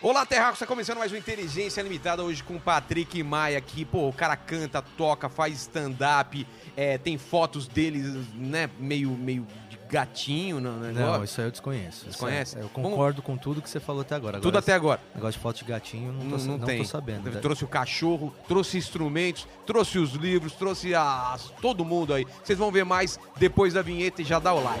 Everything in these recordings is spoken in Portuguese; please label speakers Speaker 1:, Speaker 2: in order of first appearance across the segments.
Speaker 1: Olá, Terraco, está começando mais um Inteligência Limitada hoje com o Patrick Maia, que, pô, o cara canta, toca, faz stand-up, é, tem fotos dele, né, meio, meio de gatinho no no
Speaker 2: Não,
Speaker 1: negócio.
Speaker 2: isso aí eu desconheço. Isso
Speaker 1: Desconhece?
Speaker 2: aí- Eu
Speaker 1: Vamos-
Speaker 2: concordo com tudo que você falou até agora. é
Speaker 1: Tudo
Speaker 2: Agora,
Speaker 1: até agora.
Speaker 2: Negócio de foto de gatinho, não, tô,
Speaker 1: Não,
Speaker 2: sa-
Speaker 1: não
Speaker 2: não
Speaker 1: tem.
Speaker 2: tô sabendo.
Speaker 1: Ele Trouxe o cachorro, trouxe instrumentos, trouxe os livros, trouxe as, todo mundo aí. Vocês vão ver mais depois da vinheta e já dá o like.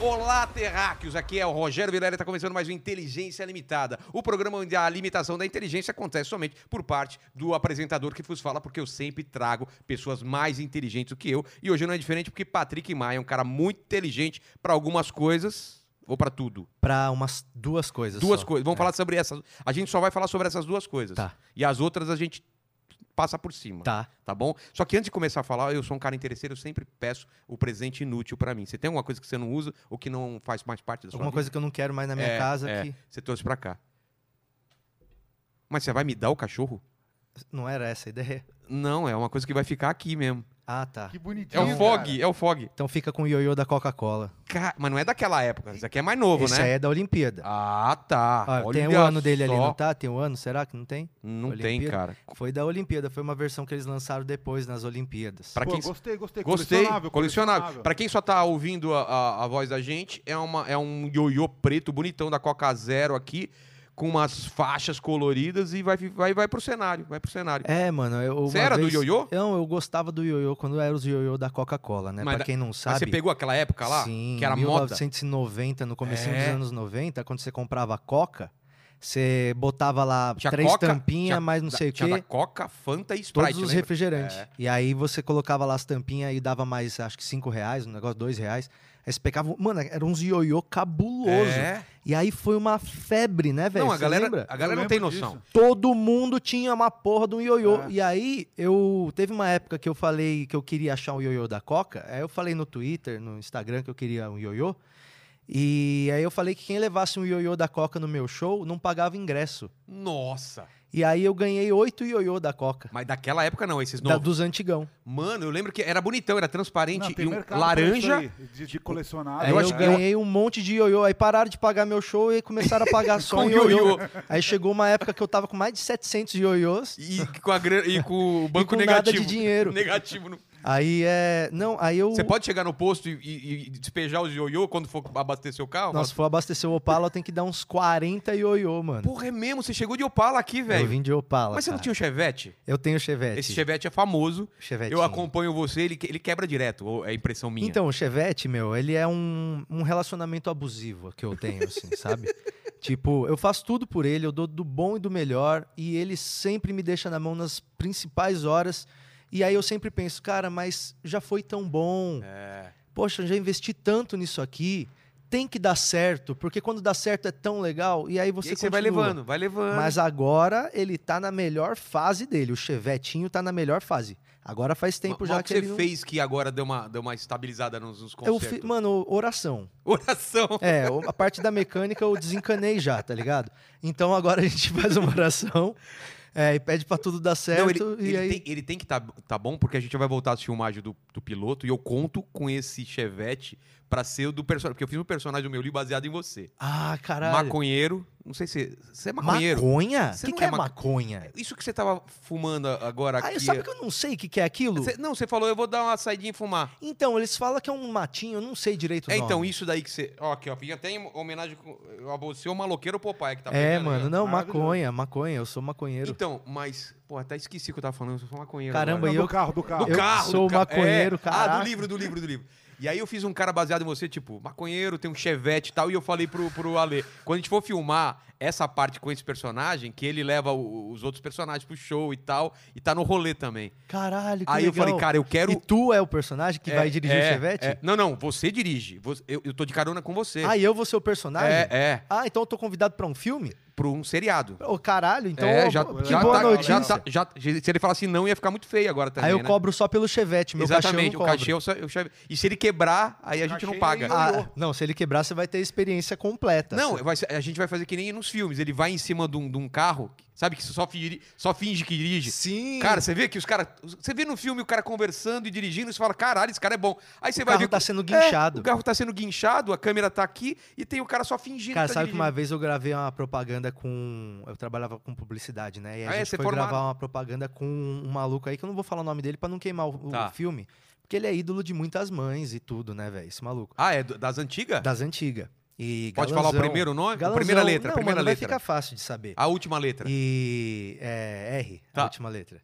Speaker 1: Olá, terráqueos! Aqui é o Rogério Vilela e está começando mais um Inteligência Limitada, o programa onde a limitação da inteligência acontece somente por parte do apresentador que vos fala, porque eu sempre trago pessoas mais inteligentes do que eu. E hoje não é diferente porque Patrick Maia é um cara muito inteligente para algumas coisas ou para tudo.
Speaker 2: Pra umas duas coisas.
Speaker 1: Duas
Speaker 2: só. É.
Speaker 1: coisas. Vamos falar sobre essas. A gente só vai falar sobre essas duas coisas.
Speaker 2: Tá.
Speaker 1: E as outras a gente passa por cima.
Speaker 2: Tá.
Speaker 1: Tá bom? Só que antes de começar a falar, eu sou um cara interesseiro, eu sempre peço o presente inútil pra mim. Você tem alguma coisa que você não usa ou que não faz mais parte da sua
Speaker 2: Alguma
Speaker 1: vida?
Speaker 2: coisa que eu não quero mais na minha
Speaker 1: É,
Speaker 2: casa
Speaker 1: é.
Speaker 2: que.
Speaker 1: Você trouxe pra cá. Mas você vai me dar o cachorro?
Speaker 2: Não era essa a ideia.
Speaker 1: Não, é uma coisa que vai ficar aqui mesmo.
Speaker 2: Ah, tá.
Speaker 3: Que
Speaker 1: É
Speaker 3: bonitinho.
Speaker 1: o Fog, é o Fog.
Speaker 2: Então fica com o ioiô da Coca-Cola.
Speaker 1: Ca- Mas não é daquela época, isso aqui é mais novo,
Speaker 2: Esse
Speaker 1: né?
Speaker 2: aí é da Olimpíada.
Speaker 1: Ah, tá.
Speaker 2: Ah, tem
Speaker 1: Olha
Speaker 2: o ano dele ali,
Speaker 1: só.
Speaker 2: não tá? Tem o ano? Será que não tem?
Speaker 1: Não tem,
Speaker 2: Olimpíada.
Speaker 1: cara.
Speaker 2: Foi da Olimpíada, foi uma versão que eles lançaram depois nas Olimpíadas.
Speaker 1: Pra
Speaker 3: Pô,
Speaker 1: quem
Speaker 3: gostei, gostei.
Speaker 1: Gostei, colecionável.
Speaker 3: colecionável.
Speaker 1: Pra quem só tá ouvindo a, a- a voz da gente, é, uma, é um ioiô preto bonitão da Coca Zero aqui, com umas faixas coloridas e vai, vai, vai pro cenário, vai pro cenário.
Speaker 2: É, mano, eu.
Speaker 1: Você
Speaker 2: uma
Speaker 1: era do
Speaker 2: vez-
Speaker 1: ioiô?
Speaker 2: Não, eu gostava do ioiô quando era os ioiô da Coca-Cola, né?
Speaker 1: Mas da-
Speaker 2: pra quem não
Speaker 1: Mas
Speaker 2: sabe.
Speaker 1: você pegou aquela época lá?
Speaker 2: Sim,
Speaker 1: que era moda?
Speaker 2: 1990, no comecinho
Speaker 1: É.
Speaker 2: dos anos 90, quando você comprava Coca, você botava lá
Speaker 1: Tinha
Speaker 2: três
Speaker 1: Coca,
Speaker 2: tampinhas,
Speaker 1: tinha
Speaker 2: mais não
Speaker 1: Da-
Speaker 2: sei o
Speaker 1: Tinha da
Speaker 2: quê,
Speaker 1: Coca, Fanta e Sprite.
Speaker 2: todos os
Speaker 1: lembra?
Speaker 2: refrigerantes.
Speaker 1: É.
Speaker 2: E aí você colocava lá as tampinhas e dava mais, acho que 5 reais, um negócio, 2 reais. Aí você pegava, mano, era uns ioiô cabuloso.
Speaker 1: É.
Speaker 2: E aí foi uma febre, né, velho?
Speaker 1: Não, a
Speaker 2: Você
Speaker 1: galera,
Speaker 2: lembra?
Speaker 1: a galera não tem noção.
Speaker 2: Todo mundo tinha uma porra de um ioiô.
Speaker 3: É.
Speaker 2: E aí, eu. Teve uma época que eu falei que eu queria achar um ioiô da Coca. Aí eu falei no Twitter, no Instagram, que eu queria um ioiô. E aí eu falei que quem levasse um ioiô da Coca no meu show não pagava ingresso.
Speaker 1: Nossa!
Speaker 2: E aí eu ganhei oito ioiô da Coca.
Speaker 1: Mas daquela época não, esses
Speaker 2: Da,
Speaker 1: novos.
Speaker 2: dos antigão.
Speaker 1: Mano, eu lembro que era bonitão, era transparente
Speaker 3: Não, tem
Speaker 1: e um
Speaker 3: mercado pra
Speaker 1: laranja.
Speaker 3: isso aí, De, de colecionável.
Speaker 2: Aí eu,
Speaker 1: Ah, acho que- é
Speaker 2: ganhei um monte de ioiô. Aí pararam de pagar meu show e começaram a pagar só
Speaker 1: Com
Speaker 2: um ioiô.
Speaker 1: ioiô.
Speaker 2: Aí chegou uma época que eu tava com mais de 700 ioiôs.
Speaker 1: E com, a grana- e com o banco
Speaker 2: com nada
Speaker 1: negativo.
Speaker 2: de dinheiro.
Speaker 1: Negativo no
Speaker 2: Aí é. Não, aí eu.
Speaker 1: Você pode chegar no posto e, e- e despejar os ioiô quando for abastecer o carro?
Speaker 2: Nossa, se for abastecer o Opala, eu tenho que dar uns 40 ioiô, mano.
Speaker 1: Porra, é mesmo? Você chegou de Opala aqui,
Speaker 2: eu
Speaker 1: velho.
Speaker 2: vim de Opala.
Speaker 1: Mas você não
Speaker 2: cara.
Speaker 1: tinha o Chevette?
Speaker 2: Eu tenho Chevette.
Speaker 1: Esse Chevette é famoso.
Speaker 2: Chevetinho.
Speaker 1: Eu acompanho você, ele, que- ele quebra direto, ou é impressão minha.
Speaker 2: Então, o Chevette, meu, ele é um, um relacionamento abusivo que eu tenho, assim, sabe? Tipo, eu faço tudo por ele, eu dou do bom e do melhor, e ele sempre me deixa na mão nas principais horas. E aí eu sempre penso, cara, mas já foi tão bom.
Speaker 1: É.
Speaker 2: Poxa, eu já investi tanto nisso aqui. Tem que dar certo, porque quando dá certo é tão legal, e aí
Speaker 1: E
Speaker 2: você
Speaker 1: aí você vai
Speaker 2: continua.
Speaker 1: levando, vai levando.
Speaker 2: Mas agora ele tá na melhor fase dele. O Chevetinho tá na melhor fase. Agora faz tempo
Speaker 1: Mas
Speaker 2: já
Speaker 1: o que,
Speaker 2: que,
Speaker 1: você
Speaker 2: ele não-
Speaker 1: fez que agora deu uma, deu uma estabilizada nos, nos
Speaker 2: Eu
Speaker 1: concertos?
Speaker 2: fi... Mano, oração.
Speaker 1: Oração.
Speaker 2: É, o- a parte da mecânica eu desencanei já, tá ligado? Então agora a gente faz uma oração é, e pede pra tudo dar certo.
Speaker 1: Não, ele,
Speaker 2: e
Speaker 1: ele
Speaker 2: aí...
Speaker 1: tem, ele tem que tá, tá bom, porque a gente vai voltar às filmagens do, do piloto e eu conto com esse Chevette pra ser o do personagem. Porque eu fiz um personagem do meu livro baseado em você.
Speaker 2: Ah, caralho.
Speaker 1: Maconheiro. Não sei se. Você é maconheiro?
Speaker 2: Maconha? O
Speaker 1: Você
Speaker 2: que,
Speaker 1: não
Speaker 2: que
Speaker 1: é
Speaker 2: é,
Speaker 1: ma-
Speaker 2: maconha?
Speaker 1: Isso que você tava fumando agora
Speaker 2: Ah,
Speaker 1: aqui.
Speaker 2: sabe que eu não sei o que, que é aquilo?
Speaker 1: Cê- não, você falou, eu vou dar uma saidinha e fumar.
Speaker 2: Então, eles falam que é um matinho, eu não sei direito o
Speaker 1: É,
Speaker 2: nome.
Speaker 1: então, isso daí que você. Ó, aqui, ó. Fica até em homenagem com- a você, o maloqueiro ou Popeye que tá
Speaker 2: é,
Speaker 1: pegando aí,
Speaker 2: mano,
Speaker 1: ó.
Speaker 2: não,
Speaker 3: Maravilhoso.
Speaker 2: maconha, maconha, eu sou maconheiro.
Speaker 1: Então, mas. Pô, até esqueci o que eu tava falando, eu sou maconheiro.
Speaker 2: Caramba,
Speaker 1: agora.
Speaker 3: Não,
Speaker 2: eu-
Speaker 3: do carro, do carro.
Speaker 1: Do
Speaker 2: eu
Speaker 1: carro,
Speaker 2: sou
Speaker 1: do ca-
Speaker 2: maconheiro,
Speaker 1: é. Ah,
Speaker 2: caraca.
Speaker 1: do livro, do livro, do livro. E aí eu fiz um cara baseado em você, tipo, maconheiro, tem um chevette e tal, e eu falei pro, pro Ale, quando a gente for filmar essa parte com esse personagem, que ele leva o- os outros personagens pro show e tal, e tá no rolê também.
Speaker 2: Caralho, que
Speaker 1: aí eu falei,
Speaker 2: legal.
Speaker 1: cara, eu quero...
Speaker 2: E tu é o personagem que
Speaker 1: É,
Speaker 2: vai dirigir
Speaker 1: é,
Speaker 2: o Chevette?
Speaker 1: é. Não, não, você dirige. Você- eu, eu tô de carona com você.
Speaker 2: Ah, e eu vou ser o personagem?
Speaker 1: é, é.
Speaker 2: Ah, então eu tô convidado pra um filme?
Speaker 1: para um seriado.
Speaker 2: Ô, caralho, então.
Speaker 1: é,
Speaker 2: ó,
Speaker 1: já,
Speaker 2: que
Speaker 1: já
Speaker 2: boa
Speaker 1: tá,
Speaker 2: notícia.
Speaker 1: já tá- já- se ele falasse não, ia ficar muito feio agora também,
Speaker 2: Aí eu
Speaker 1: né?
Speaker 2: cobro só pelo chevette, meu
Speaker 1: Exatamente, o cachê
Speaker 2: cachê eu cobro.
Speaker 1: eu só- eu chave- E se ele quebrar, aí a gente não
Speaker 4: Cachê
Speaker 1: paga.
Speaker 4: não-
Speaker 2: Ah, não, se ele quebrar, você vai ter a experiência completa.
Speaker 1: é Não, vai ser- a gente vai fazer que nem nos filmes. Ele vai em cima de um, de um carro, sabe? Que só, fi- só finge que dirige.
Speaker 2: Sim.
Speaker 1: Cara, você vê que os caras. Você vê no filme o cara conversando e dirigindo, você fala, caralho, esse cara é bom. Aí você
Speaker 2: o
Speaker 1: vai
Speaker 2: carro
Speaker 1: ver.
Speaker 2: tá
Speaker 1: que-
Speaker 2: sendo
Speaker 1: É,
Speaker 2: guinchado.
Speaker 1: o carro tá sendo guinchado, a câmera tá aqui e tem o cara só fingindo
Speaker 2: Cara,
Speaker 1: que tá
Speaker 2: sabe que uma
Speaker 1: dirigindo.
Speaker 2: vez eu gravei uma propaganda com. Eu trabalhava com publicidade, né? E a
Speaker 1: Ah, é?
Speaker 2: gente
Speaker 1: Você é
Speaker 2: foi
Speaker 1: formado?
Speaker 2: gravar uma propaganda com um maluco aí, que eu não vou falar o nome dele pra não queimar o, o
Speaker 1: Tá.
Speaker 2: filme. Porque ele é ídolo de muitas mães e tudo, né, velho? Esse maluco.
Speaker 1: Ah, é do- das antigas?
Speaker 2: Das antigas. E
Speaker 1: Pode
Speaker 2: galanzão-
Speaker 1: falar o primeiro nome? A
Speaker 2: galanzão-
Speaker 1: primeira letra, a
Speaker 2: Não,
Speaker 1: primeira
Speaker 2: mano,
Speaker 1: letra.
Speaker 2: Vai ficar fácil de saber.
Speaker 1: A última letra.
Speaker 2: E. É, R, a
Speaker 1: Tá.
Speaker 2: última letra.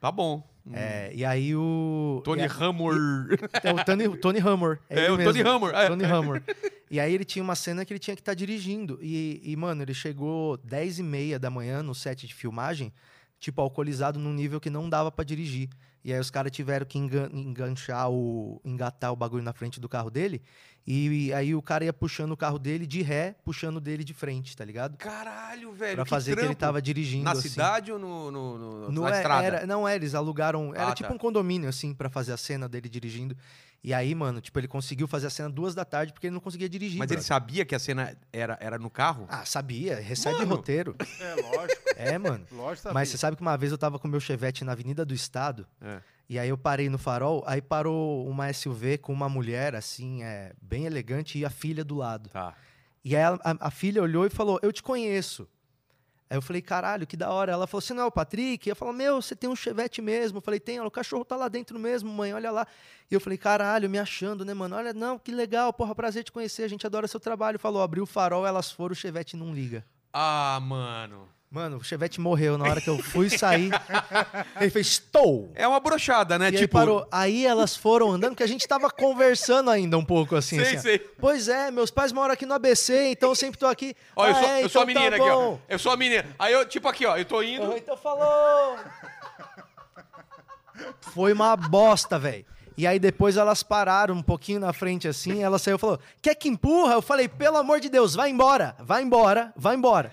Speaker 1: Tá bom.
Speaker 2: É, e aí o.
Speaker 1: Tony
Speaker 2: e a-
Speaker 1: Hammer.
Speaker 2: É o Tony, o Tony Hammer.
Speaker 1: É,
Speaker 2: ele
Speaker 1: o Tony
Speaker 2: mesmo.
Speaker 1: Hammer, é.
Speaker 2: Tony Hammer. E aí ele tinha uma cena que ele tinha que estar dirigindo. E, e, mano, ele chegou 10 e meia da manhã no set de filmagem, tipo, alcoolizado num nível que não dava pra dirigir. E aí os caras tiveram que engan- enganchar o. engatar o bagulho na frente do carro dele. E, aí o cara ia puxando o carro dele de ré, puxando o dele de frente, tá ligado?
Speaker 1: Caralho, velho.
Speaker 2: Pra fazer que ele
Speaker 1: trampo.
Speaker 2: tava dirigindo.
Speaker 1: Na
Speaker 2: assim.
Speaker 1: cidade ou no, no- no-
Speaker 2: Não
Speaker 1: na
Speaker 2: é-
Speaker 1: estrada?
Speaker 2: Era, não é, eles alugaram. Era
Speaker 1: Ah,
Speaker 2: tipo
Speaker 1: tá.
Speaker 2: um condomínio, assim, pra fazer a cena dele dirigindo. E aí, mano, tipo, ele conseguiu fazer a cena duas da tarde porque ele não conseguia dirigir.
Speaker 1: Mas ele
Speaker 2: brother.
Speaker 1: sabia que a cena era, era no carro?
Speaker 2: Ah, sabia, recebe
Speaker 1: Mano!
Speaker 2: roteiro.
Speaker 3: É, lógico,
Speaker 2: É, mano.
Speaker 3: lógico. Sabia.
Speaker 2: Mas você sabe que uma vez eu tava com meu chevette na Avenida do Estado.
Speaker 1: É.
Speaker 2: E aí eu parei no farol, aí parou uma SUV com uma mulher, assim, é, bem elegante, e a filha do lado.
Speaker 1: Tá.
Speaker 2: E aí ela- a, a filha olhou e falou: Eu te conheço. Aí eu falei, caralho, que da hora. Ela falou, você não é o Patrick? Eu falei, meu, você tem um chevette mesmo. Eu falei, tem, ela, o cachorro tá lá dentro mesmo, mãe, olha lá. E eu falei, caralho, me achando, né, mano? Olha, não, que legal, porra, prazer te conhecer, a gente adora seu trabalho. Falou, abriu o farol, elas foram, o chevette não liga.
Speaker 1: Ah, mano.
Speaker 2: Mano, o chevette morreu na hora que eu fui sair. ele fez, estou!
Speaker 1: É uma brochada, né?
Speaker 2: e aí
Speaker 1: tipo.
Speaker 2: parou. Aí elas foram andando, porque a gente tava conversando ainda um pouco, assim.
Speaker 1: sei,
Speaker 2: assim, ó.
Speaker 1: sei.
Speaker 2: Pois é, meus pais moram aqui no ABC, então eu sempre tô aqui.
Speaker 1: Ó, eu
Speaker 2: Ah,
Speaker 1: sou,
Speaker 2: é,
Speaker 1: eu sou a
Speaker 2: então tá
Speaker 1: menina aqui, ó.
Speaker 2: bom.
Speaker 1: Eu sou a menina. Aí eu, tipo aqui, ó, eu tô indo.
Speaker 2: Oh, Então falou! Foi uma bosta, velho. E aí depois elas pararam um pouquinho na frente assim, ela saiu e falou: Quer que empurra? Eu falei, pelo amor de Deus, vai embora, vai embora, vai embora.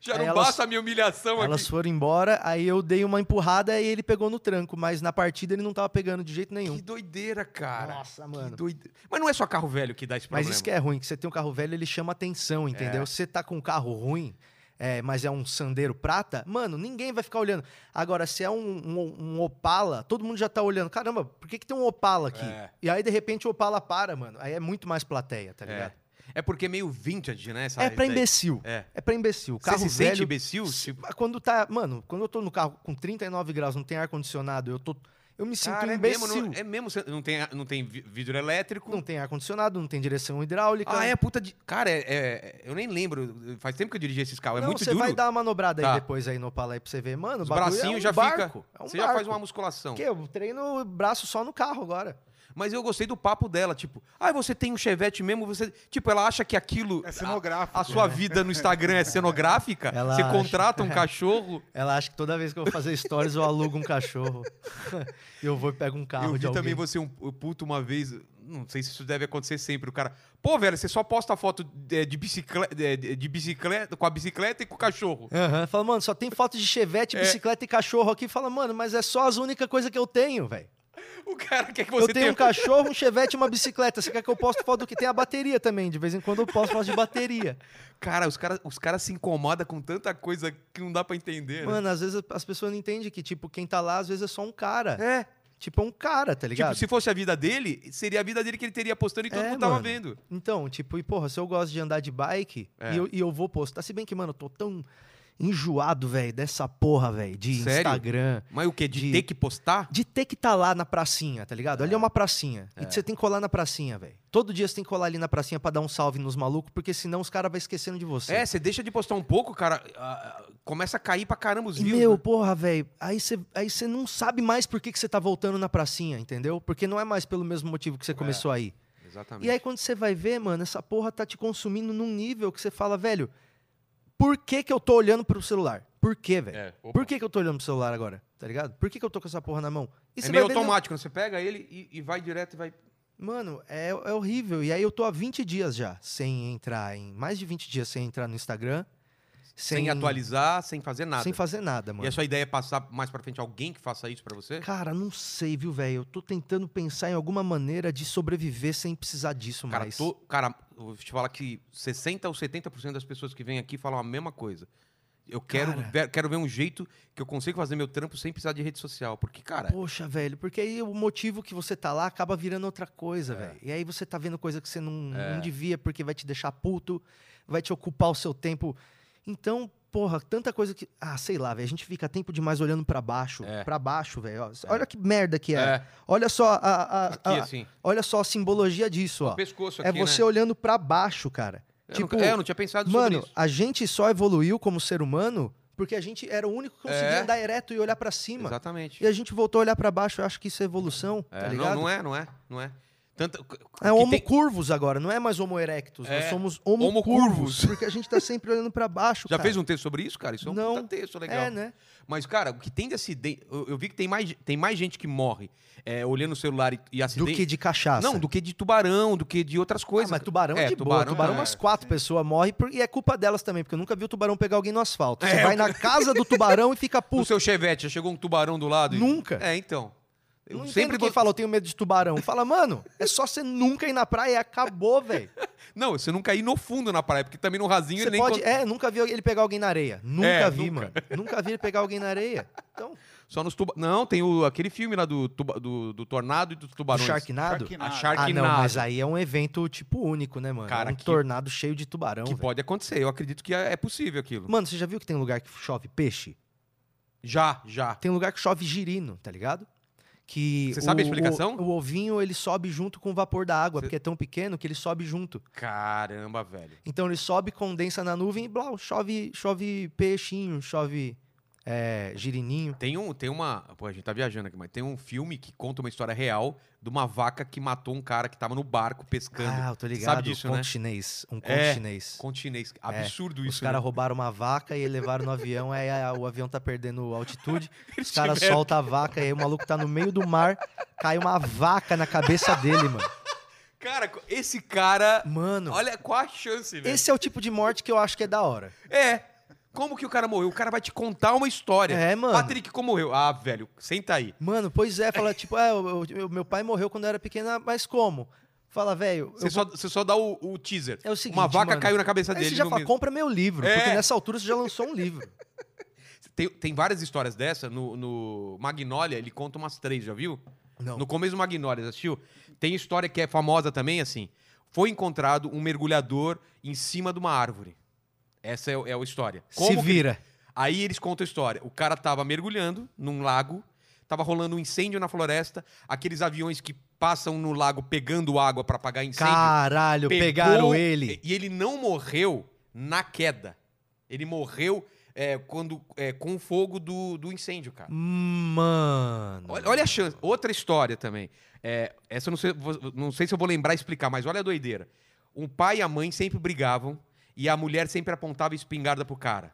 Speaker 1: Já
Speaker 2: Aí
Speaker 1: não
Speaker 2: elas-
Speaker 1: basta a minha humilhação
Speaker 2: Elas
Speaker 1: aqui.
Speaker 2: foram embora, aí eu dei uma empurrada e ele pegou no tranco, mas na partida ele não tava pegando de jeito nenhum.
Speaker 1: Que doideira, cara.
Speaker 2: Nossa,
Speaker 1: Que
Speaker 2: mano.
Speaker 1: doideira. Mas não é só carro velho que dá esse problema. É.
Speaker 2: Mas isso que é ruim, que você tem um carro velho, ele chama atenção, entendeu? Você tá com um carro ruim, é, mas é um Sandero prata, mano, ninguém vai ficar olhando. Agora, se é um, um- um Opala, todo mundo já tá olhando. Caramba, por que, que tem um Opala aqui?
Speaker 1: É.
Speaker 2: E aí, de repente, o Opala para, mano. Aí é muito mais plateia, tá ligado?
Speaker 1: É porque é meio vintage, né? Essa
Speaker 2: É, pra
Speaker 1: ideia.
Speaker 2: imbecil. É.
Speaker 1: É.
Speaker 2: pra imbecil. O
Speaker 1: Você
Speaker 2: carro
Speaker 1: se
Speaker 2: velho,
Speaker 1: sente imbecil? Tipo,
Speaker 2: Quando tá. Mano, quando eu tô no carro com 39 graus, não tem ar-condicionado, eu tô. Eu me sinto
Speaker 1: cara,
Speaker 2: um
Speaker 1: é
Speaker 2: imbecil.
Speaker 1: mesmo, não, é mesmo, você não tem, não tem vi- vidro elétrico.
Speaker 2: Não tem ar-condicionado, não tem direção hidráulica.
Speaker 1: Ah, é puta de. Cara, é, é- eu nem lembro. Faz tempo que eu dirigi esses carros. é
Speaker 2: Não,
Speaker 1: muito
Speaker 2: você
Speaker 1: duro.
Speaker 2: vai dar uma manobrada
Speaker 1: Tá.
Speaker 2: aí depois aí no Opala aí pra você ver. Mano,
Speaker 1: Os
Speaker 2: o bagulho
Speaker 1: bracinhos
Speaker 2: é um
Speaker 1: já
Speaker 2: barco,
Speaker 1: fica.
Speaker 2: É um
Speaker 1: você já faz
Speaker 2: barco.
Speaker 1: uma musculação.
Speaker 2: Que eu treino o braço só no carro agora.
Speaker 1: Mas eu gostei do papo dela, tipo, ah, você tem um chevette mesmo, você. Tipo, ela acha que aquilo.
Speaker 3: É cenográfico.
Speaker 2: Ah,
Speaker 1: A, a sua vida no Instagram é cenográfica?
Speaker 2: Ela
Speaker 1: você
Speaker 2: acha.
Speaker 1: contrata um cachorro.
Speaker 2: Ela acha que toda vez que eu vou fazer stories eu alugo um cachorro. E eu vou e pego um carro
Speaker 1: eu
Speaker 2: de
Speaker 1: vi
Speaker 2: alguém.
Speaker 1: também você um um puto uma vez. Não sei se isso deve acontecer sempre. O cara. Pô, velho, você só posta foto é, de, de bicicleta, de, de bicicleta. Com a bicicleta e com o cachorro.
Speaker 2: Aham, Fala, mano, só tem foto de
Speaker 1: É.
Speaker 2: chevette, bicicleta e cachorro aqui. Fala, mano, mas é só as únicas coisas que eu tenho, velho.
Speaker 1: O cara quer que
Speaker 2: Eu
Speaker 1: você
Speaker 2: tenho
Speaker 1: tenha.
Speaker 2: um cachorro, um chevette e uma bicicleta. Você quer que eu poste foto do que tem a bateria também? De vez em quando eu posto foto de bateria.
Speaker 1: Cara, os caras os cara se incomodam com tanta coisa que não dá pra entender. né?
Speaker 2: Mano, às vezes as pessoas não entendem que, tipo, quem tá lá às vezes é só um cara.
Speaker 1: É.
Speaker 2: Tipo, é um cara, tá ligado?
Speaker 1: Tipo, se fosse a vida dele, seria a vida dele que ele teria postando e todo
Speaker 2: É,
Speaker 1: mundo tava
Speaker 2: mano.
Speaker 1: vendo.
Speaker 2: Então, tipo, e porra, se eu gosto de andar de bike
Speaker 1: É.
Speaker 2: e, eu, e eu vou postar. Se bem que, mano, eu tô tão enjoado, velho, dessa porra, velho, de
Speaker 1: Sério?
Speaker 2: Instagram.
Speaker 1: Mas o quê? De,
Speaker 2: De-
Speaker 1: ter que postar?
Speaker 2: De ter que tá lá na pracinha, tá ligado? Ali é uma pracinha. E você tem que colar na pracinha, velho. Todo dia você tem que colar ali na pracinha pra dar um salve nos malucos, porque senão os caras vão esquecendo de você.
Speaker 1: É, você deixa de postar um pouco, cara, ah, ah, começa a cair pra caramba os
Speaker 2: E,
Speaker 1: views.
Speaker 2: meu,
Speaker 1: né?
Speaker 2: porra, velho, aí você aí você não sabe mais por que que você tá voltando na pracinha, entendeu? Porque não é mais pelo mesmo motivo
Speaker 1: É.
Speaker 2: que você começou aí.
Speaker 1: Exatamente.
Speaker 2: E aí quando você vai ver, mano, essa porra tá te consumindo num nível que você fala, velho, por que que eu tô olhando pro celular? Por que, velho?
Speaker 1: É, opa.
Speaker 2: por que que eu tô olhando pro celular agora? Tá ligado? Por que que eu tô com essa porra na mão? E
Speaker 1: é
Speaker 2: você
Speaker 1: meio
Speaker 2: vai ver,
Speaker 1: automático, né? você pega ele e, e vai direto e vai.
Speaker 2: não- Mano, é, é horrível. E aí eu tô há 20 dias já sem entrar em... Mais de 20 dias sem entrar no Instagram.
Speaker 1: Sem, atualizar, sem fazer nada.
Speaker 2: Sem fazer nada, mano.
Speaker 1: E a sua ideia é passar mais pra frente alguém que faça isso pra você?
Speaker 2: Cara, não sei, viu, velho? Eu tô tentando pensar em alguma maneira de sobreviver sem precisar disso
Speaker 1: Cara,
Speaker 2: mais.
Speaker 1: tô- cara, eu vou te falar que 60% ou 70% das pessoas que vêm aqui falam a mesma coisa. Eu quero,
Speaker 2: Cara.
Speaker 1: ver, quero ver um jeito que eu consigo fazer meu trampo sem precisar de rede social. Porque, cara,
Speaker 2: Poxa, velho, porque aí o motivo que você tá lá acaba virando outra
Speaker 1: É.
Speaker 2: coisa, velho. E aí você tá vendo coisa que você não, não devia porque vai te deixar puto, vai te ocupar o seu tempo. Então, porra, tanta coisa que. Ah, sei lá, velho. A gente fica tempo demais olhando pra baixo.
Speaker 1: É.
Speaker 2: Pra baixo, velho. ó.
Speaker 1: É.
Speaker 2: Olha que merda que é.
Speaker 1: é,
Speaker 2: Olha só a, a-
Speaker 1: aqui
Speaker 2: a-
Speaker 1: assim,
Speaker 2: olha só a simbologia disso, ó.
Speaker 1: o pescoço
Speaker 2: É
Speaker 1: aqui,
Speaker 2: você
Speaker 1: né?
Speaker 2: olhando pra baixo, cara.
Speaker 1: Eu
Speaker 2: tipo,
Speaker 1: nunca- é, eu não tinha pensado
Speaker 2: Mano,
Speaker 1: sobre isso.
Speaker 2: a gente só evoluiu como ser humano porque a gente era o único que conseguia
Speaker 1: É.
Speaker 2: andar ereto e olhar pra cima.
Speaker 1: Exatamente.
Speaker 2: E a gente voltou a olhar pra baixo, eu acho que isso é evolução,
Speaker 1: É,
Speaker 2: tá
Speaker 1: não,
Speaker 2: ligado?
Speaker 1: não é, não é, não é. Tanto,
Speaker 2: É homo curvos agora, não é mais homo erectus,
Speaker 1: É,
Speaker 2: nós somos homo,
Speaker 1: homo
Speaker 2: curvos,
Speaker 1: curvos.
Speaker 2: porque a gente tá sempre olhando pra baixo,
Speaker 1: Já
Speaker 2: cara.
Speaker 1: fez um texto sobre isso, cara? Isso é um
Speaker 2: Não.
Speaker 1: puta texto legal.
Speaker 2: É, né?
Speaker 1: Mas, cara, o que tem de acidente. Eu, eu vi que tem mais, tem mais gente que morre é, olhando o celular e, e
Speaker 2: Do
Speaker 1: acidente.
Speaker 2: que de cachaça.
Speaker 1: Não, do que de tubarão, do que de outras coisas.
Speaker 2: Ah, mas tubarão é,
Speaker 1: É,
Speaker 2: de boa.
Speaker 1: tubarão
Speaker 2: Tubarão,
Speaker 1: é,
Speaker 2: umas quatro pessoas morrem por- e é culpa delas também, porque eu nunca vi o tubarão pegar alguém no asfalto. Você
Speaker 1: É,
Speaker 2: vai na casa do tubarão e fica
Speaker 1: O
Speaker 2: puto.
Speaker 1: seu chevette, já chegou um tubarão do lado? e-
Speaker 2: Nunca.
Speaker 1: É, então. Eu
Speaker 2: Não sempre
Speaker 1: sempre
Speaker 2: quem
Speaker 1: vou-
Speaker 2: fala, eu tenho medo de tubarão. Fala, mano, é só você nunca ir na praia e acabou, velho.
Speaker 1: Não, você não cair no fundo na praia, porque também no rasinho
Speaker 2: Você
Speaker 1: ele nem.
Speaker 2: pode.
Speaker 1: con-
Speaker 2: É, nunca vi ele pegar alguém na areia. Nunca
Speaker 1: É,
Speaker 2: vi,
Speaker 1: nunca.
Speaker 2: mano. Nunca vi ele pegar alguém na areia. Então,
Speaker 1: Só nos tubarões. Não, tem o- aquele filme lá do, tuba- do, do Tornado e dos
Speaker 2: o
Speaker 1: Tubarões.
Speaker 2: Sharknado.
Speaker 1: A
Speaker 2: Ah,
Speaker 1: Sharknado.
Speaker 2: não, mas aí é um evento, tipo, único, né, mano?
Speaker 1: Cara,
Speaker 2: é um
Speaker 1: que-
Speaker 2: tornado cheio de tubarão.
Speaker 1: Que
Speaker 2: velho.
Speaker 1: pode acontecer. Eu acredito que é é possível aquilo.
Speaker 2: Mano, você já viu que tem lugar que chove peixe?
Speaker 1: Já, já.
Speaker 2: Tem lugar que chove girino, tá ligado? Que
Speaker 1: Você sabe a
Speaker 2: o-
Speaker 1: explicação?
Speaker 2: O, o ovinho, ele sobe junto com o vapor da água,
Speaker 1: Você-
Speaker 2: porque é tão pequeno que ele sobe junto.
Speaker 1: Caramba, velho.
Speaker 2: Então ele sobe, condensa na nuvem e blau, chove, chove peixinho, chove é, girininho.
Speaker 1: Tem, um, tem uma. Pô, a gente tá viajando aqui, mas tem um filme que conta uma história real de uma vaca que matou um cara que tava no barco pescando.
Speaker 2: Ah, eu tô ligado.
Speaker 1: Sabe disso,
Speaker 2: um conto
Speaker 1: né?
Speaker 2: chinês. Um conto
Speaker 1: É,
Speaker 2: chinês.
Speaker 1: Continês.
Speaker 2: É,
Speaker 1: Absurdo
Speaker 2: Os
Speaker 1: isso.
Speaker 2: caras
Speaker 1: né?
Speaker 2: roubaram uma vaca e levaram no avião, aí a- o avião tá perdendo altitude,
Speaker 1: Eles
Speaker 2: os caras
Speaker 1: tiveram-
Speaker 2: soltam a vaca, e aí o maluco tá no meio do mar, cai uma vaca na cabeça dele, mano.
Speaker 1: Cara, esse cara.
Speaker 2: Mano,
Speaker 1: Olha qual a chance, velho.
Speaker 2: esse é o tipo de morte que eu acho que é da hora.
Speaker 1: É. Como que o cara morreu? O cara vai te contar uma história.
Speaker 2: É, mano.
Speaker 1: Patrick, como morreu? Ah, velho, senta aí.
Speaker 2: Mano, pois é, fala tipo, é, eu- eu- meu pai morreu quando eu era pequena, mas como? Fala, velho, eu
Speaker 1: Você só, você só dá o, o teaser.
Speaker 2: É o seguinte,
Speaker 1: uma vaca
Speaker 2: mano,
Speaker 1: caiu na cabeça
Speaker 2: Aí
Speaker 1: dele.
Speaker 2: você já
Speaker 1: no
Speaker 2: fala,
Speaker 1: meio-
Speaker 2: compra meu livro,
Speaker 1: É.
Speaker 2: porque nessa altura você já lançou um livro.
Speaker 1: Tem, tem várias histórias dessa. No, no Magnolia, ele conta umas três, já viu?
Speaker 2: Não.
Speaker 1: No começo do Magnolia, já assistiu? Tem história que é famosa também, assim. Foi encontrado um mergulhador em cima de uma árvore. Essa é, o- é a história.
Speaker 2: Se
Speaker 1: que-
Speaker 2: vira.
Speaker 1: Aí eles contam a história. O cara tava mergulhando num lago, tava rolando um incêndio na floresta, aqueles aviões que passam no lago pegando água pra apagar incêndio.
Speaker 2: Caralho,
Speaker 1: pegou-
Speaker 2: pegaram ele.
Speaker 1: E ele não morreu na queda. Ele morreu é, quando é, com o fogo do, do incêndio, cara.
Speaker 2: Mano.
Speaker 1: Olha, olha a chance. Outra história também. É, essa eu não sei, vou- não sei se eu vou lembrar e explicar, mas olha a doideira. Um pai e a mãe sempre brigavam e a mulher sempre apontava espingarda pro cara.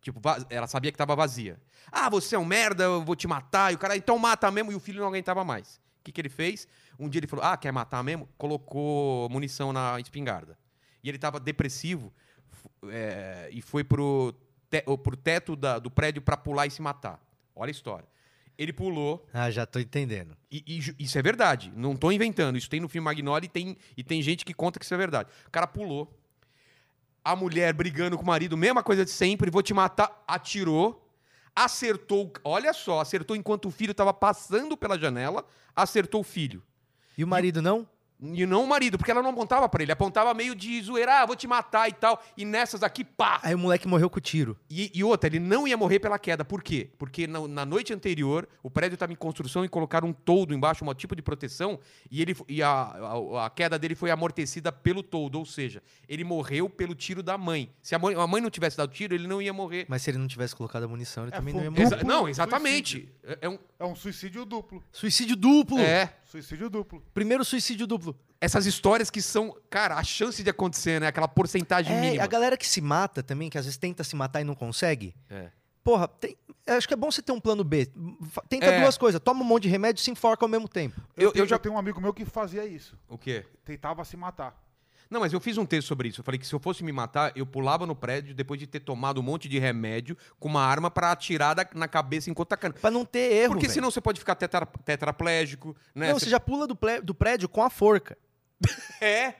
Speaker 1: Tipo, va- ela sabia que tava vazia. Ah, você é um merda, eu vou te matar. E o cara, então mata mesmo. E o filho não aguentava mais. O que, que ele fez? Um dia ele falou, ah, quer matar mesmo? Colocou munição na espingarda. E ele tava depressivo f- é, e foi pro, te- ou pro teto da- do prédio pra pular e se matar. Olha a história. Ele pulou,
Speaker 2: Ah, já tô entendendo.
Speaker 1: e, e ju- isso é verdade. Não tô inventando. Isso tem no filme Magnolia e tem, e tem gente que conta que isso é verdade. O cara pulou. A mulher brigando com o marido, mesma coisa de sempre, vou te matar. Atirou. Acertou. o- Olha só, acertou enquanto o filho tava passando pela janela. Acertou o filho.
Speaker 2: E o marido não?
Speaker 1: E não o marido, porque ela não apontava pra ele. Apontava meio de zoeira, ah, vou te matar e tal. E nessas aqui, pá!
Speaker 2: Aí o moleque morreu com o tiro.
Speaker 1: E, e outra, ele não ia morrer pela queda. Por quê? Porque na, na noite anterior, o prédio estava em construção e colocaram um toldo embaixo, um tipo de proteção, e, ele, fo- e a, a, a queda dele foi amortecida pelo toldo, ou seja, ele morreu pelo tiro da mãe. Se a mãe, a mãe não tivesse dado tiro, ele não ia morrer.
Speaker 2: Mas se ele não tivesse colocado a munição, ele
Speaker 3: É,
Speaker 2: também
Speaker 3: foi
Speaker 2: não ia
Speaker 3: um
Speaker 2: morrer.
Speaker 1: Exa-
Speaker 3: duplo
Speaker 1: não, exatamente. É, é um-
Speaker 2: ah.
Speaker 3: É um suicídio duplo.
Speaker 2: Suicídio duplo!
Speaker 1: é.
Speaker 3: Suicídio duplo.
Speaker 2: Primeiro suicídio duplo.
Speaker 1: Essas histórias que são, cara, a chance de acontecer, né? Aquela porcentagem
Speaker 2: É,
Speaker 1: mínima.
Speaker 2: a galera que se mata também, que às vezes tenta se matar e não consegue.
Speaker 1: É.
Speaker 2: Porra, tem- acho que é bom você ter um plano B. Fa- Tenta
Speaker 1: É.
Speaker 2: duas coisas. Toma um monte de remédio e se enforca ao mesmo tempo.
Speaker 1: Eu, eu
Speaker 3: tenho,
Speaker 1: já.
Speaker 3: tenho um amigo meu que fazia isso.
Speaker 1: O quê?
Speaker 3: Tentava se matar.
Speaker 1: Não, mas eu fiz um texto sobre isso. Eu falei que se eu fosse me matar, eu pulava no prédio depois de ter tomado um monte de remédio com uma arma pra atirar da- na cabeça enquanto tá cana.
Speaker 2: Pra não ter erro.
Speaker 1: Porque
Speaker 2: velho.
Speaker 1: senão você pode ficar tetra- tetraplégico, né?
Speaker 2: Não, você já pula do, ple- do prédio com a forca.
Speaker 1: É.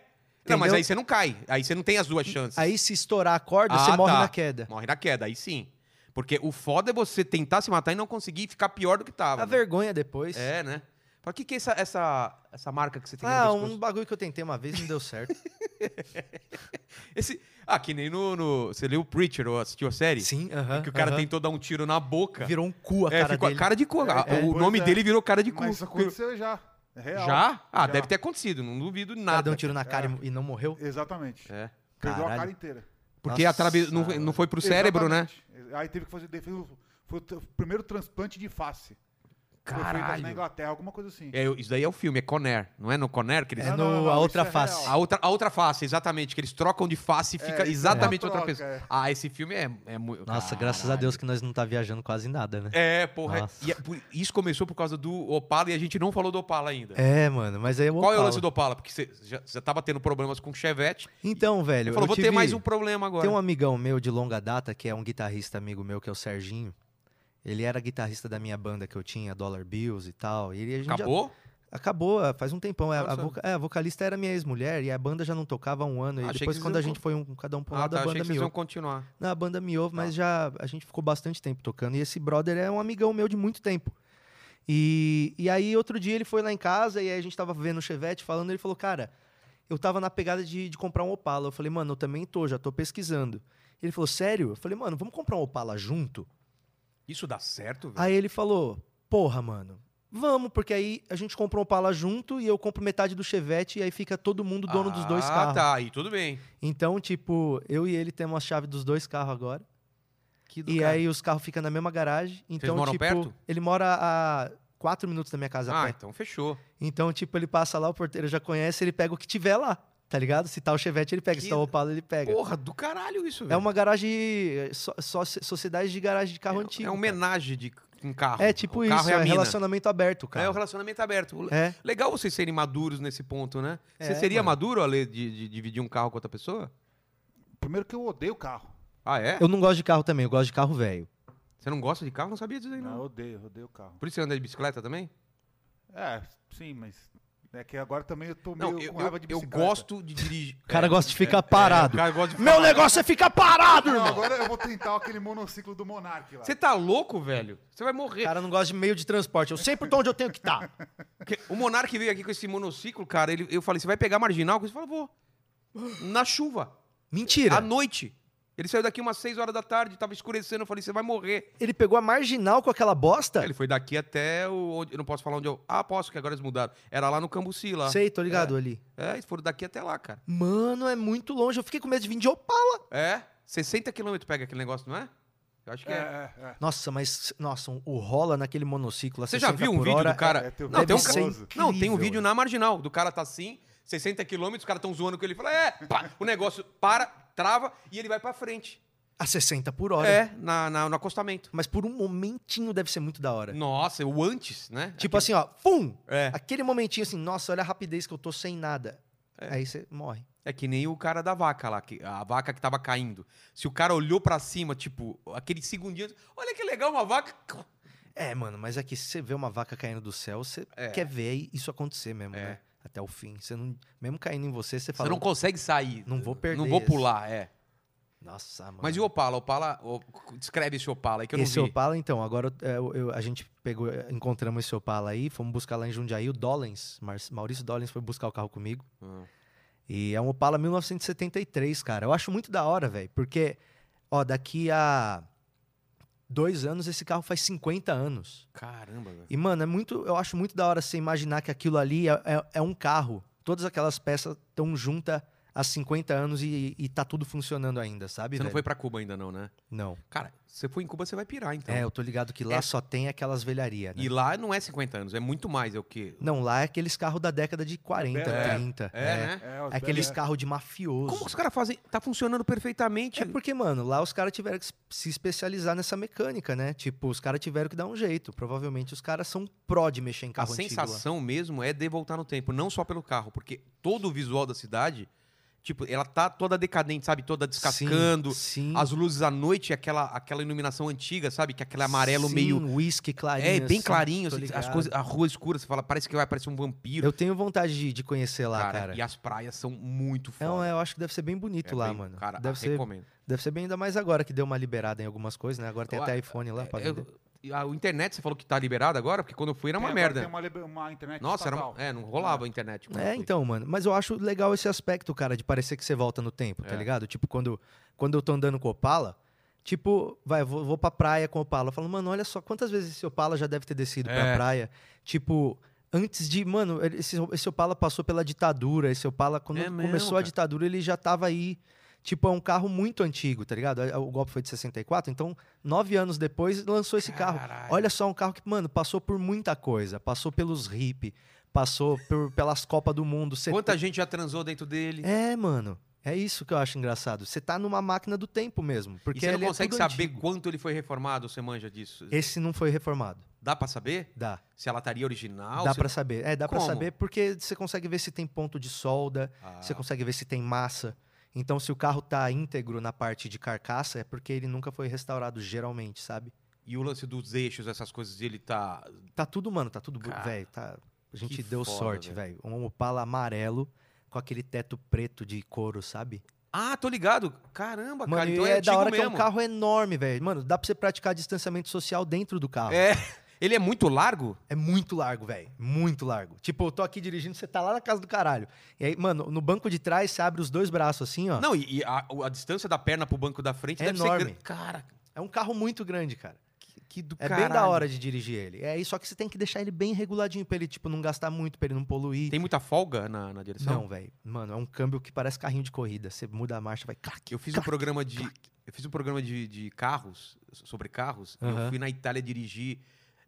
Speaker 1: Não, mas
Speaker 2: Entendeu?
Speaker 1: aí você não cai. Aí você não tem as duas chances.
Speaker 2: Aí se estourar a corda,
Speaker 1: Ah,
Speaker 2: você morre
Speaker 1: tá.
Speaker 2: na queda.
Speaker 1: Morre na queda, aí sim. Porque o foda é você tentar se matar e não conseguir e ficar pior do que tava.
Speaker 2: A
Speaker 1: né?
Speaker 2: vergonha depois.
Speaker 1: É, né? Fala, o que, que é essa, essa, essa marca que você tem
Speaker 2: Ah,
Speaker 1: no
Speaker 2: um
Speaker 1: pescoço?
Speaker 2: bagulho que eu tentei uma vez e não deu certo.
Speaker 1: Esse... Ah, que nem no, no- Você leu o Preacher ou assistiu a série?
Speaker 2: Sim, aham.
Speaker 1: É Que o cara
Speaker 2: aham.
Speaker 1: tentou dar um tiro na boca.
Speaker 2: Virou um cu a
Speaker 1: é,
Speaker 2: cara
Speaker 1: ficou a
Speaker 2: dele.
Speaker 1: cara de cu. Ah,
Speaker 3: É,
Speaker 1: o
Speaker 3: pois
Speaker 1: nome
Speaker 3: é.
Speaker 1: dele virou cara de cu.
Speaker 3: Mas isso aconteceu já. É real.
Speaker 1: Já? Ah,
Speaker 3: Já.
Speaker 1: deve ter acontecido, não duvido
Speaker 2: O cara
Speaker 1: nada.
Speaker 2: deu um tiro na cara e- e não morreu.
Speaker 3: Exatamente.
Speaker 1: É.
Speaker 3: Perdeu
Speaker 2: Caralho.
Speaker 3: a cara inteira.
Speaker 1: Porque
Speaker 2: Nossa,
Speaker 1: atrave- não,
Speaker 2: mano.
Speaker 1: não foi pro cérebro, né?
Speaker 3: Exatamente. Aí teve que fazer. fez o- Foi o t- o primeiro transplante de face. Foi feito na
Speaker 1: Caralho.
Speaker 3: Inglaterra, alguma coisa assim.
Speaker 1: É, isso daí é o filme, é Conair. Não é no Conair que eles
Speaker 2: É
Speaker 3: Não,
Speaker 2: no
Speaker 3: não, não, não,
Speaker 2: a
Speaker 3: isso
Speaker 2: outra
Speaker 3: é
Speaker 2: face.
Speaker 3: real.
Speaker 1: A outra, a outra face, exatamente, que eles trocam de face e fica
Speaker 3: isso é
Speaker 1: exatamente
Speaker 3: uma
Speaker 1: outra
Speaker 3: troca,
Speaker 1: pessoa.
Speaker 3: é.
Speaker 1: Ah, esse filme é, é muito.
Speaker 2: Nossa,
Speaker 1: Caralho.
Speaker 2: graças a Deus que nós não tá viajando quase em nada, né?
Speaker 1: É, porra.
Speaker 2: Nossa.
Speaker 1: E é por- isso começou por causa do Opala e a gente não falou do Opala ainda.
Speaker 2: É, mano, mas aí eu
Speaker 1: Qual é o lance do Opala? Porque você já, você tava tendo problemas com o Chevette.
Speaker 2: Então, velho,
Speaker 1: Ele falou,
Speaker 2: eu
Speaker 1: vou ter
Speaker 2: tive-
Speaker 1: mais um problema agora.
Speaker 2: Tem um amigão meu de longa data, que é um guitarrista amigo meu, que é o Serginho. Ele era guitarrista da minha banda que eu tinha, Dollar Bills e tal. E a gente já-
Speaker 1: Acabou?
Speaker 2: Acabou, ah, faz um tempão. É, A,
Speaker 1: Nossa.
Speaker 2: voca- é, a vocalista era minha ex-mulher e a banda já não tocava há um
Speaker 1: Ah,
Speaker 2: ano.
Speaker 1: Achei
Speaker 2: e
Speaker 1: que
Speaker 2: depois,
Speaker 1: vocês
Speaker 2: quando
Speaker 1: iam
Speaker 2: a gente foi um, cada um pro
Speaker 1: Ah,
Speaker 2: lado,
Speaker 1: tá.
Speaker 2: a
Speaker 1: Achei
Speaker 2: banda
Speaker 1: que vocês iam
Speaker 2: miou.
Speaker 1: continuar.
Speaker 2: Na banda miou,
Speaker 1: Tá.
Speaker 2: mas já a gente ficou bastante tempo tocando. E esse brother é um amigão meu de muito tempo. E, e aí, outro dia, ele foi lá em casa e aí a gente tava vendo o Chevette falando. Ele falou, cara, eu tava na pegada de, de comprar um Opala. Eu falei, mano, eu também tô, já tô pesquisando. Ele falou, sério? Eu falei, mano, vamos comprar um Opala junto?
Speaker 1: Isso dá certo, velho?
Speaker 2: Aí ele falou: Porra, mano, vamos, porque aí a gente comprou um Opala junto e eu compro metade do Chevette e aí fica todo mundo dono dos dois
Speaker 1: Ah,
Speaker 2: carros.
Speaker 1: tá. Aí tudo bem.
Speaker 2: Então, tipo, eu e ele temos a chave dos dois carros agora.
Speaker 1: Que do
Speaker 2: E
Speaker 1: cara.
Speaker 2: aí os carros ficam na mesma garagem. Então,
Speaker 1: moram
Speaker 2: tipo,
Speaker 1: perto?
Speaker 2: ele mora a quatro minutos da minha casa a
Speaker 1: Ah,
Speaker 2: pé.
Speaker 1: então fechou.
Speaker 2: Então, tipo, ele passa lá, o porteiro já conhece, ele pega o que tiver lá, tá ligado? Se tá o Chevette, ele pega,
Speaker 1: Que-
Speaker 2: se tá o Opala, ele pega.
Speaker 1: Porra, do caralho isso, velho.
Speaker 2: É uma garagem. eh, so- so- sociedade de garagem de carro
Speaker 1: É-
Speaker 2: antigo.
Speaker 1: É uma
Speaker 2: cara.
Speaker 1: homenagem de um carro.
Speaker 2: É tipo
Speaker 1: o
Speaker 2: isso,
Speaker 1: carro
Speaker 2: é,
Speaker 1: a mina.
Speaker 2: relacionamento aberto, cara.
Speaker 1: É o relacionamento aberto. O-
Speaker 2: É.
Speaker 1: Legal vocês serem maduros nesse ponto, né? Você
Speaker 2: É,
Speaker 1: seria
Speaker 2: mano.
Speaker 1: maduro, Ale, de, de dividir um carro com outra pessoa?
Speaker 3: Primeiro que eu odeio carro.
Speaker 1: Ah, é?
Speaker 2: Eu não gosto de carro também, eu gosto de carro velho.
Speaker 1: Você não gosta de carro? Não sabia disso aí,
Speaker 3: Não,
Speaker 1: não.
Speaker 3: Ah, eu odeio, eu odeio carro.
Speaker 1: Por isso você anda de bicicleta também?
Speaker 3: É, sim, mas. É que agora também eu tô meio
Speaker 1: Não, eu,
Speaker 3: com raiva
Speaker 1: eu,
Speaker 3: de
Speaker 1: eu
Speaker 3: bicicleta.
Speaker 1: gosto de dirigir.
Speaker 2: O cara
Speaker 1: É,
Speaker 2: gosta de ficar
Speaker 1: é, o
Speaker 2: parado.
Speaker 1: cara gosta de
Speaker 2: Meu negócio é ficar parado,
Speaker 3: Não,
Speaker 2: irmão.
Speaker 3: agora eu vou tentar aquele monociclo do Monark lá.
Speaker 1: Você tá louco, velho? Você vai
Speaker 2: O
Speaker 1: morrer.
Speaker 2: cara não gosta de meio de transporte. Eu sempre tô onde eu tenho que tá. estar.
Speaker 1: Porque O Monark veio aqui com esse monociclo, cara. Ele, eu falei, você vai pegar marginal? Ele falou, vou. Na chuva. À
Speaker 2: Mentira.
Speaker 1: noite. Ele saiu daqui umas 6 horas da tarde, tava escurecendo. Eu falei, você vai morrer.
Speaker 2: Ele pegou a marginal com aquela bosta?
Speaker 1: Ele foi daqui até o. onde- eu não posso falar onde eu. Ah, posso, que agora eles mudaram. Era lá no Cambuci lá.
Speaker 2: Sei, tô ligado ali.
Speaker 1: É, eles foram daqui até lá, cara.
Speaker 2: Mano, é muito longe. Eu fiquei com medo de vir de Opala.
Speaker 1: É? 60 quilômetros pega aquele negócio, não é? Eu acho que
Speaker 3: É,
Speaker 1: é.
Speaker 3: é, é.
Speaker 2: Nossa, mas nossa, um, o rola naquele monociclo. a
Speaker 1: Você já
Speaker 2: 60
Speaker 1: viu um
Speaker 2: por
Speaker 1: vídeo
Speaker 2: hora
Speaker 1: do cara?
Speaker 3: é, tem um
Speaker 1: não, tem um
Speaker 3: vídeo
Speaker 1: ca-
Speaker 3: famoso.
Speaker 1: não, tem um
Speaker 2: Incrível.
Speaker 1: vídeo na marginal. Do cara tá assim, 60 quilômetros, os caras tão zoando com ele. Fala, é, pá, o negócio para, trava e ele vai pra frente.
Speaker 2: A 60 por hora.
Speaker 1: É, na, na- no acostamento.
Speaker 2: Mas por um momentinho deve ser muito da hora.
Speaker 1: Nossa, o antes, né?
Speaker 2: Tipo assim, ó, fum!
Speaker 1: Hum, É.
Speaker 2: Aquele momentinho assim, nossa, olha a rapidez que eu tô sem nada. Aí você morre.
Speaker 1: É que nem o cara da vaca lá, que, a vaca que tava caindo. Se o cara olhou pra cima, tipo, aquele segundinho, olha que legal uma vaca.
Speaker 2: É, mano, mas é que se você vê uma vaca caindo do céu, você
Speaker 1: É.
Speaker 2: quer ver isso acontecer mesmo,
Speaker 1: É.
Speaker 2: né? Até o fim. Você não, mesmo caindo em você,
Speaker 1: Você
Speaker 2: você fala.
Speaker 1: não consegue sair.
Speaker 2: Não vou perder
Speaker 1: Não vou
Speaker 2: esse.
Speaker 1: pular, é.
Speaker 2: Nossa, mano.
Speaker 1: Mas e o Opala? Opala, o- descreve esse Opala aí que eu
Speaker 2: esse
Speaker 1: não vi.
Speaker 2: Opala, então, agora é, eu- eu- a gente pegou, é, encontramos esse Opala aí, fomos buscar lá em Jundiaí, o Dollens, Mar- Maurício Dollens foi buscar o carro comigo.
Speaker 1: Ah.
Speaker 2: E é um Opala 1973, cara. Eu acho muito da hora, velho, porque, ó, daqui a dois anos esse carro faz 50 anos.
Speaker 1: Caramba, velho.
Speaker 2: E, mano, é muito. Eu acho muito da hora você imaginar que aquilo ali é, é- é um carro. Todas aquelas peças estão juntas há 50 anos e, e tá tudo funcionando ainda, sabe?
Speaker 1: Você não
Speaker 2: velho?
Speaker 1: foi pra Cuba ainda não, né?
Speaker 2: Não.
Speaker 1: Cara, você foi em Cuba, você vai pirar, então.
Speaker 2: É, eu tô ligado que lá
Speaker 1: É.
Speaker 2: só tem aquelas velharias, né?
Speaker 1: E lá não é 50 anos, é muito mais, é o quê?
Speaker 2: Não, lá é aqueles carros da década de 40,
Speaker 3: É,
Speaker 2: 30.
Speaker 1: É, né?
Speaker 3: É, os
Speaker 2: É aqueles
Speaker 3: velhos-
Speaker 2: carros de mafioso.
Speaker 1: Como que os caras fazem? Tá funcionando perfeitamente.
Speaker 2: É porque, mano, lá os caras tiveram que se- se especializar nessa mecânica, né? Tipo, os caras tiveram que dar um jeito. Provavelmente os caras são pró de mexer em
Speaker 1: A
Speaker 2: carro antigo lá.
Speaker 1: sensação mesmo é de voltar no tempo, não só pelo carro, porque todo o visual da cidade Tipo, ela tá toda decadente, sabe? Toda descascando.
Speaker 2: Sim.
Speaker 1: As luzes à noite, aquela, aquela iluminação antiga, sabe? Que é aquele amarelo
Speaker 2: Sim,
Speaker 1: meio.
Speaker 2: whisky clarinho.
Speaker 1: É, bem
Speaker 2: assim,
Speaker 1: clarinho,
Speaker 2: tô
Speaker 1: assim, as
Speaker 2: ligado.
Speaker 1: coisas, a rua escura, você fala, parece que vai aparecer um vampiro.
Speaker 2: Eu tenho vontade de, de conhecer lá, cara.
Speaker 1: E as praias são muito
Speaker 2: É um-
Speaker 1: foda. É
Speaker 2: eu acho que deve ser bem bonito lá,
Speaker 1: bem-
Speaker 2: mano.
Speaker 1: Cara,
Speaker 2: deve, ser,
Speaker 1: recomendo.
Speaker 2: deve ser bem ainda mais agora que deu uma liberada em algumas coisas, né? Agora tem
Speaker 1: Eu
Speaker 2: até
Speaker 1: a-
Speaker 2: iPhone lá pra
Speaker 1: É, eu-
Speaker 2: vender.
Speaker 1: e a, o internet, você falou que tá liberado agora? Porque quando eu fui era é uma
Speaker 3: Tem É, agora,
Speaker 1: merda.
Speaker 3: Tem uma, liber- uma internet
Speaker 1: Nossa, era uma-
Speaker 3: estatal.
Speaker 1: é, não rolava a internet. quando eu
Speaker 2: É,
Speaker 1: fui.
Speaker 2: então, mano. Mas eu acho legal esse aspecto, cara, de parecer que você volta no tempo, tá
Speaker 1: É.
Speaker 2: ligado? Tipo, quando, quando eu tô andando com o Opala, tipo, vai, vou, vou pra praia com o Opala. Eu falo, mano, olha só quantas vezes esse Opala já deve ter descido
Speaker 1: É.
Speaker 2: pra praia. Tipo, antes de. Mano, ele- esse, esse Opala passou pela ditadura. Esse Opala, quando
Speaker 1: É
Speaker 2: começou
Speaker 1: mesmo,
Speaker 2: a
Speaker 1: cara.
Speaker 2: ditadura, ele já tava aí. Tipo, é um carro muito antigo, tá ligado? O golpe foi de 64, então nove anos depois lançou esse carro.
Speaker 1: Caralho.
Speaker 2: Olha só, um carro que, mano, passou por muita coisa. Passou pelos hippies, passou por- pelas Copas do Mundo. cê-
Speaker 1: Quanta gente já transou dentro dele.
Speaker 2: É, mano. É isso que eu acho engraçado. Você tá numa máquina do tempo mesmo. Porque
Speaker 1: e você não
Speaker 2: ele é
Speaker 1: consegue
Speaker 2: tudo
Speaker 1: saber
Speaker 2: antigo.
Speaker 1: quanto ele foi reformado, você manja disso.
Speaker 2: Esse não foi reformado.
Speaker 1: Dá pra saber?
Speaker 2: Dá.
Speaker 1: Se a lataria original?
Speaker 2: dá
Speaker 1: se-
Speaker 2: pra saber. É, dá pra
Speaker 1: Ah, Como?
Speaker 2: saber porque você consegue ver se tem ponto de solda,
Speaker 1: Ah,
Speaker 2: você consegue ver se tem massa. Então, se o carro tá íntegro na parte de carcaça, é porque ele nunca foi restaurado, geralmente, sabe?
Speaker 1: E o lance dos eixos, essas coisas, ele tá...
Speaker 2: Tá tudo, mano, tá tudo. bu-
Speaker 1: Cara,
Speaker 2: Velho, tá. A gente
Speaker 1: que
Speaker 2: deu
Speaker 1: foda,
Speaker 2: sorte, velho. Um Opala amarelo com aquele teto preto de couro, sabe?
Speaker 1: Ah, tô ligado. Caramba,
Speaker 2: Mano,
Speaker 1: cara,
Speaker 2: e
Speaker 1: então é,
Speaker 2: é da
Speaker 1: antigo
Speaker 2: hora
Speaker 1: mesmo.
Speaker 2: que é um carro enorme, velho. Mano, dá pra você praticar distanciamento social dentro do carro. É,
Speaker 1: É. Ele é muito largo?
Speaker 2: muito largo, velho. Muito largo. Tipo, eu tô aqui dirigindo, você tá lá na casa do caralho. E aí, mano, no banco de trás, você abre os dois braços assim, ó.
Speaker 1: Não, e, e a, o- a distância da perna pro banco da frente
Speaker 2: É
Speaker 1: deve
Speaker 2: enorme.
Speaker 1: ser grande. Cara,
Speaker 2: É um carro muito grande, cara.
Speaker 1: que, que do
Speaker 2: É
Speaker 1: caralho.
Speaker 2: bem da hora de dirigir ele. É, e só que você tem que deixar ele bem reguladinho pra ele, tipo, não gastar muito, pra ele não poluir.
Speaker 1: Tem muita folga na, na direção?
Speaker 2: Não, velho. Mano, é um câmbio que parece carrinho de corrida. Você muda a marcha, vai clac.
Speaker 1: Eu fiz um
Speaker 2: clac.
Speaker 1: programa de. Eu fiz um programa de, de carros, sobre carros, e eu
Speaker 2: Aham.
Speaker 1: fui na Itália dirigir.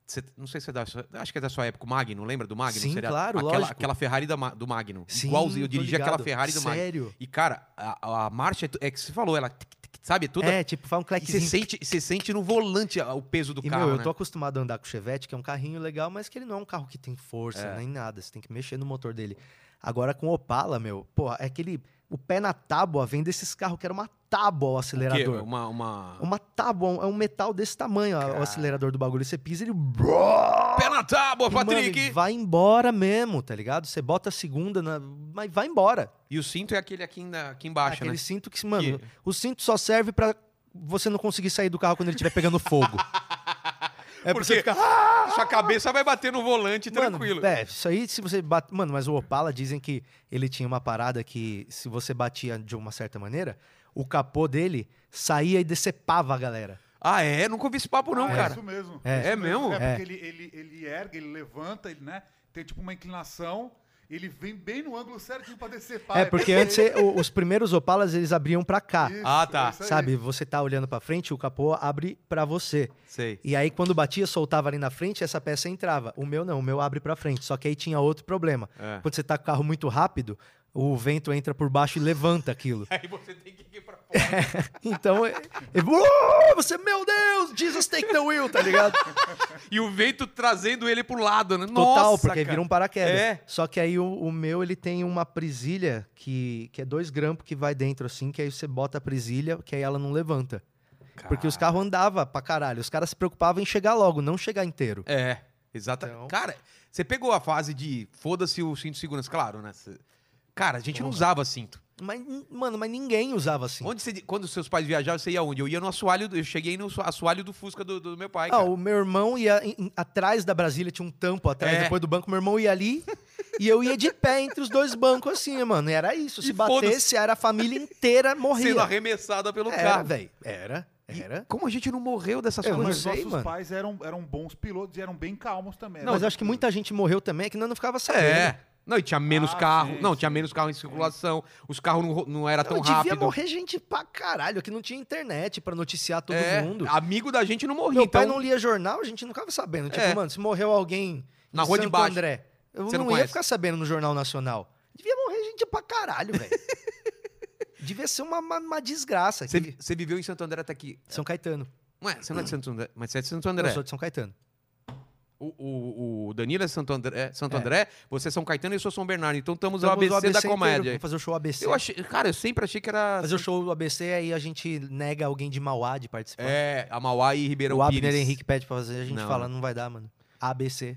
Speaker 1: cê- não sei se é da sua, acho que é da sua época, o Magno, lembra do Magno?
Speaker 2: Sim,
Speaker 1: Seria
Speaker 2: claro,
Speaker 1: aquela,
Speaker 2: lógico.
Speaker 1: aquela Ferrari da Ma- do Magno.
Speaker 2: Sim,
Speaker 1: Igualzinho, eu
Speaker 2: tô
Speaker 1: dirigi aquela
Speaker 2: ligado. é
Speaker 1: Ferrari do Magno.
Speaker 2: Sério?
Speaker 1: E, cara, a, a marcha, é, tu- é que você falou, ela, tic, tic, sabe, é toda.
Speaker 2: É, tipo, faz um
Speaker 1: e você
Speaker 2: claquezinho.
Speaker 1: sente, você sente no volante a- o peso do
Speaker 2: E,
Speaker 1: carro.
Speaker 2: meu, eu
Speaker 1: né?
Speaker 2: tô acostumado a andar com o Chevette, que é um carrinho legal, mas que ele não é um carro que tem força
Speaker 1: É.
Speaker 2: nem nada. Você tem que mexer no motor dele. Agora com o Opala, meu, porra, é aquele. O pé na tábua vem desses carros que era uma tábua
Speaker 1: O
Speaker 2: o
Speaker 1: quê? É
Speaker 2: acelerador.
Speaker 1: Uma, uma...
Speaker 2: Uma tábua, um- é um metal desse tamanho ó,
Speaker 1: Cara.
Speaker 2: o acelerador do bagulho. Você pisa ele.
Speaker 1: Pé na tábua,
Speaker 2: E, mano,
Speaker 1: Patrick!
Speaker 2: ele vai embora mesmo, tá ligado? Você bota a segunda, na- mas vai embora.
Speaker 1: E o cinto é aquele aqui, na- aqui embaixo,
Speaker 2: Aquele
Speaker 1: né?
Speaker 2: cinto que, mano, o cinto só serve pra você não conseguir sair do carro quando ele estiver pegando fogo. É pra
Speaker 1: Porque
Speaker 2: você ficar.
Speaker 1: Sua cabeça vai bater no volante tranquilo.
Speaker 2: Mano, é, isso aí se você bate. Mano, mas o Opala dizem que ele tinha uma parada que se você batia de uma certa maneira, o capô dele saía e decepava a galera.
Speaker 1: Ah, é? Nunca ouvi esse papo, não,
Speaker 3: Ah, É
Speaker 1: cara.
Speaker 3: isso mesmo.
Speaker 2: É.
Speaker 3: isso
Speaker 1: É mesmo?
Speaker 3: É,
Speaker 2: É.
Speaker 3: porque ele, ele, ele ergue, ele levanta, ele, né? Tem tipo uma inclinação, ele vem bem no ângulo certinho pra descer. pá,
Speaker 2: é, porque antes
Speaker 3: perfeito.
Speaker 2: eh, o- os primeiros Opalas eles abriam pra cá.
Speaker 3: Isso,
Speaker 1: Ah, tá.
Speaker 3: é isso aí.
Speaker 2: Sabe, você tá olhando pra frente, o capô abre pra você.
Speaker 1: Sei.
Speaker 2: E aí quando batia, soltava ali na frente, essa peça entrava. O meu não, o meu abre pra frente. Só que aí tinha outro problema.
Speaker 1: É.
Speaker 2: Quando você tá com o carro muito rápido, o vento entra por baixo e levanta aquilo.
Speaker 1: Aí você tem que ir pra fora.
Speaker 2: Então, é- é- Uou, você, meu Deus, Jesus take the wheel, tá ligado?
Speaker 1: e o vento trazendo ele pro lado, né?
Speaker 2: Total,
Speaker 1: Nossa,
Speaker 2: porque
Speaker 1: cara.
Speaker 2: vira um paraquedas.
Speaker 1: É.
Speaker 2: Só que aí o, o meu, ele tem uma presilha que, que é dois grampos que vai dentro assim, que aí você bota a presilha, que aí ela não levanta. Porque
Speaker 1: Ah.
Speaker 2: os carros andavam pra caralho. Os caras se preocupavam em chegar logo, não chegar inteiro.
Speaker 1: É, exatamente.
Speaker 2: Então-
Speaker 1: Cara, você pegou a fase de foda-se o cinto de segurança, claro, né? Cê- Cara, a gente não usava cinto.
Speaker 2: Mas, n- mano, mas ninguém usava assim.
Speaker 1: Onde você, quando seus pais viajavam, você ia onde? Eu ia no assoalho, do- eu cheguei no assoa- assoalho do Fusca do, do meu pai.
Speaker 2: Ah,
Speaker 1: cara.
Speaker 2: o meu irmão ia em- em- atrás da Brasília, tinha um tampo atrás,
Speaker 1: É.
Speaker 2: depois do banco, meu irmão ia ali e eu ia de pé entre os dois bancos assim, mano. E era isso. Se
Speaker 1: E foda-se.
Speaker 2: batesse, era a família inteira morria.
Speaker 1: Sendo arremessada pelo
Speaker 2: Era,
Speaker 1: carro. É,
Speaker 2: velho. Era, era.
Speaker 1: Como a gente não morreu dessas
Speaker 2: Eu
Speaker 1: coisas?
Speaker 3: Mas
Speaker 2: não sei,
Speaker 3: nossos
Speaker 2: mano.
Speaker 3: pais eram, eram bons pilotos e eram bem calmos também. né?
Speaker 2: Não, mas eu acho que muita gente morreu também, é que nós não ficava sabendo.
Speaker 1: É. Não, e tinha menos
Speaker 3: Ah,
Speaker 1: carro.
Speaker 3: sim,
Speaker 1: não,
Speaker 3: sim.
Speaker 1: tinha menos carro em circulação. Os carros não, ro- não era
Speaker 2: Não,
Speaker 1: tá tão
Speaker 2: devia
Speaker 1: rápido.
Speaker 2: morrer gente pra caralho, que não tinha internet pra noticiar todo
Speaker 1: É,
Speaker 2: mundo.
Speaker 1: Amigo da gente não morria,
Speaker 2: Meu
Speaker 1: então.
Speaker 2: pai não lia jornal, a gente não ficava sabendo. Tipo,
Speaker 1: É.
Speaker 2: mano, se morreu alguém em
Speaker 1: Na Rua de
Speaker 2: Santo
Speaker 1: Baixo.
Speaker 2: André, eu
Speaker 1: Você não
Speaker 2: não, ia
Speaker 1: conhece.
Speaker 2: ficar sabendo no Jornal Nacional. Devia morrer gente pra caralho, velho. devia ser uma, uma, uma desgraça aqui.
Speaker 1: Você você viveu em Santo André até aqui.
Speaker 2: São Caetano.
Speaker 1: Ué, você não é de Santo André, mas você é de Santo
Speaker 2: Eu
Speaker 1: André.
Speaker 2: sou de São Caetano.
Speaker 1: O, o- o Danilo é Santo André, é Santo André, você é São Caetano e eu sou São Bernardo. Então estamos no
Speaker 2: Vamos
Speaker 1: ABC,
Speaker 2: ao
Speaker 1: da
Speaker 2: inteiro,
Speaker 1: comédia.
Speaker 2: vamos fazer o show ABC.
Speaker 1: Eu assim. achei, cara, eu sempre achei que era.
Speaker 2: Fazer o show do ABC, aí a gente nega alguém de Mauá de participar.
Speaker 1: É, a Mauá e Ribeirão
Speaker 2: o Abner
Speaker 1: Pires.
Speaker 2: Henrique pede pra fazer, a gente
Speaker 1: Não,
Speaker 2: fala, não vai dar, mano. ABC.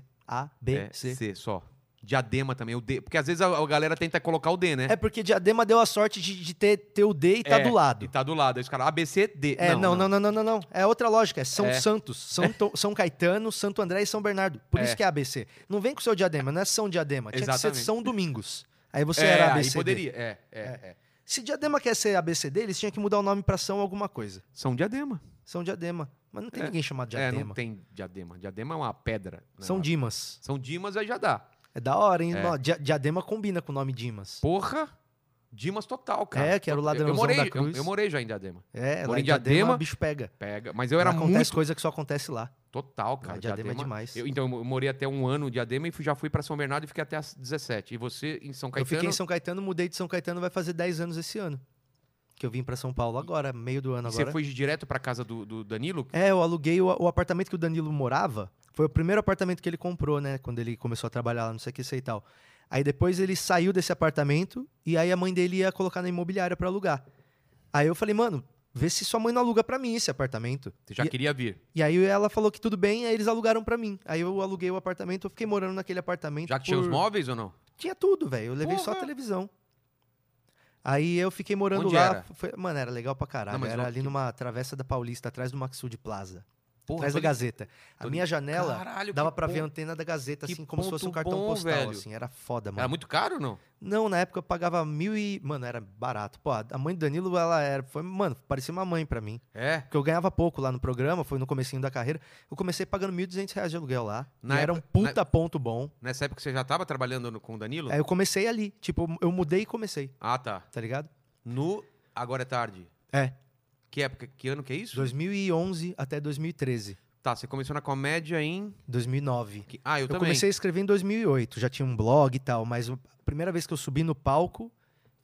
Speaker 1: É,
Speaker 2: ABC.
Speaker 1: C só. Diadema também, o D. Porque às vezes a, a galera tenta colocar o D, né?
Speaker 2: É, porque Diadema deu a sorte de, de ter, ter o D e tá
Speaker 1: É,
Speaker 2: do
Speaker 1: E
Speaker 2: lado.
Speaker 1: tá do lado. Aí os caras, ABC, D.
Speaker 2: É, não não, não, não, não, não. É outra lógica. É São
Speaker 1: É.
Speaker 2: Santos, São, To- São Caetano, Santo André e São Bernardo. Por
Speaker 1: É.
Speaker 2: isso que é ABC. Não vem com o seu diadema, não é São Diadema. Tinha que
Speaker 1: Exatamente.
Speaker 2: ser São Domingos. Aí você
Speaker 1: é,
Speaker 2: era
Speaker 1: aí
Speaker 2: ABC.
Speaker 1: poderia. É, é, é.
Speaker 2: Se Diadema quer ser ABCD, eles tinham que mudar o nome pra São alguma coisa.
Speaker 1: São Diadema.
Speaker 2: São Diadema. Mas não tem
Speaker 1: É.
Speaker 2: ninguém chamado
Speaker 1: É,
Speaker 2: Diadema.
Speaker 1: não tem Diadema. Diadema é uma pedra. né?
Speaker 2: São Dimas.
Speaker 1: São Dimas aí já dá.
Speaker 2: É da hora, hein?
Speaker 1: É.
Speaker 2: Nó, Dia- Diadema combina com o nome Dimas.
Speaker 1: Porra, Dimas total, cara.
Speaker 2: É, que era o
Speaker 1: Total. Eu-
Speaker 2: ladrãozão
Speaker 1: eu morei,
Speaker 2: da
Speaker 1: eu-
Speaker 2: cruz.
Speaker 1: Eu, morei já em Diadema.
Speaker 2: É,
Speaker 1: Moro
Speaker 2: lá
Speaker 1: em
Speaker 2: em Diadema,
Speaker 1: Diadema.
Speaker 2: o bicho pega.
Speaker 1: Pega. Mas eu era
Speaker 2: Lá acontece
Speaker 1: muito
Speaker 2: coisa que só acontece lá.
Speaker 1: total, cara.
Speaker 2: Lá, Diadema é demais.
Speaker 1: Eu, então, eu morei até um ano em Diadema e fui- já fui pra São Bernardo e fiquei até as 17. E você em São
Speaker 2: Eu
Speaker 1: Caetano...
Speaker 2: fiquei em São Caetano, mudei de São Caetano, vai fazer 10 anos esse ano. Que eu vim pra São Paulo agora, meio do ano
Speaker 1: e
Speaker 2: agora.
Speaker 1: Você foi direto pra casa do, do Danilo?
Speaker 2: É, eu aluguei o, o apartamento que o Danilo morava. Foi o primeiro apartamento que ele comprou, né? Quando ele começou a trabalhar lá, não sei o que sei e tal. Aí depois ele saiu desse apartamento e aí a mãe dele ia colocar na imobiliária pra alugar. Aí eu falei, mano, vê se sua mãe não aluga pra mim esse apartamento.
Speaker 1: Você já
Speaker 2: E-
Speaker 1: queria vir.
Speaker 2: E aí ela falou que tudo bem, aí eles alugaram pra mim. Aí eu aluguei o apartamento, eu fiquei morando naquele apartamento.
Speaker 1: Já que tinha os
Speaker 2: por-
Speaker 1: móveis ou não?
Speaker 2: Tinha tudo, velho. Eu levei só a
Speaker 1: Porra!
Speaker 2: televisão. Aí eu fiquei morando
Speaker 1: Onde
Speaker 2: lá.
Speaker 1: era?
Speaker 2: foi- mano, era legal pra caralho.
Speaker 1: Não, mas
Speaker 2: era
Speaker 1: o-
Speaker 2: ali numa travessa da Paulista, atrás do Maxud Plaza.
Speaker 1: Porra,
Speaker 2: atrás
Speaker 1: tô
Speaker 2: da
Speaker 1: li-
Speaker 2: Gazeta.
Speaker 1: tô
Speaker 2: A minha janela
Speaker 1: Caralho,
Speaker 2: dava
Speaker 1: que
Speaker 2: pra ver a
Speaker 1: bom.
Speaker 2: antena da Gazeta,
Speaker 1: Que
Speaker 2: assim, como se fosse um
Speaker 1: ponto
Speaker 2: cartão
Speaker 1: bom,
Speaker 2: postal,
Speaker 1: velho.
Speaker 2: assim. Era foda, mano.
Speaker 1: Era muito caro ou não?
Speaker 2: Não, na época eu pagava mil e... Mano, era barato. Pô, a mãe do Danilo, ela era... Foi, mano, parecia uma mãe pra mim.
Speaker 1: É.
Speaker 2: Porque eu ganhava pouco lá no programa, foi no comecinho da carreira. Eu comecei pagando 1.200 reais de aluguel lá.
Speaker 1: Na
Speaker 2: e era um puta ponto bom.
Speaker 1: Nessa época você já tava trabalhando no- com o Danilo?
Speaker 2: Aí eu comecei ali. Tipo, eu mudei e comecei,
Speaker 1: Ah, tá.
Speaker 2: tá ligado?
Speaker 1: No Agora é Tarde.
Speaker 2: É.
Speaker 1: Que época? Que ano que é isso?
Speaker 2: 2011 até 2013.
Speaker 1: Tá, você começou na comédia em...
Speaker 2: 2009.
Speaker 1: que- Ah, eu,
Speaker 2: Eu,
Speaker 1: também.
Speaker 2: comecei a escrever em 2008. Já tinha um blog e tal, mas a primeira vez que eu subi no palco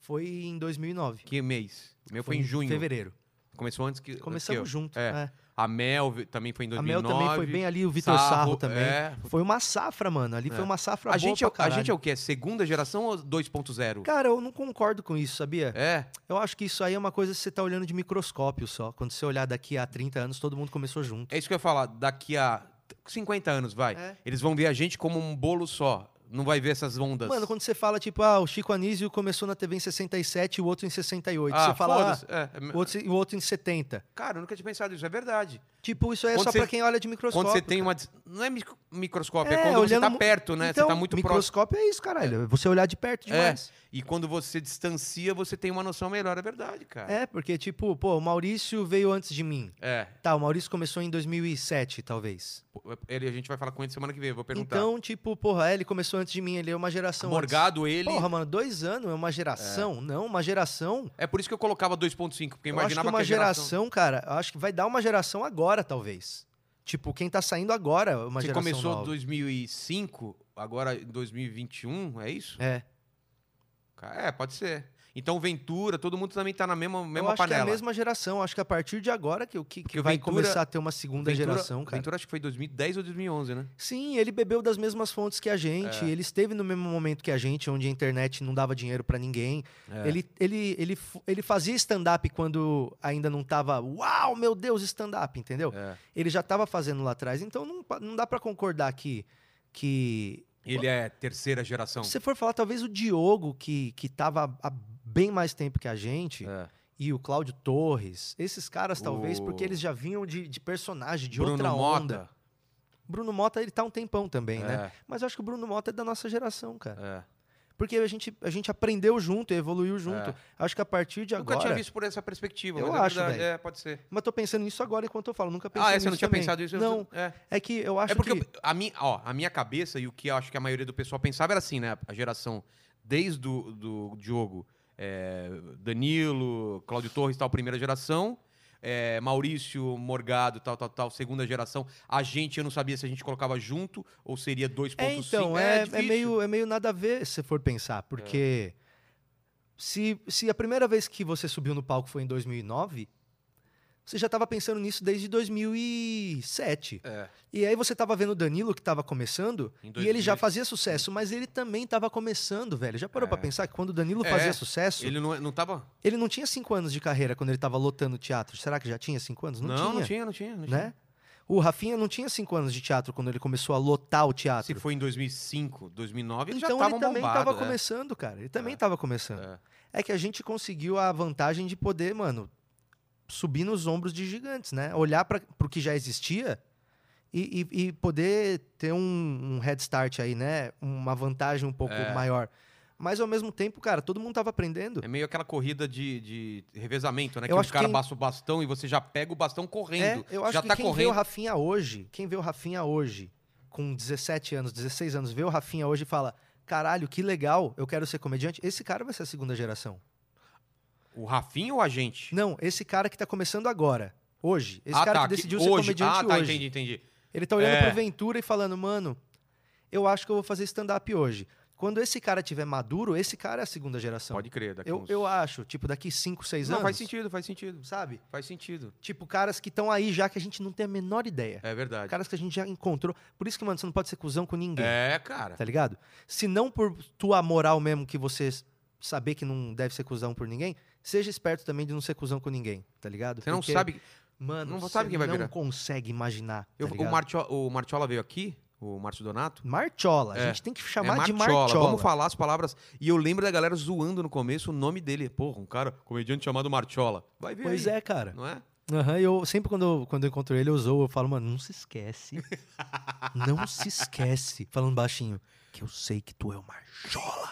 Speaker 2: foi em 2009.
Speaker 1: Que mês? O meu foi, em junho.
Speaker 2: Fevereiro.
Speaker 1: Começou antes que.
Speaker 2: Começamos
Speaker 1: que
Speaker 2: junto.
Speaker 1: É.
Speaker 2: né?
Speaker 1: eu. A Mel vi- também foi em
Speaker 2: A
Speaker 1: 2009.
Speaker 2: Mel também foi bem ali, o Vitor Sarro, também.
Speaker 1: é.
Speaker 2: Foi uma safra, mano. Ali
Speaker 1: É.
Speaker 2: foi uma safra
Speaker 1: A,
Speaker 2: boa
Speaker 1: gente é,
Speaker 2: pra
Speaker 1: o- a gente é
Speaker 2: caralho.
Speaker 1: o quê? Segunda geração ou 2.0?
Speaker 2: Cara, eu não concordo com isso, sabia?
Speaker 1: É.
Speaker 2: Eu acho que isso aí é uma coisa que você tá olhando de microscópio só. Quando você olhar daqui a 30 anos, todo mundo começou junto.
Speaker 1: É isso que eu ia falar. Daqui a 50 anos, vai.
Speaker 2: É.
Speaker 1: Eles vão ver a gente como um bolo só. Não vai ver essas ondas.
Speaker 2: Mano, quando você fala, tipo, ah, o Chico Anísio começou na TV em 67 e o outro em 68.
Speaker 1: ah,
Speaker 2: você fala, ah,
Speaker 1: foda-se. É, é-
Speaker 2: o outro, e o outro em 70.
Speaker 1: Cara, eu nunca tinha pensado nisso. É verdade.
Speaker 2: Tipo, isso aí é
Speaker 1: Quando
Speaker 2: só
Speaker 1: você-
Speaker 2: pra quem olha de microscópio.
Speaker 1: quando você tem
Speaker 2: cara.
Speaker 1: uma. dis- Não é micro- microscópio, é,
Speaker 2: É,
Speaker 1: quando você
Speaker 2: olhando
Speaker 1: tá
Speaker 2: mu-
Speaker 1: perto, né?
Speaker 2: Então,
Speaker 1: você tá muito próximo.
Speaker 2: microscópio é isso, caralho. É Você olhar de perto
Speaker 1: É.
Speaker 2: demais.
Speaker 1: E quando você distancia, você tem uma noção melhor. É verdade, cara.
Speaker 2: É, porque, tipo, pô, o Maurício veio antes de mim.
Speaker 1: É.
Speaker 2: Tá, o Maurício começou em 2007, talvez.
Speaker 1: Pô, Ele, a gente vai falar com ele semana que vem, eu vou perguntar.
Speaker 2: Então, tipo, porra, é, ele começou antes de mim, ele é uma geração
Speaker 1: Morgado,
Speaker 2: antes.
Speaker 1: ele.
Speaker 2: Porra, mano, dois anos é uma geração? Não, uma geração...
Speaker 1: É por isso que eu colocava 2.5, porque
Speaker 2: Eu acho que
Speaker 1: imaginava
Speaker 2: uma
Speaker 1: a geração.
Speaker 2: geração, cara, eu acho que vai dar uma geração agora, talvez. Tipo, quem tá saindo agora, é uma
Speaker 1: que
Speaker 2: geração
Speaker 1: começou em
Speaker 2: nova.
Speaker 1: 2005, agora em 2021, é isso?
Speaker 2: É,
Speaker 1: Ca- É, pode ser. Então, Ventura, todo mundo também tá na mesma,
Speaker 2: eu
Speaker 1: mesma
Speaker 2: acho
Speaker 1: panela.
Speaker 2: que é a mesma geração. Acho que a partir de agora que, o que, que
Speaker 1: Porque o
Speaker 2: vai
Speaker 1: Ventura-
Speaker 2: começar a ter uma segunda
Speaker 1: Ventura-
Speaker 2: geração, cara.
Speaker 1: Ventura acho que foi 2010 ou 2011, né?
Speaker 2: Sim, ele bebeu das mesmas fontes que a gente.
Speaker 1: É.
Speaker 2: Ele esteve no mesmo momento que a gente, onde a internet não dava dinheiro pra ninguém.
Speaker 1: É.
Speaker 2: Ele, ele, ele, fu- ele fazia stand-up quando ainda não tava. Uau, meu Deus, stand-up, entendeu?
Speaker 1: É.
Speaker 2: Ele já tava fazendo lá atrás. Então não, pa- não dá pra concordar que. que
Speaker 1: Ele é terceira geração.
Speaker 2: se você for falar, talvez o Diogo, que, que tava há bem mais tempo que a gente,
Speaker 1: É.
Speaker 2: e o Cláudio Torres, esses caras, talvez,
Speaker 1: O-
Speaker 2: porque eles já vinham de, de personagem, de
Speaker 1: Bruno
Speaker 2: outra
Speaker 1: Mota.
Speaker 2: onda. Bruno Mota, ele tá um tempão também, né?
Speaker 1: É,
Speaker 2: Mas eu acho que o Bruno Mota é da nossa geração, cara.
Speaker 1: é.
Speaker 2: Porque a gente, a gente aprendeu junto, evoluiu junto.
Speaker 1: É.
Speaker 2: Acho que a partir de
Speaker 1: Nunca
Speaker 2: agora.
Speaker 1: tinha visto por essa perspectiva.
Speaker 2: Eu
Speaker 1: mas é
Speaker 2: acho,
Speaker 1: verdade.
Speaker 2: velho.
Speaker 1: É, pode ser.
Speaker 2: Mas tô pensando nisso agora enquanto eu falo. Nunca pensei
Speaker 1: ah, é,
Speaker 2: nisso
Speaker 1: você não tinha
Speaker 2: também.
Speaker 1: pensado isso? Eu-
Speaker 2: Não,
Speaker 1: É.
Speaker 2: é que eu acho
Speaker 1: é porque
Speaker 2: que.
Speaker 1: eu- a, minha, ó, a minha cabeça e o que eu acho que a maioria do pessoal pensava era assim, né? A geração desde do, do Diogo, é, Danilo, Cláudio Torres, tal, primeira geração. é, Maurício Morgado, tal, tal, tal, segunda geração. A gente, eu não sabia se a gente colocava junto ou seria 2.5.
Speaker 2: É, então, é, é,
Speaker 1: difícil.
Speaker 2: meio, é meio nada a ver se você for pensar, porque se, se a primeira vez que você subiu no palco foi em 2009, você já estava pensando nisso desde 2007.
Speaker 1: É.
Speaker 2: E aí você estava vendo o Danilo que estava começando
Speaker 1: Em
Speaker 2: e ele já
Speaker 1: 2000.
Speaker 2: fazia sucesso, mas ele também estava começando, velho. Já parou
Speaker 1: É.
Speaker 2: pra pensar que quando o Danilo
Speaker 1: É.
Speaker 2: fazia sucesso, ele...
Speaker 1: Ele não, não tava.
Speaker 2: não tinha cinco anos de carreira quando ele tava lotando teatro. Será que já tinha cinco anos? Não, tinha,
Speaker 1: não tinha, não tinha. não
Speaker 2: né? O Rafinha não tinha cinco anos de teatro quando ele começou a lotar o
Speaker 1: tinha. Se
Speaker 2: teatro.
Speaker 1: foi em 2005, 2009, eles
Speaker 2: então
Speaker 1: já
Speaker 2: ele
Speaker 1: estavam
Speaker 2: também
Speaker 1: bombados.
Speaker 2: tava
Speaker 1: né?
Speaker 2: começando, cara. Ele também
Speaker 1: É.
Speaker 2: tava começando.
Speaker 1: É.
Speaker 2: é que a gente conseguiu a vantagem de poder, mano, subir nos ombros de gigantes, né? Olhar para o que já existia e, e- e poder ter um, um head start aí, né? Uma vantagem um pouco
Speaker 1: É.
Speaker 2: maior. Mas ao mesmo tempo, cara, todo mundo tava aprendendo.
Speaker 1: É meio aquela corrida de, de revezamento, né?
Speaker 2: Eu
Speaker 1: que
Speaker 2: acho
Speaker 1: o cara
Speaker 2: que-
Speaker 1: passa o bastão e você já pega o bastão correndo.
Speaker 2: É, eu acho
Speaker 1: já
Speaker 2: que
Speaker 1: tá
Speaker 2: quem vê o
Speaker 1: correndo.
Speaker 2: Rafinha hoje, quem vê o Rafinha hoje, com 17 anos, 16 anos, vê o Rafinha hoje e fala: caralho, que legal, eu quero ser comediante. Esse cara vai ser a segunda geração.
Speaker 1: O Rafinha ou a gente?
Speaker 2: Não, esse cara que tá começando agora, hoje. Esse
Speaker 1: Ah,
Speaker 2: cara
Speaker 1: tá,
Speaker 2: que decidiu ser
Speaker 1: hoje.
Speaker 2: comediante
Speaker 1: Ah, tá,
Speaker 2: hoje.
Speaker 1: entendi, entendi.
Speaker 2: Ele tá olhando
Speaker 1: É.
Speaker 2: pro Ventura e falando, mano, eu acho que eu vou fazer stand-up hoje. Quando esse cara tiver maduro, esse cara é a segunda geração.
Speaker 1: Pode crer. Daqui
Speaker 2: eu,
Speaker 1: uns...
Speaker 2: eu acho, tipo, daqui 5, 6
Speaker 1: Não,
Speaker 2: anos.
Speaker 1: faz sentido, faz sentido.
Speaker 2: Sabe?
Speaker 1: Faz sentido.
Speaker 2: Tipo, caras que estão aí já que a gente não tem a menor ideia.
Speaker 1: É verdade.
Speaker 2: Caras que a gente já encontrou. Por isso que, mano, você não pode ser cuzão com ninguém.
Speaker 1: É, cara.
Speaker 2: Tá ligado? Se não por tua moral mesmo que você s- saber que não deve ser cuzão por ninguém, seja esperto também de não ser cuzão com ninguém, tá ligado?
Speaker 1: Você não
Speaker 2: Porque,
Speaker 1: sabe.
Speaker 2: Mano,
Speaker 1: não
Speaker 2: você
Speaker 1: sabe quem vai
Speaker 2: não
Speaker 1: virar.
Speaker 2: consegue imaginar. tá
Speaker 1: Eu- o,
Speaker 2: ligado?
Speaker 1: Martio, o Martiola veio aqui, o Márcio Donato.
Speaker 2: Marchola. A
Speaker 1: É.
Speaker 2: gente tem que chamar
Speaker 1: é
Speaker 2: de
Speaker 1: Martiola.
Speaker 2: Marchola.
Speaker 1: Vamos falar as palavras. E eu lembro da galera zoando no começo o nome dele. Porra, um cara, comediante chamado Martiola. Vai ver.
Speaker 2: Pois
Speaker 1: aí,
Speaker 2: é, cara.
Speaker 1: Não é?
Speaker 2: Aham, eu sempre quando eu, quando eu encontro ele, eu zoo, eu falo, mano, não se esquece. não se esquece. Falando baixinho, que eu sei que tu é o Marchola.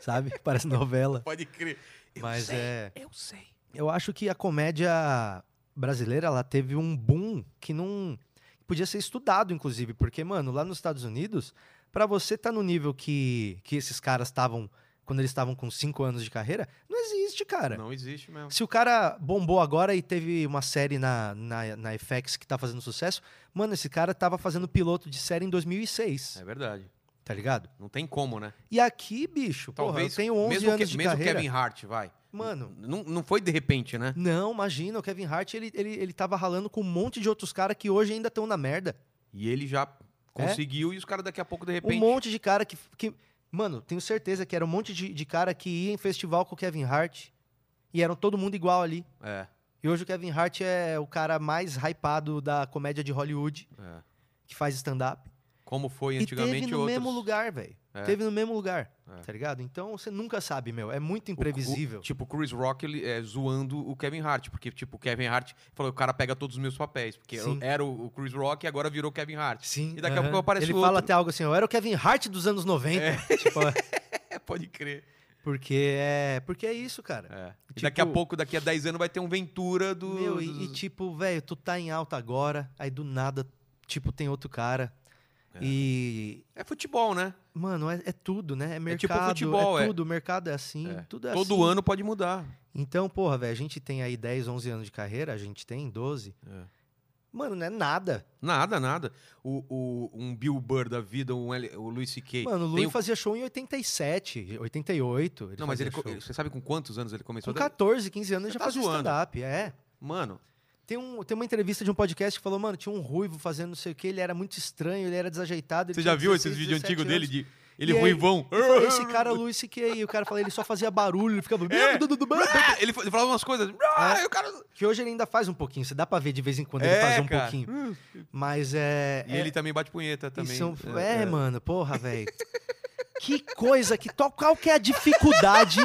Speaker 2: Sabe? Parece novela.
Speaker 1: Pode crer. Eu
Speaker 2: Mas
Speaker 1: sei,
Speaker 2: é.
Speaker 1: Eu sei.
Speaker 2: Eu acho que a comédia brasileira, ela teve um boom que não. Podia ser estudado, inclusive, porque, mano, lá nos Estados Unidos, pra você estar no nível que, que esses caras estavam quando eles estavam com 5 anos de carreira, não existe, cara.
Speaker 1: Não existe mesmo.
Speaker 2: Se o cara bombou agora e teve uma série na, na, na FX que tá fazendo sucesso, mano, esse cara tava fazendo piloto de série em 2006,
Speaker 1: É verdade.
Speaker 2: tá ligado?
Speaker 1: Não tem como, né?
Speaker 2: E aqui, bicho,
Speaker 1: Talvez
Speaker 2: porra, eu tenho 11
Speaker 1: mesmo,
Speaker 2: anos
Speaker 1: que,
Speaker 2: de
Speaker 1: mesmo
Speaker 2: carreira.
Speaker 1: Kevin Hart, vai.
Speaker 2: Mano,
Speaker 1: Não, não foi de repente, né?
Speaker 2: não, imagina, o Kevin Hart, ele, ele, ele tava ralando com um monte de outros caras que hoje ainda estão na merda.
Speaker 1: E ele já
Speaker 2: É?
Speaker 1: conseguiu e os caras daqui a pouco, de repente.
Speaker 2: Um monte de cara que, que... Mano, tenho certeza que era um monte de, de cara que ia em festival com o Kevin Hart e eram todo mundo igual ali.
Speaker 1: É,
Speaker 2: E hoje o Kevin Hart é o cara mais hypado da comédia de Hollywood,
Speaker 1: é.
Speaker 2: que faz stand-up.
Speaker 1: Como foi
Speaker 2: E teve
Speaker 1: antigamente
Speaker 2: no
Speaker 1: outros.
Speaker 2: mesmo lugar, velho.
Speaker 1: É.
Speaker 2: Teve no mesmo lugar,
Speaker 1: É.
Speaker 2: tá ligado? Então você nunca sabe, meu. É muito
Speaker 1: O-
Speaker 2: imprevisível.
Speaker 1: o- tipo, o Chris Rock ele, é, zoando o Kevin Hart. Porque, tipo, o Kevin Hart falou: o cara pega todos os meus papéis. Porque eu-
Speaker 2: Sim.
Speaker 1: era o o Chris Rock e agora virou Kevin Hart.
Speaker 2: Sim.
Speaker 1: E daqui a
Speaker 2: aham.
Speaker 1: pouco aparece
Speaker 2: Ele
Speaker 1: outro.
Speaker 2: fala até algo assim, eu era o Kevin Hart dos anos 90. Tipo,
Speaker 1: É, pode crer.
Speaker 2: porque é. Porque é isso, cara.
Speaker 1: É.
Speaker 2: Tipo-
Speaker 1: E daqui a pouco, daqui a 10 anos, vai ter um Ventura do.
Speaker 2: Meu, e, e
Speaker 1: dos-
Speaker 2: tipo, velho, tu tá em alta agora, aí do nada, tipo, tem outro cara.
Speaker 1: É.
Speaker 2: E.
Speaker 1: É futebol, né?
Speaker 2: Mano, é, é tudo, né? É
Speaker 1: tipo
Speaker 2: mercado. É,
Speaker 1: futebol, é.
Speaker 2: tudo, o mercado é assim,
Speaker 1: É.
Speaker 2: tudo é
Speaker 1: Todo
Speaker 2: assim.
Speaker 1: ano pode mudar.
Speaker 2: Então, porra, velho, a gente tem aí 10, 11 anos de carreira, a gente tem 12.
Speaker 1: É.
Speaker 2: Mano, não é nada.
Speaker 1: Nada, nada. O, o- um Bill Burr da vida, um L- o Luis C.K.
Speaker 2: Mano, o
Speaker 1: Tem um
Speaker 2: Lui fazia show em 87, 88. Ele
Speaker 1: Não, mas ele,
Speaker 2: fazia
Speaker 1: co-
Speaker 2: show.
Speaker 1: você sabe com quantos anos ele começou?
Speaker 2: Com 14, 15 anos ele
Speaker 1: Você
Speaker 2: já
Speaker 1: tá
Speaker 2: fazia
Speaker 1: zoando.
Speaker 2: stand-up. É.
Speaker 1: Mano,
Speaker 2: Tem, um, tem uma entrevista de um podcast que falou, mano, tinha um ruivo fazendo não sei o que, ele era muito estranho, ele era desajeitado. ele
Speaker 1: você
Speaker 2: tinha
Speaker 1: já viu
Speaker 2: 16,
Speaker 1: esses vídeos
Speaker 2: 17
Speaker 1: antigos dele
Speaker 2: anos.
Speaker 1: de ele
Speaker 2: E aí-
Speaker 1: ruivão?
Speaker 2: Ele falou, Esse cara é o Luiz C.K. E o cara fala, ele só fazia barulho, ele ficava...
Speaker 1: É. Ah, ele fa- ele falava umas coisas. Ah, o cara...
Speaker 2: Que hoje ele ainda faz um pouquinho, você dá pra ver de vez em quando ele faz um
Speaker 1: É, cara.
Speaker 2: pouquinho. Mas é...
Speaker 1: E ele também bate punheta também. né,
Speaker 2: Isso é, um- é, mano, porra, velho. que coisa, que to- qual que é a dificuldade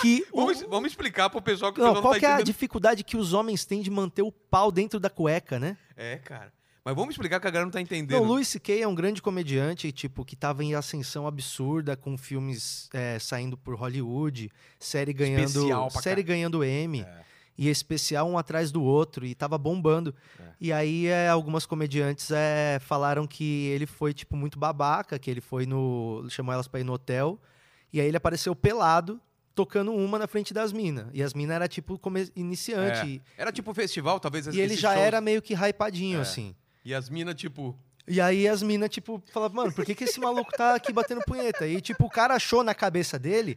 Speaker 2: que o-
Speaker 1: Vamos, vamos explicar pro pessoal que o
Speaker 2: Não,
Speaker 1: pessoal
Speaker 2: qual
Speaker 1: não
Speaker 2: que
Speaker 1: tá
Speaker 2: é a
Speaker 1: entendendo.
Speaker 2: dificuldade que os homens têm de manter o pau dentro da cueca, né?
Speaker 1: É, cara. Mas vamos explicar que a galera não tá
Speaker 2: Não,
Speaker 1: entendendo.
Speaker 2: o Louis C.K. é um grande comediante, tipo, que tava em ascensão absurda, com filmes é, saindo por Hollywood, série
Speaker 1: Especial
Speaker 2: ganhando,
Speaker 1: pra
Speaker 2: série ganhando M,
Speaker 1: É.
Speaker 2: e especial um atrás do outro, e tava bombando.
Speaker 1: É.
Speaker 2: E aí, é, algumas comediantes é, falaram que ele foi, tipo, muito babaca, que ele foi no... chamou elas pra ir no hotel, e aí ele apareceu pelado, tocando uma na frente das minas. E as minas era, tipo, come- iniciante,
Speaker 1: Era tipo festival, talvez.
Speaker 2: e ele já era meio que hypadinho,
Speaker 1: É, É.
Speaker 2: assim.
Speaker 1: E as minas, tipo...
Speaker 2: E aí as minas, tipo, falavam, mano, por que, que esse maluco tá aqui batendo punheta? E, tipo, o cara achou na cabeça dele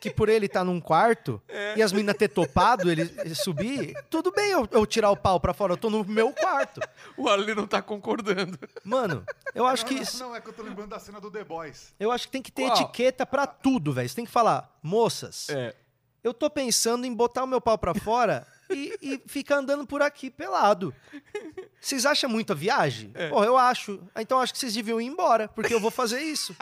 Speaker 2: que por ele tá num quarto
Speaker 3: É.
Speaker 2: e as minas ter topado ele, ele subir, tudo bem eu, eu tirar o pau pra fora, eu tô no meu quarto.
Speaker 1: O Ali não tá concordando.
Speaker 2: Mano, eu acho
Speaker 3: não,
Speaker 2: que.
Speaker 3: não,
Speaker 2: isso-
Speaker 3: não, é que eu tô lembrando da cena do The Boys.
Speaker 2: Eu acho que tem que ter
Speaker 1: Qual?
Speaker 2: etiqueta pra tudo, velho. Você tem que falar, moças,
Speaker 1: É.
Speaker 2: eu tô pensando em botar o meu pau pra fora e, e ficar andando por aqui pelado. Vocês acham muito a viagem?
Speaker 1: É.
Speaker 2: Pô, eu acho. Então acho que vocês deviam ir embora, porque eu vou fazer isso.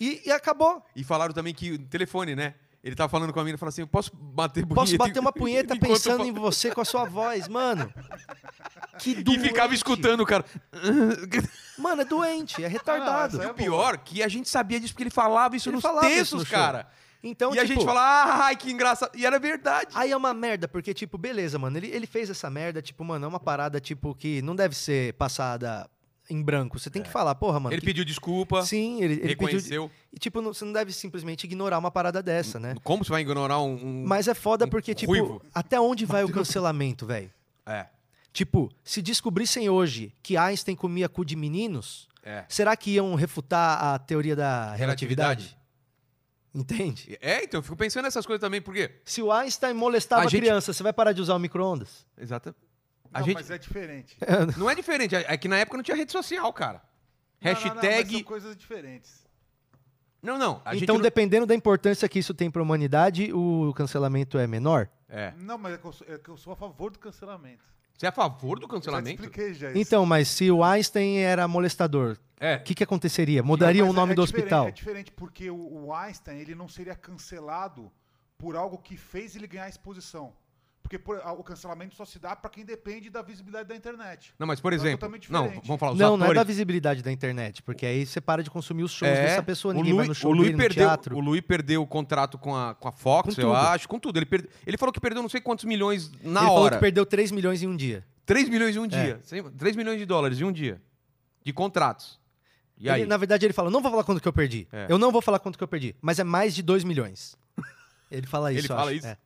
Speaker 2: E, e acabou.
Speaker 1: E falaram também que o telefone, né? Ele tava falando com a mina e falou assim: "Eu posso bater punheta?
Speaker 2: Posso bater uma punheta
Speaker 1: enquanto eu
Speaker 2: pensando
Speaker 1: falo?"
Speaker 2: em você com a sua voz, mano. Que
Speaker 1: E
Speaker 2: doente.
Speaker 1: ficava escutando o cara.
Speaker 2: Mano, é doente, é retardado.
Speaker 3: Ah, não, essa é-
Speaker 1: Pior que a gente sabia disso porque ele falava isso
Speaker 2: Ele
Speaker 1: nos
Speaker 2: falava isso
Speaker 1: textos,
Speaker 2: no show.
Speaker 1: cara.
Speaker 2: Então,
Speaker 1: e
Speaker 2: tipo,
Speaker 1: a gente fala, "Ah, ai, que engraçado. E era verdade.
Speaker 2: Aí é uma merda, porque, tipo, beleza, mano, ele, ele fez essa merda, tipo, mano, é uma parada, tipo, que não deve ser passada em branco. Você tem que falar, porra, mano.
Speaker 1: É. ele
Speaker 2: que-
Speaker 1: pediu desculpa,
Speaker 2: Sim, ele, ele pediu.
Speaker 1: reconheceu.
Speaker 2: E, tipo, não- você não deve simplesmente ignorar uma parada dessa, né?
Speaker 1: Como você vai ignorar um. um-
Speaker 2: Mas é foda
Speaker 1: um
Speaker 2: porque, tipo,
Speaker 1: Hum, ruivo.
Speaker 2: até onde vai o cancelamento, velho?
Speaker 1: É,
Speaker 2: Tipo, se descobrissem hoje que Einstein comia cu de meninos,
Speaker 1: é.
Speaker 2: será que iam refutar a teoria da relatividade?
Speaker 1: Relatividade.
Speaker 2: Entende?
Speaker 1: É, então eu fico pensando nessas coisas também, porque.
Speaker 2: Se o Einstein molestava
Speaker 1: A gente-
Speaker 2: criança, você vai parar de usar o micro-ondas?
Speaker 1: Exato. A
Speaker 3: Não,
Speaker 1: gente.
Speaker 3: mas é diferente.
Speaker 1: Não é diferente. É é que na época não tinha rede social, cara.
Speaker 3: Não, não, não, mas são
Speaker 1: Hashtag.
Speaker 3: coisas diferentes.
Speaker 1: Não, não. A gente
Speaker 2: então,
Speaker 1: não-
Speaker 2: dependendo da importância que isso tem pra humanidade, o cancelamento é menor?
Speaker 1: É.
Speaker 3: Não, mas é que, eu sou, é que eu sou a favor do cancelamento.
Speaker 1: Você é a favor do
Speaker 3: Eu já te
Speaker 1: cancelamento?
Speaker 3: expliquei já isso.
Speaker 2: Então, mas se o Einstein era molestador,
Speaker 1: É.
Speaker 2: o que, que aconteceria? Mudaria
Speaker 3: Não,
Speaker 2: o
Speaker 3: mas
Speaker 2: nome
Speaker 3: é
Speaker 2: do
Speaker 3: diferente-
Speaker 2: hospital?
Speaker 3: É diferente, porque o, o Einstein ele não seria cancelado por algo que fez ele ganhar exposição. Porque por- a- o cancelamento só se dá para quem depende da visibilidade da internet.
Speaker 1: Não, mas por
Speaker 3: É
Speaker 1: exemplo.
Speaker 3: totalmente
Speaker 1: Não,
Speaker 3: diferente.
Speaker 1: vamos falar os
Speaker 2: Não, não é
Speaker 1: atores.
Speaker 2: da visibilidade da internet, porque aí você para de consumir os shows
Speaker 1: É,
Speaker 2: dessa pessoa,
Speaker 1: o
Speaker 2: ninguém vai
Speaker 1: Lui-
Speaker 2: no show
Speaker 1: o Lui
Speaker 2: dele, no
Speaker 1: perdeu,
Speaker 2: teatro.
Speaker 1: O Luiz perdeu o contrato com a, com a Fox,
Speaker 2: Com
Speaker 1: eu
Speaker 2: tudo.
Speaker 1: acho, com tudo. Ele, perde- ele falou que perdeu não sei quantos milhões na
Speaker 2: Ele falou
Speaker 1: hora.
Speaker 2: que É. perdeu 3 milhões em um dia.
Speaker 1: 3 milhões em um dia. 3 milhões de dólares em um dia. De contratos. E
Speaker 2: Ele-
Speaker 1: aí?
Speaker 2: na verdade, ele fala, não vou falar quanto que eu perdi.
Speaker 1: É.
Speaker 2: Eu não vou falar quanto que eu perdi, mas é mais de 2 milhões. Ele fala isso,
Speaker 1: Ele
Speaker 2: eu
Speaker 1: fala
Speaker 2: acho.
Speaker 1: isso?
Speaker 2: É.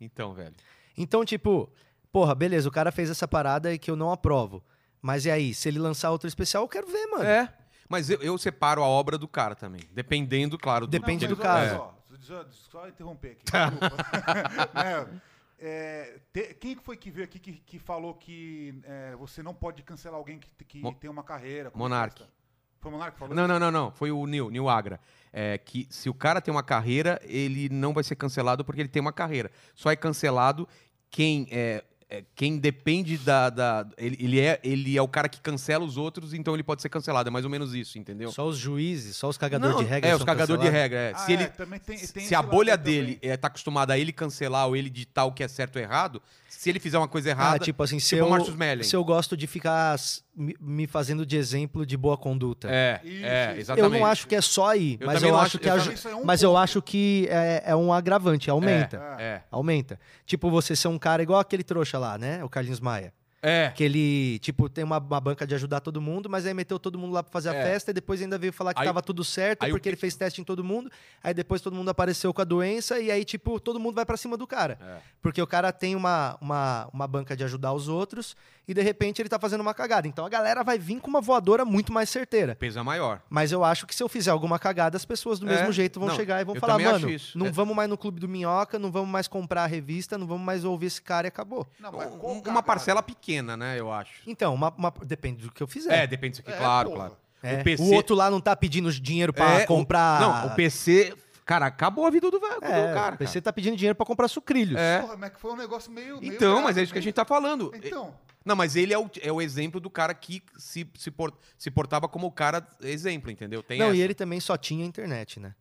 Speaker 1: Então, velho.
Speaker 2: Então, tipo, porra, beleza, o cara fez essa parada e que eu não aprovo. Mas e aí, se ele lançar outro especial, eu quero ver, mano.
Speaker 1: É. Mas eu, eu separo a obra do cara também. Dependendo, claro, do
Speaker 2: Depende
Speaker 1: do
Speaker 2: do
Speaker 3: mas olha
Speaker 2: caso.
Speaker 3: Só, só, só interromper aqui. desculpa. Né, é, te- quem que foi que veio aqui que, que falou que é, você não pode cancelar alguém que, que
Speaker 1: Mo-
Speaker 3: tem uma carreira? como
Speaker 1: Monark.
Speaker 3: artista? Foi o Monark que falou?
Speaker 1: Não, não, não, não. Foi o Neil, Neil Agra. É que se o cara tem uma carreira, ele não vai ser cancelado porque ele tem uma carreira. Só é cancelado quem é, é, quem depende da. da- ele, ele é, ele é o cara que cancela os outros, então ele pode ser cancelado. É mais ou menos isso, entendeu?
Speaker 2: Só os juízes, só os cagador
Speaker 1: Não,
Speaker 2: de regra.
Speaker 1: É,
Speaker 2: são
Speaker 1: os cagador de
Speaker 2: cancelados?
Speaker 1: regra. é. se
Speaker 3: Ah,
Speaker 1: ele,
Speaker 3: é, também tem- tem
Speaker 1: se
Speaker 3: esse
Speaker 1: a
Speaker 3: lado
Speaker 1: bolha
Speaker 3: também.
Speaker 1: dele é, tá acostumada a ele cancelar ou ele ditar o que é certo ou errado, se ele fizer uma coisa errada.
Speaker 2: Ah, tipo assim, se,
Speaker 1: tipo o Marcus
Speaker 2: eu,
Speaker 1: Mellen.
Speaker 2: se eu gosto de ficar s- me, me fazendo de exemplo de boa conduta.
Speaker 1: É,
Speaker 3: Isso,
Speaker 1: é,
Speaker 3: isso.
Speaker 2: eu
Speaker 1: exatamente.
Speaker 2: não acho que é só aí,
Speaker 1: Eu
Speaker 2: mas
Speaker 1: também
Speaker 2: eu
Speaker 1: não
Speaker 2: acho
Speaker 1: acho-
Speaker 2: que
Speaker 1: eu
Speaker 2: a
Speaker 1: também
Speaker 2: ju-
Speaker 3: isso é um
Speaker 2: mas eu acho que é, é um agravante, aumenta.
Speaker 3: É.
Speaker 1: É,
Speaker 2: Aumenta. Tipo, você ser um cara igual aquele trouxa lá, né? O Carlinhos Maia.
Speaker 1: é.
Speaker 2: Que ele, tipo, tem uma, uma banca de ajudar todo mundo, mas aí meteu todo mundo lá pra fazer a
Speaker 1: É.
Speaker 2: festa e depois ainda veio falar que
Speaker 1: Aí-
Speaker 2: tava tudo certo,
Speaker 1: aí o
Speaker 2: porque
Speaker 1: que-
Speaker 2: ele fez teste em todo mundo. Aí depois todo mundo apareceu com a doença e aí, tipo, todo mundo vai pra cima do cara.
Speaker 1: É.
Speaker 2: Porque o cara tem uma, uma, uma banca de ajudar os outros e de repente ele tá fazendo uma cagada. Então a galera vai vir com uma voadora muito mais certeira.
Speaker 1: Peso é maior.
Speaker 2: Mas eu acho que se eu fizer alguma cagada, as pessoas do
Speaker 1: É,
Speaker 2: mesmo jeito vão
Speaker 1: não,
Speaker 2: chegar e vão
Speaker 1: eu
Speaker 2: falar,
Speaker 1: também acho
Speaker 2: mano,
Speaker 1: isso.
Speaker 2: não
Speaker 1: É.
Speaker 2: vamos mais no Clube do Minhoca, não vamos mais comprar a revista, não vamos mais ouvir esse cara e acabou.
Speaker 3: Não, Ah, mas é
Speaker 1: Um-
Speaker 3: qual
Speaker 1: uma
Speaker 3: cagada?
Speaker 1: parcela pequena, né, eu acho.
Speaker 2: Então, uma- uma- depende do que eu fizer.
Speaker 1: É, depende disso aqui,
Speaker 3: É,
Speaker 1: claro,
Speaker 3: porra.
Speaker 1: claro.
Speaker 2: É,
Speaker 1: O
Speaker 2: O,
Speaker 1: PC
Speaker 2: outro lá não tá pedindo dinheiro pra
Speaker 1: É, o-
Speaker 2: comprar.
Speaker 1: Não, o PC, cara, acabou a vida do, va- do
Speaker 2: Ah. É,
Speaker 1: cara.
Speaker 2: o PC tá pedindo dinheiro pra comprar sucrilhos.
Speaker 1: É.
Speaker 3: Porra, mas que foi um negócio meio.
Speaker 1: cara.
Speaker 3: meio
Speaker 1: Então,
Speaker 3: grave,
Speaker 1: mas é isso que a gente tá falando.
Speaker 3: né? Então,
Speaker 1: Não, mas ele é o, é o exemplo do cara que se, se, por- se portava como o cara exemplo, entendeu? Tem
Speaker 2: não,
Speaker 1: essa.
Speaker 2: e ele também só tinha internet, né?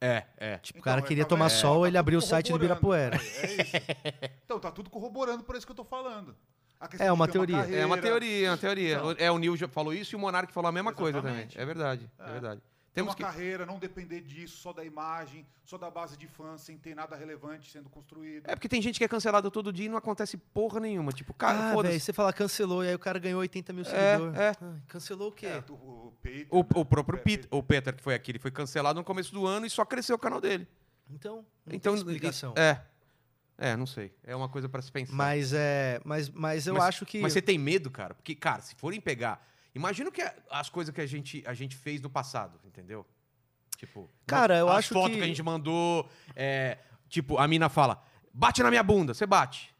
Speaker 1: É, é.
Speaker 2: Tipo, o
Speaker 3: Então,
Speaker 2: cara
Speaker 3: é,
Speaker 2: queria
Speaker 3: tá
Speaker 2: tomar
Speaker 3: vendo?
Speaker 2: sol,
Speaker 3: Tá
Speaker 2: ele
Speaker 3: tudo
Speaker 2: abriu o site do
Speaker 3: corroborando.
Speaker 2: Ibirapuera.
Speaker 3: É, é isso. Então, tá tudo corroborando por isso que eu tô falando. A questão
Speaker 2: É,
Speaker 3: de
Speaker 2: uma
Speaker 3: ter
Speaker 2: teoria.
Speaker 3: carreira,
Speaker 1: É uma teoria, é uma teoria.
Speaker 3: Então.
Speaker 1: É, o Nil já falou isso e o Monark falou a mesma coisa
Speaker 3: Exatamente.
Speaker 1: também. É verdade, é,
Speaker 3: É.
Speaker 1: verdade.
Speaker 3: ter
Speaker 1: Temos
Speaker 3: uma
Speaker 1: que...
Speaker 3: carreira, não depender disso, só da imagem, só da base de fã, sem ter nada relevante sendo construído.
Speaker 1: É porque tem gente que é cancelada todo dia e não acontece porra nenhuma. Tipo, cara,
Speaker 2: ah, velho,
Speaker 1: foda-se.
Speaker 2: você fala cancelou, e aí o cara ganhou 80 mil
Speaker 1: É,
Speaker 2: seguidores.
Speaker 1: é.
Speaker 2: Ai, cancelou o quê?
Speaker 3: É, o, o Peter,
Speaker 1: O,
Speaker 3: né?
Speaker 1: o próprio
Speaker 3: É,
Speaker 1: Peter, o Peter, que foi aqui, ele foi cancelado no começo do ano e só cresceu o canal dele.
Speaker 2: Então, não
Speaker 1: Então,
Speaker 2: tem explicação.
Speaker 1: isso- É. É, não sei. É uma coisa pra se pensar.
Speaker 2: Mas é. Mas, mas eu
Speaker 1: Mas-
Speaker 2: acho que.
Speaker 1: Mas você tem medo, cara? Porque, cara, se forem pegar Imagina o que a- as coisas que a gente, a gente fez no passado, entendeu? Tipo,
Speaker 2: Cara, eu
Speaker 1: as
Speaker 2: acho
Speaker 1: fotos
Speaker 2: que-
Speaker 1: que... a gente mandou, é, tipo, a mina fala, bate na minha bunda, você bate.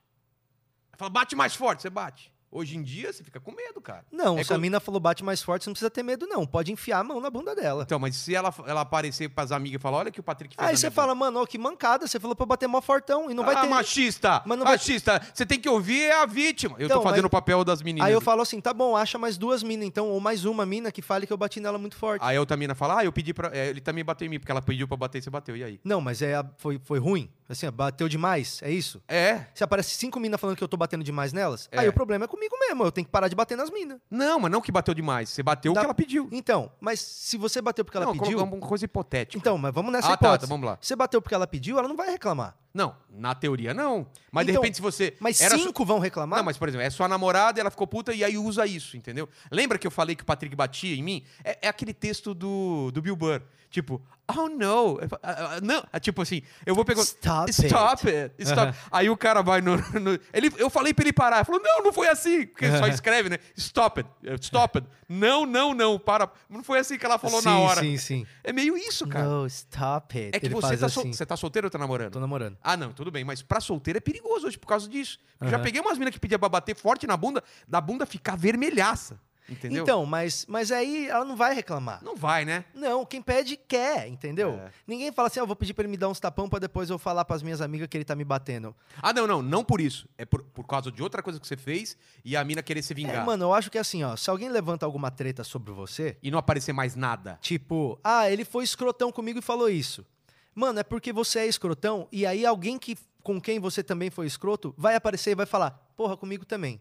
Speaker 1: Ela fala, bate mais forte, você bate. Hoje em dia, você fica com medo, cara.
Speaker 2: Não,
Speaker 1: É
Speaker 2: se a
Speaker 1: quando-
Speaker 2: mina falou bate mais forte, você não precisa ter medo, não. Pode enfiar a mão na bunda dela.
Speaker 1: Então, mas se ela, ela aparecer pras amigas e falar, olha o que o Patrick fez
Speaker 2: Aí
Speaker 1: na
Speaker 2: você
Speaker 1: minha
Speaker 2: fala, mano, ó, que mancada, você falou pra eu bater mó fortão e não
Speaker 1: bunda."
Speaker 2: vai
Speaker 1: ah,
Speaker 2: ter.
Speaker 1: machista!
Speaker 2: Mas não vai-
Speaker 1: machista! Você tem que ouvir é a vítima. Eu
Speaker 2: Então,
Speaker 1: tô fazendo
Speaker 2: mas-
Speaker 1: o papel das meninas.
Speaker 2: Aí eu falo assim, tá bom, acha mais duas minas então, ou mais uma mina que fale que eu bati nela muito forte.
Speaker 1: Aí a outra mina fala, ah, eu pedi pra... é, ele também bateu em mim, porque ela pediu pra bater e você bateu, e aí?
Speaker 2: Não, mas é, a- foi, foi ruim. Assim, ó, bateu demais, é isso?
Speaker 1: É,
Speaker 2: Se aparece cinco minas falando que eu tô batendo demais nelas,
Speaker 1: É.
Speaker 2: aí o problema é comigo mesmo, eu tenho que parar de bater nas minas.
Speaker 1: Não, mas não que bateu demais. Você bateu o
Speaker 2: Dá-
Speaker 1: que ela pediu.
Speaker 2: Então, mas se você bateu porque ela
Speaker 1: não,
Speaker 2: pediu.
Speaker 1: colocou uma coisa hipotética.
Speaker 2: Então, mas vamos nessa
Speaker 1: Ah, tá,
Speaker 2: hipótese.
Speaker 1: tá, vamos lá.
Speaker 2: Você bateu porque ela pediu, ela não vai reclamar.
Speaker 1: Não, na teoria não. Mas de
Speaker 2: Então,
Speaker 1: repente se você...
Speaker 2: Mas
Speaker 1: era
Speaker 2: cinco vão reclamar?
Speaker 1: Não, mas por exemplo, é sua namorada, ela ficou puta e aí usa isso, entendeu? Lembra que eu falei que o Patrick batia em mim? É, é aquele texto do, do Bill Burr. Tipo, oh no. Eu fa- ah, ah, Não, Ah, tipo assim, eu vou pegar...
Speaker 2: Stop it.
Speaker 1: Stop it. Stop.
Speaker 2: Aham.
Speaker 1: Aí o cara vai no... no- ele, eu falei pra ele parar. Ele falou, não, não foi assim. Porque só escreve, né? Stop it. Stop it. Não, não, não. Para. Não foi assim que ela falou
Speaker 2: sim,
Speaker 1: na hora.
Speaker 2: Sim, sim.
Speaker 1: É meio isso, cara.
Speaker 2: No, stop it.
Speaker 1: É que
Speaker 2: Ele
Speaker 1: você
Speaker 2: faz
Speaker 1: tá, sol-
Speaker 2: assim.
Speaker 1: você tá solteiro ou tá namorando?
Speaker 2: Tô namorando.
Speaker 1: Ah, não, tudo bem, mas pra solteiro é perigoso hoje por causa disso. Porque Eu já
Speaker 2: Aham.
Speaker 1: peguei umas minas que pedia pra bater forte na bunda, da bunda ficar vermelhaça. Entendeu?
Speaker 2: Então, mas, mas aí ela não vai reclamar.
Speaker 1: Não vai, né?
Speaker 2: Não, quem pede quer, entendeu?
Speaker 1: É.
Speaker 2: Ninguém fala assim, ó, vou pedir pra ele me dar uns tapão pra depois eu falar pras minhas amigas que ele tá me batendo.
Speaker 1: Ah, não, não, não por isso. É por, por causa de outra coisa que você fez e a mina querer se
Speaker 2: É,
Speaker 1: vingar.
Speaker 2: mano, eu acho que é assim, ó, se alguém levanta alguma treta sobre você,
Speaker 1: E não aparecer mais nada.
Speaker 2: tipo, ah, ele foi escrotão comigo e falou isso. Mano, é porque você é escrotão e aí alguém que com quem você também foi escroto vai aparecer e vai falar, porra, comigo também.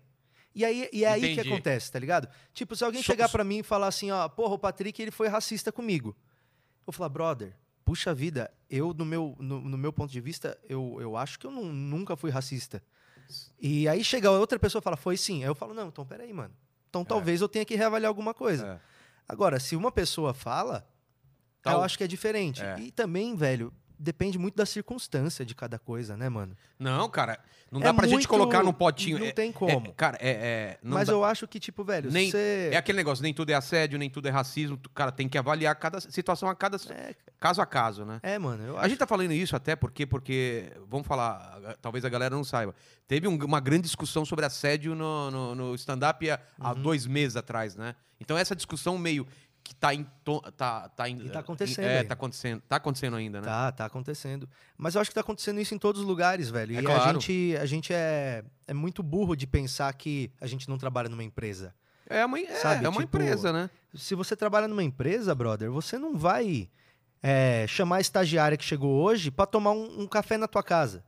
Speaker 2: E aí, e é aí que
Speaker 1: Entendi.
Speaker 2: acontece, tá ligado? Tipo, se alguém
Speaker 1: So-
Speaker 2: chegar pra mim e falar assim, ó, porra, o Patrick, ele foi racista comigo. Eu vou falar, brother, puxa vida, eu, no meu, no, no meu ponto de vista, eu, eu acho que eu nu- nunca fui racista. E aí chega outra pessoa e fala, foi sim. Aí eu falo, não, então peraí, mano. Então talvez eu tenha que reavaliar alguma coisa.
Speaker 1: É.
Speaker 2: Agora, se uma pessoa fala,
Speaker 1: Tal-
Speaker 2: eu acho que é diferente.
Speaker 1: É.
Speaker 2: E também, velho, depende muito da circunstância de cada coisa, né, mano?
Speaker 1: Não, cara, não
Speaker 2: É
Speaker 1: dá pra gente
Speaker 2: muito-
Speaker 1: colocar num potinho.
Speaker 2: Não
Speaker 1: É-
Speaker 2: tem
Speaker 1: é-
Speaker 2: como.
Speaker 1: cara, é. é, não
Speaker 2: Mas
Speaker 1: dá-
Speaker 2: eu acho que, tipo, velho,
Speaker 1: Nem-
Speaker 2: você.
Speaker 1: É aquele negócio, nem tudo é assédio, nem tudo é racismo. Tu- Cara, tem que avaliar cada situação a cada. caso a caso, né?
Speaker 2: É, mano, eu
Speaker 1: A
Speaker 2: acho.
Speaker 1: gente tá falando isso até porque, porque vamos falar, a- talvez a galera não saiba. Teve um- uma grande discussão sobre assédio no, no- no stand-up há, há
Speaker 2: Uhum.
Speaker 1: dois meses atrás, né? Então essa discussão meio que tá em... to- Tá, tá em-
Speaker 2: E tá acontecendo
Speaker 1: É,
Speaker 2: ainda.
Speaker 1: tá acontecendo, tá acontecendo ainda, né?
Speaker 2: Tá, tá acontecendo. Mas eu acho que tá acontecendo isso em todos os lugares, velho.
Speaker 1: É
Speaker 2: e a
Speaker 1: claro.
Speaker 2: gente, a gente é, é muito burro de pensar que a gente não trabalha numa empresa.
Speaker 1: É uma, é,
Speaker 2: Sabe,
Speaker 1: é uma
Speaker 2: tipo,
Speaker 1: empresa, né?
Speaker 2: Se você trabalha numa empresa, brother, você não vai é, chamar a estagiária que chegou hoje pra tomar um, um café na tua casa.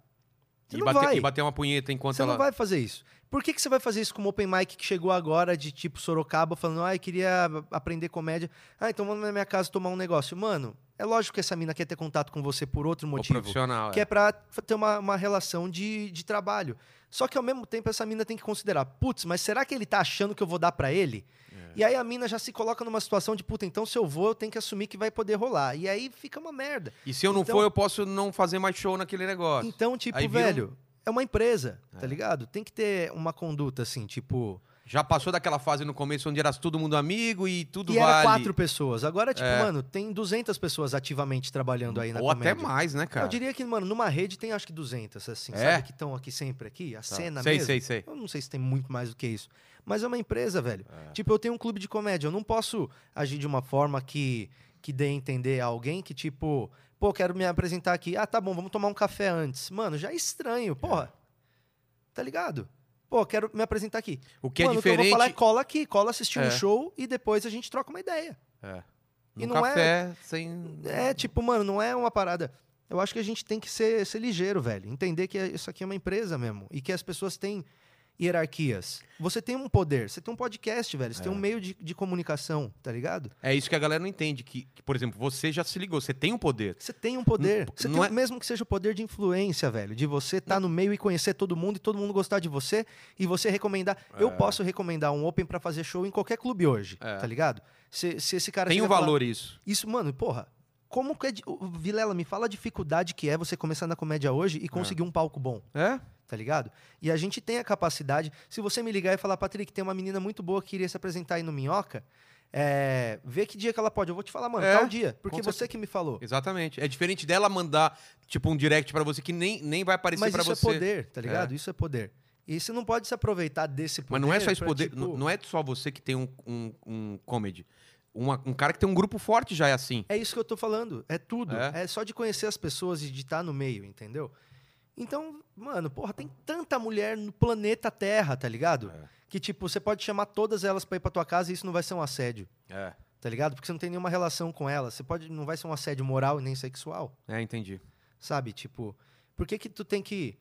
Speaker 2: Você
Speaker 1: E
Speaker 2: não
Speaker 1: bater,
Speaker 2: vai.
Speaker 1: e bater uma punheta enquanto
Speaker 2: Você
Speaker 1: ela...
Speaker 2: não vai fazer isso. Por que, que você vai fazer isso com uma open mic que chegou agora de tipo Sorocaba falando, ai, queria aprender comédia. Ah, então vamos na minha casa tomar um negócio. Mano, é lógico que essa mina quer ter contato com você por outro
Speaker 1: O
Speaker 2: motivo.
Speaker 1: profissional,
Speaker 2: Que
Speaker 1: é.
Speaker 2: é pra ter uma, uma relação de, de trabalho. Só que ao mesmo tempo essa mina tem que considerar, putz, mas será que ele tá achando que eu vou dar pra ele?
Speaker 1: É.
Speaker 2: E aí a mina já se coloca numa situação de, puta, então se eu vou, eu tenho que assumir que vai poder rolar. E aí fica uma merda.
Speaker 1: E se eu não
Speaker 2: Então-
Speaker 1: for, eu posso não fazer mais show naquele negócio.
Speaker 2: Então, tipo,
Speaker 1: Aí vira um-
Speaker 2: velho, é uma empresa,
Speaker 1: É.
Speaker 2: tá ligado? Tem que ter uma conduta assim, tipo,
Speaker 1: Já passou daquela fase no começo onde era todo mundo amigo e tudo
Speaker 2: e era
Speaker 1: Tipo vale. É.
Speaker 2: quatro pessoas. Agora, tipo, mano, tem 200 pessoas ativamente trabalhando aí na
Speaker 1: Ou
Speaker 2: comédia.
Speaker 1: até mais, né, cara?
Speaker 2: Eu diria que, mano, numa rede tem acho que 200, assim,
Speaker 1: É?
Speaker 2: sabe? Que estão aqui sempre aqui, a
Speaker 1: Tá.
Speaker 2: cena
Speaker 1: sei,
Speaker 2: mesmo.
Speaker 1: sei, sei.
Speaker 2: Eu não sei se tem muito mais do que isso. Mas é uma empresa, velho. Tipo, eu tenho um clube de comédia. Eu não posso agir de uma forma que, que dê a entender a alguém que, tipo, pô, quero me apresentar aqui. Ah, tá bom, vamos tomar um café antes. Mano, já é estranho, porra. Tá ligado? Pô, quero me apresentar aqui.
Speaker 1: O que
Speaker 2: Mano,
Speaker 1: é diferente.
Speaker 2: o que eu vou falar é cola aqui, cola assistir
Speaker 1: É.
Speaker 2: um show e depois a gente troca uma ideia.
Speaker 1: É.
Speaker 2: E
Speaker 1: No
Speaker 2: não é-
Speaker 1: café, sem.
Speaker 2: É, tipo, mano, não é uma parada. Eu acho que a gente tem que ser, ser ligeiro, velho. Entender que isso aqui é uma empresa mesmo. E que as pessoas têm hierarquias. Você tem um poder, você tem um podcast, velho. Você tem um meio de, de comunicação, tá ligado?
Speaker 1: É isso que a galera não entende. Que, que, por exemplo, você já se ligou, você tem um poder.
Speaker 2: Você tem um poder.
Speaker 1: Não-
Speaker 2: Você
Speaker 1: não
Speaker 2: tem,
Speaker 1: é-
Speaker 2: Mesmo que seja o poder de influência, velho. De você estar no meio e conhecer todo mundo e todo mundo gostar de você e você recomendar. Eu posso recomendar um Open pra fazer show em qualquer clube hoje,
Speaker 1: É.
Speaker 2: tá ligado? Se, se esse cara
Speaker 1: tem
Speaker 2: chegar
Speaker 1: um
Speaker 2: e falar,
Speaker 1: valor isso.
Speaker 2: Isso, mano, porra. Como que é. di- Ô, Vilela, me fala a dificuldade que é você começar na comédia hoje e conseguir um palco bom,
Speaker 1: É?
Speaker 2: tá ligado? E a gente tem a capacidade. Se você me ligar e falar, Patrick, tem uma menina muito boa que iria se apresentar aí no Minhoca, é, vê que dia que ela pode. Eu vou te falar, mano,
Speaker 1: É,
Speaker 2: tal dia. Porque
Speaker 1: com
Speaker 2: você que me falou.
Speaker 1: Exatamente. É diferente dela mandar, tipo, um direct pra você que nem, nem vai aparecer
Speaker 2: Mas
Speaker 1: pra
Speaker 2: isso
Speaker 1: você.
Speaker 2: é poder, tá ligado? Isso é poder. E você não pode se aproveitar desse poder.
Speaker 1: Mas não é só esse
Speaker 2: pra,
Speaker 1: poder.
Speaker 2: tipo,
Speaker 1: n- Não é só você que tem um, um, um comedy. Uma- um cara que tem um grupo forte já é assim.
Speaker 2: É isso que eu tô falando. É tudo.
Speaker 1: É.
Speaker 2: É, só de conhecer as pessoas e de estar no meio, entendeu? Então, mano, porra, tem tanta mulher no planeta Terra, tá ligado?
Speaker 1: É.
Speaker 2: Que, tipo, você pode chamar todas elas pra ir pra tua casa e isso não vai ser um assédio,
Speaker 1: É.
Speaker 2: tá ligado? Porque você não tem nenhuma relação com elas. Você pode. Não vai ser um assédio moral e nem sexual,
Speaker 1: É, entendi.
Speaker 2: sabe? Tipo, por que, que tu tem que.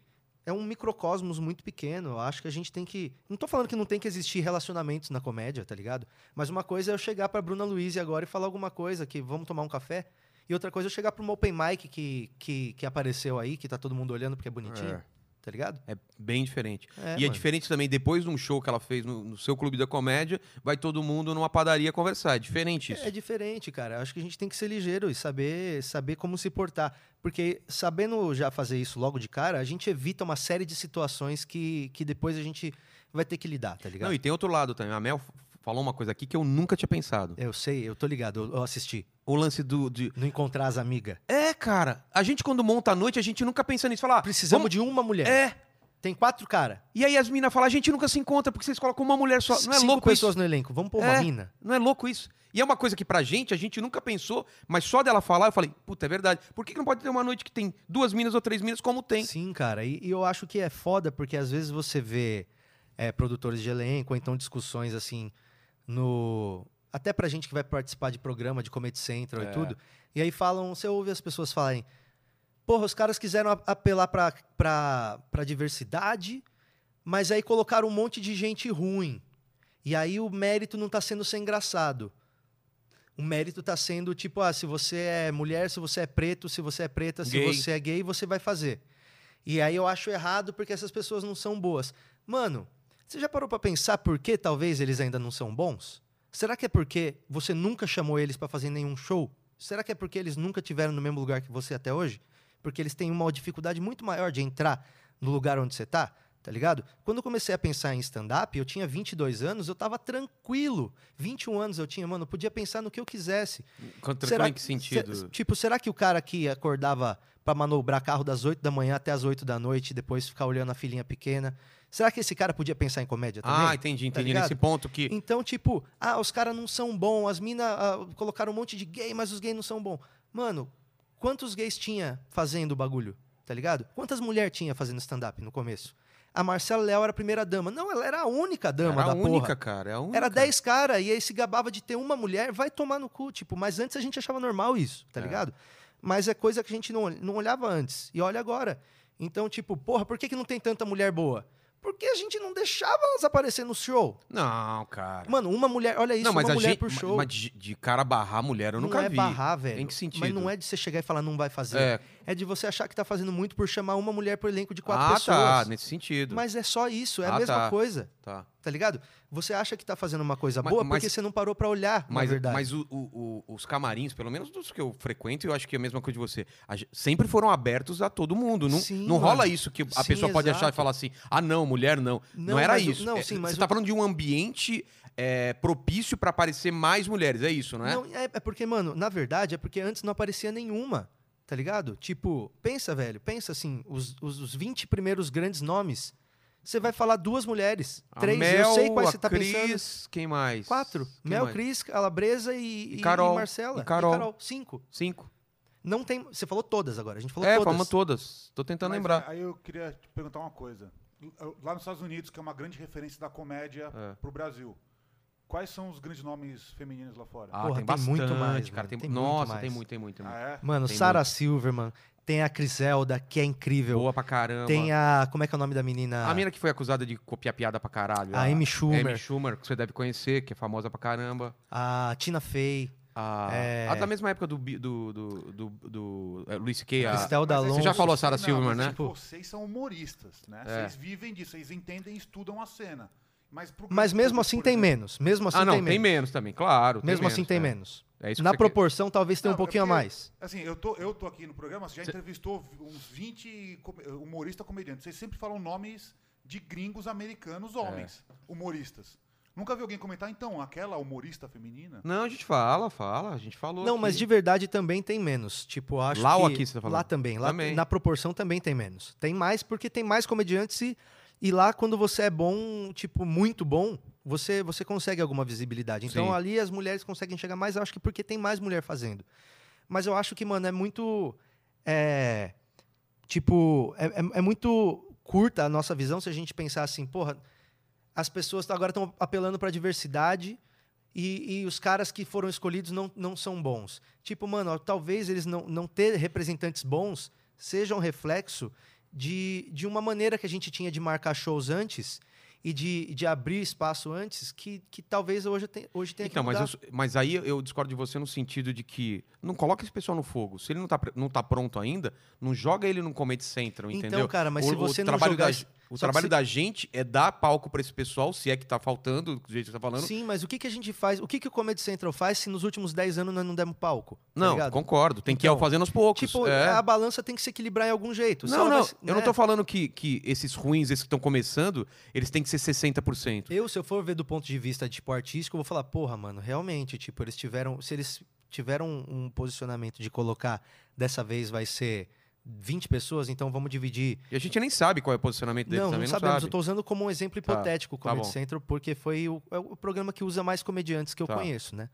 Speaker 2: É um microcosmos muito pequeno. Eu acho que a gente tem que. Não tô falando que não tem que existir relacionamentos na comédia, tá ligado? Mas uma coisa é eu chegar pra Bruna Luiz agora e falar alguma coisa, que vamos tomar um café. E outra coisa é eu chegar pra uma open mic que, que, que apareceu aí, que tá todo mundo olhando porque é bonitinho,
Speaker 1: É.
Speaker 2: tá ligado?
Speaker 1: É bem diferente.
Speaker 2: É,
Speaker 1: e é
Speaker 2: mano.
Speaker 1: diferente também, depois de um show que ela fez no, no seu clube da comédia, vai todo mundo numa padaria conversar. É diferente isso.
Speaker 2: É diferente, cara. Eu Acho que a gente tem que ser ligeiro e saber, saber como se portar. Porque sabendo já fazer isso logo de cara, a gente evita uma série de situações que, que depois a gente vai ter que lidar, tá ligado?
Speaker 1: Não, e tem outro lado também. A Mel f- falou uma coisa aqui que eu nunca tinha pensado.
Speaker 2: Eu sei, eu tô ligado, eu, eu assisti.
Speaker 1: O lance do. de-
Speaker 2: Não encontrar as amigas.
Speaker 1: É, cara. A gente, quando monta a noite, a gente nunca pensa nisso. Falar.
Speaker 2: Precisamos de uma mulher.
Speaker 1: Ah, É.
Speaker 2: Tem quatro caras.
Speaker 1: E aí as minas falam, a gente nunca se encontra porque vocês colocam uma mulher só. Não é
Speaker 2: Cinco
Speaker 1: louco isso?
Speaker 2: pessoas no elenco. Vamos pôr uma
Speaker 1: É.
Speaker 2: mina.
Speaker 1: Não é louco isso? E é uma coisa que pra gente, a gente nunca pensou, mas só dela falar, eu falei, puta, é verdade. Por que, que não pode ter uma noite que tem duas minas ou três minas como tem?
Speaker 2: Sim, cara. E, e eu acho que é foda porque às vezes você vê é, produtores de elenco, ou então discussões assim no. Até pra gente que vai participar de programa, de Comedy Central
Speaker 1: É.
Speaker 2: e tudo. E aí falam, você ouve as pessoas falarem. Porra, os caras quiseram a- apelar pra, pra, pra diversidade, mas aí colocaram um monte de gente ruim. E aí o mérito não tá sendo ser engraçado. O mérito tá sendo tipo, ah, se você é mulher, se você é preto, se você é preta,
Speaker 1: Gay.
Speaker 2: se você é gay, você vai fazer. E aí eu acho errado porque essas pessoas não são boas. Mano, você já parou pra pensar por que talvez eles ainda não são bons? Será que é porque você nunca chamou eles pra fazer nenhum show? Será que é porque eles nunca tiveram no mesmo lugar que você até hoje? Porque eles têm uma dificuldade muito maior de entrar no lugar onde você tá, tá ligado? Quando eu comecei a pensar em stand-up, eu tinha 22 anos, eu tava tranquilo. 21 anos eu tinha, mano, eu podia pensar no que eu quisesse.
Speaker 1: Contra
Speaker 2: Será
Speaker 1: em que sentido?
Speaker 2: se- tipo, será que o cara que acordava pra manobrar carro das 8 da manhã até as 8 da noite e depois ficar olhando a filhinha pequena, será que esse cara podia pensar em comédia também? tá
Speaker 1: ah, entendi, entendi.
Speaker 2: ligado?
Speaker 1: Nesse ponto que.
Speaker 2: Então, tipo, ah, os caras não são bons, as minas colocaram um monte de gay, mas os gays não são bons. Mano, quantos gays tinha fazendo o bagulho? Tá ligado? Quantas mulheres tinha fazendo stand-up no começo? A Marcela Léo era a primeira dama. Não, ela era a única dama
Speaker 1: Era a
Speaker 2: da porra.
Speaker 1: única, cara. é a única.
Speaker 2: Era 10 caras e aí se gabava de ter uma mulher, vai tomar no cu, tipo, mas antes a gente achava normal isso, tá
Speaker 1: É.
Speaker 2: ligado? Mas é coisa que a gente não, ol- não olhava antes, e olha agora. Então, tipo, porra, por que, que não tem tanta mulher boa? Porque a gente não deixava elas aparecer no show.
Speaker 1: Não, cara.
Speaker 2: Mano, uma mulher, olha isso,
Speaker 1: não, mas
Speaker 2: uma
Speaker 1: a
Speaker 2: mulher
Speaker 1: gente.
Speaker 2: por show.
Speaker 1: Mas de, de cara barrar mulher, eu nunca
Speaker 2: não é
Speaker 1: vi.
Speaker 2: barrar, velho.
Speaker 1: Em que sentido?
Speaker 2: Mas não é de você chegar e falar não vai fazer. É,
Speaker 1: É.
Speaker 2: de você achar que tá fazendo muito por chamar uma mulher pro elenco de quatro
Speaker 1: Ah,
Speaker 2: pessoas.
Speaker 1: tá. Nesse sentido.
Speaker 2: Mas é só isso, é a
Speaker 1: Ah,
Speaker 2: mesma
Speaker 1: tá.
Speaker 2: coisa,
Speaker 1: Tá.
Speaker 2: tá ligado? Você acha que tá fazendo uma coisa
Speaker 1: Ma-
Speaker 2: boa
Speaker 1: mas-
Speaker 2: porque você não parou pra olhar,
Speaker 1: Mas,
Speaker 2: na é verdade.
Speaker 1: mas o- o- o- os camarins, pelo menos dos que eu frequento, eu acho que é a mesma coisa de você. a ge- sempre foram abertos a todo mundo. Não,
Speaker 2: Sim,
Speaker 1: não rola
Speaker 2: mano.
Speaker 1: isso que a
Speaker 2: Sim,
Speaker 1: pessoa pode achar e
Speaker 2: exato.
Speaker 1: falar assim: ah, não, mulher não. Não,
Speaker 2: Não,
Speaker 1: era
Speaker 2: mas o-
Speaker 1: isso.
Speaker 2: não,
Speaker 1: É,
Speaker 2: sim,
Speaker 1: você
Speaker 2: mas
Speaker 1: está falando de um ambiente é, propício para aparecer mais mulheres. É isso, não é?
Speaker 2: Não, é, é porque, mano, na verdade, é porque antes não aparecia nenhuma, tá ligado? Tipo, pensa, velho, pensa assim, os, os, os 20 primeiros grandes nomes, você vai falar duas mulheres,
Speaker 1: A
Speaker 2: três,
Speaker 1: Mel,
Speaker 2: eu sei quais
Speaker 1: a
Speaker 2: você tá pensando.
Speaker 1: Cris, Quem mais?
Speaker 2: Quatro.
Speaker 1: Quem
Speaker 2: Mel,
Speaker 1: mais?
Speaker 2: Cris, Calabresa e,
Speaker 1: E
Speaker 2: e-
Speaker 1: Carol.
Speaker 2: e Marcela.
Speaker 1: E Carol.
Speaker 2: Cinco.
Speaker 1: Cinco.
Speaker 2: Não tem. Você falou todas agora. A gente falou
Speaker 1: é,
Speaker 2: todas.
Speaker 1: falamos todas. Tô tentando
Speaker 3: Mas,
Speaker 1: lembrar.
Speaker 3: é, Aí eu queria te perguntar uma coisa. L- Lá nos Estados Unidos, que é uma grande referência da comédia
Speaker 1: É.
Speaker 3: pro Brasil, quais são os grandes nomes femininos lá fora?
Speaker 1: Ah, tem
Speaker 2: Porra, tem
Speaker 1: bastante,
Speaker 2: muito mais,
Speaker 1: cara.
Speaker 2: mano,
Speaker 1: Tem,
Speaker 2: tem muito
Speaker 1: nossa,
Speaker 2: mais.
Speaker 1: tem muito, tem muito. Tem muito.
Speaker 3: Ah, é?
Speaker 2: Mano,
Speaker 1: Tem
Speaker 2: Sarah Silverman, tem a Criselda, que é incrível.
Speaker 1: Boa pra caramba.
Speaker 2: Tem a. Como é que é o nome da menina?
Speaker 1: A mina que foi acusada de copiar piada pra caralho.
Speaker 2: A Amy Schumer.
Speaker 1: Amy Schumer, que você deve conhecer, que é famosa pra caramba.
Speaker 2: A Tina Fey.
Speaker 1: A,
Speaker 2: É.
Speaker 1: a da mesma época do Bi- do, do, do, do é, Luis C.K. a-
Speaker 2: Cristel da
Speaker 3: Mas aí
Speaker 2: Alonso.
Speaker 1: Você já falou a Sarah
Speaker 3: Não,
Speaker 1: Silverman,
Speaker 3: mas
Speaker 1: né?
Speaker 3: Vocês são humoristas, né?
Speaker 1: É.
Speaker 3: Vocês vivem disso, vocês entendem e estudam a cena. Mas, pro
Speaker 2: Mas
Speaker 3: grande
Speaker 2: mesmo
Speaker 3: público,
Speaker 2: assim
Speaker 3: por
Speaker 2: tem
Speaker 3: exemplo-
Speaker 2: menos. Mesmo assim
Speaker 1: ah, não,
Speaker 2: tem, menos.
Speaker 1: também, claro.
Speaker 2: Mesmo assim tem
Speaker 1: é.
Speaker 2: menos.
Speaker 1: É isso que
Speaker 2: Na
Speaker 1: você quer-
Speaker 2: proporção talvez tenha um
Speaker 3: Não, é
Speaker 2: pouquinho a
Speaker 3: porque-
Speaker 2: mais.
Speaker 3: Assim, eu tô, eu tô aqui no programa, você já entrevistou uns 20 com- humoristas comediantes. Vocês sempre falam nomes de gringos americanos homens,
Speaker 1: É.
Speaker 3: humoristas. Nunca vi alguém comentar, então, aquela humorista feminina?
Speaker 1: Não, a gente fala, fala. A gente falou.
Speaker 2: Não,
Speaker 1: aqui.
Speaker 2: mas de verdade também tem menos. Tipo, acho
Speaker 1: Lá
Speaker 2: que...
Speaker 1: ou aqui você tá falando?
Speaker 2: Lá também. Lá
Speaker 1: Também.
Speaker 2: na proporção também tem menos. Tem mais porque tem mais comediantes e, e lá quando você é bom, tipo, muito bom, você, você consegue alguma visibilidade. Então
Speaker 1: Sim.
Speaker 2: ali as mulheres conseguem chegar mais, eu acho que porque tem mais mulher fazendo. Mas eu acho que, mano, é muito... É, tipo, é, é- é muito curta a nossa visão se a gente pensar assim, porra, as pessoas agora estão apelando para diversidade e, e os caras que foram escolhidos não, não são bons. Tipo, mano, ó, talvez eles não, não ter representantes bons sejam reflexo de, de uma maneira que a gente tinha de marcar shows antes e de, de abrir espaço antes que, que talvez hoje, tem, hoje tenha
Speaker 1: Então,
Speaker 2: que
Speaker 1: mas,
Speaker 2: mudar.
Speaker 1: eu- mas aí eu discordo de você no sentido de que não coloca esse pessoal no fogo. Se ele não tá, pre- não tá pronto ainda, não joga ele num comedy central, entendeu?
Speaker 2: Então, cara, mas
Speaker 1: O-
Speaker 2: se
Speaker 1: o
Speaker 2: você não
Speaker 1: trabalho
Speaker 2: jogar...
Speaker 1: da-
Speaker 2: isso-
Speaker 1: O
Speaker 2: só que
Speaker 1: trabalho
Speaker 2: se-
Speaker 1: da gente é dar palco pra esse pessoal, se é que tá faltando, do jeito que você tá falando.
Speaker 2: Sim, mas o que, que a gente faz? O que, que o Comedy Central faz se nos últimos 10 anos nós não demos palco? Tá
Speaker 1: não,
Speaker 2: ligado?
Speaker 1: concordo. Tem que ir
Speaker 2: Então,
Speaker 1: fazendo aos poucos.
Speaker 2: Tipo,
Speaker 1: é.
Speaker 2: a balança tem que se equilibrar em algum jeito. Se
Speaker 1: Não,
Speaker 2: ela
Speaker 1: não.
Speaker 2: vai se-
Speaker 1: Eu não
Speaker 2: né?
Speaker 1: tô falando que, que esses ruins, esses que estão começando, eles têm que ser 60%.
Speaker 2: Eu, se eu for ver do ponto de vista tipo artístico, eu vou falar, porra, mano, realmente, tipo, eles tiveram, se eles tiveram um um posicionamento de colocar dessa vez vai ser 20 pessoas, então vamos dividir.
Speaker 1: E a gente nem sabe qual é o posicionamento deles
Speaker 2: não, não
Speaker 1: também, não,
Speaker 2: sabemos. Eu
Speaker 1: sabe.
Speaker 2: tô usando como um exemplo
Speaker 1: Tá,
Speaker 2: hipotético o
Speaker 1: tá
Speaker 2: Comedy
Speaker 1: bom.
Speaker 2: Central, porque foi o, é o programa que usa mais comediantes que eu
Speaker 1: Tá.
Speaker 2: conheço, né?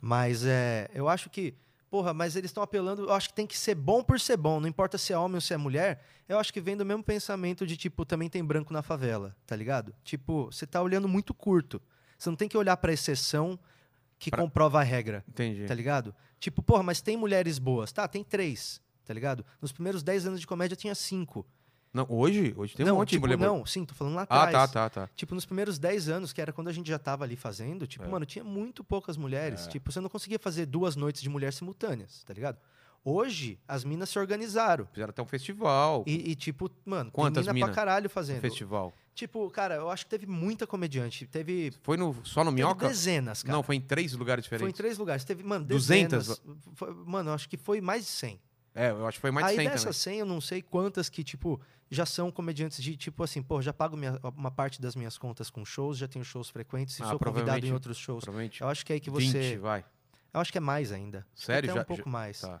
Speaker 2: Mas é, eu acho que, porra, mas eles estão apelando, eu acho que tem que ser bom por ser bom, não importa se é homem ou se é mulher. Eu acho que vem do mesmo pensamento de tipo, também tem branco na favela, tá ligado? Tipo, você tá olhando muito curto. Você não tem que olhar pra exceção que
Speaker 1: Pra-
Speaker 2: comprova a regra,
Speaker 1: Entendi.
Speaker 2: tá ligado? Tipo, porra, mas tem mulheres boas. Tá, tem três, tá ligado? Nos primeiros 10 anos de comédia tinha cinco.
Speaker 1: Não, hoje? Hoje tem um
Speaker 2: não,
Speaker 1: monte
Speaker 2: tipo,
Speaker 1: de mulher. boa.
Speaker 2: Não, sim, tô falando lá
Speaker 1: ah,
Speaker 2: atrás.
Speaker 1: tá, tá, tá.
Speaker 2: Tipo, nos primeiros 10 anos, que era quando a gente já tava ali fazendo,
Speaker 1: É.
Speaker 2: tipo, mano, tinha muito poucas mulheres. Tipo, você não conseguia fazer duas noites de mulher simultâneas, tá ligado? Hoje, as minas se organizaram.
Speaker 1: Fizeram até um festival.
Speaker 2: E, e, tipo, mano,
Speaker 1: Quantas
Speaker 2: tem
Speaker 1: mina?
Speaker 2: mina, pra caralho
Speaker 1: Um
Speaker 2: fazendo.
Speaker 1: festival.
Speaker 2: Tipo, cara, eu acho que teve muita comediante. Teve,
Speaker 1: Foi no, só no
Speaker 2: teve
Speaker 1: Minhoca?
Speaker 2: dezenas, cara.
Speaker 1: Não, foi em três lugares
Speaker 2: foi em
Speaker 1: diferentes.
Speaker 2: três lugares. Teve, mano,
Speaker 1: 200?
Speaker 2: dezenas. Foi- mano, eu acho que foi mais de 100.
Speaker 1: É, eu acho que foi mais de
Speaker 2: Aí
Speaker 1: 100
Speaker 2: dessas
Speaker 1: também.
Speaker 2: 100, eu não sei quantas que, tipo, já são comediantes de, tipo assim, pô, já pago minha- uma parte das minhas contas com shows, já tenho shows frequentes, e
Speaker 1: Ah,
Speaker 2: sou convidado em
Speaker 1: provavelmente-
Speaker 2: outros shows.
Speaker 1: Provavelmente
Speaker 2: Eu acho que é aí que você.
Speaker 1: 20, vai.
Speaker 2: Eu acho que é mais ainda. Acho que
Speaker 1: Sério?
Speaker 2: Até
Speaker 1: Já-
Speaker 2: um pouco
Speaker 1: já-
Speaker 2: mais.
Speaker 1: Tá.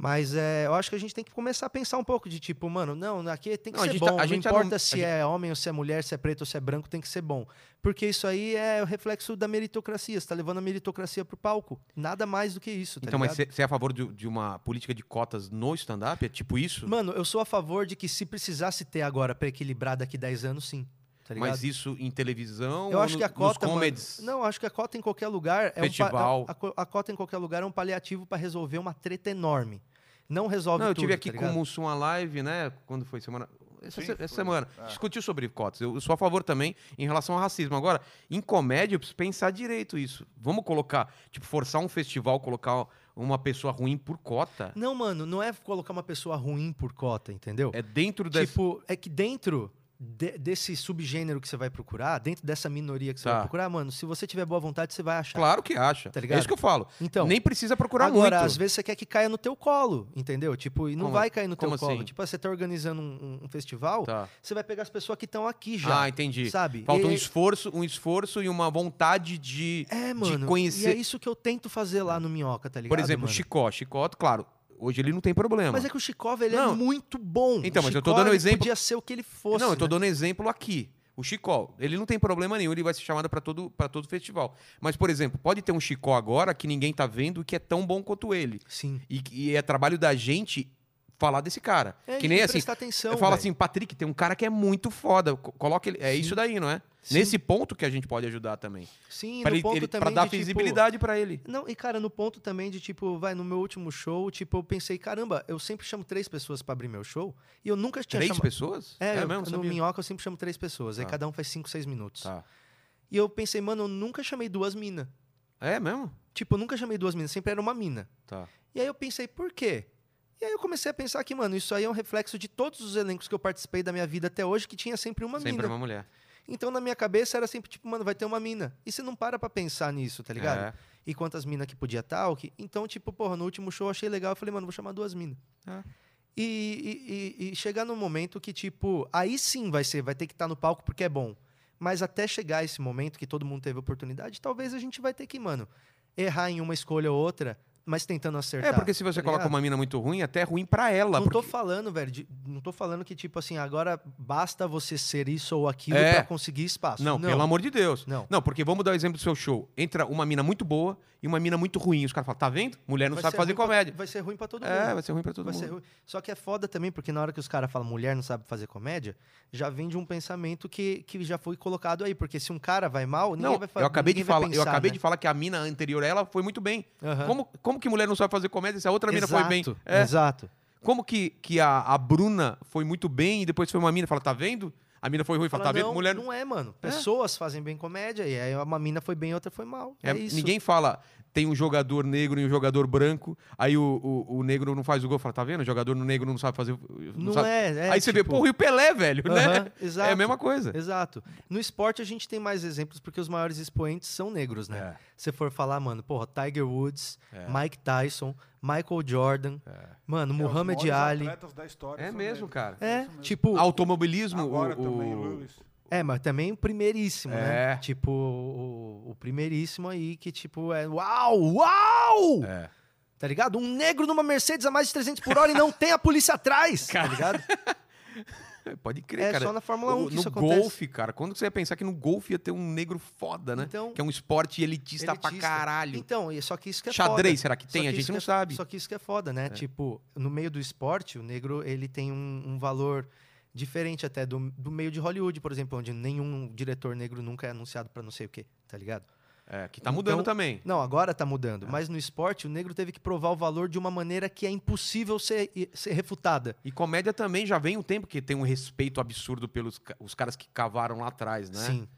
Speaker 2: Mas é, eu acho que a gente tem que começar a pensar um pouco de tipo, mano, não, aqui tem que
Speaker 1: Não, a
Speaker 2: ser
Speaker 1: gente tá-
Speaker 2: bom.
Speaker 1: a
Speaker 2: não
Speaker 1: gente tá
Speaker 2: importa
Speaker 1: num-
Speaker 2: se
Speaker 1: a gente-
Speaker 2: é homem ou se é mulher, se é preto ou se é branco, tem que ser bom. Porque isso aí é o reflexo da meritocracia. Você tá levando a meritocracia pro palco. Nada mais do que isso, tá
Speaker 1: Então, mas
Speaker 2: ligado?
Speaker 1: você é a favor de, de uma política de cotas no stand-up? É tipo isso?
Speaker 2: Mano, eu sou a favor de que se precisasse ter agora pra equilibrar daqui 10 anos, sim. Tá ligado?
Speaker 1: mas isso em televisão?
Speaker 2: Eu
Speaker 1: ou
Speaker 2: acho
Speaker 1: no-
Speaker 2: que a
Speaker 1: Nos
Speaker 2: cota. mano-
Speaker 1: comedies?
Speaker 2: não, eu acho que a cota em qualquer lugar é
Speaker 1: Festival.
Speaker 2: um pa- a- a co- a, cota em qualquer lugar é um paliativo para resolver uma treta enorme. Não resolve
Speaker 1: Não, eu
Speaker 2: tudo,
Speaker 1: tive aqui
Speaker 2: tá
Speaker 1: com o
Speaker 2: ligado?
Speaker 1: Mussum a live, né? Quando foi semana. Essa,
Speaker 3: Sim,
Speaker 1: se- essa
Speaker 3: foi.
Speaker 1: semana.
Speaker 3: É.
Speaker 1: Discutiu sobre cotas. Eu sou a favor também em relação ao racismo. Agora, em comédia, eu preciso pensar direito isso. Vamos colocar, tipo, forçar um festival, colocar uma pessoa ruim por cota.
Speaker 2: Não, mano, não é colocar uma pessoa ruim por cota, entendeu?
Speaker 1: É dentro desse.
Speaker 2: Tipo, é que dentro de- desse subgênero que você vai procurar, dentro dessa minoria que você
Speaker 1: Tá.
Speaker 2: vai procurar, mano, se você tiver boa vontade, você vai achar.
Speaker 1: Claro que acha. é
Speaker 2: Tá ligado?
Speaker 1: isso que eu falo.
Speaker 2: Então,
Speaker 1: Nem precisa procurar
Speaker 2: agora,
Speaker 1: muito.
Speaker 2: às vezes você quer que caia no teu colo, entendeu? Tipo, e não
Speaker 1: Como-
Speaker 2: vai cair no teu
Speaker 1: como
Speaker 2: colo.
Speaker 1: assim?
Speaker 2: Tipo, ah, você tá organizando um, um festival,
Speaker 1: Tá.
Speaker 2: você vai pegar as pessoas que estão aqui já.
Speaker 1: Ah, entendi.
Speaker 2: Sabe?
Speaker 1: Falta um
Speaker 2: E-
Speaker 1: esforço, um esforço e uma vontade de, de
Speaker 2: É, mano.
Speaker 1: conhecer.
Speaker 2: E é isso que eu tento fazer lá no Minhoca, tá ligado?
Speaker 1: Por exemplo, o
Speaker 2: mano?
Speaker 1: Chicó. Chicó, claro, hoje ele não tem problema.
Speaker 2: Mas é que o Chicova, ele
Speaker 1: Não.
Speaker 2: é muito bom.
Speaker 1: Então,
Speaker 2: O
Speaker 1: mas eu tô
Speaker 2: Chicó,
Speaker 1: dando
Speaker 2: ele
Speaker 1: exemplo-
Speaker 2: Podia ser o que ele fosse.
Speaker 1: Não, eu tô
Speaker 2: né?
Speaker 1: dando exemplo aqui. O Chicó, ele não tem problema nenhum, ele vai ser chamado pra todo para todo festival. Mas por exemplo, pode ter um Chicó agora que ninguém tá vendo que é tão bom quanto ele.
Speaker 2: Sim.
Speaker 1: E, e é trabalho da gente falar desse cara.
Speaker 2: É,
Speaker 1: que nem
Speaker 2: e
Speaker 1: assim,
Speaker 2: prestar atenção,
Speaker 1: eu falo
Speaker 2: velho.
Speaker 1: assim, Patrick, tem um cara que é muito foda, co- coloca ele, é
Speaker 2: Sim.
Speaker 1: isso daí, não é?
Speaker 2: Sim.
Speaker 1: Nesse ponto que a gente pode ajudar também.
Speaker 2: Sim,
Speaker 1: Pra
Speaker 2: no
Speaker 1: ele-
Speaker 2: ponto
Speaker 1: ele-
Speaker 2: também
Speaker 1: pra dar
Speaker 2: de, tipo,
Speaker 1: visibilidade pra ele.
Speaker 2: Não, e cara, no ponto também de tipo, vai, no meu último show, tipo, eu pensei, caramba, eu sempre chamo três pessoas pra abrir meu show e eu nunca tinha
Speaker 1: Três
Speaker 2: chamado.
Speaker 1: pessoas?
Speaker 2: É, eu-
Speaker 1: mesmo,
Speaker 2: no
Speaker 1: sabia?
Speaker 2: Minhoca eu sempre chamo três pessoas, aí
Speaker 1: Tá.
Speaker 2: cada um faz cinco, seis minutos.
Speaker 1: Tá.
Speaker 2: E eu pensei, mano, eu nunca chamei duas minas.
Speaker 1: É mesmo?
Speaker 2: Tipo, eu nunca chamei duas minas, sempre era uma mina.
Speaker 1: Tá.
Speaker 2: E aí eu pensei, por quê? E aí eu comecei a pensar que, mano, isso aí é um reflexo de todos os elencos que eu participei da minha vida até hoje, que tinha sempre uma
Speaker 1: Sempre
Speaker 2: mina.
Speaker 1: uma mulher.
Speaker 2: Então, na minha cabeça, era sempre tipo, mano, vai ter uma mina. E você não para pra pensar nisso, tá ligado?
Speaker 1: É.
Speaker 2: E quantas minas que podia tal. Que... Então, tipo, porra, no último show eu achei legal. Eu falei, mano, vou chamar duas minas.
Speaker 1: É.
Speaker 2: E, e, e- e chegar num momento que, tipo, aí sim vai ser, vai ter que estar no palco porque é bom. Mas até chegar esse momento que todo mundo teve oportunidade, talvez a gente vai ter que, mano, errar em uma escolha ou outra, mas tentando acertar.
Speaker 1: É, porque se você
Speaker 2: tá
Speaker 1: coloca
Speaker 2: ligado?
Speaker 1: uma mina muito ruim, até é ruim pra ela.
Speaker 2: Não tô
Speaker 1: porque...
Speaker 2: falando, velho, de- não tô falando que, tipo assim, agora basta você ser isso ou aquilo
Speaker 1: É.
Speaker 2: pra conseguir espaço.
Speaker 1: Não, pelo amor de Deus.
Speaker 2: Não.
Speaker 1: Não, porque vamos dar o exemplo do seu show. Entra uma mina muito boa e uma mina muito ruim. Os caras falam, tá vendo? Mulher não
Speaker 2: Vai
Speaker 1: sabe
Speaker 2: ser
Speaker 1: fazer
Speaker 2: ruim pra-
Speaker 1: comédia.
Speaker 2: vai ser ruim pra todo
Speaker 1: É,
Speaker 2: mundo.
Speaker 1: vai ser ruim pra todo
Speaker 2: Vai
Speaker 1: mundo.
Speaker 2: ser ruim. Só que é foda também, porque na hora que os caras falam mulher não sabe fazer comédia, já vem de um pensamento que, que já foi colocado aí. Porque se um cara vai mal, ninguém
Speaker 1: Não,
Speaker 2: vai né? fazer.
Speaker 1: eu acabei, de falar, eu acabei de falar que a mina anterior a ela foi muito bem. Como, como que mulher não sabe fazer comédia se a outra mina foi bem? É.
Speaker 2: Exato.
Speaker 1: Como que, que a, a Bruna foi muito bem e depois foi uma mina e fala, tá vendo? A mina foi ruim e fala,
Speaker 2: Fala,
Speaker 1: tá vendo?
Speaker 2: não,
Speaker 1: Mulher não.
Speaker 2: não é, mano. Pessoas fazem bem comédia, e aí uma mina foi bem, outra foi mal. É,
Speaker 1: É,
Speaker 2: isso.
Speaker 1: Ninguém fala, tem um jogador negro e um jogador branco, aí o, o, o negro não faz o gol, fala, tá vendo? O jogador negro não sabe fazer.
Speaker 2: não,
Speaker 1: sabe-
Speaker 2: é, é,
Speaker 1: aí você vê,
Speaker 2: tipo,
Speaker 1: porra, e o Pelé, velho,
Speaker 2: aham,
Speaker 1: né?
Speaker 2: Exato.
Speaker 1: É a mesma coisa.
Speaker 2: Exato. No esporte a gente tem mais exemplos porque os maiores expoentes são negros, né? Se for falar, mano, porra, Tiger Woods,
Speaker 1: É.
Speaker 2: Mike Tyson, Michael Jordan, mano,
Speaker 3: É, os
Speaker 2: Muhammad
Speaker 3: maiores
Speaker 2: Ali.
Speaker 3: atletas da história
Speaker 1: É
Speaker 3: são
Speaker 1: mesmo,
Speaker 3: negros.
Speaker 1: cara.
Speaker 2: É,
Speaker 3: isso mesmo.
Speaker 2: tipo,
Speaker 1: Automobilismo,
Speaker 3: Agora
Speaker 1: o,
Speaker 3: também,
Speaker 1: o-
Speaker 3: Lewis.
Speaker 2: é, mas também o primeiríssimo,
Speaker 1: É.
Speaker 2: né? Tipo, o, o primeiríssimo aí que, tipo, é uau, uau!
Speaker 1: É.
Speaker 2: Tá ligado? Um negro numa Mercedes a mais de 300 por hora e não tem a polícia atrás, tá ligado?
Speaker 1: É, Pode crer,
Speaker 2: É
Speaker 1: cara.
Speaker 2: só na Fórmula 1
Speaker 1: O-
Speaker 2: que
Speaker 1: no
Speaker 2: isso acontece.
Speaker 1: golfe, cara, quando que você ia pensar que no golfe ia ter um negro foda, né?
Speaker 2: Então-
Speaker 1: que é um esporte elitista, pra
Speaker 2: Elitista.
Speaker 1: caralho.
Speaker 2: Então, e- só que isso que é foda.
Speaker 1: Xadrez, será que tem?
Speaker 2: Só
Speaker 1: a
Speaker 2: que
Speaker 1: gente
Speaker 2: isso
Speaker 1: não
Speaker 2: que é-
Speaker 1: sabe.
Speaker 2: Só que isso que é foda, né? Tipo, no meio do esporte, o negro ele tem um, um valor diferente até do, do meio de Hollywood, por exemplo, onde nenhum diretor negro nunca é anunciado pra não sei o quê, tá ligado?
Speaker 1: É, que tá mudando
Speaker 2: Então-
Speaker 1: também.
Speaker 2: Não, agora tá mudando,
Speaker 1: É.
Speaker 2: mas no esporte o negro teve que provar o valor de uma maneira que é impossível ser, e- ser refutada.
Speaker 1: E comédia também já vem um tempo que tem um respeito absurdo pelos ca- os caras que cavaram lá atrás, né?
Speaker 2: Sim.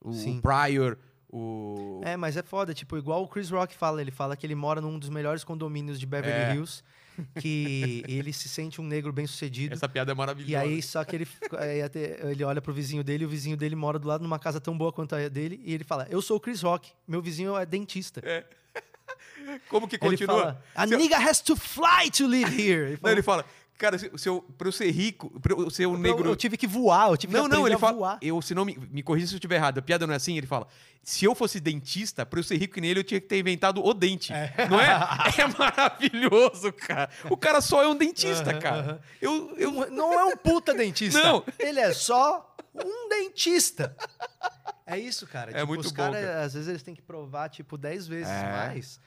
Speaker 1: O, o
Speaker 2: sim.
Speaker 1: Pryor, o.
Speaker 2: É, mas é foda, tipo, igual o Chris Rock fala, ele fala que ele mora num dos melhores condomínios de Beverly
Speaker 1: É.
Speaker 2: Hills, que ele se sente um negro bem-sucedido.
Speaker 1: Essa piada é
Speaker 2: E
Speaker 1: maravilhosa.
Speaker 2: aí, só que ele, fica- aí até ele olha pro vizinho dele, e o vizinho dele mora do lado numa casa tão boa quanto a dele, e ele fala: Eu sou o Chris Rock, meu vizinho é dentista.
Speaker 1: Como que
Speaker 2: Ele
Speaker 1: continua?
Speaker 2: fala, A
Speaker 1: Se eu-
Speaker 2: nigga has to fly to live here. Ele
Speaker 1: Não,
Speaker 2: fala,
Speaker 1: ele fala, cara, se, se eu, pra eu ser rico, pra eu ser um
Speaker 2: "Eu-
Speaker 1: negro.
Speaker 2: Eu, tive que voar, eu tive
Speaker 1: Não,
Speaker 2: que
Speaker 1: não,
Speaker 2: aprender
Speaker 1: ele
Speaker 2: a
Speaker 1: fala.
Speaker 2: voar.
Speaker 1: Eu, se não me, me corrija se eu estiver errado, a piada não é assim. Ele fala: se eu fosse dentista, pra eu ser rico que nele, eu tinha que ter inventado o dente. Não é? É maravilhoso, cara. O cara só é um dentista,
Speaker 2: Aham,
Speaker 1: cara.
Speaker 2: aham.
Speaker 1: Eu, eu,
Speaker 2: Eu- Não é um puta dentista.
Speaker 1: Não.
Speaker 2: Ele é só um dentista. É isso, cara.
Speaker 1: É muito
Speaker 2: os
Speaker 1: bom,
Speaker 2: caras,
Speaker 1: cara.
Speaker 2: às vezes, eles têm que provar, tipo, 10 vezes
Speaker 1: É.
Speaker 2: mais.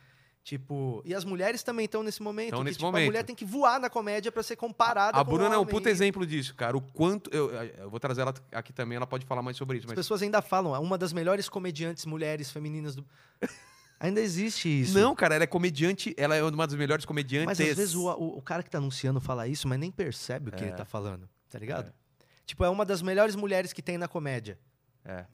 Speaker 2: Tipo, e as mulheres também estão nesse momento.
Speaker 1: Tão
Speaker 2: que,
Speaker 1: nesse
Speaker 2: tipo,
Speaker 1: momento.
Speaker 2: A mulher tem que voar na comédia pra ser comparada
Speaker 1: A
Speaker 2: com
Speaker 1: Bruna
Speaker 2: o
Speaker 1: é um
Speaker 2: homem.
Speaker 1: puta exemplo disso, cara. O quanto. Eu, eu vou trazer ela aqui também, ela pode falar mais sobre isso.
Speaker 2: As
Speaker 1: Mas...
Speaker 2: pessoas ainda falam, "Ah, uma das melhores comediantes mulheres femininas do. Ainda existe isso.
Speaker 1: Não, cara, ela é comediante, ela é uma das melhores comediantes.
Speaker 2: Mas às vezes o, o- o cara que tá anunciando fala isso, mas nem percebe o que ele
Speaker 1: É.
Speaker 2: tá falando, tá ligado? Tipo, é uma das melhores mulheres que tem na comédia.
Speaker 1: É.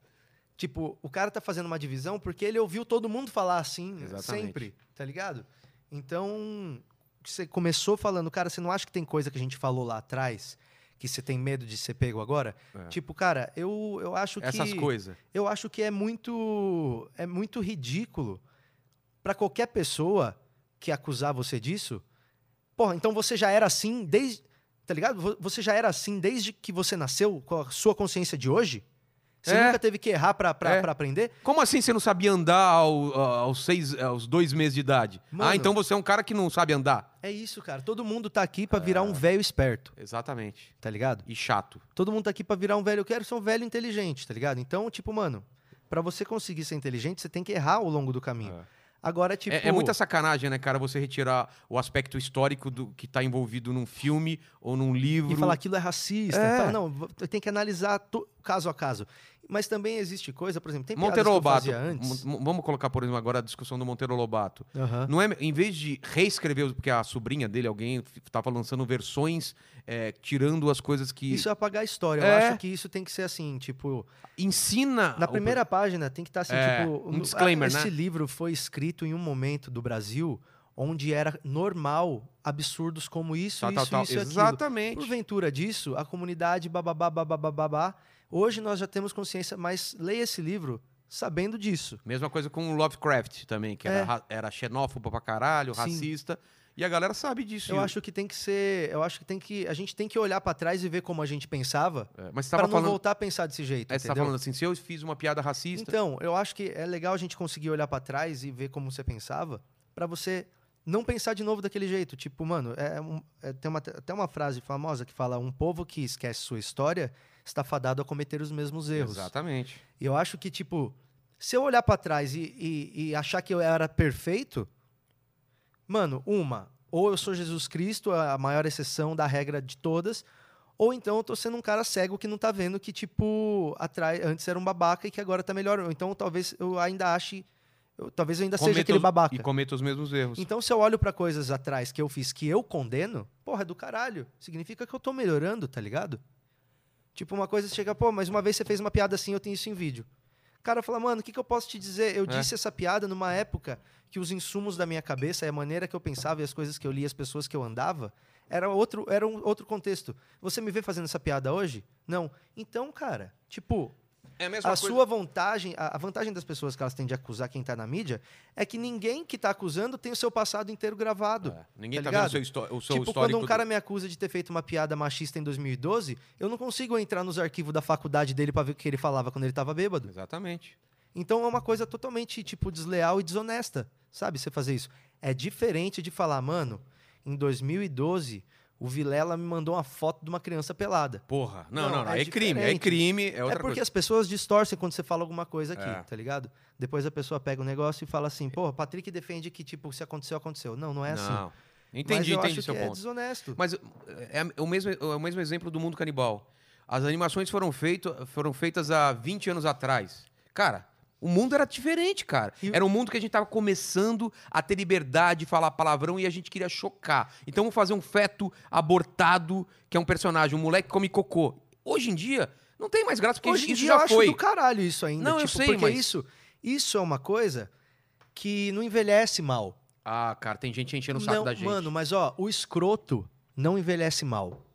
Speaker 2: Tipo, o cara tá fazendo uma divisão porque ele ouviu todo mundo falar assim,
Speaker 1: Exatamente.
Speaker 2: sempre, tá ligado? Então, você começou falando, cara, você não acha que tem coisa que a gente falou lá atrás que você tem medo de ser pego agora?
Speaker 1: É.
Speaker 2: Tipo, cara, eu, eu acho que
Speaker 1: Essas coisas.
Speaker 2: eu acho que é muito é muito ridículo pra qualquer pessoa que acusar você disso. Porra, então você já era assim desde, tá ligado? Vo- Você já era assim desde que você nasceu com a sua consciência de hoje? Você
Speaker 1: É.
Speaker 2: nunca teve que errar pra pra-
Speaker 1: É.
Speaker 2: pra aprender?
Speaker 1: Como assim você não sabia andar ao- aos, seis, aos dois meses de idade?
Speaker 2: Mano.
Speaker 1: Ah, então você é um cara que não sabe andar.
Speaker 2: É isso, cara. Todo mundo tá aqui pra virar
Speaker 1: Ah.
Speaker 2: um velho esperto,
Speaker 1: Exatamente.
Speaker 2: tá ligado?
Speaker 1: E chato.
Speaker 2: Todo mundo tá aqui pra virar um velho, eu quero ser um velho inteligente, tá ligado? Então, tipo, mano, pra você conseguir ser inteligente, você tem que errar ao longo do caminho.
Speaker 1: É.
Speaker 2: Agora, tipo,
Speaker 1: É, é muita sacanagem, né, cara, você retirar o aspecto histórico do que tá envolvido num filme ou num livro.
Speaker 2: e falar aquilo é racista.
Speaker 1: É.
Speaker 2: Fala, não, v- tem que analisar to- caso a caso. Mas também existe coisa, por exemplo, tem piadas
Speaker 1: Monteiro
Speaker 2: que eu
Speaker 1: Lobato.
Speaker 2: fazia antes.
Speaker 1: Mon- mon- Vamos colocar, por exemplo, agora a discussão do Monteiro Lobato.
Speaker 2: Aham.
Speaker 1: Não é, em vez de reescrever, porque a sobrinha dele, alguém, estava lançando versões é, tirando as coisas que
Speaker 2: Isso é apagar a história.
Speaker 1: É.
Speaker 2: Eu acho que isso tem que ser assim, tipo,
Speaker 1: ensina.
Speaker 2: na
Speaker 1: o-
Speaker 2: primeira página tem que estar assim,
Speaker 1: É,
Speaker 2: tipo,
Speaker 1: um
Speaker 2: no-
Speaker 1: disclaimer,
Speaker 2: esse
Speaker 1: né?
Speaker 2: livro foi escrito em um momento do Brasil onde era normal absurdos como isso,
Speaker 1: Tal,
Speaker 2: isso,
Speaker 1: tal, tal.
Speaker 2: isso e aquilo.
Speaker 1: Exatamente.
Speaker 2: Porventura disso, a comunidade bababá, bababá, babá, Hoje nós já temos consciência, mas leia esse livro sabendo disso.
Speaker 1: Mesma coisa com o Lovecraft também, que
Speaker 2: É.
Speaker 1: era, ra- era xenófobo pra caralho,
Speaker 2: Sim.
Speaker 1: racista. E a galera sabe disso.
Speaker 2: Eu acho que tem que ser, eu acho que tem que, a gente tem que olhar pra trás e ver como a gente pensava,
Speaker 1: É, mas você
Speaker 2: pra
Speaker 1: tava
Speaker 2: não
Speaker 1: falando.
Speaker 2: voltar a pensar desse jeito,
Speaker 1: é, você tá
Speaker 2: entendeu?
Speaker 1: falando assim, se eu fiz uma piada racista.
Speaker 2: Então, eu acho que é legal a gente conseguir olhar pra trás e ver como você pensava, pra você não pensar de novo daquele jeito. Tipo, mano, é um- é- tem uma, até uma frase famosa que fala: um povo que esquece sua história está fadado a cometer os mesmos erros.
Speaker 1: Exatamente.
Speaker 2: E eu acho que, tipo, se eu olhar pra trás e, e- e achar que eu era perfeito, mano, uma, ou eu sou Jesus Cristo, a maior exceção da regra de todas, ou então eu tô sendo um cara cego que não tá vendo que, tipo, atrás, antes era um babaca e que agora tá melhor. Ou então talvez eu ainda ache. eu- talvez eu ainda seja
Speaker 1: Cometa
Speaker 2: aquele
Speaker 1: os-
Speaker 2: babaca.
Speaker 1: E cometa os mesmos erros.
Speaker 2: Então, se eu olho pra coisas atrás que eu fiz que eu condeno, porra, é do caralho. Significa que eu tô melhorando, tá ligado? Tipo, uma coisa chega, pô, mas uma vez você fez uma piada assim, eu tenho isso em vídeo. O cara fala, mano, o que, que eu posso te dizer? Eu
Speaker 1: É.
Speaker 2: disse essa piada numa época que os insumos da minha cabeça e a maneira que eu pensava e as coisas que eu lia, as pessoas que eu andava, era outro, era um outro contexto. Você me vê fazendo essa piada hoje? Não. Então, cara, tipo,
Speaker 1: é a mesma
Speaker 2: a
Speaker 1: coisa.
Speaker 2: sua vantagem, a, a vantagem das pessoas que elas têm de acusar quem tá na mídia é que ninguém que tá acusando tem o seu passado inteiro gravado.
Speaker 1: É, Ninguém
Speaker 2: tá
Speaker 1: tá,
Speaker 2: ligado?
Speaker 1: vendo o seu, histó- o seu
Speaker 2: tipo,
Speaker 1: histórico.
Speaker 2: quando um
Speaker 1: do-
Speaker 2: cara me acusa de ter feito uma piada machista em 2012, eu não consigo entrar nos arquivos da faculdade dele pra ver o que ele falava quando ele tava bêbado.
Speaker 1: Exatamente.
Speaker 2: Então é uma coisa totalmente, tipo, desleal e desonesta, sabe? Você fazer isso. É diferente de falar, mano, em 2012, o Vilela me mandou uma foto de uma criança pelada.
Speaker 1: Porra. Não, não,
Speaker 2: Não,
Speaker 1: não.
Speaker 2: é
Speaker 1: É, crime. É
Speaker 2: diferente.
Speaker 1: crime. É outra
Speaker 2: é porque
Speaker 1: coisa.
Speaker 2: as pessoas distorcem quando você fala alguma coisa aqui,
Speaker 1: É.
Speaker 2: tá ligado? Depois a pessoa pega o negócio e fala assim, pô, Patrick defende que, tipo, se aconteceu, aconteceu. Não, não é assim.
Speaker 1: Não. Entendi,
Speaker 2: Mas eu
Speaker 1: entendi
Speaker 2: acho
Speaker 1: seu
Speaker 2: que é
Speaker 1: ponto.
Speaker 2: desonesto.
Speaker 1: Mas é, é o mesmo, é o mesmo exemplo do mundo canibal. As animações foram, feito, foram feitas há 20 anos atrás. Cara, o mundo era diferente, cara.
Speaker 2: E-
Speaker 1: Era um mundo que a gente tava começando a ter liberdade de falar palavrão e a gente queria chocar. Então vamos fazer um feto abortado, que é um personagem, um moleque que come cocô. Hoje em dia, não tem mais graça, porque
Speaker 2: Hoje em
Speaker 1: isso
Speaker 2: dia eu
Speaker 1: já
Speaker 2: acho
Speaker 1: foi.
Speaker 2: do caralho isso ainda.
Speaker 1: Não, eu
Speaker 2: tipo,
Speaker 1: sei,
Speaker 2: porque
Speaker 1: mas-
Speaker 2: isso, isso é uma coisa que não envelhece mal.
Speaker 1: Ah, cara, tem gente enchendo o saco
Speaker 2: não,
Speaker 1: da gente.
Speaker 2: Mano, mas ó, o escroto não envelhece mal.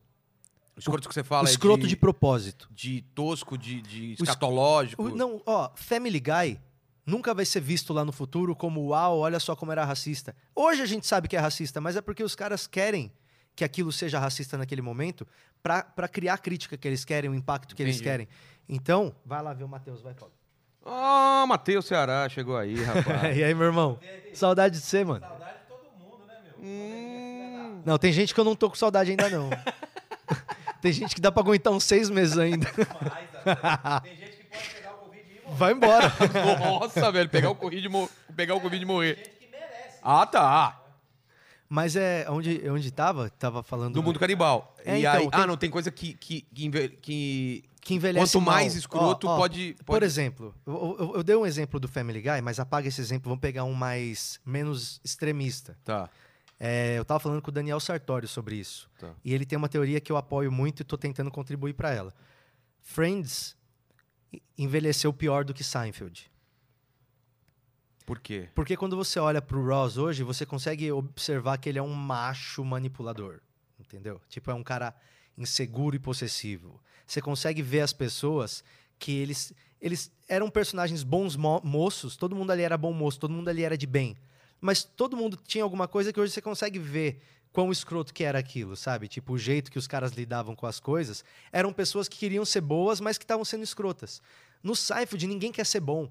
Speaker 1: o escroto que você fala
Speaker 2: o escroto
Speaker 1: é
Speaker 2: de, propósito.
Speaker 1: de tosco, de, de
Speaker 2: es-
Speaker 1: escatológico.
Speaker 2: O- não, ó, Family Guy nunca vai ser visto lá no futuro como uau, olha só como era racista. Hoje a gente sabe que é racista, mas é porque os caras querem que aquilo seja racista naquele momento pra, pra criar a crítica que eles querem, o impacto que eles
Speaker 1: Entendi.
Speaker 2: querem. Então, vai lá ver o Matheus, vai, Paulo.
Speaker 1: Ah, Matheus Ceará chegou aí, rapaz.
Speaker 2: e aí, meu irmão? Saudade de você, mano.
Speaker 1: Hum.
Speaker 2: Não, tem gente que eu não tô com saudade ainda, não. tem gente que dá pra aguentar uns seis meses ainda.
Speaker 5: tá Tem gente que pode pegar o Covid e morrer.
Speaker 2: Vai embora.
Speaker 1: Nossa, velho, pegar o Covid e mo- pegar o Covid e morrer. Ah, tá.
Speaker 2: Mas é onde, onde tava? Tava falando
Speaker 1: Do mundo canibal.
Speaker 2: É,
Speaker 1: e
Speaker 2: então,
Speaker 1: aí,
Speaker 2: tem-
Speaker 1: ah, não, tem coisa que que que, enve- que-
Speaker 2: que envelhece
Speaker 1: quanto mais
Speaker 2: mal.
Speaker 1: escroto
Speaker 2: Ó, ó,
Speaker 1: pode,
Speaker 2: Por
Speaker 1: pode-
Speaker 2: exemplo, eu, eu- eu dei um exemplo do Family Guy, mas apaga esse exemplo, vamos pegar um mais menos extremista.
Speaker 1: Tá.
Speaker 2: É, eu tava falando com o Daniel Sartório sobre isso.
Speaker 1: Tá.
Speaker 2: E ele tem uma teoria que eu apoio muito e tô tentando contribuir para ela. Friends envelheceu pior do que Seinfeld.
Speaker 1: Por quê?
Speaker 2: Porque quando você olha pro Ross hoje, você consegue observar que ele é um macho manipulador. Entendeu? Tipo, é um cara inseguro e possessivo. Você consegue ver as pessoas que eles. Eles eram personagens bons mo- moços, todo mundo ali era bom moço, todo mundo ali era de bem. Mas todo mundo tinha alguma coisa que hoje você consegue ver quão escroto que era aquilo, sabe? Tipo, o jeito que os caras lidavam com as coisas. Eram pessoas que queriam ser boas, mas que estavam sendo escrotas. No Seinfeld, ninguém quer ser bom.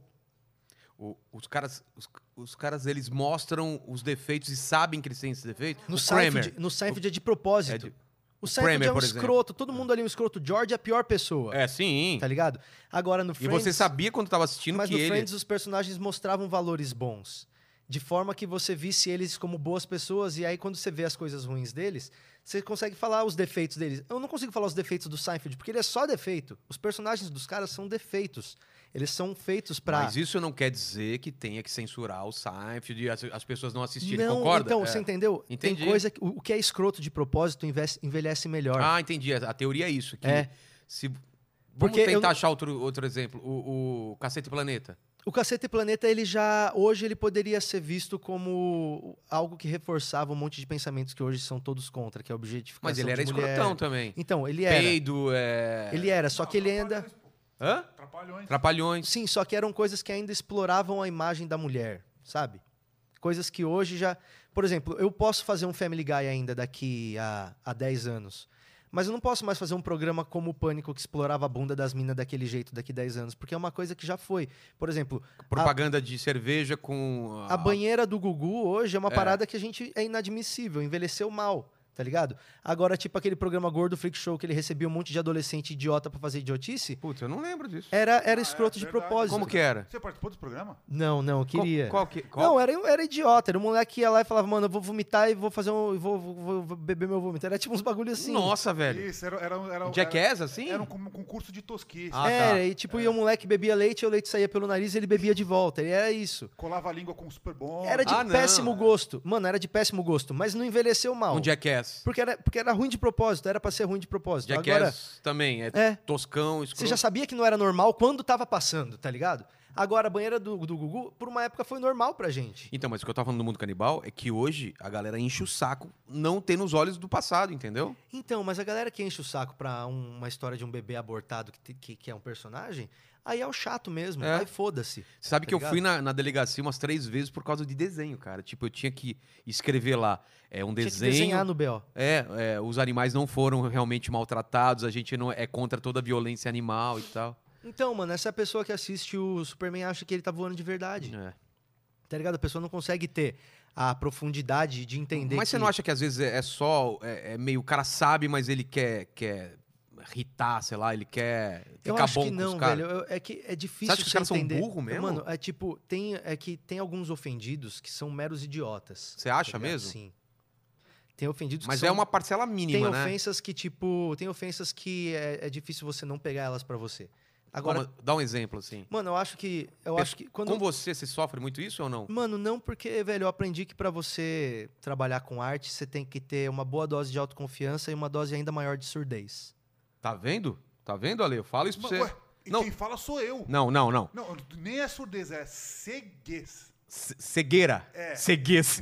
Speaker 1: O- os caras os, os caras eles mostram os defeitos e sabem que eles têm esses defeitos.
Speaker 2: No
Speaker 1: O
Speaker 2: Seinfeld,
Speaker 1: Kramer.
Speaker 2: no Seinfeld é de propósito.
Speaker 1: É de-
Speaker 2: O Seinfeld
Speaker 1: Kramer,
Speaker 2: é um
Speaker 1: por exemplo.
Speaker 2: escroto, todo mundo ali é um escroto. George é a pior pessoa,
Speaker 1: É, sim.
Speaker 2: tá ligado? Agora no
Speaker 1: E
Speaker 2: Friends...
Speaker 1: você sabia quando tava assistindo
Speaker 2: Mas
Speaker 1: que
Speaker 2: no
Speaker 1: ele
Speaker 2: Friends os personagens mostravam valores bons. De forma que você visse eles como boas pessoas, e aí quando você vê as coisas ruins deles, você consegue falar os defeitos deles. Eu não consigo falar os defeitos do Seinfeld, porque ele é só defeito. Os personagens dos caras são defeitos. Eles são feitos pra...
Speaker 1: Mas isso não quer dizer que tenha que censurar o Seinfeld e as, as pessoas não assistirem,
Speaker 2: não,
Speaker 1: concorda?
Speaker 2: então,
Speaker 1: É.
Speaker 2: você entendeu?
Speaker 1: Entendi.
Speaker 2: Tem coisa que... O o que é escroto de propósito envelhece- envelhece melhor.
Speaker 1: Ah, entendi. A a teoria é isso. Que
Speaker 2: É.
Speaker 1: se...
Speaker 2: Porque
Speaker 1: Vamos
Speaker 2: eu
Speaker 1: tentar
Speaker 2: não-
Speaker 1: achar outro, outro exemplo. O, o Cacete Planeta.
Speaker 2: O Cacete Planeta, ele já. Hoje ele poderia ser visto como algo que reforçava um monte de pensamentos que hoje são todos contra, que é a objetificação.
Speaker 1: Mas ele era
Speaker 2: de mulher.
Speaker 1: escrotão também.
Speaker 2: Então, ele era.
Speaker 1: Peido, é...
Speaker 2: Ele era, só que ele ainda.
Speaker 1: Hã?
Speaker 3: Trapalhões.
Speaker 1: Trapalhões.
Speaker 2: Sim, só que eram coisas que ainda exploravam a imagem da mulher, sabe? Coisas que hoje já. Por exemplo, eu posso fazer um Family Guy ainda daqui a, a 10 anos. Mas eu não posso mais fazer um programa como o Pânico que explorava a bunda das minas daquele jeito daqui 10 anos, porque é uma coisa que já foi. Por exemplo,
Speaker 1: Propaganda de cerveja com.
Speaker 2: a banheira do Gugu hoje é uma parada que a gente é inadmissível, envelheceu mal, tá ligado? Agora, tipo aquele programa Gordo Freak Show que ele recebia um monte de adolescente idiota pra fazer idiotice,
Speaker 1: Putz, eu não lembro disso.
Speaker 2: era, era
Speaker 3: é
Speaker 2: escroto de
Speaker 3: verdade.
Speaker 2: propósito.
Speaker 1: Ah, Como que era?
Speaker 3: Você participou desse programa?
Speaker 2: Não, não, eu é. queria.
Speaker 1: Qual, qual que. Qual?
Speaker 2: Não, é era, era idiota. Era um moleque que ia lá e falava, mano, eu vou vomitar e vou fazer um. e Vou, vou- vou beber meu vômito. Era tipo uns bagulhos assim.
Speaker 1: Nossa, velho.
Speaker 3: Isso, era, era, era,
Speaker 1: Jackass, assim?
Speaker 3: era, era um con- concurso de tosquice.
Speaker 1: Ah,
Speaker 2: é,
Speaker 1: tá.
Speaker 2: e tipo, ia um moleque bebia leite, e o leite saía pelo nariz e ele bebia de volta. E era isso.
Speaker 3: Colava a língua com um o super bom.
Speaker 2: Era de
Speaker 1: Ah, não.
Speaker 2: péssimo gosto. Mano, era de péssimo gosto, mas não envelheceu mal.
Speaker 1: Um jackass.
Speaker 2: Porque, era, porque era ruim de propósito, era pra ser ruim de propósito.
Speaker 1: Jackass
Speaker 2: Agora,
Speaker 1: também. É,
Speaker 2: É.
Speaker 1: toscão, escroto.
Speaker 2: você já sabia que não era normal quando tava passando, tá ligado? Agora, a banheira do, do Gugu, por uma época, foi normal pra gente.
Speaker 1: Então, mas o que eu tava falando do mundo canibal é que hoje a galera enche o saco não tendo os olhos do passado, entendeu?
Speaker 2: Então, mas a galera que enche o saco pra um- uma história de um bebê abortado que, te- que, que é um personagem, aí é o chato mesmo.
Speaker 1: É.
Speaker 2: Aí foda-se.
Speaker 1: Você sabe
Speaker 2: Tá
Speaker 1: que eu
Speaker 2: ligado?
Speaker 1: fui na, na delegacia umas três vezes por causa de desenho, cara. Tipo, eu tinha que escrever lá. É um
Speaker 2: Tinha que
Speaker 1: desenho.
Speaker 2: desenhar no B.O.
Speaker 1: É, é, os animais não foram realmente maltratados, a gente não é contra toda a violência animal e tal.
Speaker 2: Então, mano, essa pessoa que assiste o Superman acha que ele tá voando de verdade.
Speaker 1: É.
Speaker 2: Tá ligado? A pessoa não consegue ter a profundidade de entender
Speaker 1: Mas
Speaker 2: que...
Speaker 1: você não acha que às vezes é, é só. É, é meio. O cara sabe, mas ele quer. quer irritar, sei lá, ele quer
Speaker 2: Eu
Speaker 1: ficar
Speaker 2: acho
Speaker 1: bom
Speaker 2: que
Speaker 1: com
Speaker 2: não,
Speaker 1: os caras.
Speaker 2: velho. Eu- é que é difícil
Speaker 1: Você acha que os caras são
Speaker 2: entender.
Speaker 1: burro mesmo?
Speaker 2: Mano, é tipo, tem, é que tem alguns ofendidos que são meros idiotas.
Speaker 1: Você acha
Speaker 2: tá ligado?
Speaker 1: mesmo?
Speaker 2: Sim. Tem ofendidos
Speaker 1: Mas
Speaker 2: que são
Speaker 1: é uma parcela mínima,
Speaker 2: tem
Speaker 1: né?
Speaker 2: ofensas que, tipo, tem ofensas que é, é difícil você não pegar elas pra você. Agora,
Speaker 1: Como- dá um exemplo, assim.
Speaker 2: mano, eu acho que. Eu
Speaker 1: Pe-
Speaker 2: acho que. Quando.
Speaker 1: Com você, você sofre muito isso ou não?
Speaker 2: Mano, não porque, velho, eu aprendi que pra você trabalhar com arte, você tem que ter uma boa dose de autoconfiança e uma dose ainda maior de surdez.
Speaker 1: Tá vendo? Tá vendo, Ale? Eu falo isso pra
Speaker 3: Mas,
Speaker 1: você.
Speaker 3: ué, e
Speaker 1: Não.
Speaker 3: quem fala sou eu.
Speaker 1: Não, não, não.
Speaker 3: Não, nem é surdez, é ceguez.
Speaker 1: Ce- cegueira.
Speaker 3: É.
Speaker 1: Ceguez.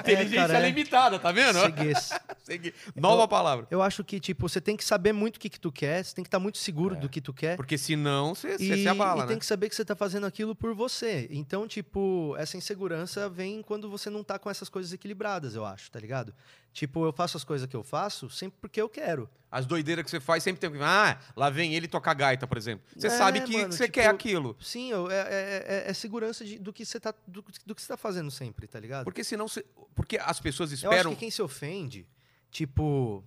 Speaker 1: Inteligência
Speaker 2: cara, é.
Speaker 1: limitada, tá vendo?
Speaker 2: Ceguez.
Speaker 1: Cegue- Nova
Speaker 2: Eu-
Speaker 1: palavra.
Speaker 2: Eu acho que, tipo, você tem que saber muito o que, que tu quer, você tem que estar muito seguro do que tu quer.
Speaker 1: É. Porque senão você você
Speaker 2: É. e,
Speaker 1: se abala,
Speaker 2: e
Speaker 1: né?
Speaker 2: tem que saber que você tá fazendo aquilo por você. Então, tipo, essa insegurança vem quando você não tá com essas coisas equilibradas, eu acho, tá ligado? Tipo, eu faço as coisas que eu faço sempre porque eu quero.
Speaker 1: As doideiras que você faz sempre tem que. Ah, lá vem ele tocar gaita, por exemplo. Você
Speaker 2: É,
Speaker 1: sabe que
Speaker 2: mano,
Speaker 1: você
Speaker 2: tipo-
Speaker 1: quer aquilo.
Speaker 2: Sim, eu- é, é- é- é segurança de- do que você tá do, do que você tá fazendo sempre, tá ligado?
Speaker 1: Porque senão. você- Porque as pessoas
Speaker 2: eu acho
Speaker 1: esperam.
Speaker 2: que quem se ofende, tipo,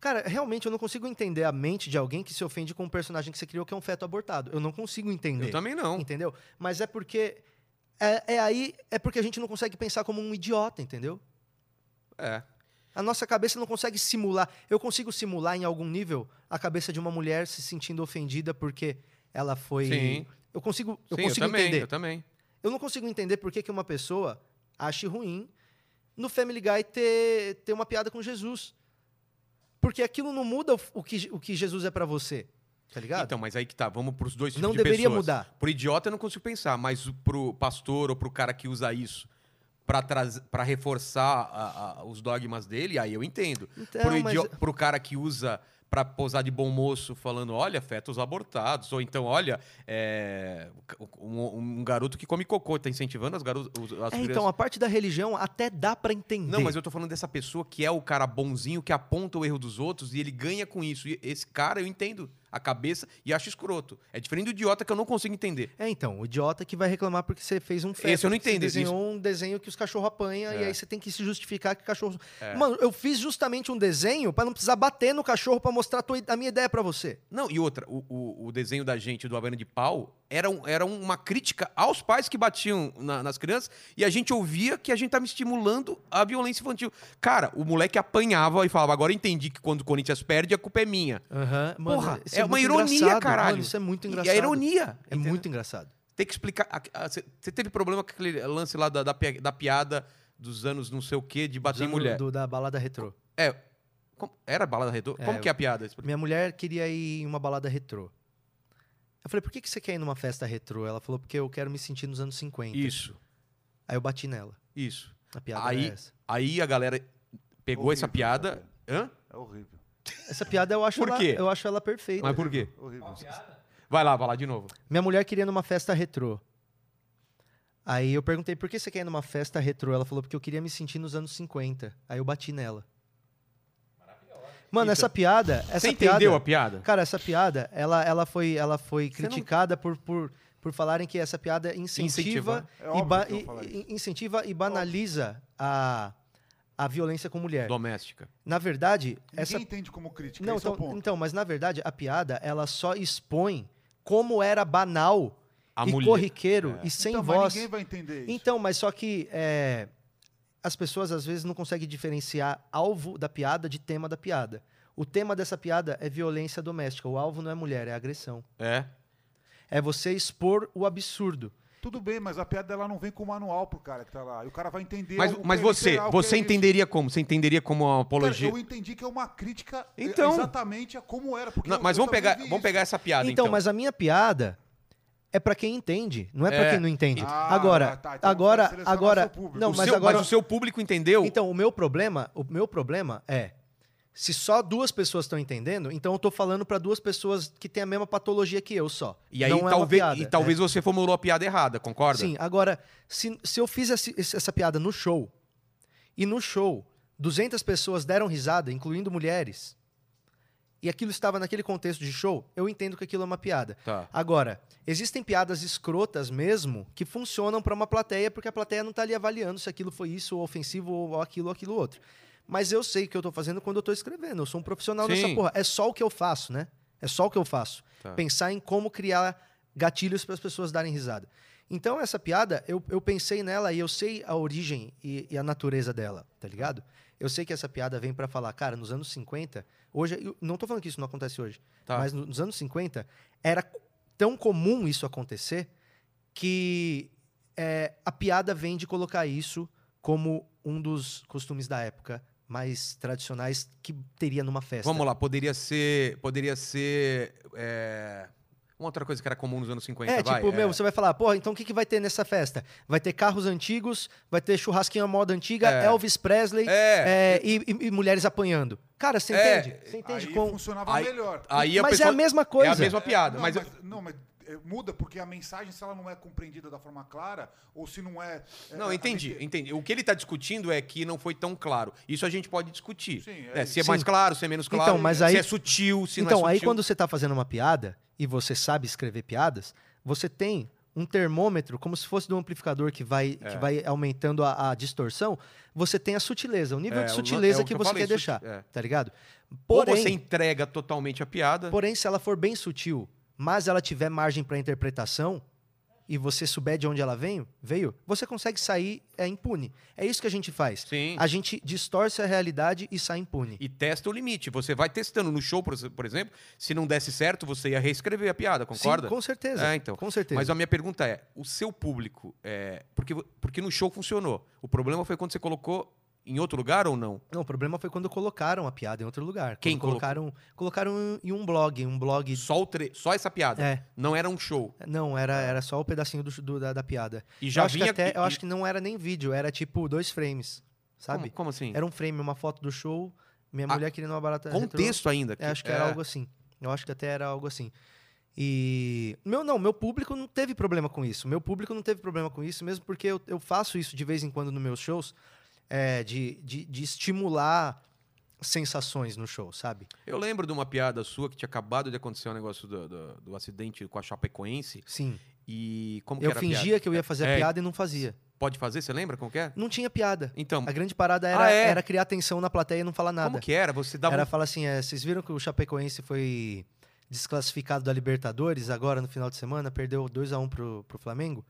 Speaker 2: cara, realmente eu não consigo entender a mente de alguém que se ofende com um personagem que você criou que é um feto abortado. Eu não consigo entender.
Speaker 1: Eu também não.
Speaker 2: Entendeu? Mas é porque. É, é aí. É porque a gente não consegue pensar como um idiota, entendeu?
Speaker 1: É.
Speaker 2: A nossa cabeça não consegue simular. Eu consigo simular em algum nível a cabeça de uma mulher se sentindo ofendida porque ela foi.
Speaker 1: Sim.
Speaker 2: Eu consigo, eu
Speaker 1: Sim,
Speaker 2: consigo
Speaker 1: também,
Speaker 2: entender.
Speaker 1: eu também.
Speaker 2: Eu não consigo entender por que, que uma pessoa ache ruim no Family Guy ter, ter uma piada com Jesus. Porque aquilo não muda o- o que, o que Jesus é pra você. Tá ligado?
Speaker 1: Então, mas aí que tá, vamos pros dois tipos
Speaker 2: não
Speaker 1: de
Speaker 2: deveria
Speaker 1: pessoas.
Speaker 2: mudar.
Speaker 1: Pro idiota eu não consigo pensar, mas o- pro pastor ou pro cara que usa isso pra, traz- pra reforçar a- a- os dogmas dele, aí eu entendo.
Speaker 2: Então,
Speaker 1: pro,
Speaker 2: mas-
Speaker 1: idio- pro cara que usa pra posar de bom moço falando, olha, fetos abortados, ou então, olha, é, um, um garoto que come cocô, tá incentivando as garotas. os- As
Speaker 2: É,
Speaker 1: crianças.
Speaker 2: então, a parte da religião até dá pra entender.
Speaker 1: Não, mas eu tô falando dessa pessoa que é o cara bonzinho, que aponta o erro dos outros e ele ganha com isso. E esse cara eu entendo a cabeça e acho escroto. É diferente do idiota que eu não consigo entender.
Speaker 2: É, então, o idiota que vai reclamar porque você fez um feto.
Speaker 1: Esse eu não
Speaker 2: porque você
Speaker 1: entendo, esse-
Speaker 2: desenhou um desenho que os cachorros apanham e
Speaker 1: É.
Speaker 2: aí você tem que se justificar que o cachorro... Mano, eu fiz justamente um desenho pra não precisar bater no cachorro pra mostrar a, tua- a minha ideia pra você.
Speaker 1: Não, e outra, o, o- o desenho da gente do Havana de Pau era, um- era uma crítica aos pais que batiam na- nas crianças e a gente ouvia que a gente tava estimulando a violência infantil. Cara, o moleque apanhava e falava, agora eu entendi que quando o Corinthians perde a culpa é minha.
Speaker 2: Aham.
Speaker 1: Porra, é, uma ironia, caralho.
Speaker 2: Mano, isso é muito engraçado.
Speaker 1: E a ironia.
Speaker 2: É
Speaker 1: entendeu?
Speaker 2: muito engraçado.
Speaker 1: Tem que explicar. Você teve problema com aquele lance lá da, da, pi- da piada dos anos não sei o quê de bater em
Speaker 2: Do-
Speaker 1: mulher.
Speaker 2: do- da balada retrô.
Speaker 1: É. como- era balada redonda?
Speaker 2: É,
Speaker 1: Como que é a piada?
Speaker 2: Minha mulher queria ir em uma balada retrô. Eu falei, por que, que você quer ir numa festa retrô? Ela falou, porque eu quero me sentir nos anos 50.
Speaker 1: Isso,
Speaker 2: Aí eu bati nela.
Speaker 1: isso.
Speaker 2: A piada
Speaker 1: Aí-
Speaker 2: era essa.
Speaker 1: Aí a galera pegou
Speaker 3: Horrível
Speaker 1: essa piada. Hã?
Speaker 3: É horrível.
Speaker 2: Essa piada eu acho,
Speaker 1: Por
Speaker 2: ela,
Speaker 1: quê?
Speaker 2: eu acho ela perfeita.
Speaker 1: Mas por quê?
Speaker 3: Horrível.
Speaker 1: é? Vai lá, vai lá de novo.
Speaker 2: Minha mulher queria ir numa festa retrô. Aí eu perguntei, por que você quer ir numa festa retrô? Ela falou, porque eu queria me sentir nos anos 50. Aí eu bati nela. Mano, essa piada...
Speaker 1: Então, Você
Speaker 2: Essa
Speaker 1: entendeu
Speaker 2: piada,
Speaker 1: a piada?
Speaker 2: Cara, essa piada, ela, ela foi, ela foi
Speaker 1: não-
Speaker 2: criticada por, por, por falarem que essa piada incentiva,
Speaker 1: Incentiva.
Speaker 3: É
Speaker 2: e,
Speaker 3: óbvio
Speaker 2: ba-
Speaker 3: que eu
Speaker 2: e-
Speaker 3: falaria
Speaker 2: e- incentiva e banaliza a, a violência com mulher.
Speaker 1: Doméstica.
Speaker 2: Na verdade,
Speaker 3: Ninguém
Speaker 2: essa
Speaker 3: entende como crítica,
Speaker 2: não,
Speaker 3: esse é o
Speaker 2: então,
Speaker 3: ponto.
Speaker 2: então, mas na verdade a piada ela só expõe como era banal
Speaker 1: A
Speaker 2: e
Speaker 1: mulher.
Speaker 2: corriqueiro e sem
Speaker 3: Então, mas
Speaker 2: voz.
Speaker 3: ninguém vai entender isso.
Speaker 2: Então, mas só que é, as pessoas às vezes não conseguem diferenciar alvo da piada de tema da piada. O tema dessa piada é violência doméstica. O alvo não é mulher, é agressão.
Speaker 1: É.
Speaker 2: É você expor o absurdo.
Speaker 3: Tudo bem, mas a piada dela não vem com o manual pro cara que tá lá. E o cara vai entender.
Speaker 1: Mas,
Speaker 2: um
Speaker 3: o- o
Speaker 1: mas
Speaker 3: que é
Speaker 1: você,
Speaker 3: literal, o que
Speaker 1: você
Speaker 3: é isso.
Speaker 1: entenderia como? Você entenderia como uma
Speaker 3: Cara,
Speaker 1: apologia?
Speaker 3: eu entendi que é uma crítica é,
Speaker 1: Então.
Speaker 3: exatamente a como era. Porque
Speaker 1: Não,
Speaker 3: eu-
Speaker 1: mas
Speaker 3: eu
Speaker 1: vamos
Speaker 3: também
Speaker 1: pegar,
Speaker 3: vi
Speaker 1: vamos
Speaker 3: isso.
Speaker 1: pegar essa piada então.
Speaker 2: Então, mas a minha piada é pra quem entende, não é pra
Speaker 1: É.
Speaker 2: quem não entende.
Speaker 3: Ah,
Speaker 2: agora,
Speaker 3: tá, então
Speaker 2: agora,
Speaker 3: vai selecionar
Speaker 2: agora,
Speaker 3: seu público.
Speaker 2: não,
Speaker 1: o
Speaker 2: mas
Speaker 1: seu,
Speaker 2: agora,
Speaker 1: mas o seu público entendeu?
Speaker 2: então o meu problema, o meu problema é se só duas pessoas estão entendendo, então eu tô falando pra duas pessoas que têm a mesma patologia que eu só.
Speaker 1: e aí
Speaker 2: Não é uma
Speaker 1: talvez,
Speaker 2: piada.
Speaker 1: e talvez você formulou a piada errada,
Speaker 2: É.
Speaker 1: concorda?
Speaker 2: Sim, agora, se, se eu fiz esse- esse- essa piada no show, e no show 200 pessoas deram risada, incluindo mulheres, e aquilo estava naquele contexto de show, eu entendo que aquilo é uma piada.
Speaker 1: Tá.
Speaker 2: Agora, existem piadas escrotas mesmo que funcionam para uma plateia porque a plateia não tá ali avaliando se aquilo foi isso ou ofensivo ou aquilo ou aquilo outro. Mas eu sei o que eu tô fazendo quando eu tô escrevendo. Eu sou um profissional nessa
Speaker 1: Sim.
Speaker 2: porra. É só o que eu faço, né? É só o que eu faço.
Speaker 1: Tá.
Speaker 2: Pensar em como criar gatilhos para as pessoas darem risada. Então, essa piada, eu, eu pensei nela e eu sei a origem e, e a natureza dela, tá ligado? Eu sei que essa piada vem para falar, cara, nos anos 50, hoje, eu não tô falando que isso não acontece hoje,
Speaker 1: Tá.
Speaker 2: mas no- nos anos 50 era tão comum isso acontecer que é, a piada vem de colocar isso como um dos costumes da época mais tradicionais que teria numa festa.
Speaker 1: Vamos lá, poderia ser, poderia ser é, uma outra coisa que era comum nos anos 50,
Speaker 2: É,
Speaker 1: então, vai.
Speaker 2: tipo, meu, você vai falar, porra, então o que, que vai ter nessa festa? Vai ter carros antigos, vai ter churrasquinho à moda antiga,
Speaker 1: É.
Speaker 2: Elvis Presley
Speaker 1: É.
Speaker 2: é, e, e- e mulheres apanhando. Cara, você
Speaker 1: É.
Speaker 2: entende? Você entende
Speaker 3: Aí
Speaker 2: como.
Speaker 3: funcionava
Speaker 1: aí-
Speaker 3: melhor.
Speaker 1: Aí a
Speaker 2: Mas
Speaker 1: pessoa-
Speaker 2: é a mesma coisa.
Speaker 1: É a mesma piada,
Speaker 3: não,
Speaker 1: mas,
Speaker 3: mas, não, mas é, muda porque a mensagem se ela não é compreendida da forma clara ou se não é, é,
Speaker 1: Não,
Speaker 3: a-
Speaker 1: entendi, entendi. O que ele está discutindo é que não foi tão claro. Isso a gente pode discutir.
Speaker 3: Sim, é
Speaker 1: né? Se é
Speaker 2: isso.
Speaker 1: mais
Speaker 2: Sim.
Speaker 1: claro, se é menos
Speaker 2: Então,
Speaker 1: claro,
Speaker 2: mas
Speaker 1: se
Speaker 2: aí-
Speaker 1: é sutil, se
Speaker 2: então,
Speaker 1: não é
Speaker 2: aí
Speaker 1: sutil.
Speaker 2: quando você tá fazendo uma piada e você sabe escrever piadas, você tem um termômetro, como se fosse de um amplificador que vai,
Speaker 1: É.
Speaker 2: que vai aumentando a, a distorção, você tem a sutileza, o nível
Speaker 1: É,
Speaker 2: de
Speaker 1: o lan-
Speaker 2: sutileza
Speaker 1: é o
Speaker 2: que,
Speaker 1: que eu
Speaker 2: você
Speaker 1: falei,
Speaker 2: quer
Speaker 1: suti-
Speaker 2: deixar,
Speaker 1: é.
Speaker 2: tá ligado?
Speaker 1: Ou você
Speaker 2: Porém,
Speaker 1: entrega totalmente a piada.
Speaker 2: porém, se ela for bem sutil, mas ela tiver margem para interpretação e você souber de onde ela veio, veio, você consegue sair é, impune. É isso que a gente faz.
Speaker 1: Sim.
Speaker 2: A gente distorce a realidade e sai impune.
Speaker 1: E testa o limite. Você vai testando no show, por ex- por exemplo, se não desse certo, você ia reescrever a piada, concorda?
Speaker 2: Sim, com certeza.
Speaker 1: É, então.
Speaker 2: Com certeza.
Speaker 1: Mas a minha pergunta é: o seu público, é, porque, vo- porque no show funcionou. O problema foi quando você colocou em outro lugar ou não?
Speaker 2: Não, o problema foi quando colocaram a piada em outro lugar.
Speaker 1: Quem
Speaker 2: Quando colocaram? Colocaram em um blog, um blog.
Speaker 1: Só, o tre- só essa piada.
Speaker 2: É.
Speaker 1: Não era um show.
Speaker 2: Não, era, era só o pedacinho do, do- da, da piada.
Speaker 1: E já
Speaker 2: eu acho
Speaker 1: vinha.
Speaker 2: que até,
Speaker 1: e-
Speaker 2: eu
Speaker 1: e-
Speaker 2: acho que não era nem vídeo, era tipo dois frames,
Speaker 1: como-
Speaker 2: sabe?
Speaker 1: Como, assim?
Speaker 2: Era um frame, uma foto do show, minha
Speaker 1: Ah,
Speaker 2: mulher querendo uma barata retrô.
Speaker 1: Contexto ainda.
Speaker 2: É, acho que era
Speaker 1: é.
Speaker 2: algo assim. Eu acho que até era algo assim. E. Meu, não, meu público não teve problema com isso. Meu público não teve problema com isso, mesmo porque eu, eu faço isso de vez em quando nos meus shows, é, de, de, de estimular sensações no show, sabe?
Speaker 1: Eu lembro de uma piada sua que tinha acabado de acontecer um negócio do, do, do acidente com a Chapecoense.
Speaker 2: Sim.
Speaker 1: E como que
Speaker 2: Eu
Speaker 1: era a
Speaker 2: fingia
Speaker 1: piada?
Speaker 2: que eu ia fazer
Speaker 1: É.
Speaker 2: a piada e não fazia.
Speaker 1: Pode fazer? Você lembra como que é?
Speaker 2: Não tinha piada.
Speaker 1: Então,
Speaker 2: A grande parada era,
Speaker 1: Ah, é?
Speaker 2: era criar atenção na plateia e não falar nada.
Speaker 1: como que era? Você dava
Speaker 2: Era
Speaker 1: um-
Speaker 2: falar assim, é, vocês viram que o Chapecoense foi desclassificado da Libertadores agora no final de semana, perdeu 2 a 1 pro, pro Flamengo?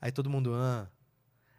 Speaker 2: Aí todo mundo, ah.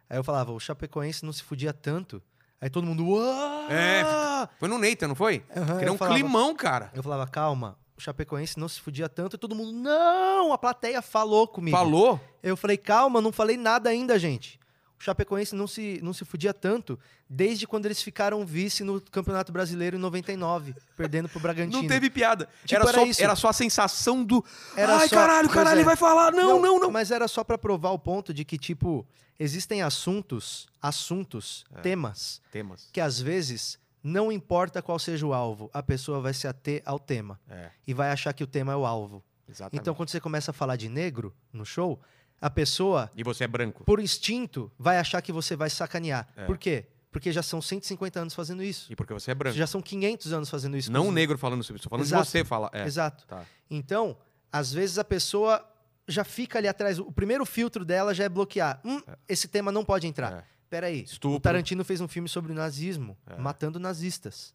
Speaker 2: Aí eu falava, o Chapecoense não se fudia tanto. Aí todo mundo, ah!
Speaker 1: É, Foi no Neita, não foi?
Speaker 2: Aham,
Speaker 1: Criou
Speaker 2: eu
Speaker 1: um
Speaker 2: falava-
Speaker 1: climão, cara.
Speaker 2: Eu falava, calma, o Chapecoense não se fudia tanto. E todo mundo, não! A plateia falou comigo.
Speaker 1: Falou?
Speaker 2: Eu falei, calma, não falei nada ainda, gente. O Chapecoense não se, não se fudia tanto desde quando eles ficaram vice no Campeonato Brasileiro em 99, perdendo pro Bragantino.
Speaker 1: Não teve piada.
Speaker 2: Tipo,
Speaker 1: era,
Speaker 2: era
Speaker 1: só,
Speaker 2: isso.
Speaker 1: era só a sensação do.
Speaker 2: Era
Speaker 1: Ai,
Speaker 2: só-
Speaker 1: caralho,
Speaker 2: pois
Speaker 1: caralho,
Speaker 2: é.
Speaker 1: ele vai falar. Não, não, não.
Speaker 2: Mas era só pra provar o ponto de que,
Speaker 1: É.
Speaker 2: tipo, existem assuntos, assuntos, temas,
Speaker 1: Temas.
Speaker 2: que às vezes Não importa qual seja o alvo, a pessoa vai se ater ao tema
Speaker 1: É,
Speaker 2: e vai achar que o tema é o alvo.
Speaker 1: exatamente.
Speaker 2: Então, quando você começa a falar de negro no show, a pessoa,
Speaker 1: E você é branco.
Speaker 2: por instinto, vai achar que você vai sacanear.
Speaker 1: É.
Speaker 2: Por quê? Porque já são 150 anos fazendo isso.
Speaker 1: E porque você é branco.
Speaker 2: Já são 500 anos fazendo isso. com
Speaker 1: Não
Speaker 2: os
Speaker 1: um negro falando sobre isso. Tô falando
Speaker 2: Exato.
Speaker 1: de você falar. É.
Speaker 2: Exato.
Speaker 1: Tá.
Speaker 2: Então, às vezes a pessoa já fica ali atrás. O primeiro filtro dela já é bloquear. Hum, esse tema não pode entrar.
Speaker 1: É.
Speaker 2: Peraí. O
Speaker 1: Estupro. É.
Speaker 2: Tarantino fez um filme sobre o nazismo, matando nazistas.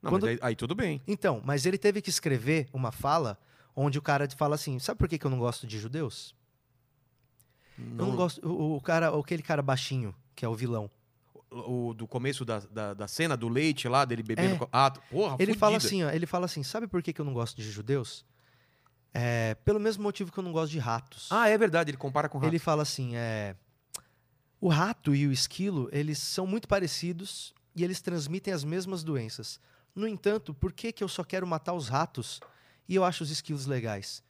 Speaker 1: Não,
Speaker 2: Quando-
Speaker 1: mas aí, aí tudo bem.
Speaker 2: Então, mas ele teve que escrever uma fala onde o cara fala assim: sabe por que que eu não gosto de judeus? Eu não gosto. O, o cara, aquele cara baixinho, que é o vilão.
Speaker 1: O, o do começo da, da, da cena do leite lá, dele bebendo.
Speaker 2: É.
Speaker 1: co- Ah, t- porra,
Speaker 2: Ele
Speaker 1: fudida.
Speaker 2: fala assim, ó, ele fala assim, sabe por que que eu não gosto de judeus? É, pelo mesmo motivo que eu não gosto de ratos.
Speaker 1: Ah, é verdade, ele compara com o rato.
Speaker 2: Ele fala assim, é, o rato e o esquilo, eles são muito parecidos e eles transmitem as mesmas doenças. No entanto, por que que eu só quero matar os ratos e eu acho os esquilos legais?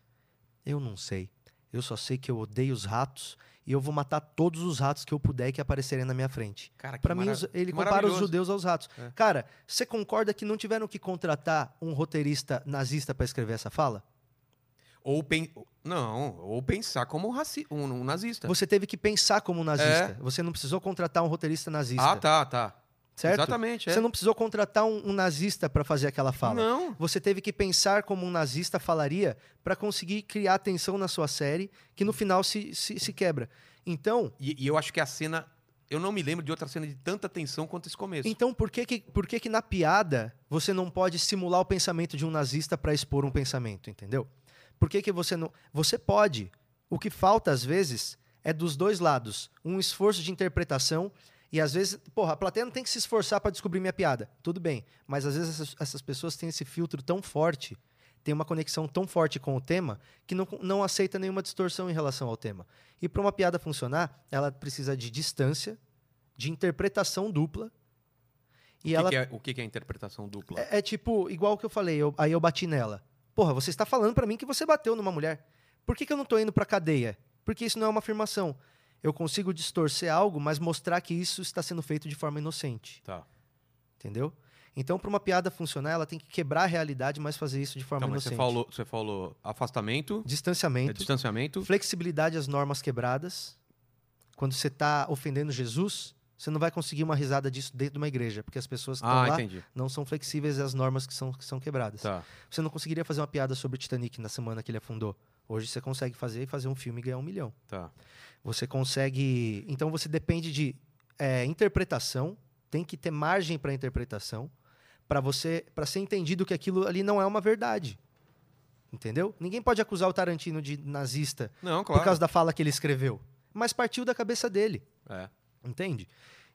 Speaker 2: Eu não sei. Eu só sei que eu odeio os ratos e eu vou matar todos os ratos que eu puder que aparecerem na minha frente.
Speaker 1: Cara, que
Speaker 2: Pra mim,
Speaker 1: mara-
Speaker 2: os- ele compara os
Speaker 1: maravilhoso.
Speaker 2: judeus aos ratos.
Speaker 1: É.
Speaker 2: Cara, você concorda que não tiveram que contratar um roteirista nazista pra escrever essa fala?
Speaker 1: Ou pen... Não, ou pensar como um, raci... um, um nazista.
Speaker 2: Você teve que pensar como um nazista. Você não precisou contratar um roteirista nazista.
Speaker 1: É. Ah, tá, tá.
Speaker 2: Certo?
Speaker 1: Exatamente, é.
Speaker 2: Você não precisou contratar um, um nazista pra fazer aquela fala.
Speaker 1: Não.
Speaker 2: Você teve que pensar como um nazista falaria pra conseguir criar atenção na sua série, que no final se, se, se quebra. Então,
Speaker 1: E, e eu acho que a cena... Eu não me lembro de outra cena de tanta tensão quanto esse começo.
Speaker 2: então por, que, que, por que que na piada você não pode simular o pensamento de um nazista pra expor um pensamento, entendeu? Por que, que você não. Você pode. O que falta, às vezes, é dos dois lados um esforço de interpretação. E às vezes, porra, a plateia não tem que se esforçar pra descobrir minha piada. Tudo bem. Mas às vezes essas, essas pessoas têm esse filtro tão forte, têm uma conexão tão forte com o tema, que não, não aceita nenhuma distorção em relação ao tema. E pra uma piada funcionar, ela precisa de distância, de interpretação dupla.
Speaker 1: o
Speaker 2: E
Speaker 1: que
Speaker 2: ela
Speaker 1: que é, o que que é interpretação dupla?
Speaker 2: é, é tipo, igual o que eu falei, eu- aí eu bati nela. Porra, você está falando pra mim que você bateu numa mulher. Por que, que eu não tô indo pra cadeia? Porque isso não é uma afirmação. Eu consigo distorcer algo, mas mostrar que isso está sendo feito de forma inocente,
Speaker 1: Tá.
Speaker 2: entendeu? Então, pra uma piada funcionar, ela tem que quebrar a realidade, mas fazer isso de forma
Speaker 1: Então, mas
Speaker 2: inocente.
Speaker 1: você falou, você falou afastamento, é,
Speaker 2: Distanciamento,
Speaker 1: distanciamento.
Speaker 2: flexibilidade às normas quebradas. Quando você tá ofendendo Jesus, você não vai conseguir uma risada disso dentro de uma igreja, porque as pessoas que estão
Speaker 1: Ah,
Speaker 2: lá
Speaker 1: entendi.
Speaker 2: não são flexíveis às normas que são, que são quebradas.
Speaker 1: Tá.
Speaker 2: Você não conseguiria fazer uma piada sobre o Titanic na semana que ele afundou. Hoje você consegue fazer e fazer um filme e ganhar um milhão.
Speaker 1: Tá.
Speaker 2: Você consegue. Então você depende de é, interpretação, tem que ter margem para interpretação, para você para ser entendido que aquilo ali não é uma verdade. Entendeu? Ninguém pode acusar o Tarantino de nazista
Speaker 1: Não, claro.
Speaker 2: por causa da fala que ele escreveu. Mas partiu da cabeça dele.
Speaker 1: É.
Speaker 2: Entende?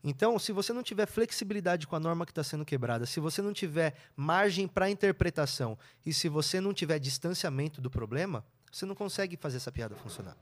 Speaker 2: Então, se você não tiver flexibilidade com a norma que está sendo quebrada, se você não tiver margem para interpretação e se você não tiver distanciamento do problema, você não consegue fazer essa piada funcionar.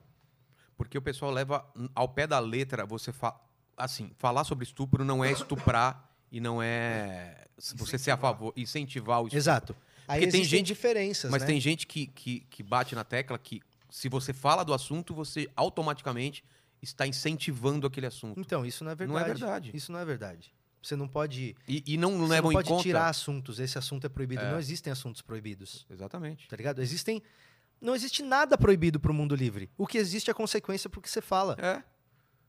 Speaker 1: Porque o pessoal leva hum, ao pé da letra, você fa... assim, falar sobre estupro não é estuprar e não é se você ser a favor, incentivar o estupro.
Speaker 2: Exato. Aí
Speaker 1: Porque tem
Speaker 2: existem
Speaker 1: gente-
Speaker 2: diferenças,
Speaker 1: Mas
Speaker 2: né?
Speaker 1: tem gente que, que, que bate na tecla que se você fala do assunto, você automaticamente está incentivando aquele assunto.
Speaker 2: Então, isso não é
Speaker 1: Não
Speaker 2: verdade.
Speaker 1: é verdade.
Speaker 2: Isso não é verdade. Você não pode,
Speaker 1: E, e não
Speaker 2: você
Speaker 1: levam
Speaker 2: não
Speaker 1: em
Speaker 2: pode
Speaker 1: conta.
Speaker 2: tirar assuntos. Esse assunto é proibido. Não existem assuntos proibidos.
Speaker 1: Exatamente.
Speaker 2: Tá ligado? Existem. Não existe nada proibido pro mundo livre. O que existe é consequência pro que você fala.
Speaker 1: É.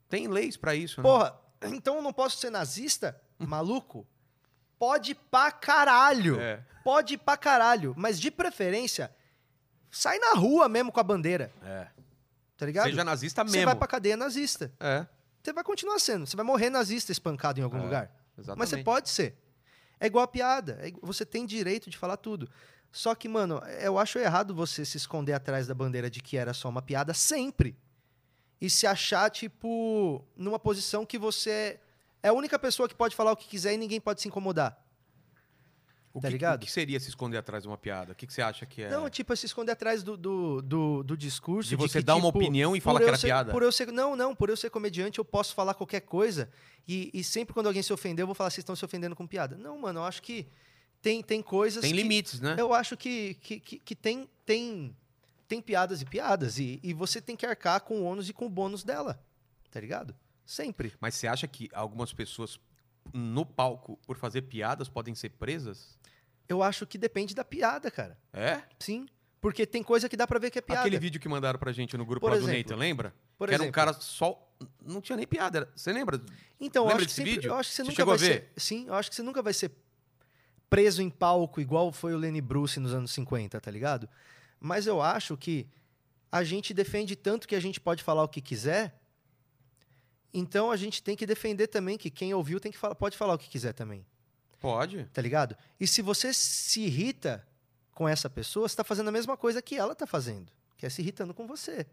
Speaker 1: Tem leis pra isso, né?
Speaker 2: Porra, então eu não posso ser nazista? Maluco? Pode pra caralho.
Speaker 1: Uhum. É.
Speaker 2: Pode pra caralho. Mas de preferência, sai na rua mesmo com a bandeira.
Speaker 1: É.
Speaker 2: Tá ligado?
Speaker 1: Seja nazista
Speaker 2: Você
Speaker 1: mesmo.
Speaker 2: vai pra cadeia nazista.
Speaker 1: É,
Speaker 2: Você vai continuar sendo. Você vai morrer nazista espancado em algum
Speaker 1: É,
Speaker 2: lugar.
Speaker 1: exatamente.
Speaker 2: Mas você pode ser. É igual a piada. É igu- Você tem direito de falar tudo. Só que, mano, eu acho errado você se esconder atrás da bandeira de que era só uma piada sempre. E se achar, tipo, numa posição que você é a única pessoa que pode falar o que quiser e ninguém pode se incomodar.
Speaker 1: O
Speaker 2: Tá
Speaker 1: que,
Speaker 2: ligado?
Speaker 1: O que seria se esconder atrás de uma piada? O que, que você acha que é?
Speaker 2: Não, tipo, é se esconder atrás do, do, do, do discurso.
Speaker 1: De você
Speaker 2: que,
Speaker 1: dar uma
Speaker 2: tipo,
Speaker 1: opinião e
Speaker 2: por
Speaker 1: falar que
Speaker 2: eu
Speaker 1: era
Speaker 2: ser-
Speaker 1: piada?
Speaker 2: Por eu ser, não, não, por eu ser comediante, eu posso falar qualquer coisa. E, e sempre quando alguém se ofender, eu vou falar, vocês estão se ofendendo com piada. Não, mano, eu acho que tem, tem coisas.
Speaker 1: Tem
Speaker 2: que-
Speaker 1: limites, né?
Speaker 2: Eu acho que, que, que, que tem, tem, tem piadas e piadas. E, e você tem que arcar com o ônus e com o bônus dela. Tá ligado? Sempre.
Speaker 1: Mas você acha que algumas pessoas no palco por fazer piadas podem ser presas?
Speaker 2: Eu acho que depende da piada, cara.
Speaker 1: É?
Speaker 2: Sim. Porque tem coisa que dá pra ver que é piada.
Speaker 1: Aquele vídeo que mandaram pra gente no grupo
Speaker 2: Por
Speaker 1: lá do
Speaker 2: exemplo.
Speaker 1: Nathan, lembra?
Speaker 2: Por
Speaker 1: que era um
Speaker 2: exemplo.
Speaker 1: cara só. Não tinha nem piada. era- Você lembra?
Speaker 2: Então, eu
Speaker 1: Lembra
Speaker 2: acho, que
Speaker 1: desse
Speaker 2: sempre-
Speaker 1: vídeo?
Speaker 2: eu acho que você
Speaker 1: Você
Speaker 2: nunca
Speaker 1: chegou
Speaker 2: vai
Speaker 1: a ver?
Speaker 2: ser. Sim, eu acho que você nunca vai ser preso em palco igual foi o Lenny Bruce nos anos 50, tá ligado? Mas eu acho que a gente defende tanto que a gente pode falar o que quiser. Então a gente tem que defender também que quem ouviu tem que falar, pode falar o que quiser também,
Speaker 1: Pode.
Speaker 2: tá ligado? E se você se irrita com essa pessoa, você tá fazendo a mesma coisa que ela tá fazendo, que é se irritando com você.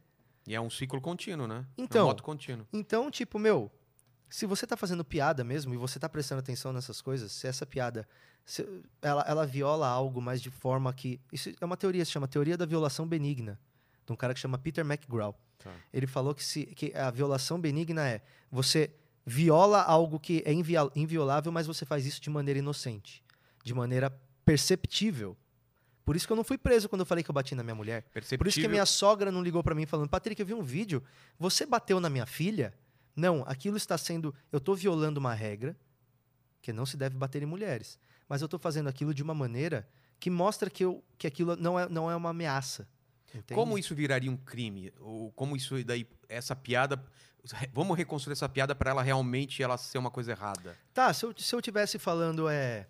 Speaker 1: E é um ciclo contínuo, né? É
Speaker 2: Então.
Speaker 1: um moto contínuo.
Speaker 2: Então, tipo, meu, se você tá fazendo piada mesmo e você tá prestando atenção nessas coisas, se essa piada se- ela, ela viola algo, mas de forma que. Isso é uma teoria, se chama Teoria da Violação Benigna, de um cara que chama Peter McGraw.
Speaker 1: Tá.
Speaker 2: Ele falou que, se, que a violação benigna é você viola algo que é invia- inviolável, mas você faz isso de maneira inocente, de maneira perceptível. Por isso que eu não fui preso quando eu falei que eu bati na minha mulher.
Speaker 1: Perceptível.
Speaker 2: Por isso que a minha sogra não ligou pra mim falando: Patrick, eu vi um vídeo, você bateu na minha filha? Não, aquilo está sendo. Eu tô violando uma regra, que não se deve bater em mulheres. Mas eu tô fazendo aquilo de uma maneira que mostra que, eu, que aquilo não é, não é uma ameaça. entende?
Speaker 1: Como isso viraria um crime? Ou como isso daí, essa piada. Vamos reconstruir essa piada pra ela realmente ela ser uma coisa errada.
Speaker 2: Tá, se eu, se eu tivesse falando, é.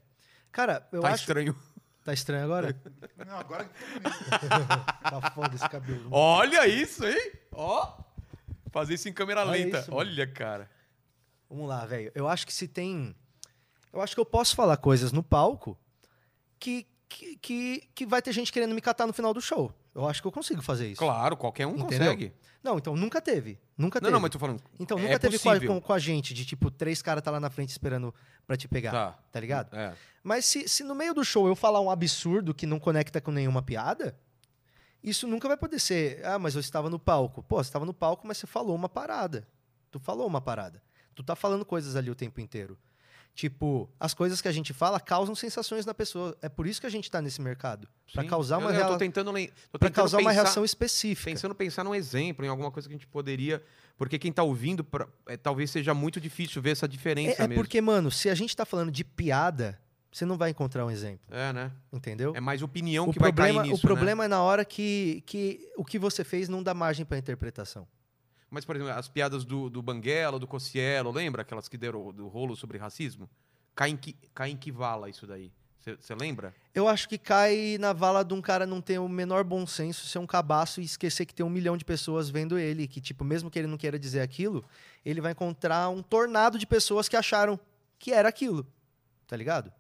Speaker 2: Cara, eu
Speaker 1: tá
Speaker 2: acho.
Speaker 1: estranho.
Speaker 2: Tá estranho agora?
Speaker 3: Não, agora que eu tô nisso.
Speaker 2: tá foda esse cabelo.
Speaker 1: Olha isso, hein? Ó. Fazer isso em câmera
Speaker 2: Olha
Speaker 1: lenta.
Speaker 2: isso, mano.
Speaker 1: Olha, cara.
Speaker 2: Vamos lá, velho. Eu acho que se tem. Eu acho que eu posso falar coisas no palco que, que, que, que vai ter gente querendo me catar no final do show. Eu acho que eu consigo fazer isso.
Speaker 1: Claro, qualquer um
Speaker 2: Entendeu?
Speaker 1: consegue.
Speaker 2: Não, então nunca teve. Nunca
Speaker 1: Não,
Speaker 2: teve.
Speaker 1: não, mas tô falando.
Speaker 2: Então
Speaker 1: é
Speaker 2: nunca teve com a,
Speaker 1: possível.
Speaker 2: com, com a gente de tipo, três caras tá lá na frente esperando pra te pegar. Tá,
Speaker 1: Tá.
Speaker 2: ligado?
Speaker 1: É.
Speaker 2: Mas se, se no meio do show eu falar um absurdo que não conecta com nenhuma piada, isso nunca vai poder ser. Ah, mas eu estava no palco. Pô, você estava no palco, mas você falou uma parada. Tu falou uma parada. Tu tá falando coisas ali o tempo inteiro. Tipo, as coisas que a gente fala causam sensações na pessoa. É por isso que a gente tá nesse mercado. Pra
Speaker 1: Sim.
Speaker 2: causar
Speaker 1: Eu-
Speaker 2: uma,
Speaker 1: eu
Speaker 2: rela-
Speaker 1: tô tentando, lem- tô
Speaker 2: pra
Speaker 1: tentando
Speaker 2: causar uma
Speaker 1: pensar-
Speaker 2: reação específica.
Speaker 1: Pensando pensar num exemplo, em alguma coisa que a gente poderia. Porque quem tá ouvindo, pra- é, talvez seja muito difícil ver essa diferença
Speaker 2: É, é
Speaker 1: mesmo.
Speaker 2: porque, mano, se a gente tá falando de piada, você não vai encontrar um exemplo,
Speaker 1: É, né?
Speaker 2: entendeu?
Speaker 1: É mais opinião
Speaker 2: o
Speaker 1: que vai
Speaker 2: problema,
Speaker 1: cair nisso. né?
Speaker 2: o problema é na hora que, que o que você fez não dá margem pra interpretação.
Speaker 1: né? Mas, por exemplo, as piadas do, do Banguela, do Cossielo, lembra aquelas que deram do rolo sobre racismo? Cai em que, cai em que vala isso daí? Você lembra?
Speaker 2: Eu acho que cai na vala de um cara não ter o menor bom senso, ser um cabaço e esquecer que tem um milhão de pessoas vendo ele, que, tipo, mesmo que ele não queira dizer aquilo, ele vai encontrar um tornado de pessoas que acharam que era aquilo. Tá ligado?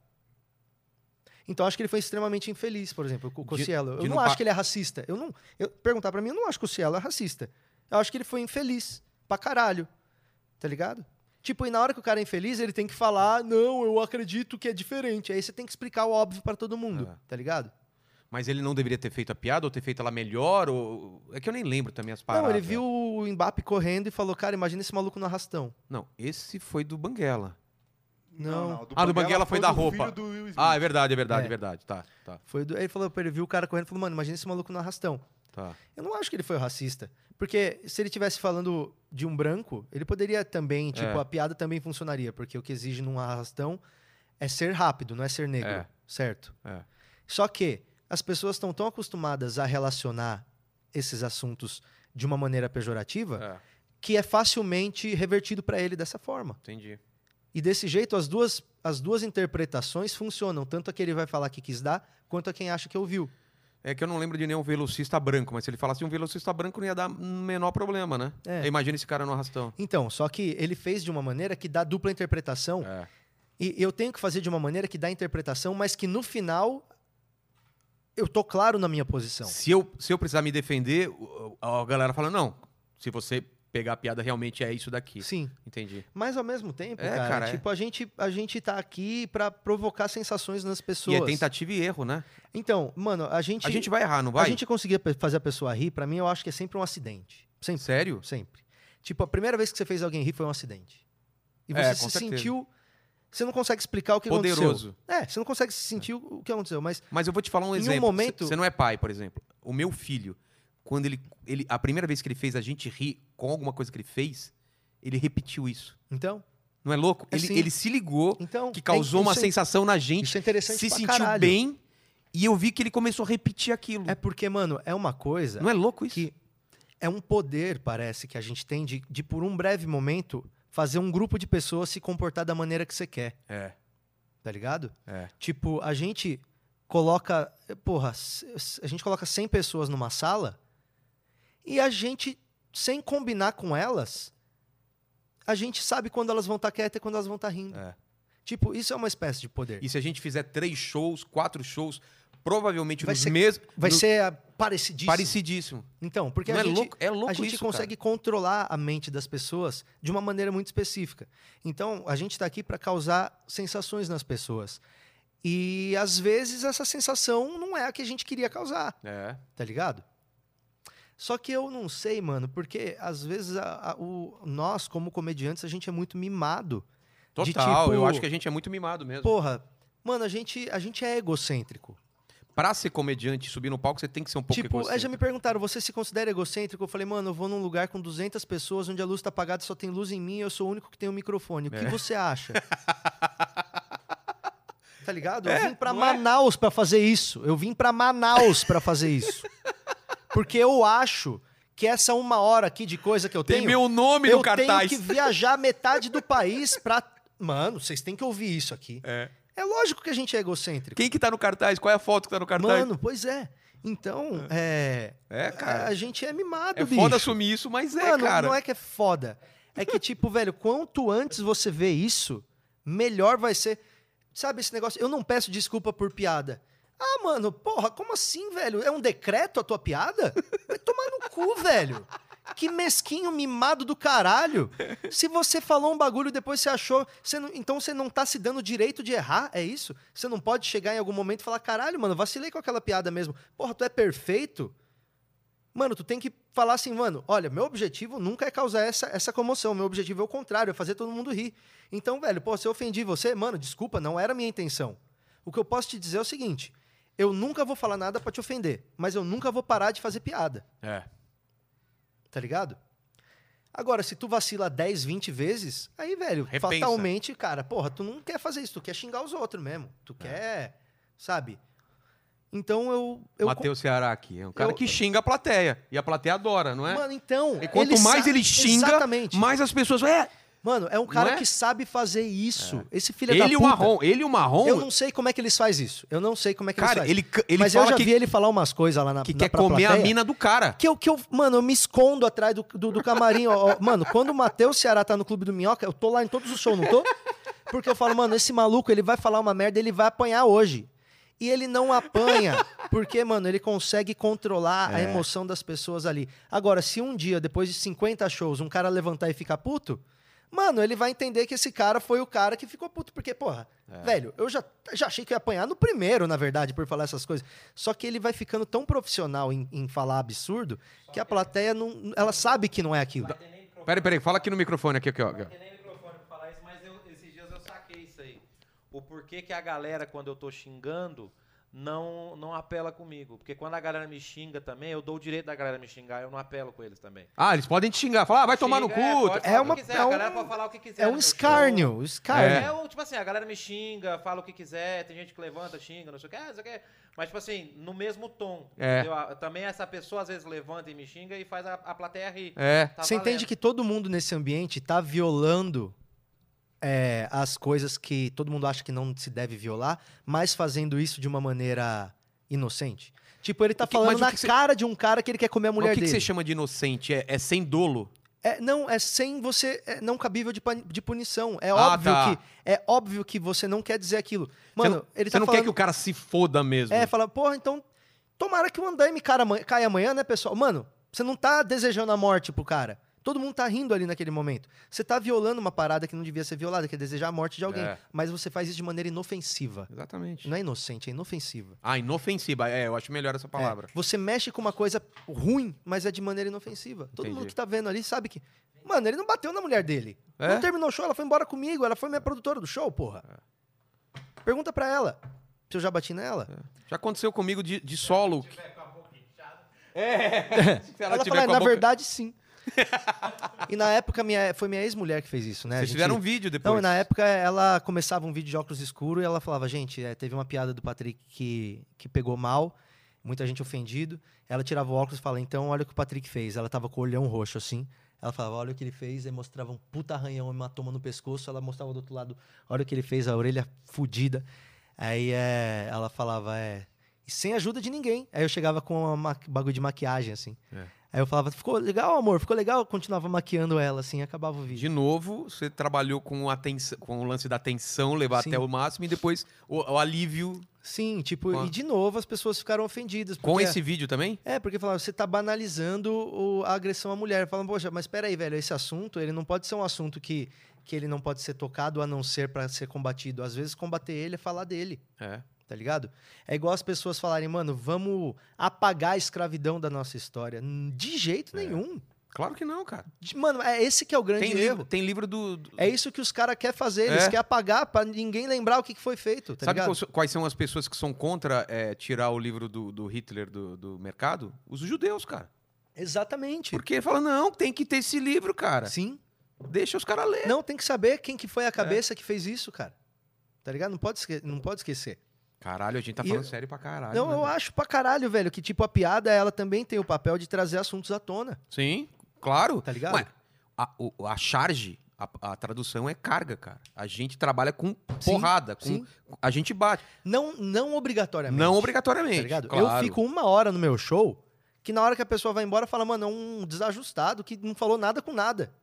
Speaker 2: Então acho que ele foi extremamente infeliz, por exemplo, com o
Speaker 1: De-
Speaker 2: Cossielo. Eu
Speaker 1: de
Speaker 2: não,
Speaker 1: não
Speaker 2: acho
Speaker 1: pa-
Speaker 2: que ele é racista. Eu não. eu- perguntar pra mim, eu não acho que o Cossielo é racista. Eu acho que ele foi infeliz pra caralho. Tá ligado? Tipo, e na hora que o cara é infeliz, ele tem que falar, não, eu acredito que é diferente. Aí você tem que explicar o óbvio pra todo mundo,
Speaker 1: É.
Speaker 2: tá ligado?
Speaker 1: Mas ele não deveria ter feito a piada ou ter feito ela melhor? Ou... É que eu nem lembro também as
Speaker 2: não,
Speaker 1: paradas.
Speaker 2: ele viu o Mbappe correndo e falou, cara, imagina esse maluco no arrastão.
Speaker 1: Não, esse foi do Banguela.
Speaker 2: Não.
Speaker 3: do
Speaker 1: Ah, do Banguela foi da
Speaker 3: do
Speaker 1: roupa.
Speaker 3: filho do Will Smith.
Speaker 1: Ah, é verdade, é verdade, é,
Speaker 2: É.
Speaker 1: verdade. Tá, tá,
Speaker 2: Foi do- Aí ele falou, ele viu o cara correndo e falou, mano, imagina esse maluco no arrastão.
Speaker 1: tá.
Speaker 2: Eu não acho que ele foi racista. Porque se ele tivesse falando de um branco, ele poderia também, tipo,
Speaker 1: É.
Speaker 2: a piada também funcionaria, porque o que exige num arrastão é ser rápido, não é ser negro,
Speaker 1: É.
Speaker 2: certo?
Speaker 1: É.
Speaker 2: Só que as pessoas estão tão acostumadas a relacionar esses assuntos de uma maneira
Speaker 1: É,
Speaker 2: pejorativa que é facilmente revertido para ele dessa forma.
Speaker 1: entendi.
Speaker 2: E desse jeito, as duas, as duas interpretações funcionam, tanto a que ele vai falar que quis dar, quanto a quem acha que ouviu.
Speaker 1: É que eu não lembro de nenhum velocista branco, mas se ele falasse um velocista branco, não ia dar o menor problema, né?
Speaker 2: É.
Speaker 1: Imagina esse cara no arrastão.
Speaker 2: Então, só que ele fez de uma maneira que dá dupla interpretação.
Speaker 1: É.
Speaker 2: E eu tenho que fazer de uma maneira que dá interpretação, mas que no final eu tô claro na minha posição.
Speaker 1: Se, eu, se eu precisar me defender, o- a galera fala: não, se você pegar a piada, realmente é isso daqui.
Speaker 2: Sim.
Speaker 1: Entendi.
Speaker 2: Mas ao mesmo tempo,
Speaker 1: É,
Speaker 2: cara,
Speaker 1: cara, é.
Speaker 2: tipo, a gente a gente tá aqui pra provocar sensações nas
Speaker 1: E
Speaker 2: pessoas.
Speaker 1: é tentativa e erro, né?
Speaker 2: Então, mano, a gente
Speaker 1: A gente vai errar, não vai?
Speaker 2: a gente conseguir pe- fazer a pessoa rir, pra mim eu acho que é sempre um acidente. Sempre.
Speaker 1: Sério?
Speaker 2: Sempre. Tipo, a primeira vez que você fez alguém rir foi um acidente. E você
Speaker 1: É,
Speaker 2: se
Speaker 1: com certeza.
Speaker 2: sentiu. Você não consegue explicar o que aconteceu.
Speaker 1: Poderoso.
Speaker 2: É, você não consegue se sentir o que aconteceu. Mas
Speaker 1: Mas eu vou te falar um
Speaker 2: Em um
Speaker 1: exemplo.
Speaker 2: momento-
Speaker 1: Você não é pai, por exemplo. O meu filho, quando ele, ele. A primeira vez que ele fez a gente rir com alguma coisa que ele fez, ele repetiu isso.
Speaker 2: Então,
Speaker 1: Não é louco?
Speaker 2: É
Speaker 1: ele,
Speaker 2: sim.
Speaker 1: ele se ligou,
Speaker 2: Então,
Speaker 1: que causou
Speaker 2: é-
Speaker 1: uma
Speaker 2: isso é-
Speaker 1: sensação na gente,
Speaker 2: Isso é interessante
Speaker 1: se
Speaker 2: pra
Speaker 1: sentiu
Speaker 2: caralho.
Speaker 1: bem, e eu vi que ele começou a repetir aquilo.
Speaker 2: É porque, mano, é uma coisa.
Speaker 1: Não é louco isso?
Speaker 2: que é um poder, parece, que a gente tem de, de, por um breve momento, fazer um grupo de pessoas se comportar da maneira que você quer,
Speaker 1: É,
Speaker 2: tá ligado?
Speaker 1: é.
Speaker 2: Tipo, a gente coloca. Porra, s- s- a gente coloca 100 pessoas numa sala e a gente, sem combinar com elas, a gente sabe quando elas vão estar quietas e quando elas vão estar rindo.
Speaker 1: É.
Speaker 2: Tipo, isso é uma espécie de poder.
Speaker 1: E se a gente fizer três shows, quatro shows, provavelmente
Speaker 2: Vai
Speaker 1: nos
Speaker 2: ser-
Speaker 1: mesmos.
Speaker 2: Vai
Speaker 1: no-
Speaker 2: ser ah, parecidíssimo.
Speaker 1: parecidíssimo.
Speaker 2: Então, porque
Speaker 1: Não
Speaker 2: a
Speaker 1: é
Speaker 2: gente.
Speaker 1: louco? É louco
Speaker 2: a gente
Speaker 1: isso,
Speaker 2: consegue controlar a mente das pessoas de uma maneira muito específica. Então, a gente está aqui para causar sensações nas pessoas. E às vezes essa sensação não é a que a gente queria causar,
Speaker 1: cara.
Speaker 2: tá ligado? Só que eu não sei, mano, porque às vezes a- a- o, nós, como comediantes, a gente é muito mimado.
Speaker 1: É.
Speaker 2: De
Speaker 1: Total, eu
Speaker 2: tipo-
Speaker 1: acho que a gente é muito mimado mesmo.
Speaker 2: Porra, mano, a gente, a gente é egocêntrico.
Speaker 1: Pra ser comediante e subir no palco, você tem que ser um pouco
Speaker 2: tipo, é, já me
Speaker 1: egocêntrico.
Speaker 2: perguntaram, você se considera egocêntrico? Eu falei, mano, eu vou num lugar com 200 pessoas, onde a luz tá apagada, só tem luz em mim, eu sou o único que tem um microfone. O que
Speaker 1: É.
Speaker 2: você acha? tá ligado? eu vim pra
Speaker 1: não é?
Speaker 2: Manaus pra fazer isso. Eu vim pra Manaus pra fazer isso. Porque eu acho que essa uma hora aqui de coisa que eu
Speaker 1: Tem
Speaker 2: tenho,
Speaker 1: meu nome
Speaker 2: eu
Speaker 1: no cartaz.
Speaker 2: tenho que viajar metade do país pra... Mano, vocês têm que ouvir isso aqui.
Speaker 1: É.
Speaker 2: É lógico que a gente é egocêntrico.
Speaker 1: Quem que tá no cartaz? Qual é a foto que tá no cartaz?
Speaker 2: Mano, pois é. Então, é...
Speaker 1: é, cara.
Speaker 2: A gente é mimado,
Speaker 1: É
Speaker 2: bicho.
Speaker 1: foda assumir isso, mas é,
Speaker 2: Mano,
Speaker 1: cara.
Speaker 2: não é que é foda. É que, tipo, velho, quanto antes você vê isso, melhor vai ser. Sabe esse negócio? Eu não peço desculpa por piada. Ah, mano, porra, como assim, velho? É um decreto a tua piada? Vai tomar no cu, velho. Que mesquinho mimado do caralho. Se você falou um bagulho e depois você achou. você não- então você não tá se dando direito de errar, é isso? Você não pode chegar em algum momento e falar: caralho, mano, vacilei com aquela piada mesmo. Porra, tu é perfeito? Mano, tu tem que falar assim, mano, olha, meu objetivo nunca é causar essa, essa comoção, meu objetivo é o contrário, é fazer todo mundo rir. Então, velho, pô, se eu ofendi você, mano, desculpa, não era a minha intenção. O que eu posso te dizer é o seguinte, eu nunca vou falar nada pra te ofender, mas eu nunca vou parar de fazer piada,
Speaker 1: É.
Speaker 2: tá ligado? Agora, se tu vacila 10, 20 vezes, aí, velho,
Speaker 1: Repensa.
Speaker 2: fatalmente, cara, porra, tu não quer fazer isso, tu quer xingar os outros mesmo, tu
Speaker 1: É.
Speaker 2: quer, sabe? Então eu... eu
Speaker 1: Matheus Ceará aqui. É um cara
Speaker 2: Eu-
Speaker 1: que xinga a plateia. E a plateia adora, não é?
Speaker 2: Mano, então...
Speaker 1: E quanto mais
Speaker 2: sa-
Speaker 1: ele xinga,
Speaker 2: Exatamente.
Speaker 1: Mas as pessoas. É,
Speaker 2: Mano, é um cara
Speaker 1: é?
Speaker 2: que sabe fazer isso. Esse filho da
Speaker 1: ele e
Speaker 2: puta.
Speaker 1: o marrom. Ele e o marrom.
Speaker 2: Eu não sei como é que eles faz isso. Eu não sei como é que
Speaker 1: cara,
Speaker 2: eles faz.
Speaker 1: ele, ca- ele
Speaker 2: Mas eu
Speaker 1: fala
Speaker 2: já
Speaker 1: que,
Speaker 2: vi ele falar umas coisas lá na
Speaker 1: que
Speaker 2: na-
Speaker 1: quer
Speaker 2: pra
Speaker 1: comer a
Speaker 2: plateia,
Speaker 1: mina do cara.
Speaker 2: Que eu, que eu, mano, eu me escondo atrás do, do, do camarim. ó, ó. Mano, quando o Matheus Ceará tá no Clube do Minhoca, eu tô lá em todos os shows, não tô? Porque eu falo, mano, esse maluco, ele vai falar uma merda, ele vai apanhar hoje. E ele não apanha, porque, mano, ele consegue controlar a emoção das pessoas ali. Agora, se um dia, depois de 50 shows, um cara levantar e ficar puto, mano, ele vai entender que esse cara foi o cara que ficou puto. Porque, porra, velho, eu já, já achei que eu ia apanhar no primeiro, na verdade, por falar essas coisas. Só que ele vai ficando tão profissional em, em falar absurdo que a plateia não. Ela sabe que não é aquilo.
Speaker 5: Tem nem microfone,
Speaker 1: Peraí, peraí, fala aqui no microfone aqui, aqui, ó. aqui, ó.
Speaker 5: tem nem microfone pra falar isso, mas eu- esses dias eu saquei isso aí. O porquê que a galera, quando eu tô xingando, não, não apela comigo. Porque quando a galera me xinga também, eu dou o direito da galera me xingar, eu não apelo com eles também.
Speaker 1: Ah, eles podem te xingar. Falar, ah, vai tomar no
Speaker 5: Xinga, é,
Speaker 1: cu.
Speaker 5: pode
Speaker 2: É
Speaker 5: falar o que
Speaker 2: uma-
Speaker 5: quiser,
Speaker 2: é
Speaker 5: a
Speaker 2: um-
Speaker 5: galera pode falar o que quiser
Speaker 2: É
Speaker 5: no
Speaker 2: um
Speaker 5: meu show.
Speaker 2: escárnio, um
Speaker 5: É.
Speaker 2: escárnio.
Speaker 5: o- tipo assim, a galera me xinga, fala o que quiser, tem gente que levanta, xinga, não sei o que, ah, não sei o que. Mas, tipo assim, no mesmo tom.
Speaker 1: É.
Speaker 5: entendeu? A- Também essa pessoa às vezes levanta e me xinga e faz a, a plateia rir.
Speaker 1: É.
Speaker 5: Tá
Speaker 2: Você entende
Speaker 5: valendo.
Speaker 2: que todo mundo nesse ambiente tá violando é, as coisas que todo mundo acha que não se deve violar, mas fazendo isso de uma maneira inocente? Tipo, ele tá
Speaker 1: O que-
Speaker 2: falando
Speaker 1: mas o
Speaker 2: na
Speaker 1: que que você-
Speaker 2: cara de um cara que ele quer comer a
Speaker 1: Mas
Speaker 2: mulher
Speaker 1: o que, que
Speaker 2: dele.
Speaker 1: você chama de inocente? É, é sem dolo?
Speaker 2: É, não, é sem você. é não cabível de, pan- de punição. É,
Speaker 1: Ah,
Speaker 2: óbvio
Speaker 1: tá.
Speaker 2: que, é óbvio que você não quer dizer aquilo.
Speaker 1: Você
Speaker 2: Mano,
Speaker 1: não-
Speaker 2: ele
Speaker 1: Você
Speaker 2: tá
Speaker 1: não
Speaker 2: falando.
Speaker 1: quer que o cara se foda mesmo.
Speaker 2: É, fala, porra, então. Tomara que o andaime cara, amanhã- caia amanhã, né, pessoal? Mano, você não tá desejando a morte pro cara. Todo mundo tá rindo ali naquele momento. Você tá violando uma parada que não devia ser violada, que é desejar a morte de alguém.
Speaker 1: É.
Speaker 2: Mas você faz isso de maneira inofensiva.
Speaker 1: Exatamente.
Speaker 2: Não é inocente, é inofensiva.
Speaker 1: Ah, inofensiva. É, eu acho melhor essa palavra.
Speaker 2: É, você mexe com uma coisa ruim, mas é de maneira inofensiva. Todo
Speaker 1: Entendi.
Speaker 2: mundo que tá vendo ali sabe que. Mano, ele não bateu na mulher dele.
Speaker 1: É?
Speaker 2: Não terminou o show, ela foi embora comigo, ela foi minha produtora do show, porra.
Speaker 1: É.
Speaker 2: Pergunta pra ela se eu já bati nela.
Speaker 1: Já aconteceu comigo de, de solo. Se
Speaker 5: Vai ficar um pouco inchado.
Speaker 1: ela,
Speaker 2: É. Ela
Speaker 1: tiver
Speaker 2: fala,
Speaker 1: com a
Speaker 2: na
Speaker 1: boca-
Speaker 2: verdade, sim. E na época minha, foi minha ex-mulher que fez isso, né? A
Speaker 1: Vocês
Speaker 2: gente-
Speaker 1: tiveram um vídeo depois.
Speaker 2: Não, e na época ela começava um vídeo de óculos escuro e ela falava, gente, é, teve uma piada do Patrick que, que pegou mal, muita gente ofendido. Ela tirava o óculos e falava, então olha o que o Patrick fez. Ela tava com o olhão roxo assim. Ela falava, olha o que ele fez, aí mostrava um puta arranhão, hematoma no pescoço. Ela mostrava do outro lado, olha o que ele fez, a orelha fudida. Aí é, ela falava, é, e sem ajuda de ninguém. Aí eu chegava com uma ma- bagulho de maquiagem assim.
Speaker 1: É.
Speaker 2: Aí eu falava, ficou legal, amor, ficou legal. Eu continuava maquiando ela assim, acabava o vídeo.
Speaker 1: De novo, você trabalhou com, a tens- com o lance da tensão, levar
Speaker 2: Sim.
Speaker 1: até o máximo e depois o, o alívio.
Speaker 2: Sim, tipo,
Speaker 1: Ó.
Speaker 2: e de novo as pessoas ficaram ofendidas.
Speaker 1: Com
Speaker 2: porque-
Speaker 1: esse vídeo também?
Speaker 2: É, porque falaram, você tá banalizando o- a agressão à mulher. Falam, poxa, mas peraí, velho, esse assunto, ele não pode ser um assunto que, que ele não pode ser tocado a não ser pra ser combatido. Às vezes, combater ele é falar dele,
Speaker 1: É.
Speaker 2: tá ligado? É igual as pessoas falarem, mano, vamos apagar a escravidão da nossa história. Hum, De jeito nenhum.
Speaker 1: Claro que não, cara.
Speaker 2: De- mano, é esse que é o grande
Speaker 1: É. Tem
Speaker 2: erro.
Speaker 1: livro, tem livro do. do-
Speaker 2: É isso que os caras querem fazer, eles
Speaker 1: É.
Speaker 2: querem apagar pra ninguém lembrar o que que foi feito, tá
Speaker 1: Sabe
Speaker 2: ligado?
Speaker 1: quais, quais são as pessoas que são contra é, tirar o livro do, do Hitler do, do mercado? Os judeus, cara.
Speaker 2: Exatamente.
Speaker 1: Porque fala, não, tem que ter esse livro, cara.
Speaker 2: Sim.
Speaker 1: Deixa os caras ler.
Speaker 2: Não, tem que saber quem que
Speaker 1: É.
Speaker 2: foi a cabeça que fez isso, cara. Tá ligado? Não pode, esque- não pode esquecer.
Speaker 1: Caralho, a gente tá
Speaker 2: E
Speaker 1: falando
Speaker 2: eu-
Speaker 1: sério pra caralho.
Speaker 2: Não,
Speaker 1: né,
Speaker 2: eu
Speaker 1: velho?
Speaker 2: acho pra caralho, velho, que tipo a piada, ela também tem o papel de trazer assuntos à tona,
Speaker 1: Sim, claro.
Speaker 2: tá ligado?
Speaker 1: Ué, a, o- a charge, a, a tradução é carga, cara. A gente trabalha com
Speaker 2: Sim,
Speaker 1: porrada, com,
Speaker 2: sim.
Speaker 1: a gente bate.
Speaker 2: Não, não obrigatoriamente.
Speaker 1: Não
Speaker 2: tá
Speaker 1: obrigatoriamente.
Speaker 2: ligado? Eu
Speaker 1: claro.
Speaker 2: fico uma hora no meu show, que na hora que a pessoa vai embora, fala, mano, é um desajustado que não falou nada com nada,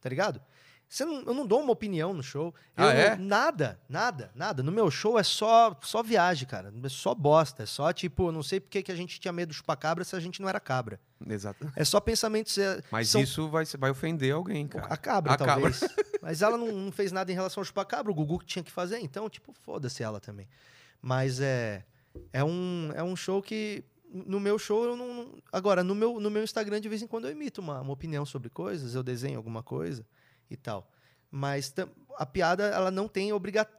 Speaker 2: tá ligado? Você não- eu não dou uma opinião no show. Eu
Speaker 1: Ah, é?
Speaker 2: não- nada, nada, nada. No meu show é só só viagem, cara. É só bosta. É só tipo, eu não sei porque que a gente tinha medo de chupar cabra se a gente não era cabra.
Speaker 1: Exato.
Speaker 2: É só pensamentos. é,
Speaker 1: Mas
Speaker 2: são-
Speaker 1: isso vai, vai ofender alguém, cara.
Speaker 2: Um A cabra,
Speaker 1: A cabra.
Speaker 2: talvez. Mas ela não, não fez nada em relação ao chupacabra, o Gugu que tinha que fazer, então, tipo, foda-se ela também. Mas é. É um, é um show que. No meu show, eu não. não- Agora, no meu, no meu Instagram, de vez em quando eu imito uma, uma opinião sobre coisas, eu desenho alguma coisa e tal. Mas tam- a piada, ela não tem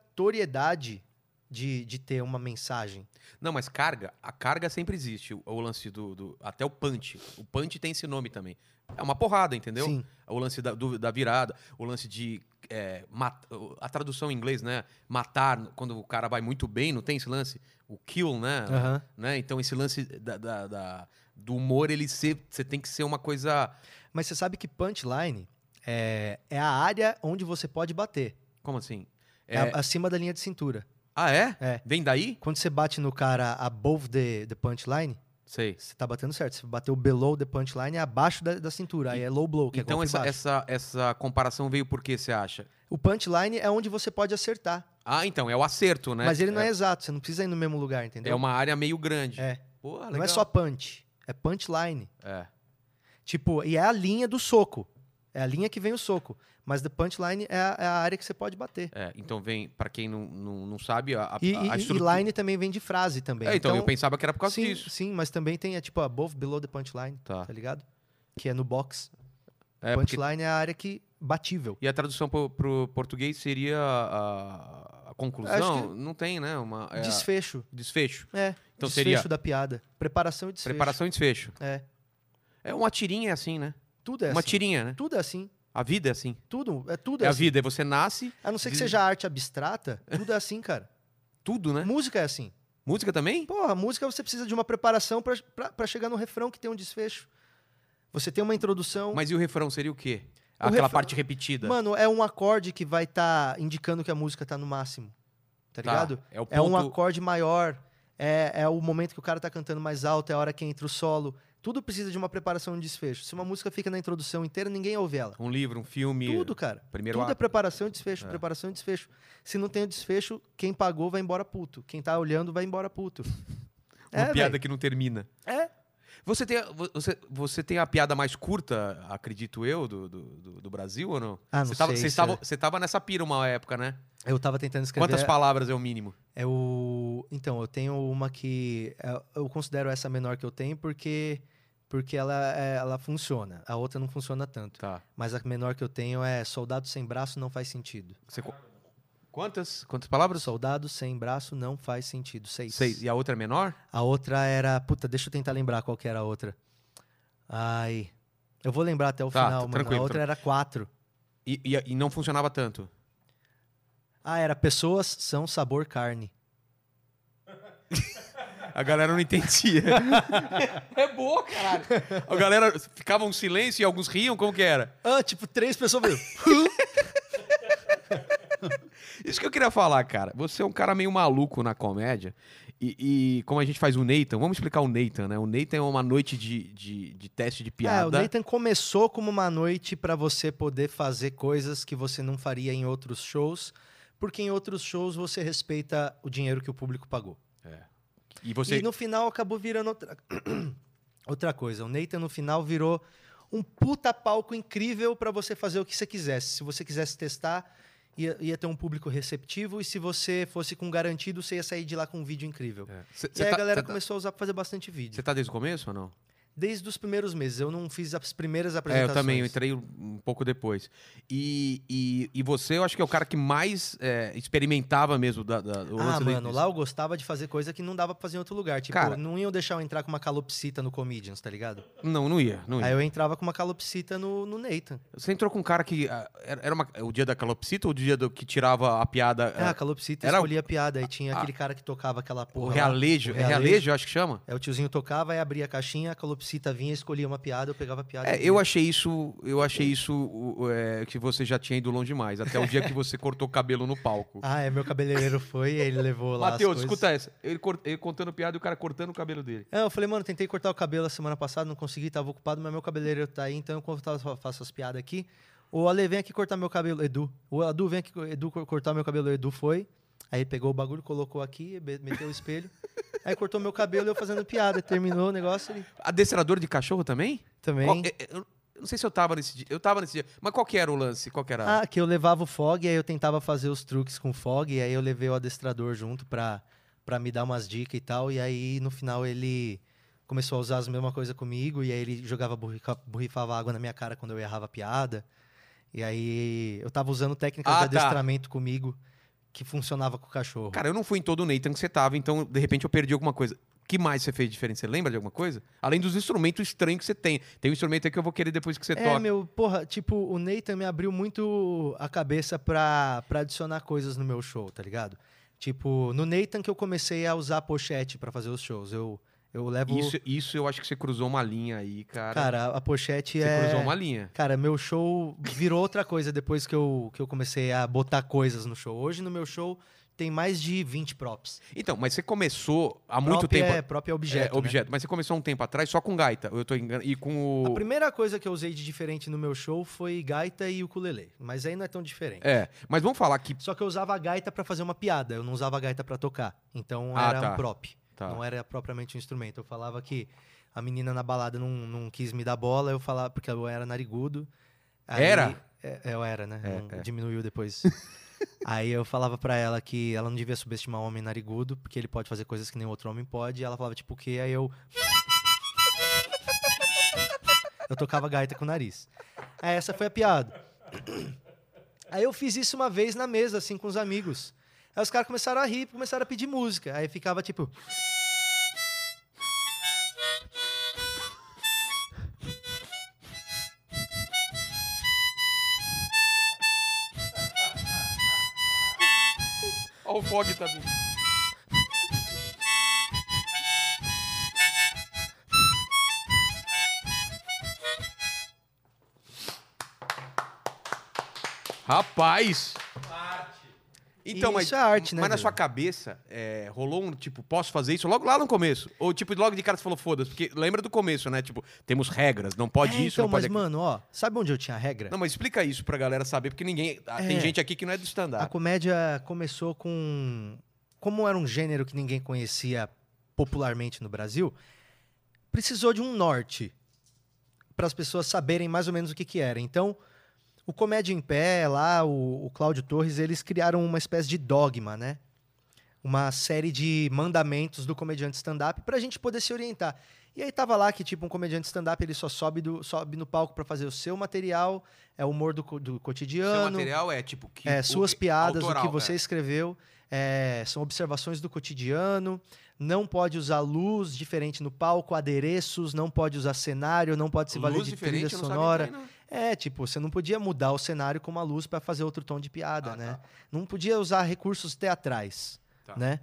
Speaker 2: obrigatoriedade de, de ter uma mensagem.
Speaker 1: Não, mas carga, a carga sempre existe. O, o lance do, do- Até o punch. O punch tem esse nome também. É uma porrada, entendeu?
Speaker 2: Sim.
Speaker 1: O lance da, do- da virada, o lance de. é, mat- a tradução em inglês, né? Matar, quando o cara vai muito bem, não tem esse lance? O kill, né?
Speaker 2: Aham.
Speaker 1: né? Então esse lance da- da- da- do humor, ele ser, você tem que ser uma coisa.
Speaker 2: Mas você sabe que punchline é, é a área onde você pode bater.
Speaker 1: Como assim?
Speaker 2: É
Speaker 1: É-
Speaker 2: a- acima da linha de cintura.
Speaker 1: ah, é?
Speaker 2: É.
Speaker 1: Vem daí?
Speaker 2: Quando você bate no cara above the, the punchline,
Speaker 1: Sei.
Speaker 2: você tá batendo certo. Se bateu below the punchline, é abaixo da, da cintura. Aí é low blow, que
Speaker 1: Então
Speaker 2: é golpe
Speaker 1: essa,
Speaker 2: baixo.
Speaker 1: essa, essa comparação veio por quê, você acha?
Speaker 2: O punchline é onde você pode acertar.
Speaker 1: Ah, então, é o acerto, né?
Speaker 2: Mas ele não é exato, você não precisa ir no mesmo lugar, entendeu?
Speaker 1: É uma área meio grande.
Speaker 2: É.
Speaker 1: Pô, legal.
Speaker 2: Não é só punch, é punchline.
Speaker 1: É.
Speaker 2: Tipo, e é a linha do soco. É a linha que vem o soco. Mas the punchline é a, é a área que você pode bater.
Speaker 1: É, Então vem, pra quem não, não, não sabe, a, a,
Speaker 2: E,
Speaker 1: a
Speaker 2: e- e
Speaker 1: estrutura-
Speaker 2: line também vem de frase também.
Speaker 1: É, então, eu pensava que era por causa
Speaker 2: sim,
Speaker 1: disso.
Speaker 2: Sim, mas também tem, é tipo, above, below the punchline,
Speaker 1: Tá.
Speaker 2: tá ligado? Que é no box.
Speaker 1: É, porque-
Speaker 2: punchline é a área que batível.
Speaker 1: E a tradução pro, pro português seria a, a conclusão?
Speaker 2: Acho
Speaker 1: Não tem, né? Uma, é,
Speaker 2: Desfecho.
Speaker 1: desfecho.
Speaker 2: É.
Speaker 1: Então
Speaker 2: desfecho
Speaker 1: seria-
Speaker 2: da piada. Preparação e desfecho.
Speaker 1: Preparação e desfecho.
Speaker 2: É.
Speaker 1: É uma tirinha é assim, né?
Speaker 2: Tudo é
Speaker 1: Uma
Speaker 2: assim.
Speaker 1: tirinha, né?
Speaker 2: Tudo é assim.
Speaker 1: A vida é assim.
Speaker 2: Tudo. É tudo
Speaker 1: é
Speaker 2: é
Speaker 1: a
Speaker 2: assim.
Speaker 1: vida, é você nasce,
Speaker 2: A não ser que
Speaker 1: Vida.
Speaker 2: seja arte abstrata, tudo é assim, cara.
Speaker 1: tudo, né?
Speaker 2: Música é assim.
Speaker 1: Música também?
Speaker 2: Porra, música você precisa de uma preparação pra- pra pra chegar no refrão que tem um desfecho. Você tem uma introdução.
Speaker 1: Mas e o refrão seria o quê?
Speaker 2: O
Speaker 1: Aquela
Speaker 2: refrão-
Speaker 1: parte repetida.
Speaker 2: Mano, é um acorde que vai estar indicando que a música tá no máximo. Tá
Speaker 1: Tá,
Speaker 2: ligado?
Speaker 1: É o ponto...
Speaker 2: É um acorde maior. É, é o momento que o cara tá cantando mais alto, é a hora que entra o solo. Tudo precisa de uma preparação e um desfecho. Se uma música fica na introdução inteira, ninguém ouve ela.
Speaker 1: Um livro, um filme...
Speaker 2: Tudo, cara.
Speaker 1: Primeiro
Speaker 2: Tudo é
Speaker 1: ato.
Speaker 2: preparação e desfecho,
Speaker 1: É.
Speaker 2: preparação e desfecho. Se não tem o desfecho, quem pagou vai embora puto. Quem tá olhando vai embora puto.
Speaker 1: Uma
Speaker 2: É,
Speaker 1: piada
Speaker 2: velho.
Speaker 1: que não termina.
Speaker 2: É.
Speaker 1: Você tem, a- vo- você, você tem a piada mais curta, acredito eu, do, do, do- do Brasil ou não?
Speaker 2: Ah, não
Speaker 1: você tava,
Speaker 2: sei,
Speaker 1: Você
Speaker 2: será?
Speaker 1: estava, você tava nessa pira uma época, né?
Speaker 2: Eu tava tentando escrever.
Speaker 1: Quantas palavras é o mínimo?
Speaker 2: É o. Então, eu tenho uma que. é, Eu considero essa a menor que eu tenho porque. Porque ela, é- ela funciona. A outra não funciona tanto.
Speaker 1: Tá.
Speaker 2: Mas a menor que eu tenho é Soldado sem braço não faz sentido.
Speaker 1: Você co- quantas? Quantas palavras?
Speaker 2: Soldado sem braço não faz sentido. Seis.
Speaker 1: Seis. E a outra é menor?
Speaker 2: A outra era. Puta, deixa eu tentar lembrar qual que era a outra. Ai. Eu vou lembrar até o
Speaker 1: Tá, tá
Speaker 2: final, mano. A
Speaker 1: tranquilo,
Speaker 2: outra era quatro.
Speaker 1: E, e- e não funcionava tanto.
Speaker 2: Ah, era pessoas são sabor carne.
Speaker 1: A galera não entendia. é boa, caralho. A galera ficava um silêncio e alguns riam, como que era?
Speaker 2: Ah, tipo, três pessoas. mesmo.
Speaker 1: Isso que eu queria falar, cara. Você é um cara meio maluco na comédia. E, e como a gente faz o Nathan, vamos explicar o Nathan, né? O Nathan é uma noite de, de, de teste de
Speaker 2: é, o
Speaker 1: piada.
Speaker 2: Nathan começou como uma noite pra você poder fazer coisas que você não faria em outros shows, porque em outros shows você respeita o dinheiro que o público pagou.
Speaker 1: E você.
Speaker 2: E no final acabou virando outra... outra coisa. O Nathan no final virou um puta palco incrível pra você fazer o que você quisesse. Se você quisesse testar, ia, ia ter um público receptivo e se você fosse com garantido, você ia sair de lá com um vídeo incrível.
Speaker 1: Você
Speaker 2: e aí
Speaker 1: tá,
Speaker 2: a galera
Speaker 1: cê tá-
Speaker 2: começou a usar pra fazer bastante vídeo.
Speaker 1: cê tá desde o começo ou não?
Speaker 2: Desde os primeiros meses. Eu não fiz as
Speaker 1: É,
Speaker 2: primeiras
Speaker 1: eu
Speaker 2: apresentações.
Speaker 1: também, eu entrei um- um pouco depois. E, e, e você, eu acho que é o cara que mais é, experimentava mesmo. Da, da- o
Speaker 2: Ah,
Speaker 1: lance do-
Speaker 2: mano, lá eu gostava de fazer coisa que não dava pra fazer em outro lugar. Tipo,
Speaker 1: Cara-
Speaker 2: não iam deixar eu entrar com uma calopsita no Comedians, tá ligado?
Speaker 1: Não, não ia. Não ia.
Speaker 2: Aí eu entrava com uma calopsita no, no Nathan.
Speaker 1: Você entrou com um cara que. ah, Era era uma- o dia da calopsita ou o dia do, que tirava a piada.
Speaker 2: Ah,
Speaker 1: ah,
Speaker 2: a calopsita
Speaker 1: era-
Speaker 2: escolhia a piada. Aí tinha
Speaker 1: Ah.
Speaker 2: aquele cara que tocava aquela porra.
Speaker 1: o
Speaker 2: lá.
Speaker 1: realejo.
Speaker 2: o
Speaker 1: É realejo, eu acho que chama?
Speaker 2: É, o tiozinho tocava, aí abria a caixinha, a calopsita vinha, escolhia uma piada, eu pegava a piada.
Speaker 1: É,
Speaker 2: e
Speaker 1: eu
Speaker 2: via.
Speaker 1: achei isso, eu achei isso o- o, é, que você já tinha ido longe demais, até o dia que você cortou o cabelo no palco.
Speaker 2: Ah, é, meu cabeleireiro foi, ele levou lá. as
Speaker 1: Matheus,
Speaker 2: coisas.
Speaker 1: escuta essa. Ele, cort- ele contando piada e o cara cortando o cabelo dele.
Speaker 2: É, eu falei, mano, tentei cortar o cabelo a semana passada, não consegui, tava ocupado, mas meu cabeleireiro tá aí, então enquanto eu fa- faço as piadas aqui. O Ale, vem aqui cortar meu cabelo, Edu. O Edu, vem aqui, co- Edu, cor- cortar meu cabelo, Edu foi. Aí ele pegou o bagulho, colocou aqui, be- meteu o espelho. aí cortou meu cabelo, eu fazendo piada. Terminou o negócio, ele
Speaker 1: Adestrador de cachorro também?
Speaker 2: também.
Speaker 1: Qual- é, é, eu, eu não sei se eu tava nesse dia. Eu tava nesse dia. Mas qual que era o lance? Qual que era?
Speaker 2: Ah, que eu levava o Fog, aí eu tentava fazer os truques com o Fog, e aí eu levei o adestrador junto pra, pra me dar umas dicas e tal, e aí no final ele começou a usar as mesmas coisas comigo, e aí ele jogava, burrica- borrifava água na minha cara quando eu errava a piada, e aí eu tava usando técnicas
Speaker 1: Ah,
Speaker 2: de
Speaker 1: tá.
Speaker 2: adestramento comigo, que funcionava com o cachorro.
Speaker 1: Cara, eu não fui em todo o Nathan que você tava, então de repente eu perdi alguma coisa. que mais você fez diferente? Você lembra de alguma coisa? Além dos instrumentos estranhos que você tem. Tem um instrumento aí que eu vou querer depois que você
Speaker 2: é,
Speaker 1: toca.
Speaker 2: meu, porra, tipo, o Nathan me abriu muito a cabeça pra, pra adicionar coisas no meu show, tá ligado? Tipo, no Nathan que eu comecei a usar pochete pra fazer os shows. Eu, eu levo.
Speaker 1: Isso, isso eu acho que você cruzou uma linha aí, cara.
Speaker 2: cara, a pochete
Speaker 1: você
Speaker 2: é.
Speaker 1: cruzou uma linha.
Speaker 2: Cara, meu show virou outra coisa depois que eu, que eu comecei a botar coisas no show. Hoje no meu show tem mais de 20 props.
Speaker 1: Então, mas você começou há muito
Speaker 2: Prop
Speaker 1: tempo.
Speaker 2: É, prop é objeto.
Speaker 1: É,
Speaker 2: né?
Speaker 1: objeto. Mas você começou há um tempo atrás só com gaita. ou Eu tô engan... E com
Speaker 2: A
Speaker 1: o.
Speaker 2: primeira coisa que eu usei de diferente no meu show foi gaita e ukulele. Mas aí não é tão diferente.
Speaker 1: É. Mas vamos falar que.
Speaker 2: Só que eu usava a gaita pra fazer uma piada, eu não usava a gaita pra tocar. Então
Speaker 1: Ah,
Speaker 2: era
Speaker 1: tá.
Speaker 2: um prop,
Speaker 1: Tá.
Speaker 2: não era propriamente um instrumento. Eu falava que a menina na balada não, não quis me dar bola, eu falava porque eu era narigudo.
Speaker 1: Era?
Speaker 2: É, eu era, né?
Speaker 1: É,
Speaker 2: Não- Diminuiu depois. aí eu falava pra ela que ela não devia subestimar o homem narigudo, porque ele pode fazer coisas que nem outro homem pode. E ela falava tipo o quê? Aí eu eu tocava gaita com o nariz. Aí essa foi a piada. Aí eu fiz isso uma vez na mesa, assim, com os amigos. Aí os caras começaram a rir, começaram a pedir música. Aí ficava tipo.
Speaker 1: Olha o fog tá vindo. Rapaz! Então,
Speaker 2: Isso
Speaker 1: mas,
Speaker 2: é arte, né,
Speaker 1: mas na
Speaker 2: velho?
Speaker 1: sua cabeça é, rolou um tipo, posso fazer isso logo lá no começo? Ou tipo, logo de cara você falou, foda-se, porque lembra do começo, né? Tipo, temos regras, não pode
Speaker 2: "É,
Speaker 1: isso,
Speaker 2: então,
Speaker 1: não
Speaker 2: mas,
Speaker 1: pode aquilo.
Speaker 2: mano, ó, sabe onde eu tinha a regra?
Speaker 1: Não, mas explica isso pra galera saber, porque ninguém. ah, Tem
Speaker 2: É.
Speaker 1: gente aqui que não é do stand-up.
Speaker 2: A comédia começou com. Como era um gênero que ninguém conhecia popularmente no Brasil, precisou de um norte para as pessoas saberem mais ou menos o que, que era. Então, o Comédia em Pé, lá, o, o Cláudio Torres, eles criaram uma espécie de dogma, né? Uma série de mandamentos do comediante stand-up para a gente poder se orientar. E aí tava lá que, tipo, um comediante stand-up ele só sobe, do- sobe no palco para fazer o seu material, é o humor do, co- do
Speaker 1: Seu
Speaker 2: cotidiano.
Speaker 1: material é tipo. que-
Speaker 2: É,
Speaker 1: o-
Speaker 2: suas piadas, o
Speaker 1: autoral,
Speaker 2: que você
Speaker 1: é.
Speaker 2: escreveu. é, são observações do cotidiano, não pode usar luz diferente no palco, adereços, não pode usar cenário, não pode se valer
Speaker 1: Luz
Speaker 2: de
Speaker 1: diferente,
Speaker 2: trilha
Speaker 1: eu não sabia
Speaker 2: sonora.
Speaker 1: também, não.
Speaker 2: É, tipo, você não podia mudar o cenário com uma luz para fazer outro tom de piada,
Speaker 1: Ah,
Speaker 2: né?
Speaker 1: tá.
Speaker 2: Não podia usar recursos teatrais,
Speaker 1: Tá.
Speaker 2: né?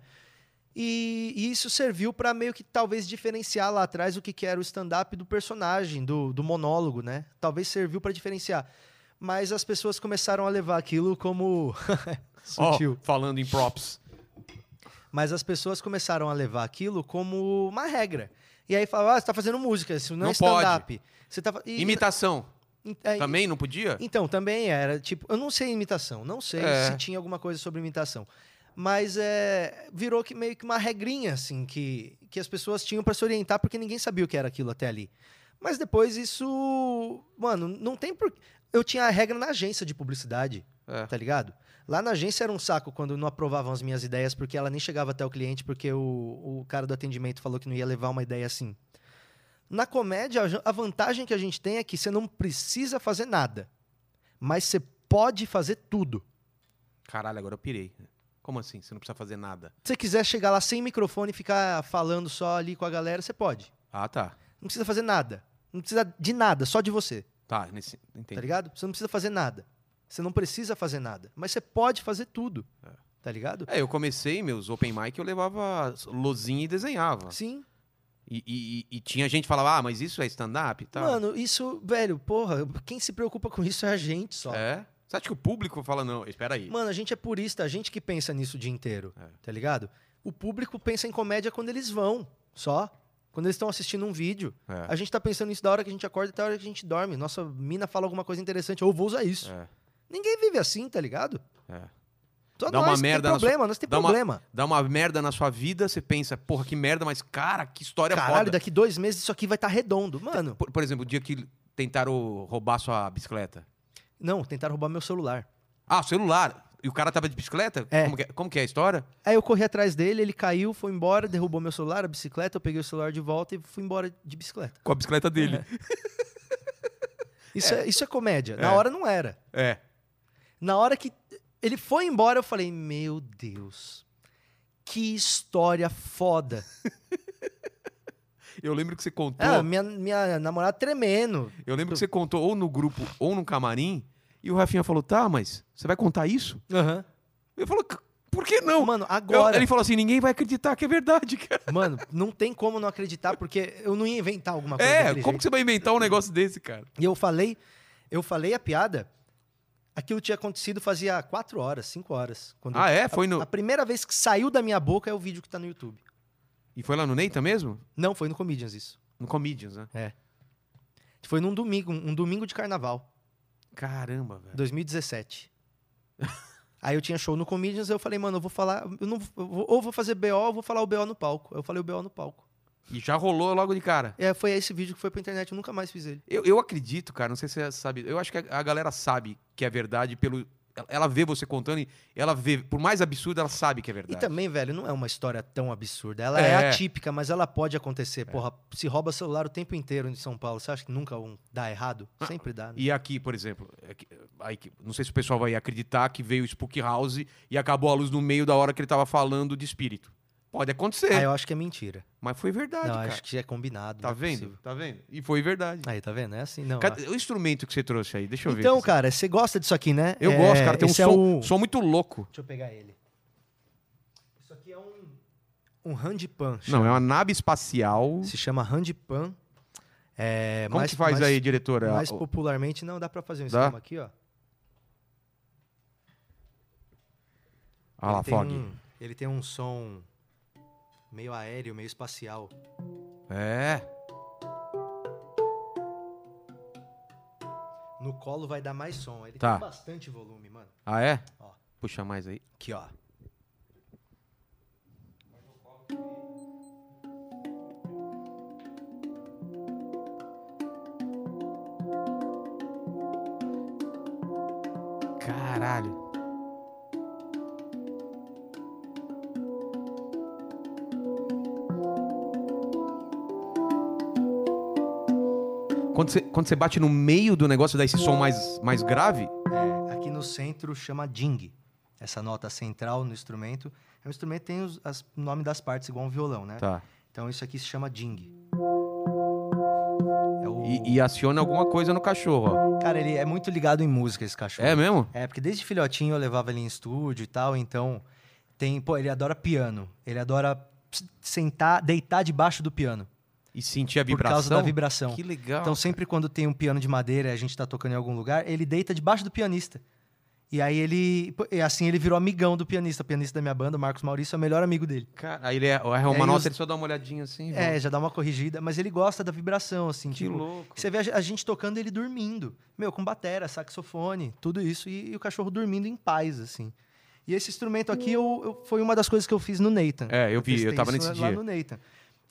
Speaker 2: E, e isso serviu para meio que talvez diferenciar lá atrás o que, que era o stand-up do personagem, do, do monólogo, né? Talvez serviu para diferenciar. Mas as pessoas começaram a levar aquilo como
Speaker 1: Ó,
Speaker 2: sutil.
Speaker 1: falando em props.
Speaker 2: Mas as pessoas começaram a levar aquilo como uma regra. E aí falaram, ah, você tá fazendo música, isso não,
Speaker 1: Não
Speaker 2: é stand-up. Você tá fa- e-
Speaker 1: Imitação.
Speaker 2: é,
Speaker 1: Também não podia?
Speaker 2: Então, também era, tipo, eu não sei imitação, não sei
Speaker 1: É.
Speaker 2: se tinha alguma coisa sobre imitação. Mas é, virou que meio que uma regrinha, assim, que, que as pessoas tinham para se orientar, porque ninguém sabia o que era aquilo até ali. Mas depois isso. Mano, não tem por. Eu tinha a regra na agência de publicidade,
Speaker 1: É.
Speaker 2: tá ligado? Lá na agência era um saco quando não aprovavam as minhas ideias, porque ela nem chegava até o cliente, porque o, o cara do atendimento falou que não ia levar uma ideia assim. Na comédia, a jan- a vantagem que a gente tem é que você não precisa fazer nada, mas você pode fazer tudo.
Speaker 1: Caralho, agora eu pirei. Como assim? Você não precisa fazer nada.
Speaker 2: Se você quiser chegar lá sem microfone e ficar falando só ali com a galera, você pode.
Speaker 1: Ah, tá.
Speaker 2: Não precisa fazer nada. Não precisa de nada, só de você,
Speaker 1: Tá, nesse... entendi.
Speaker 2: tá ligado? Você não precisa fazer nada. Você não precisa fazer nada, mas você pode fazer tudo. Tá ligado?
Speaker 1: É, eu comecei meus open mic, eu levava lozinha e desenhava.
Speaker 2: Sim.
Speaker 1: E, e- e- e tinha gente que falava, ah, mas isso é stand-up e tal.
Speaker 2: Mano, isso, velho, porra, quem se preocupa com isso é a gente só.
Speaker 1: É? Você acha que o público fala, não, espera aí.
Speaker 2: Mano, a gente é purista, a gente que pensa nisso o dia inteiro,
Speaker 1: É.
Speaker 2: tá ligado? O público pensa em comédia quando eles vão, só. Quando eles estão assistindo um vídeo.
Speaker 1: É.
Speaker 2: A gente tá pensando nisso da hora que a gente acorda até a hora que a gente dorme. Nossa mina fala alguma coisa interessante, ou vou usar isso.
Speaker 1: É.
Speaker 2: Ninguém vive assim, tá ligado?
Speaker 1: É.
Speaker 2: Só
Speaker 1: Dá uma
Speaker 2: nós que
Speaker 1: merda na
Speaker 2: tem problema, nós tem
Speaker 1: dá uma-
Speaker 2: problema.
Speaker 1: Dá uma merda na sua vida, você pensa, porra, que merda, mas cara, que história
Speaker 2: Caralho,
Speaker 1: é foda.
Speaker 2: daqui dois meses isso aqui vai estar redondo. Mano,
Speaker 1: Por, por exemplo, o dia que tentaram roubar sua bicicleta.
Speaker 2: não, tentaram roubar meu celular.
Speaker 1: Ah, o celular. E o cara tava de bicicleta?
Speaker 2: É.
Speaker 1: Como que, como que é a história?
Speaker 2: Aí eu corri atrás dele, ele caiu, foi embora, derrubou meu celular, a bicicleta, eu peguei o celular de volta e fui embora de bicicleta.
Speaker 1: Com a bicicleta dele.
Speaker 2: Isso é, isso é comédia. Na
Speaker 1: É.
Speaker 2: hora não era.
Speaker 1: É.
Speaker 2: Na hora que ele foi embora, eu falei: Meu Deus, que história foda.
Speaker 1: Eu lembro que você contou.
Speaker 2: Ah, minha, minha namorada tremendo.
Speaker 1: Eu lembro que você contou ou no grupo ou no camarim. E o Rafinha falou: tá, mas você vai contar isso? Eu falo, "C- por que não?
Speaker 2: Mano,
Speaker 1: Eu-
Speaker 2: agora.
Speaker 1: ele falou assim: ninguém vai acreditar que é verdade, cara.
Speaker 2: Mano, não tem como não acreditar, porque eu não ia inventar alguma coisa.
Speaker 1: É,
Speaker 2: daquele
Speaker 1: como que você vai inventar um negócio desse, cara?
Speaker 2: E eu falei, eu falei a piada. Aquilo tinha acontecido fazia quatro horas, cinco horas. Quando
Speaker 1: Ah,
Speaker 2: eu-
Speaker 1: é? Foi no-
Speaker 2: A primeira vez que saiu da minha boca é o vídeo que tá no YouTube.
Speaker 1: E foi lá no Neita mesmo?
Speaker 2: Não, foi no Comedians isso.
Speaker 1: No Comedians, né?
Speaker 2: Foi num domingo, um um domingo de carnaval,
Speaker 1: Caramba, velho.
Speaker 2: 2017. Aí eu tinha show no Comedians, eu falei, mano, eu vou falar, eu não, eu vou- ou vou fazer BO, ou vou falar o BO no palco. Eu falei o BO no palco.
Speaker 1: E já rolou logo de cara.
Speaker 2: É, foi esse vídeo que foi pra internet, eu nunca mais fiz ele.
Speaker 1: Eu, eu acredito, cara, não sei se você sabe. Eu acho que a, a galera sabe que é verdade pelo. ela- Ela vê você contando e ela vê, por mais absurdo, ela sabe que é
Speaker 2: E
Speaker 1: verdade.
Speaker 2: também, velho, não é uma história tão absurda. Ela é,
Speaker 1: É.
Speaker 2: atípica, mas ela pode acontecer. Porra, se rouba celular o tempo inteiro em São Paulo, você acha que nunca um dá errado? Sempre dá. né?
Speaker 1: Ah, E aqui, por exemplo, é que- aí que- não sei se o pessoal vai acreditar que veio o Spook House e acabou a luz no meio da hora que ele tava falando de espírito. Pode acontecer,
Speaker 2: Ah, eu acho que é mentira.
Speaker 1: mas foi verdade,
Speaker 2: não,
Speaker 1: cara.
Speaker 2: acho que é combinado.
Speaker 1: Tá
Speaker 2: não é
Speaker 1: vendo?
Speaker 2: possível.
Speaker 1: Tá vendo? E foi verdade.
Speaker 2: Aí, tá vendo? É assim, não.
Speaker 1: Cadê- O instrumento que você trouxe aí, deixa eu ver.
Speaker 2: Então,
Speaker 1: aqui.
Speaker 2: cara, você gosta disso aqui, né?
Speaker 1: Eu
Speaker 2: É,
Speaker 1: gosto, cara, tem um
Speaker 2: esse
Speaker 1: som,
Speaker 2: é o-
Speaker 1: som muito louco.
Speaker 2: Deixa eu pegar ele. Isso aqui é um. Um handpan.
Speaker 1: Não, é uma nave espacial.
Speaker 2: Se chama handpan. É,
Speaker 1: Como
Speaker 2: mais,
Speaker 1: que faz
Speaker 2: mais-
Speaker 1: aí, diretora? Ah,
Speaker 2: Mais
Speaker 1: O-
Speaker 2: popularmente, não, dá pra fazer um
Speaker 1: Dá?
Speaker 2: esquema aqui, ó.
Speaker 1: Ah lá,
Speaker 2: Ele tem
Speaker 1: Fog.
Speaker 2: um- ele tem um som meio aéreo, meio espacial.
Speaker 1: É.
Speaker 2: No colo vai dar mais som. Ele
Speaker 1: Tá.
Speaker 2: tem bastante volume, mano.
Speaker 1: Ah, é?
Speaker 2: Ó.
Speaker 1: Puxa mais aí.
Speaker 2: Aqui, ó.
Speaker 1: Caralho. Quando você, quando você bate no meio do negócio, dá esse som mais, mais grave?
Speaker 2: É, aqui no centro chama ding. essa nota central no instrumento. É um instrumento que tem os, as- o nome das partes, igual um violão, né?
Speaker 1: Tá.
Speaker 2: Então isso aqui se chama ding. É o-
Speaker 1: E, e aciona alguma coisa no cachorro, ó.
Speaker 2: Cara, ele é muito ligado em música, esse cachorro.
Speaker 1: É mesmo?
Speaker 2: É, porque desde filhotinho eu levava ele em estúdio e tal, então tem, pô, ele adora piano. Ele adora ps- sentar, deitar debaixo do piano,
Speaker 1: E sentir a
Speaker 2: por
Speaker 1: vibração.
Speaker 2: causa da vibração.
Speaker 1: Que legal.
Speaker 2: Então sempre quando tem um piano de madeira e a gente tá tocando em algum lugar, ele deita debaixo do pianista. E aí ele, pô, e assim ele virou amigão do pianista, o pianista da minha banda, o Marcos Maurício, é o melhor amigo dele.
Speaker 1: Cara, aí ele é, erra
Speaker 2: É,
Speaker 1: uma
Speaker 2: e
Speaker 1: nota,
Speaker 2: os-
Speaker 1: ele só dá uma olhadinha assim.
Speaker 2: É,
Speaker 1: volta.
Speaker 2: já dá uma corrigida, mas ele gosta da vibração assim,
Speaker 1: que
Speaker 2: tipo,
Speaker 1: louco.
Speaker 2: Você vê a ge- a gente tocando ele dormindo. Meu, com batera, saxofone, tudo isso. E, e o cachorro dormindo em paz, assim. E esse instrumento aqui eu, eu- foi uma das coisas que eu fiz no Nathan.
Speaker 1: É, eu vi, eu
Speaker 2: testei
Speaker 1: tava
Speaker 2: isso
Speaker 1: nesse
Speaker 2: lá
Speaker 1: dia.
Speaker 2: no Nathan.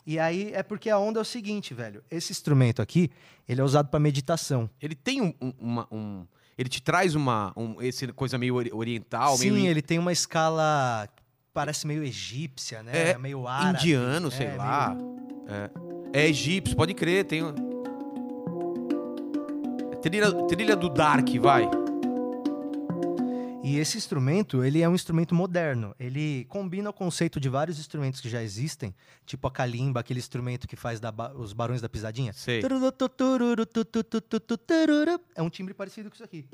Speaker 2: E aí é porque a onda é o seguinte, velho. Esse instrumento aqui, ele é usado para meditação.
Speaker 1: Ele tem um, um- uma- um- Ele te traz uma. Um, esse coisa meio ori- oriental,
Speaker 2: Sim,
Speaker 1: meio. in-
Speaker 2: ele tem uma escala que parece meio egípcia, né?
Speaker 1: É,
Speaker 2: meio árabe.
Speaker 1: indiano,
Speaker 2: né?
Speaker 1: sei
Speaker 2: Meio-
Speaker 1: lá. É egípcio, pode crer, tem. um- É Trilha, trilha do Dark, vai.
Speaker 2: E esse instrumento, ele é um instrumento moderno. Ele combina o conceito de vários instrumentos que já existem, tipo a kalimba, aquele instrumento que faz da ba- os barões da pisadinha.
Speaker 1: Sei.
Speaker 2: É um timbre parecido com isso aqui.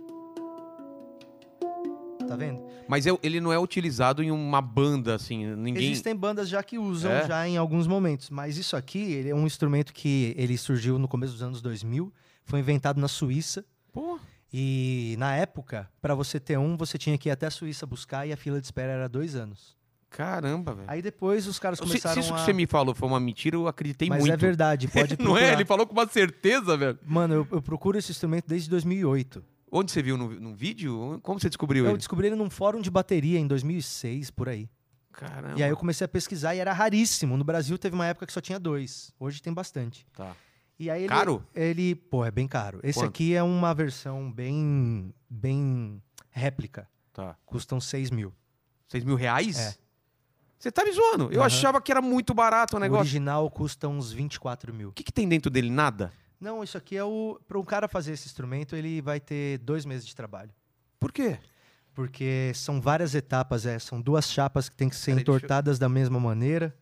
Speaker 2: Tá vendo?
Speaker 1: Mas eu- ele não é utilizado em uma banda, assim. Ninguém.
Speaker 2: Existem bandas já que usam
Speaker 1: É?
Speaker 2: já em alguns momentos, mas isso aqui ele é um instrumento que ele surgiu no começo dos anos 2000, foi inventado na Suíça
Speaker 1: Pô,
Speaker 2: e na época, para você ter um, você tinha que ir até a Suíça buscar e a fila de espera era dois anos.
Speaker 1: caramba, velho.
Speaker 2: Aí depois os caras
Speaker 1: Se, se
Speaker 2: começaram
Speaker 1: isso
Speaker 2: a...
Speaker 1: que você me falou foi uma mentira, eu acreditei
Speaker 2: Mas
Speaker 1: muito.
Speaker 2: é verdade, pode procurar.
Speaker 1: Não é? Ele falou com uma certeza, velho.
Speaker 2: Mano, eu, eu procuro esse instrumento desde 2008.
Speaker 1: Onde você viu? Num, num vídeo? Como você descobriu
Speaker 2: Eu
Speaker 1: ele?
Speaker 2: descobri ele num fórum de bateria em 2006, por aí.
Speaker 1: Caramba.
Speaker 2: E aí eu comecei a pesquisar e era raríssimo. No Brasil teve uma época que só tinha dois. Hoje tem bastante.
Speaker 1: Tá.
Speaker 2: E aí ele,
Speaker 1: Caro?
Speaker 2: Ele, pô, é bem caro. Esse
Speaker 1: Quanto?
Speaker 2: aqui é uma versão bem, bem réplica.
Speaker 1: Tá.
Speaker 2: Custam 6 mil.
Speaker 1: 6 mil reais?
Speaker 2: É.
Speaker 1: Você tá me zoando. Eu
Speaker 2: Aham.
Speaker 1: achava que era muito barato o
Speaker 2: O
Speaker 1: negócio.
Speaker 2: original custa uns 24 mil.
Speaker 1: O que, que tem dentro dele? Nada?
Speaker 2: Não, isso aqui é o... Para um cara fazer esse instrumento, ele vai ter dois meses de trabalho.
Speaker 1: Por quê?
Speaker 2: Porque são várias etapas, é, são duas chapas que têm que ser
Speaker 1: Peraí, deixa eu-
Speaker 2: entortadas da mesma maneira.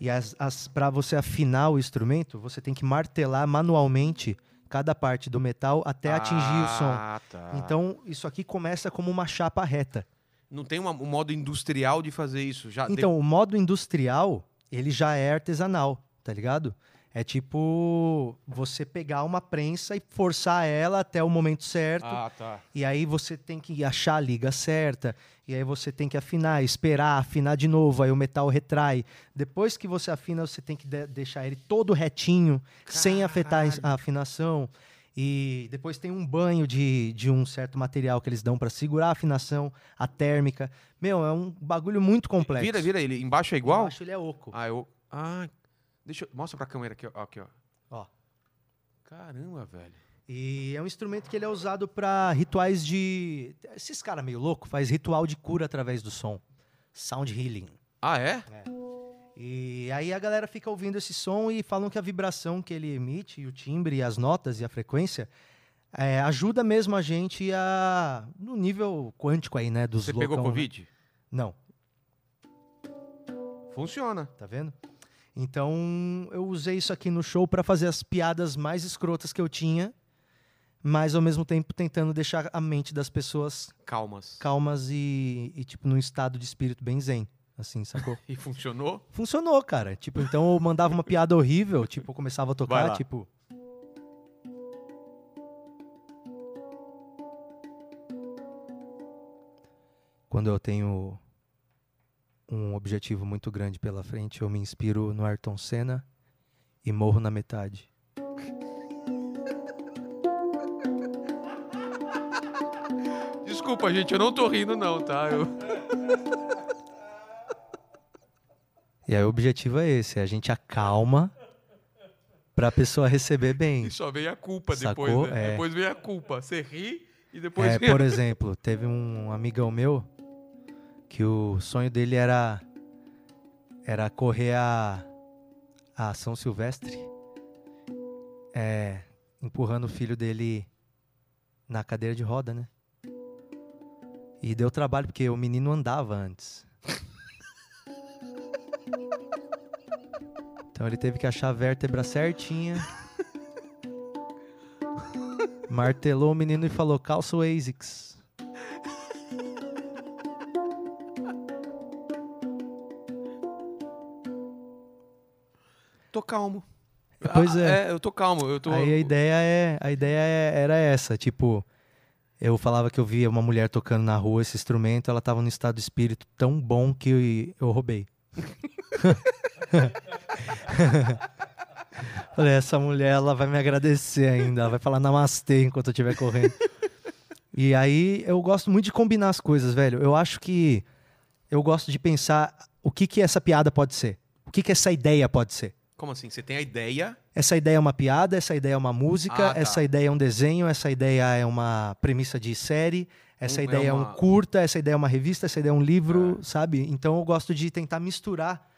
Speaker 2: E as, para você afinar o instrumento, você tem que martelar manualmente cada parte do metal até atingir o som.
Speaker 1: Ah, tá.
Speaker 2: Então, isso aqui começa como uma chapa reta.
Speaker 1: Não tem uma- um modo industrial de fazer isso. Já Ah, de-
Speaker 2: Então, o modo industrial, ele já é artesanal, tá ligado? É tipo você pegar uma prensa e forçar ela até o momento certo.
Speaker 1: Ah, tá.
Speaker 2: E aí você tem que achar a liga certa, e aí você tem que afinar, esperar, afinar de novo, aí o metal retrai. Depois que você afina, você tem que de- deixar ele todo retinho, sem afetar a ins- a afinação. E depois tem um banho de, de um certo material que eles dão para segurar a afinação, a térmica. Meu, é um bagulho muito complexo.
Speaker 1: Vira, vira ele. Embaixo é igual?
Speaker 2: Embaixo ele é oco.
Speaker 1: Ah, eu. Ah, deixa eu. Mostra pra câmera aqui, ó. Aqui, ó.
Speaker 2: Ó.
Speaker 1: Caramba, velho.
Speaker 2: E é um instrumento que ele é usado para rituais de... Esses caras meio louco faz ritual de cura através do som. Sound healing.
Speaker 1: Ah, é?
Speaker 2: E aí a galera fica ouvindo esse som e falam que a vibração que ele emite, e o timbre, e as notas e a frequência, é, ajuda mesmo a gente a. no nível quântico aí, né? Dos
Speaker 1: Você
Speaker 2: loucão,
Speaker 1: pegou
Speaker 2: né?
Speaker 1: Covid?
Speaker 2: Não,
Speaker 1: Funciona.
Speaker 2: tá vendo? Então eu usei isso aqui no show pra fazer as piadas mais escrotas que eu tinha, mas ao mesmo tempo tentando deixar a mente das pessoas
Speaker 1: Calmas.
Speaker 2: calmas e, e tipo, num estado de espírito bem zen. Assim, sacou?
Speaker 1: E funcionou?
Speaker 2: Funcionou, cara. Tipo, então eu mandava uma piada horrível, tipo, eu começava
Speaker 1: Vai
Speaker 2: a tocar,
Speaker 1: lá.
Speaker 2: tipo. Quando eu tenho um objetivo muito grande pela frente, eu me inspiro no Ayrton Senna e morro na metade.
Speaker 1: Desculpa, gente, eu não tô rindo, não, tá? Eu...
Speaker 2: E aí o objetivo é esse, é a gente acalma pra pessoa receber bem.
Speaker 1: E só veio a culpa
Speaker 2: Sacou?
Speaker 1: depois, né?
Speaker 2: É.
Speaker 1: Depois veio a culpa. Você ri e depois
Speaker 2: é,
Speaker 1: vem a-
Speaker 2: por exemplo, teve um amigão meu que o sonho dele era era correr a, a São Silvestre, é, empurrando o filho dele na cadeira de roda, né? E deu trabalho, porque o menino andava antes. Então ele teve que achar a vértebra certinha. Martelou o menino e falou: calça o ASICS.
Speaker 1: Tô calmo.
Speaker 2: Pois
Speaker 1: Ah,
Speaker 2: é.
Speaker 1: eu tô calmo. Eu tô.
Speaker 2: Aí a ideia, é, a ideia é- era essa, tipo, eu falava que eu via uma mulher tocando na rua esse instrumento, ela tava num estado de espírito tão bom que eu roubei. Falei, essa mulher, ela vai me agradecer ainda, ela vai falar namastê enquanto eu estiver correndo. E aí eu gosto muito de combinar as coisas, velho. Eu acho que eu gosto de pensar o que que essa piada pode ser. O que que essa ideia pode ser.
Speaker 1: Como assim? Você tem a ideia?
Speaker 2: Essa ideia é uma piada, essa ideia é uma música,
Speaker 1: Ah, tá.
Speaker 2: essa ideia é um desenho, essa ideia é uma premissa de série, essa
Speaker 1: Um- é
Speaker 2: ideia é,
Speaker 1: uma-
Speaker 2: um curta, essa ideia é uma revista, essa ideia é um livro, sabe? Então eu gosto de tentar misturar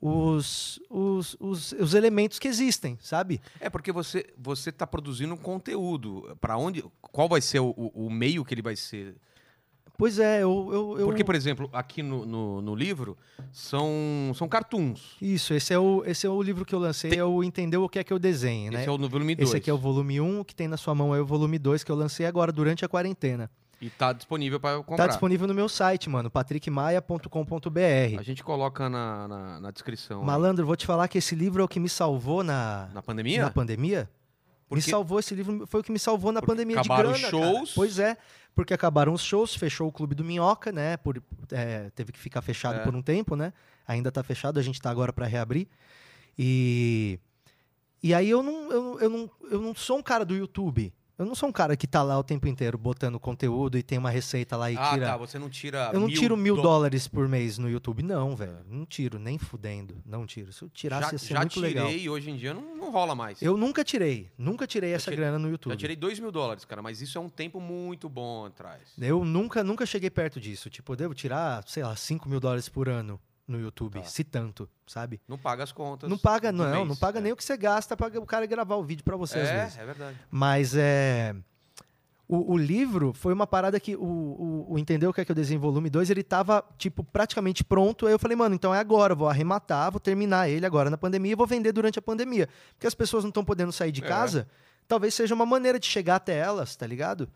Speaker 2: os, os, os, os elementos que existem, sabe?
Speaker 1: É porque você você tá produzindo um conteúdo. Para onde? Qual vai ser o, o- o meio que ele vai ser?
Speaker 2: Pois é, eu. eu, eu-
Speaker 1: Porque, por exemplo, aqui no, no, no livro são são cartoons.
Speaker 2: Isso, esse é, o, esse é o livro que eu lancei, é o Entender o que é que eu desenho, né?
Speaker 1: Esse é o no volume 2.
Speaker 2: Esse aqui é o volume 1, o que tem na sua mão é o volume 2, que eu lancei agora durante a quarentena.
Speaker 1: E tá disponível para comprar.
Speaker 2: Tá disponível no meu site, mano, patrickmaia.com.br.
Speaker 1: A gente coloca na, na, na descrição. né?
Speaker 2: Malandro, vou te falar que esse livro é o que me salvou na,
Speaker 1: Na pandemia?
Speaker 2: na pandemia.
Speaker 1: Porque-
Speaker 2: Me salvou esse livro, foi o que me salvou na
Speaker 1: Porque
Speaker 2: pandemia de
Speaker 1: acabaram
Speaker 2: grana,
Speaker 1: os
Speaker 2: cara.
Speaker 1: shows.
Speaker 2: Pois é, porque acabaram os shows, fechou o Clube do Minhoca, né? por- é, teve que ficar fechado
Speaker 1: É.
Speaker 2: por um tempo, né? Ainda tá fechado, a gente tá agora para reabrir. E e aí eu não, eu, não- eu não, eu não sou um cara do YouTube. Eu não sou um cara que tá lá o tempo inteiro botando conteúdo e tem uma receita lá e
Speaker 1: Ah,
Speaker 2: tira
Speaker 1: tá. Você não tira.
Speaker 2: eu não tiro mil
Speaker 1: do-
Speaker 2: dólares por mês no YouTube, não, velho. Não tiro, nem fudendo. Não tiro. Se eu tirasse,
Speaker 1: Já,
Speaker 2: ia ser
Speaker 1: já
Speaker 2: muito
Speaker 1: tirei,
Speaker 2: legal.
Speaker 1: hoje em dia não, não rola mais.
Speaker 2: Eu nunca tirei. Nunca tirei essa
Speaker 1: tirei-
Speaker 2: grana no YouTube.
Speaker 1: já tirei dois mil dólares, cara, mas isso é um tempo muito bom atrás.
Speaker 2: Eu nunca, nunca cheguei perto disso. Tipo, eu devo tirar, sei lá, 5 mil dólares por ano no YouTube,
Speaker 1: Tá.
Speaker 2: se tanto, sabe?
Speaker 1: Não paga as contas.
Speaker 2: Não paga,
Speaker 1: do
Speaker 2: não,
Speaker 1: mês,
Speaker 2: não paga
Speaker 1: né?
Speaker 2: nem o que você gasta pra o cara gravar o vídeo pra você, às vezes.
Speaker 1: É, é verdade.
Speaker 2: Mas é. O, o livro foi uma parada que o, o, o Entendeu o que é que eu desenho volume 2, ele tava, tipo, praticamente pronto. Aí eu falei, mano, então é agora, eu vou arrematar, vou terminar ele agora na pandemia e vou vender durante a pandemia. Porque as pessoas não estão podendo sair de
Speaker 1: É.
Speaker 2: casa. Talvez seja uma maneira de chegar até elas, tá ligado?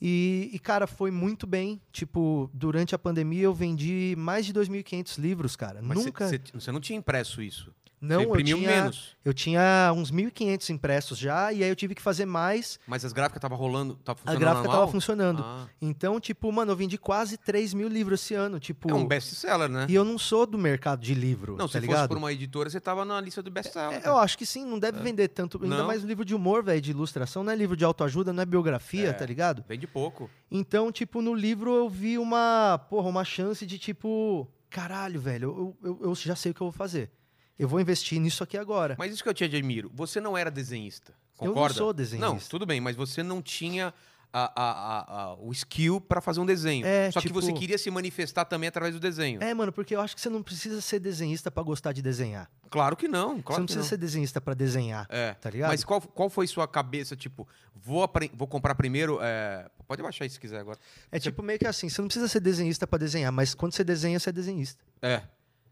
Speaker 2: E, e, cara, foi muito bem. Tipo, durante a pandemia eu vendi mais de 2.500 livros, cara.
Speaker 1: Mas
Speaker 2: Nunca.
Speaker 1: Você não tinha impresso isso.
Speaker 2: não,
Speaker 1: você
Speaker 2: eu
Speaker 1: imprimiu
Speaker 2: tinha,
Speaker 1: menos.
Speaker 2: eu tinha uns 1.500 impressos já, e aí eu tive que fazer mais.
Speaker 1: Mas as gráficas estavam rolando, tava
Speaker 2: A
Speaker 1: funcionando
Speaker 2: gráfica
Speaker 1: normal?
Speaker 2: tava funcionando.
Speaker 1: Ah,
Speaker 2: Então, tipo, mano, eu vendi quase 3 mil livros esse ano. Tipo,
Speaker 1: é um best-seller, né?
Speaker 2: e eu não sou do mercado de livro,
Speaker 1: Não, se
Speaker 2: tá
Speaker 1: fosse
Speaker 2: ligado?
Speaker 1: por uma editora, você tava na lista do best-seller.
Speaker 2: É, Eu acho que sim, não deve vender tanto. Ainda
Speaker 1: Não.
Speaker 2: mais livro de humor, velho, de ilustração. Não é livro de autoajuda, não é biografia,
Speaker 1: É.
Speaker 2: tá ligado?
Speaker 1: Vende pouco.
Speaker 2: Então, tipo, no livro eu vi uma, porra, uma chance de tipo... Caralho, velho, eu, eu, eu já sei o que eu vou fazer. Eu vou investir nisso aqui agora.
Speaker 1: Mas isso que eu te admiro, você não era desenhista,
Speaker 2: eu
Speaker 1: concorda?
Speaker 2: não sou desenhista.
Speaker 1: Não, tudo bem, mas você não tinha a- a- a- a- o skill pra fazer um desenho.
Speaker 2: É,
Speaker 1: Só
Speaker 2: tipo-
Speaker 1: que você queria se manifestar também através do desenho.
Speaker 2: É, mano, porque eu acho que você não precisa ser desenhista pra gostar de desenhar.
Speaker 1: Claro que não,
Speaker 2: você
Speaker 1: claro
Speaker 2: não
Speaker 1: que
Speaker 2: precisa
Speaker 1: não.
Speaker 2: ser desenhista pra desenhar,
Speaker 1: É.
Speaker 2: tá ligado?
Speaker 1: Mas qual, qual foi sua cabeça, tipo, vou, apre- vou comprar primeiro. é, Pode baixar aí se quiser agora.
Speaker 2: É tipo meio que assim, você não precisa ser desenhista pra desenhar, mas quando você desenha, você é desenhista.
Speaker 1: É.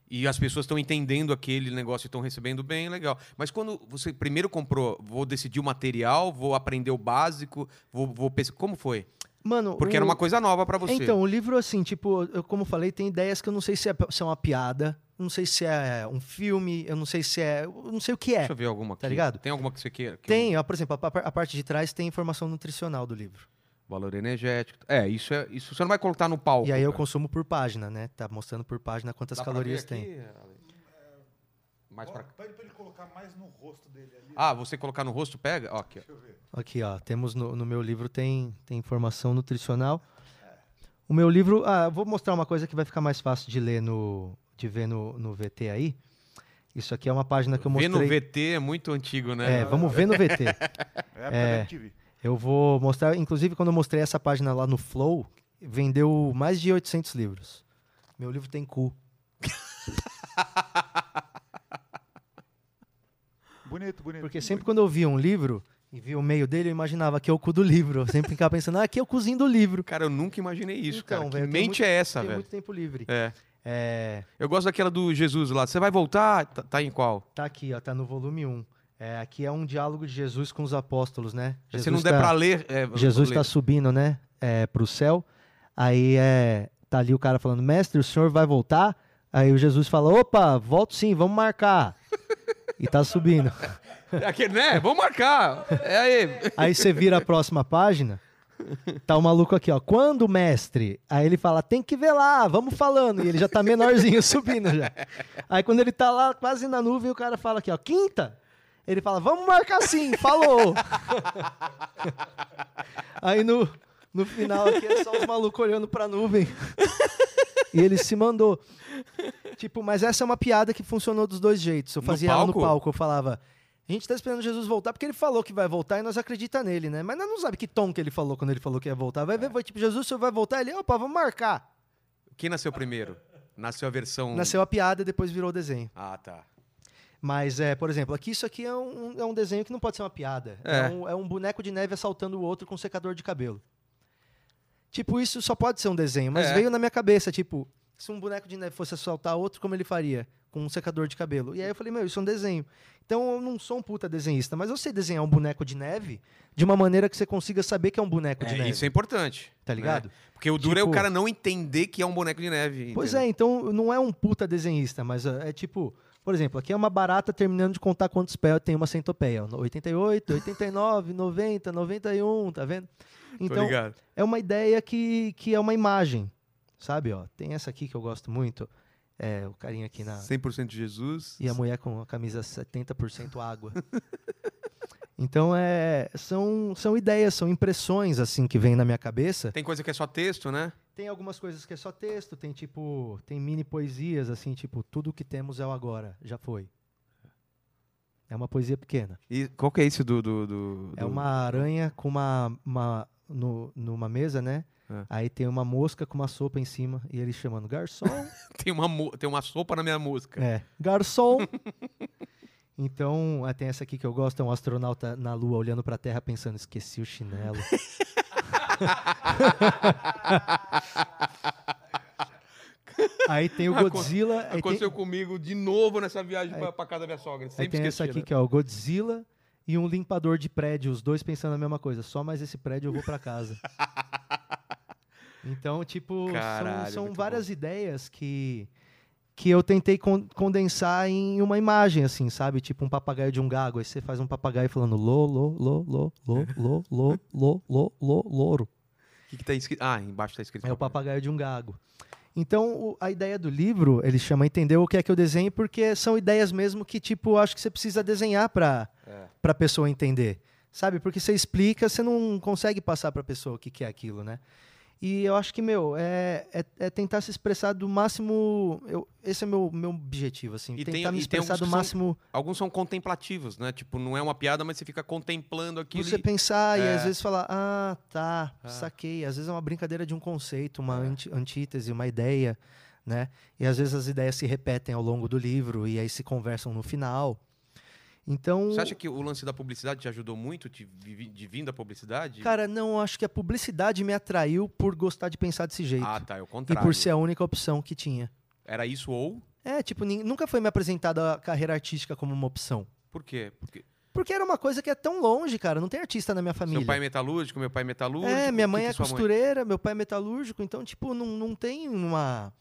Speaker 1: E as pessoas estão entendendo aquele negócio e estão recebendo bem, legal. Mas quando você primeiro comprou, vou decidir o material, vou aprender o básico, vou, vou pensar. Como foi?
Speaker 2: Mano,
Speaker 1: Porque
Speaker 2: o-
Speaker 1: era uma coisa nova pra você.
Speaker 2: Então, o livro assim, tipo, eu, como eu falei, tem ideias que eu não sei se é, se é uma piada, não sei se é um filme, eu não sei se é, eu não sei o que é.
Speaker 1: Deixa eu ver alguma aqui.
Speaker 2: Tá ligado?
Speaker 1: Tem alguma que você queira? Que
Speaker 2: Tem, ó, por exemplo, a, pa- a parte de trás tem informação nutricional do livro.
Speaker 1: um Valor energético. É, isso é isso você não vai colocar no palco.
Speaker 2: e aí eu
Speaker 1: cara.
Speaker 2: consumo por página, né? Tá mostrando por página quantas
Speaker 1: Dá pra
Speaker 2: calorias
Speaker 1: ver aqui,
Speaker 2: tem.
Speaker 1: Ale? Mais pra...
Speaker 3: Bora- Pede pra ele colocar mais no rosto dele ali.
Speaker 1: Ah, você colocar no rosto, pega? Ó, aqui, ó.
Speaker 3: Deixa eu ver.
Speaker 2: Aqui, ó, temos no, no meu livro tem tem informação nutricional. O meu livro, ah, vou mostrar uma coisa que vai ficar mais fácil de ler no de ver no, no VT aí. Isso aqui é uma página que eu
Speaker 1: Vê
Speaker 2: mostrei.
Speaker 1: no VT é muito antigo, né?
Speaker 2: É, vamos ver no VT.
Speaker 3: É, a época da MTV.
Speaker 2: Eu vou mostrar, inclusive quando eu mostrei essa página lá no Flow, vendeu mais de 800 livros. Meu livro tem cu.
Speaker 3: Bonito, bonito.
Speaker 2: Porque sempre quando eu via um livro, e via o meio dele, eu imaginava que é o cu do livro. Eu sempre ficava pensando, ah, aqui é o cozinho do livro.
Speaker 1: Cara, eu nunca imaginei isso,
Speaker 2: Então,
Speaker 1: cara.
Speaker 2: velho, eu
Speaker 1: que
Speaker 2: tenho
Speaker 1: mente
Speaker 2: muito-
Speaker 1: é essa,
Speaker 2: Tenho
Speaker 1: velho?
Speaker 2: muito tempo livre.
Speaker 1: É.
Speaker 2: É,
Speaker 1: Eu gosto daquela do Jesus lá. Você vai voltar? Tá, tá em qual?
Speaker 2: tá aqui, ó, tá no volume 1. É, aqui é um diálogo de Jesus com os apóstolos, né? Jesus
Speaker 1: Se não der
Speaker 2: tá-
Speaker 1: pra ler. é,
Speaker 2: Jesus
Speaker 1: ler.
Speaker 2: está subindo, né, é, para o céu. Aí é, tá ali o cara falando, mestre, o senhor vai voltar? Aí o Jesus fala, opa, volto sim, vamos marcar. E tá subindo.
Speaker 1: Aquele, né? Vamos marcar. É aí.
Speaker 2: Aí você vira a próxima página, tá o maluco aqui, ó. Quando, mestre? Aí ele fala, tem que ver lá, vamos falando. E ele já tá menorzinho subindo já. Aí quando ele tá lá quase na nuvem, o cara fala aqui, ó, quinta? Ele fala, vamos marcar sim, falou. Aí no, no final aqui é só os malucos olhando pra nuvem. E ele se mandou. Tipo, mas essa é uma piada que funcionou dos dois jeitos. Eu
Speaker 1: No
Speaker 2: fazia ela no
Speaker 1: palco?
Speaker 2: palco, eu falava. A gente tá esperando Jesus voltar porque ele falou que vai voltar e nós acredita nele, né? Mas nós não sabe que tom que ele falou quando ele falou que ia voltar. Vai
Speaker 1: É.
Speaker 2: ver, foi tipo, Jesus, o senhor vai voltar? Ele, opa, vamos marcar.
Speaker 1: Quem nasceu primeiro? Nasceu a versão.
Speaker 2: Nasceu a piada e depois virou o desenho.
Speaker 1: Ah, tá.
Speaker 2: Mas, é, por exemplo, aqui isso aqui é um, é um desenho que não pode ser uma piada. É.
Speaker 1: É.
Speaker 2: um, é um boneco de neve assaltando o outro com um secador de cabelo. Tipo, isso só pode ser um desenho, mas
Speaker 1: É.
Speaker 2: veio na minha cabeça, tipo, se um boneco de neve fosse assaltar outro, como ele faria? Com um secador de cabelo. E aí eu falei, meu, isso é um desenho. Então eu não sou um puta desenhista, mas eu sei desenhar um boneco de neve de uma maneira que você consiga saber que é um boneco de
Speaker 1: É,
Speaker 2: neve.
Speaker 1: isso é importante.
Speaker 2: Tá
Speaker 1: né?
Speaker 2: ligado?
Speaker 1: Porque o duro é o
Speaker 2: Tipo-
Speaker 1: cara não entender que é um boneco de neve.
Speaker 2: Pois é, então não é um puta desenhista, mas ó, é tipo, por exemplo, aqui é uma barata terminando de contar quantos pés tem uma centopeia. ó, 88, 89, 90, 91, tá vendo?
Speaker 1: Tô
Speaker 2: Então,
Speaker 1: ligado.
Speaker 2: é uma ideia que, que é uma imagem, sabe? Ó, tem essa aqui que eu gosto muito, é, o carinha aqui na...
Speaker 1: 100% de Jesus.
Speaker 2: E a mulher com a camisa 70% água. Então, é, são, são ideias, são impressões, assim, que vêm na minha cabeça
Speaker 1: Tem coisa que é só texto, né?
Speaker 2: tem algumas coisas que é só texto, tem tipo, tem mini poesias, assim, tipo, tudo que temos é o agora, já foi. É uma poesia pequena.
Speaker 1: E qual que é esse do. do, do-
Speaker 2: É
Speaker 1: do-
Speaker 2: uma aranha com uma. uma no, numa mesa, né?
Speaker 1: É.
Speaker 2: Aí tem uma mosca com uma sopa em cima e ele chamando garçom.
Speaker 1: Tem, uma, mo- tem uma sopa na minha música.
Speaker 2: é, garçom! Então, ah, tem essa aqui que eu gosto: é um astronauta na lua olhando pra terra pensando, esqueci o chinelo. Aí tem o
Speaker 1: Acon-
Speaker 2: Godzilla. aí tem-
Speaker 1: Aconteceu comigo de novo nessa viagem pra, pra casa da minha sogra.
Speaker 2: Aí
Speaker 1: Sempre
Speaker 2: tem
Speaker 1: esqueci.
Speaker 2: essa aqui
Speaker 1: né?
Speaker 2: que é o Godzilla e um limpador de prédio, os dois pensando a mesma coisa. Só mais esse prédio eu vou pra casa. então, tipo, são-
Speaker 1: Caralho,
Speaker 2: são,
Speaker 1: muito
Speaker 2: várias ideias que que eu tentei con- condensar em uma imagem, assim, sabe? Tipo um papagaio de um gago. Aí você faz um papagaio falando lo, lo, lo, lo, lo, lo, lo, lo, lo, lo, louro.
Speaker 1: O que, que tá escrito? Ah, embaixo tá escrito.
Speaker 2: É o papagaio de um gago. Então, o- a ideia do livro, ele chama Entender o que é que eu desenho, porque são ideias mesmo que, tipo, eu acho que você precisa desenhar pra,
Speaker 1: É.
Speaker 2: pra pessoa entender. Sabe? Porque você explica, você não consegue passar pra pessoa o que, que é aquilo, né? E eu acho que, meu, é, é, é tentar se expressar do máximo. Eu, esse é meu, meu objetivo, assim.
Speaker 1: E tem-
Speaker 2: tentar
Speaker 1: e
Speaker 2: me
Speaker 1: tem
Speaker 2: expressar
Speaker 1: alguns
Speaker 2: do
Speaker 1: que são
Speaker 2: máximo.
Speaker 1: Alguns são contemplativos, né? Tipo, não é uma piada, mas você fica contemplando aquilo.
Speaker 2: Você
Speaker 1: e-
Speaker 2: pensar e
Speaker 1: É.
Speaker 2: às vezes falar, ah, tá,
Speaker 1: Ah. É.
Speaker 2: saquei. Às vezes é uma brincadeira de um conceito, uma anti- antítese, uma ideia, né? E às vezes as ideias se repetem ao longo do livro e aí se conversam no final. Então.
Speaker 1: Você acha que o lance da publicidade te ajudou muito de, vi- de vindo da publicidade?
Speaker 2: Cara, não, acho que a publicidade me atraiu por gostar de pensar desse jeito.
Speaker 1: ah, tá, é o
Speaker 2: e
Speaker 1: contrário.
Speaker 2: por ser a única opção que tinha.
Speaker 1: Era isso ou?
Speaker 2: É, tipo, nin- nunca foi me apresentada a carreira artística como uma opção.
Speaker 1: Por quê? Porque
Speaker 2: Porque era uma coisa que é tão longe, cara. Não tem artista na minha família.
Speaker 1: seu pai é metalúrgico, meu pai é metalúrgico.
Speaker 2: É, minha
Speaker 1: o que
Speaker 2: mãe
Speaker 1: que
Speaker 2: é
Speaker 1: sua
Speaker 2: costureira, meu pai é metalúrgico, então, tipo, não, não tem uma.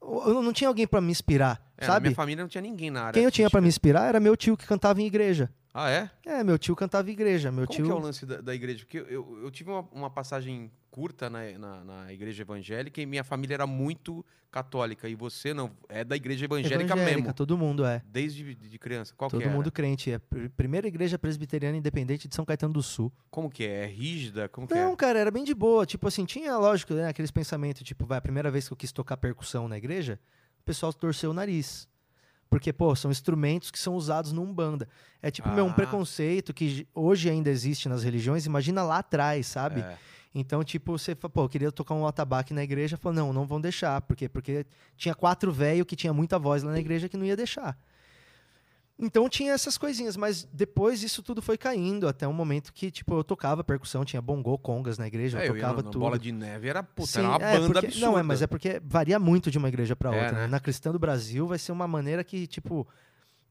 Speaker 2: Eu não tinha alguém pra me inspirar,
Speaker 1: É, na
Speaker 2: sabe?
Speaker 1: minha família não tinha ninguém na área.
Speaker 2: Quem eu tinha pra me
Speaker 1: artística.
Speaker 2: inspirar era meu tio que cantava em igreja.
Speaker 1: Ah, é?
Speaker 2: É, meu tio cantava em igreja, meu
Speaker 1: Como
Speaker 2: tio.
Speaker 1: que é o lance da, da igreja? Porque eu- eu, eu tive uma, uma passagem curta na, na, na igreja evangélica e minha família era muito católica. E você não, é da igreja evangélica, mesmo.
Speaker 2: Todo mundo é.
Speaker 1: Desde de de criança. Qual que
Speaker 2: todo
Speaker 1: era?
Speaker 2: mundo crente. É pr- primeira igreja presbiteriana independente de São Caetano do Sul.
Speaker 1: Como que é? É rígida? Como que
Speaker 2: Não,
Speaker 1: é?
Speaker 2: cara, era bem de boa. Tipo assim, tinha, lógico, né, aqueles pensamentos, tipo, vai, a primeira vez que eu quis tocar percussão na igreja, o pessoal torceu o nariz. Porque, pô, são instrumentos que são usados num banda. É tipo, meu,
Speaker 1: Ah.
Speaker 2: um preconceito que j- hoje ainda existe nas religiões, imagina lá atrás, sabe?
Speaker 1: É.
Speaker 2: Então, tipo, você fala, pô, eu queria tocar um atabaque na igreja, falou, não, não vão deixar, porque porque tinha quatro velho que tinha muita voz lá na igreja que não ia deixar. Então tinha essas coisinhas, mas depois isso tudo foi caindo até um momento que, tipo, eu tocava percussão, tinha bongô, congas na igreja,
Speaker 1: É,
Speaker 2: eu
Speaker 1: eu ia
Speaker 2: tocava
Speaker 1: na- na
Speaker 2: tudo.
Speaker 1: Bola de Neve era, puta,
Speaker 2: Sim,
Speaker 1: era uma
Speaker 2: é,
Speaker 1: banda
Speaker 2: porque-
Speaker 1: absurda.
Speaker 2: Não, é, mas é porque varia muito de uma igreja para
Speaker 1: É,
Speaker 2: outra. né?
Speaker 1: né?
Speaker 2: Na Cristã do Brasil vai ser uma maneira que, tipo,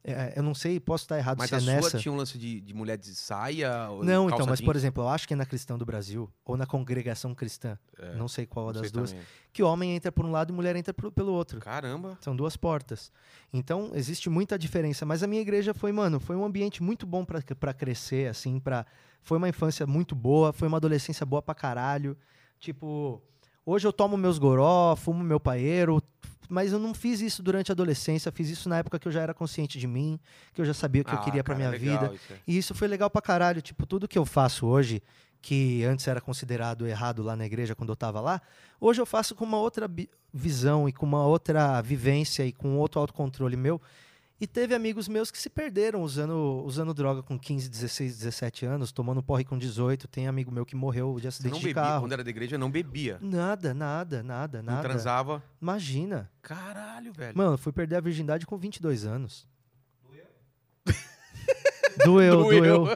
Speaker 2: é, eu não sei, posso estar errado
Speaker 1: Mas
Speaker 2: se é
Speaker 1: a sua
Speaker 2: nessa.
Speaker 1: tinha um lance de, de mulher de saia? ou
Speaker 2: Não,
Speaker 1: calça
Speaker 2: então, mas
Speaker 1: jeans?
Speaker 2: por exemplo, eu acho que é na Cristã do Brasil ou na congregação cristã,
Speaker 1: É,
Speaker 2: não sei qual das duas, que homem entra por um lado e mulher entra pro- pelo outro.
Speaker 1: Caramba.
Speaker 2: São duas portas. Então, existe muita diferença. Mas a minha igreja foi, mano, foi um ambiente muito bom pra- pra crescer, assim, pra. Foi uma infância muito boa, foi uma adolescência boa pra caralho. Tipo, hoje eu tomo meus goró, fumo meu paeiro, mas eu não fiz isso durante a adolescência, fiz isso na época que eu já era consciente de mim, que eu já sabia o
Speaker 1: Ah,
Speaker 2: que eu queria pra minha vida. E isso foi legal pra caralho. Tipo, tudo que eu faço hoje, que antes era considerado errado lá na igreja quando eu tava lá, hoje eu faço com uma outra bi- visão e com uma outra vivência e com um outro autocontrole meu. E teve amigos meus que se perderam usando, usando droga com 15, 16, 17 anos, tomando porre com 18. Tem amigo meu que morreu de
Speaker 1: Você
Speaker 2: acidente
Speaker 1: não
Speaker 2: de
Speaker 1: bebia,
Speaker 2: carro.
Speaker 1: quando era da igreja, não bebia.
Speaker 2: Nada, nada, nada,
Speaker 1: Não
Speaker 2: nada.
Speaker 1: transava.
Speaker 2: Imagina.
Speaker 1: Caralho, velho.
Speaker 2: Mano, eu fui perder a virgindade com 22 anos. Doeu? Doeu,
Speaker 1: Doeu.
Speaker 2: doeu.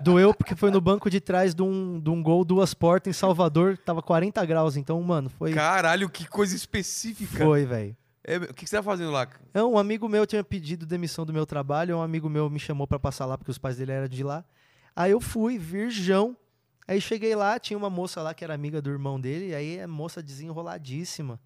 Speaker 2: Doeu porque foi no banco de trás de um, de um gol, duas portas em Salvador, tava 40 graus, então, mano, foi.
Speaker 1: Caralho, que coisa específica.
Speaker 2: Foi, velho.
Speaker 1: É, o que, que você tá fazendo lá?
Speaker 2: É, Um amigo meu tinha pedido demissão do meu trabalho, um amigo meu me chamou pra passar lá porque os pais dele eram de lá. Aí eu fui, virgão. Aí cheguei lá, tinha uma moça lá que era amiga do irmão dele, e aí é moça desenroladíssima.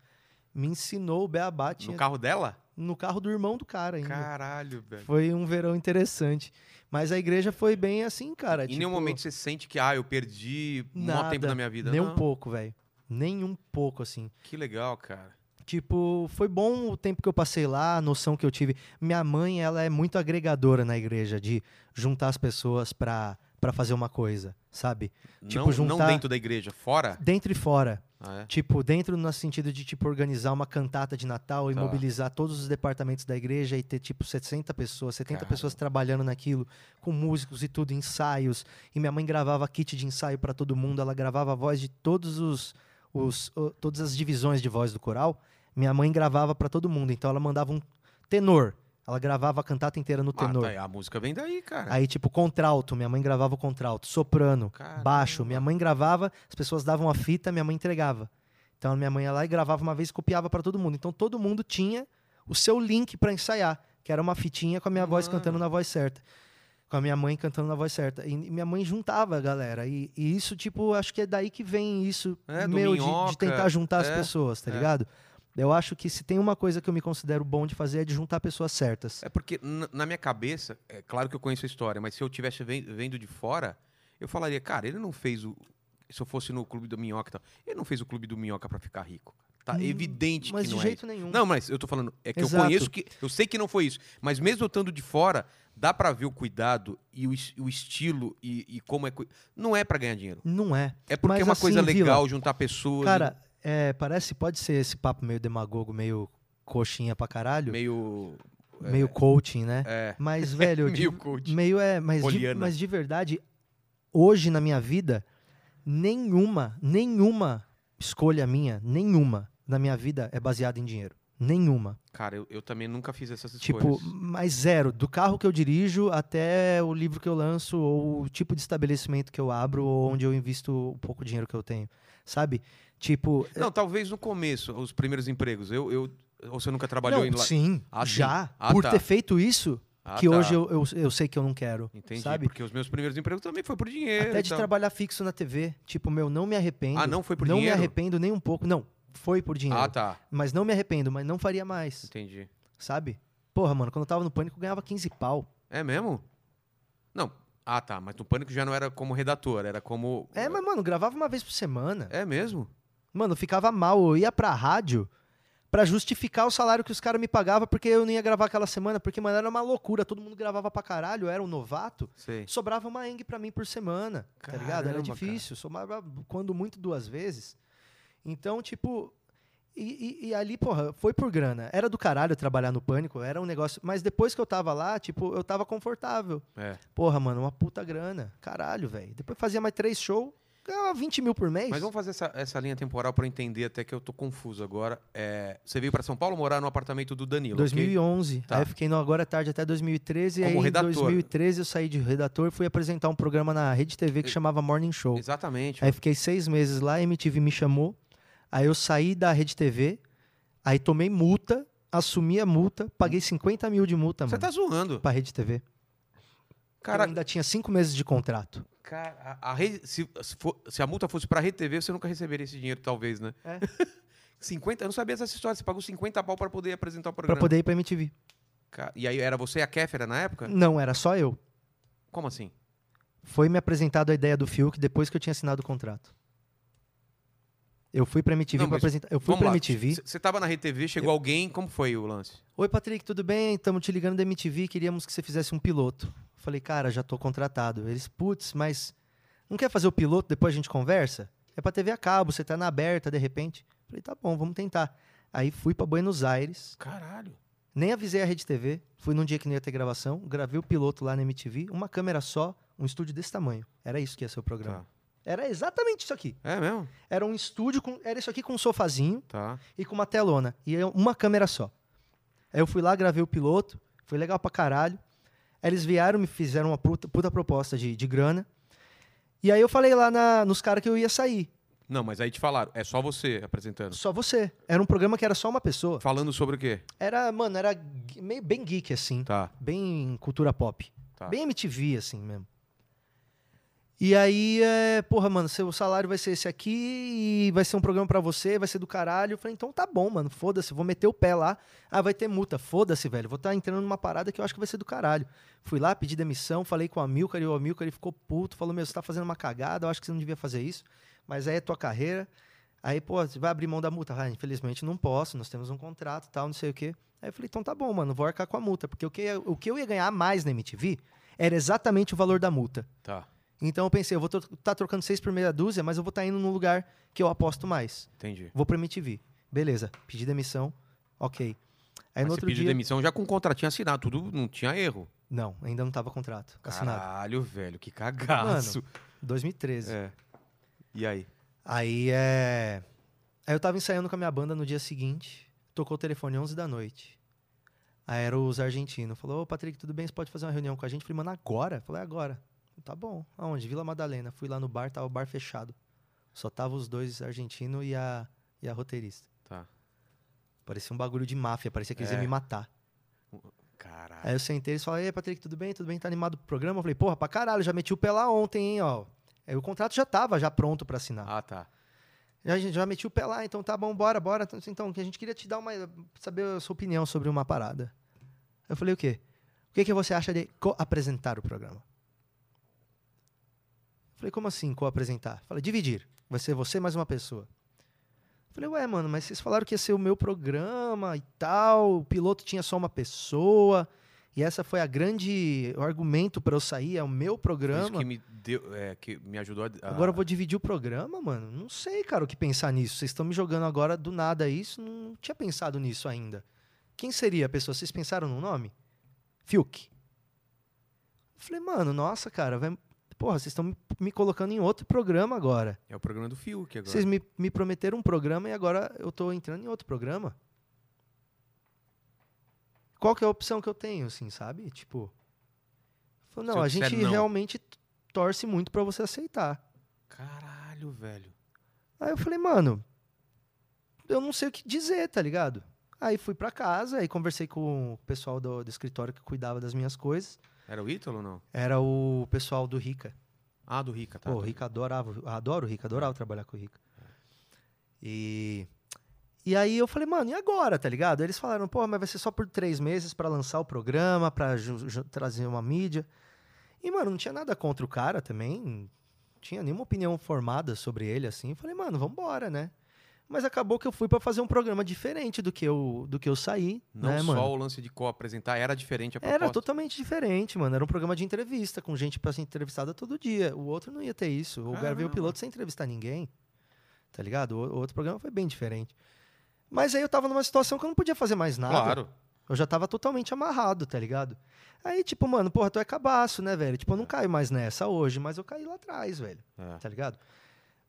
Speaker 2: Me ensinou o beabá, tinha
Speaker 1: No carro dela?
Speaker 2: no carro do irmão do cara ainda.
Speaker 1: Caralho, velho.
Speaker 2: Foi um verão interessante. Mas a igreja foi bem assim, cara.
Speaker 1: Em nenhum momento você sente que, ah, eu perdi um
Speaker 2: Nada,
Speaker 1: tempo da minha vida.
Speaker 2: Nem
Speaker 1: Não,
Speaker 2: um pouco, velho. Nem um pouco, assim.
Speaker 1: Que legal, cara.
Speaker 2: Tipo, foi bom o tempo que eu passei lá, a noção que eu tive. Minha mãe, ela é muito agregadora na igreja, de juntar as pessoas pra, pra fazer uma coisa, sabe? Tipo,
Speaker 1: não, não
Speaker 2: juntar-
Speaker 1: dentro da igreja, fora?
Speaker 2: Dentro e fora.
Speaker 1: Ah, é?
Speaker 2: Tipo, dentro no sentido de, tipo, organizar uma cantata de Natal e
Speaker 1: Tá.
Speaker 2: mobilizar todos os departamentos da igreja e ter, tipo, 60 pessoas, 70
Speaker 1: Cara.
Speaker 2: pessoas trabalhando naquilo, com músicos e tudo, ensaios. E minha mãe gravava kit de ensaio para todo mundo, ela gravava a voz de todos os, os o- todas as divisões de voz do coral. Minha mãe gravava para todo mundo, então ela mandava um tenor. Ela gravava a cantata inteira no
Speaker 1: Ah, tá
Speaker 2: tenor.
Speaker 1: aí, a música vem daí, cara.
Speaker 2: Aí, tipo, contralto, minha mãe gravava o contralto, soprano,
Speaker 1: Caramba.
Speaker 2: baixo. Minha mãe gravava, as pessoas davam a fita, minha mãe entregava. Então minha mãe ia lá e gravava uma vez e copiava para todo mundo. Então todo mundo tinha o seu link para ensaiar, que era uma fitinha com a minha voz
Speaker 1: Mano.
Speaker 2: cantando na voz certa. Com a minha mãe cantando na voz certa. E minha mãe juntava a galera. E, e isso, tipo, acho que é daí que vem isso
Speaker 1: É, do
Speaker 2: meu de- de,
Speaker 1: Minhoca,
Speaker 2: tentar juntar as
Speaker 1: é,
Speaker 2: pessoas, tá
Speaker 1: é.
Speaker 2: ligado? Eu acho que se tem uma coisa que eu me considero bom de fazer é de juntar pessoas certas.
Speaker 1: É porque n- na minha cabeça, é claro que eu conheço a história, mas se eu tivesse ven- vendo de fora, eu falaria, cara, ele não fez o. Se eu fosse no clube do Minhoca e tal, ele não fez o clube do Minhoca pra ficar rico. Tá
Speaker 2: Hum,
Speaker 1: evidente
Speaker 2: Mas
Speaker 1: que
Speaker 2: de
Speaker 1: não
Speaker 2: jeito
Speaker 1: é.
Speaker 2: nenhum.
Speaker 1: isso. Não, mas eu tô falando, é que eu
Speaker 2: Exato.
Speaker 1: conheço que. Eu sei que não foi isso. Mas mesmo eu estando de fora, dá pra ver o cuidado e o, es- o estilo e, e como é. cui- Não é pra ganhar dinheiro.
Speaker 2: Não é.
Speaker 1: É porque
Speaker 2: Mas
Speaker 1: é uma
Speaker 2: assim,
Speaker 1: coisa
Speaker 2: Vila,
Speaker 1: legal juntar pessoas. né,
Speaker 2: Cara, é, parece, pode ser esse papo meio demagogo, meio coxinha pra caralho, meio,
Speaker 1: meio.
Speaker 2: coaching, né?
Speaker 1: É.
Speaker 2: Mas, velho, de-
Speaker 1: meio coach.
Speaker 2: meio é, mas de,
Speaker 1: Poliana.
Speaker 2: mas de verdade, hoje na minha vida, nenhuma, nenhuma escolha minha, nenhuma na minha vida é baseada em dinheiro. Nenhuma.
Speaker 1: Cara, eu, eu também nunca fiz essas
Speaker 2: Tipo,
Speaker 1: escolhas.
Speaker 2: mas zero. Do carro que eu dirijo até o livro que eu lanço, ou o tipo de estabelecimento que eu abro, ou onde eu invisto o pouco dinheiro que eu tenho. Sabe? Tipo.
Speaker 1: Não, talvez no começo, os primeiros empregos. Eu, eu, ou você nunca trabalhou
Speaker 2: Não,
Speaker 1: em lá?
Speaker 2: Sim,
Speaker 1: Ah, sim.
Speaker 2: já.
Speaker 1: Ah,
Speaker 2: por
Speaker 1: tá.
Speaker 2: ter feito isso,
Speaker 1: Ah,
Speaker 2: que
Speaker 1: tá.
Speaker 2: hoje eu, eu, eu sei que eu não quero.
Speaker 1: Entendi,
Speaker 2: Sabe?
Speaker 1: porque os meus primeiros empregos também foi por dinheiro.
Speaker 2: Até
Speaker 1: e
Speaker 2: de
Speaker 1: tal.
Speaker 2: trabalhar fixo na TV. Tipo, meu, não me arrependo.
Speaker 1: Ah, não foi por
Speaker 2: Não
Speaker 1: dinheiro?
Speaker 2: me arrependo nem um pouco. Não, foi por dinheiro.
Speaker 1: Ah, tá.
Speaker 2: Mas não me arrependo, mas não faria mais.
Speaker 1: Entendi.
Speaker 2: Sabe? Porra, mano, quando eu tava no pânico, eu ganhava 15 pau.
Speaker 1: É mesmo? Não. Ah, tá. Mas no Pânico já não era como redator, era como.
Speaker 2: É, mas, mano, gravava uma vez por semana.
Speaker 1: É mesmo?
Speaker 2: Mano, eu ficava mal. Eu ia pra rádio pra justificar o salário que os caras me pagavam, porque eu não ia gravar aquela semana. Porque, mano, era uma loucura. Todo mundo gravava pra caralho, eu era um novato.
Speaker 1: Sei.
Speaker 2: sobrava uma eng pra mim por semana, tá ligado?
Speaker 1: Caramba,
Speaker 2: Era difícil, sobrava quando muito duas vezes. Então, tipo, e, e- e ali, porra, foi por grana. Era do caralho trabalhar no pânico, era um negócio, mas depois que eu tava lá, tipo, eu tava confortável.
Speaker 1: É.
Speaker 2: Porra, mano, uma puta grana. Caralho, velho. Depois fazia mais três shows, ganhava 20 mil por mês.
Speaker 1: Mas vamos fazer essa, essa linha temporal pra eu entender até que eu tô confuso agora. É, você veio pra São Paulo morar no apartamento do Danilo. ok?
Speaker 2: 2011.
Speaker 1: Tá.
Speaker 2: Aí eu fiquei no Agora à Tarde até 2013.
Speaker 1: Como
Speaker 2: aí
Speaker 1: redator.
Speaker 2: em 2013 eu saí de redator e fui apresentar um programa na Rede TV que chamava Morning Show.
Speaker 1: Exatamente.
Speaker 2: Aí fiquei seis meses lá, a MTV me chamou. Aí eu saí da Rede TV, aí tomei multa, assumi a multa, paguei 50 mil de multa,
Speaker 1: Você
Speaker 2: mano.
Speaker 1: tá zoando.
Speaker 2: Pra Rede TV.
Speaker 1: Cara,
Speaker 2: Eu ainda tinha cinco meses de contrato.
Speaker 1: cara, a, a rede- se, se for- se a multa fosse pra Rede TV, você nunca receberia esse dinheiro, talvez, né?
Speaker 2: É.
Speaker 1: 50, eu não sabia dessa história. Você pagou 50 pau pra poder apresentar o
Speaker 2: Pra
Speaker 1: programa.
Speaker 2: poder ir pra MTV.
Speaker 1: Ca- E aí era você e a Kéfera na época?
Speaker 2: Não, era só eu.
Speaker 1: Como assim?
Speaker 2: Foi me apresentado a ideia do Fiuk depois que eu tinha assinado o contrato. Eu fui pra MTV
Speaker 1: Não,
Speaker 2: pra
Speaker 1: mas
Speaker 2: apresentar. Eu fui pra MTV.
Speaker 1: Você tava na Rede TV, chegou alguém, como foi o lance?
Speaker 2: Oi, Patrick, tudo bem? Estamos te ligando da MTV, queríamos que você fizesse um piloto. Eu Falei, cara, já tô contratado. Eles, putz, mas não quer fazer o piloto, depois a gente conversa? É pra TV a cabo, você tá na aberta, de repente. Eu Falei, tá bom, vamos tentar. Aí fui pra Buenos Aires,
Speaker 1: Caralho.
Speaker 2: nem avisei a Rede TV, fui num dia que não ia ter gravação, gravei o piloto lá na MTV, uma câmera só, um estúdio desse tamanho. Era isso que ia ser o programa.
Speaker 1: Tá.
Speaker 2: Era exatamente isso aqui.
Speaker 1: É mesmo?
Speaker 2: Era um estúdio, com, era isso aqui com um sofazinho,
Speaker 1: Tá.
Speaker 2: e com uma telona. E eu- uma câmera só. Aí eu fui lá, gravei o piloto, foi legal pra caralho. Aí eles vieram, me fizeram uma puta, puta proposta de, de grana. E aí eu falei lá na- nos caras que eu ia sair.
Speaker 1: Não, mas aí te falaram, é só você apresentando.
Speaker 2: Só você. Era um programa que era só uma pessoa.
Speaker 1: Falando sobre o quê?
Speaker 2: Era, mano, era gui- meio bem geek, assim.
Speaker 1: Tá.
Speaker 2: Bem cultura pop.
Speaker 1: Tá.
Speaker 2: Bem MTV, assim mesmo. E aí, é, porra, mano, seu salário vai ser esse aqui e vai ser um programa pra você, vai ser do caralho. Eu falei, então tá bom, mano, foda-se, vou meter o pé lá. Ah, vai ter multa, foda-se, velho. Vou estar entrando numa parada que eu acho que vai ser do caralho. Fui lá, pedi demissão, falei com o Amilcar e o Amilcar ele ficou puto, falou, meu, você tá fazendo uma cagada, eu acho que você não devia fazer isso, mas aí é tua carreira. Aí, pô, você vai abrir mão da multa? Ah, infelizmente não posso, nós temos um contrato tal, não sei o quê. Aí eu falei, então tá bom, mano, vou arcar com a multa, porque o que, o que eu ia ganhar a mais na MTV era exatamente o valor da multa.
Speaker 1: Tá.
Speaker 2: Então eu pensei, eu vou estar trocando seis por meia dúzia, mas eu vou estar indo num lugar que eu aposto mais.
Speaker 1: Entendi.
Speaker 2: Vou pra MTV. Beleza, pedi demissão, ok.
Speaker 1: Mas
Speaker 2: Aí no
Speaker 1: você
Speaker 2: outro
Speaker 1: pediu
Speaker 2: dia...
Speaker 1: demissão já com o contratinho assinado, tudo não tinha erro.
Speaker 2: Não, ainda não tava contrato assinado.
Speaker 1: Caralho, velho, que cagaço.
Speaker 2: 2013.
Speaker 1: É. E aí?
Speaker 2: Aí é. Aí eu tava ensaiando com a minha banda no dia seguinte, tocou o telefone 11 da noite. Aí era os argentinos. Falou, ô Patrick, tudo bem? Você pode fazer uma reunião com a gente? Falei, mano, agora? Falei, agora. Tá bom. Aonde? Vila Madalena. Fui lá no bar, tava o bar fechado. Só tava os dois argentinos e a, e a roteirista.
Speaker 1: Tá.
Speaker 2: Parecia um bagulho de máfia, parecia que eles iam
Speaker 1: É.
Speaker 2: me matar.
Speaker 1: Caralho.
Speaker 2: Aí eu sentei, eles falaram, ei, Patrick, tudo bem? Tudo bem? Tá animado pro programa? Eu falei, porra, pra caralho, já meti o pé lá ontem, hein, ó. Aí o contrato já tava, já pronto pra assinar.
Speaker 1: Ah, tá.
Speaker 2: Já, a gente já meti o pé lá, então tá bom, bora, bora. Então, que a gente queria te dar uma. saber a sua opinião sobre uma parada. Eu falei o quê? O que, que você acha de co-apresentar o programa? Eu falei, como assim co-apresentar? Falei, dividir. Vai ser você mais uma pessoa. Eu falei, ué, mano, mas vocês falaram que ia ser o meu programa e tal, o piloto tinha só uma pessoa. E essa foi a grande o argumento pra eu sair, é o meu
Speaker 1: Foi
Speaker 2: programa.
Speaker 1: Isso que me deu, é, que me ajudou a... a-
Speaker 2: Agora eu vou dividir o programa, mano? Não sei, cara, o que pensar nisso. Vocês estão me jogando agora do nada isso, não tinha pensado nisso ainda. Quem seria a pessoa? Vocês pensaram no nome? Fiuk. Eu falei, mano, nossa, cara, vai... porra, vocês estão me- me colocando em outro programa agora.
Speaker 1: É o programa do Fiuk agora.
Speaker 2: Vocês me, me prometeram um programa e agora eu tô entrando em outro programa. Qual que é a opção que eu tenho, assim, sabe? Tipo. Falei,
Speaker 1: Se
Speaker 2: não,
Speaker 1: eu
Speaker 2: a
Speaker 1: disser
Speaker 2: gente
Speaker 1: não.
Speaker 2: realmente torce muito pra você aceitar.
Speaker 1: Caralho, velho.
Speaker 2: Aí eu falei, mano, eu não sei o que dizer, tá ligado? Aí fui pra casa, aí conversei com o pessoal do, do escritório que cuidava das minhas coisas.
Speaker 1: Era o Ítalo ou não?
Speaker 2: Era o pessoal do Rica.
Speaker 1: Ah, do Rica, tá.
Speaker 2: Pô, o Rica adorava, adoro o Rica,
Speaker 1: É.
Speaker 2: adorava trabalhar com o Rica. E, e aí eu falei, mano, e agora, tá ligado? Eles falaram, pô, mas vai ser só por três meses pra lançar o programa, pra ju- ju- trazer uma mídia. E, mano, não tinha nada contra o cara também, não tinha nenhuma opinião formada sobre ele, assim. Eu falei, mano, vambora, né? Mas acabou que eu fui pra fazer um programa diferente do que eu, do que eu saí,
Speaker 1: Não
Speaker 2: né,
Speaker 1: só
Speaker 2: mano?
Speaker 1: o lance de co-apresentar, era diferente a proposta.
Speaker 2: Era totalmente diferente, mano. Era um programa de entrevista, com gente pra ser entrevistada todo dia. O outro não ia ter isso. Eu gravei o
Speaker 1: Caramba.
Speaker 2: piloto sem entrevistar ninguém. Tá ligado? O o outro programa foi bem diferente. Mas aí eu tava numa situação que eu não podia fazer mais nada.
Speaker 1: Claro.
Speaker 2: Eu já tava totalmente amarrado, tá ligado? Aí, tipo, mano, porra, tu é cabaço, né, velho? Tipo, eu não caio mais nessa hoje, mas eu caí lá atrás, velho.
Speaker 1: É.
Speaker 2: Tá ligado?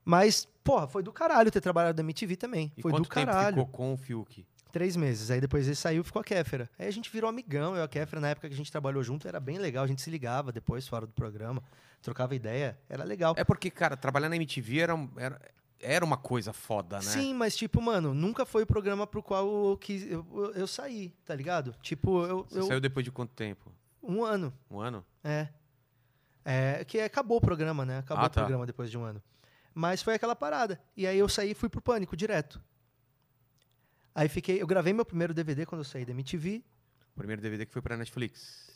Speaker 2: Mas, porra, foi do caralho ter trabalhado na MTV também.
Speaker 1: E
Speaker 2: foi do
Speaker 1: quanto tempo
Speaker 2: caralho.
Speaker 1: ficou com o Fiuk?
Speaker 2: Três meses. Aí depois ele saiu e ficou a Kéfera. Aí a gente virou amigão, eu e a Kéfera, na época que a gente trabalhou junto, era bem legal. A gente se ligava depois, fora do programa, trocava ideia, era legal.
Speaker 1: É porque, cara, trabalhar na MTV era, um- era, era uma coisa foda, né?
Speaker 2: Sim, mas tipo, mano, nunca foi o programa pro qual eu quis. Eu, eu- eu saí, tá ligado? Tipo, eu.
Speaker 1: Você
Speaker 2: eu-
Speaker 1: saiu depois de quanto tempo?
Speaker 2: um ano.
Speaker 1: Um ano?
Speaker 2: É. É, que acabou o programa, né? Acabou
Speaker 1: Ah,
Speaker 2: o
Speaker 1: tá.
Speaker 2: programa depois de um ano. Mas foi aquela parada. E aí eu saí e fui pro pânico direto. Aí fiquei. Eu gravei meu primeiro DVD quando eu saí da MTV,
Speaker 1: O primeiro DVD que foi pra Netflix.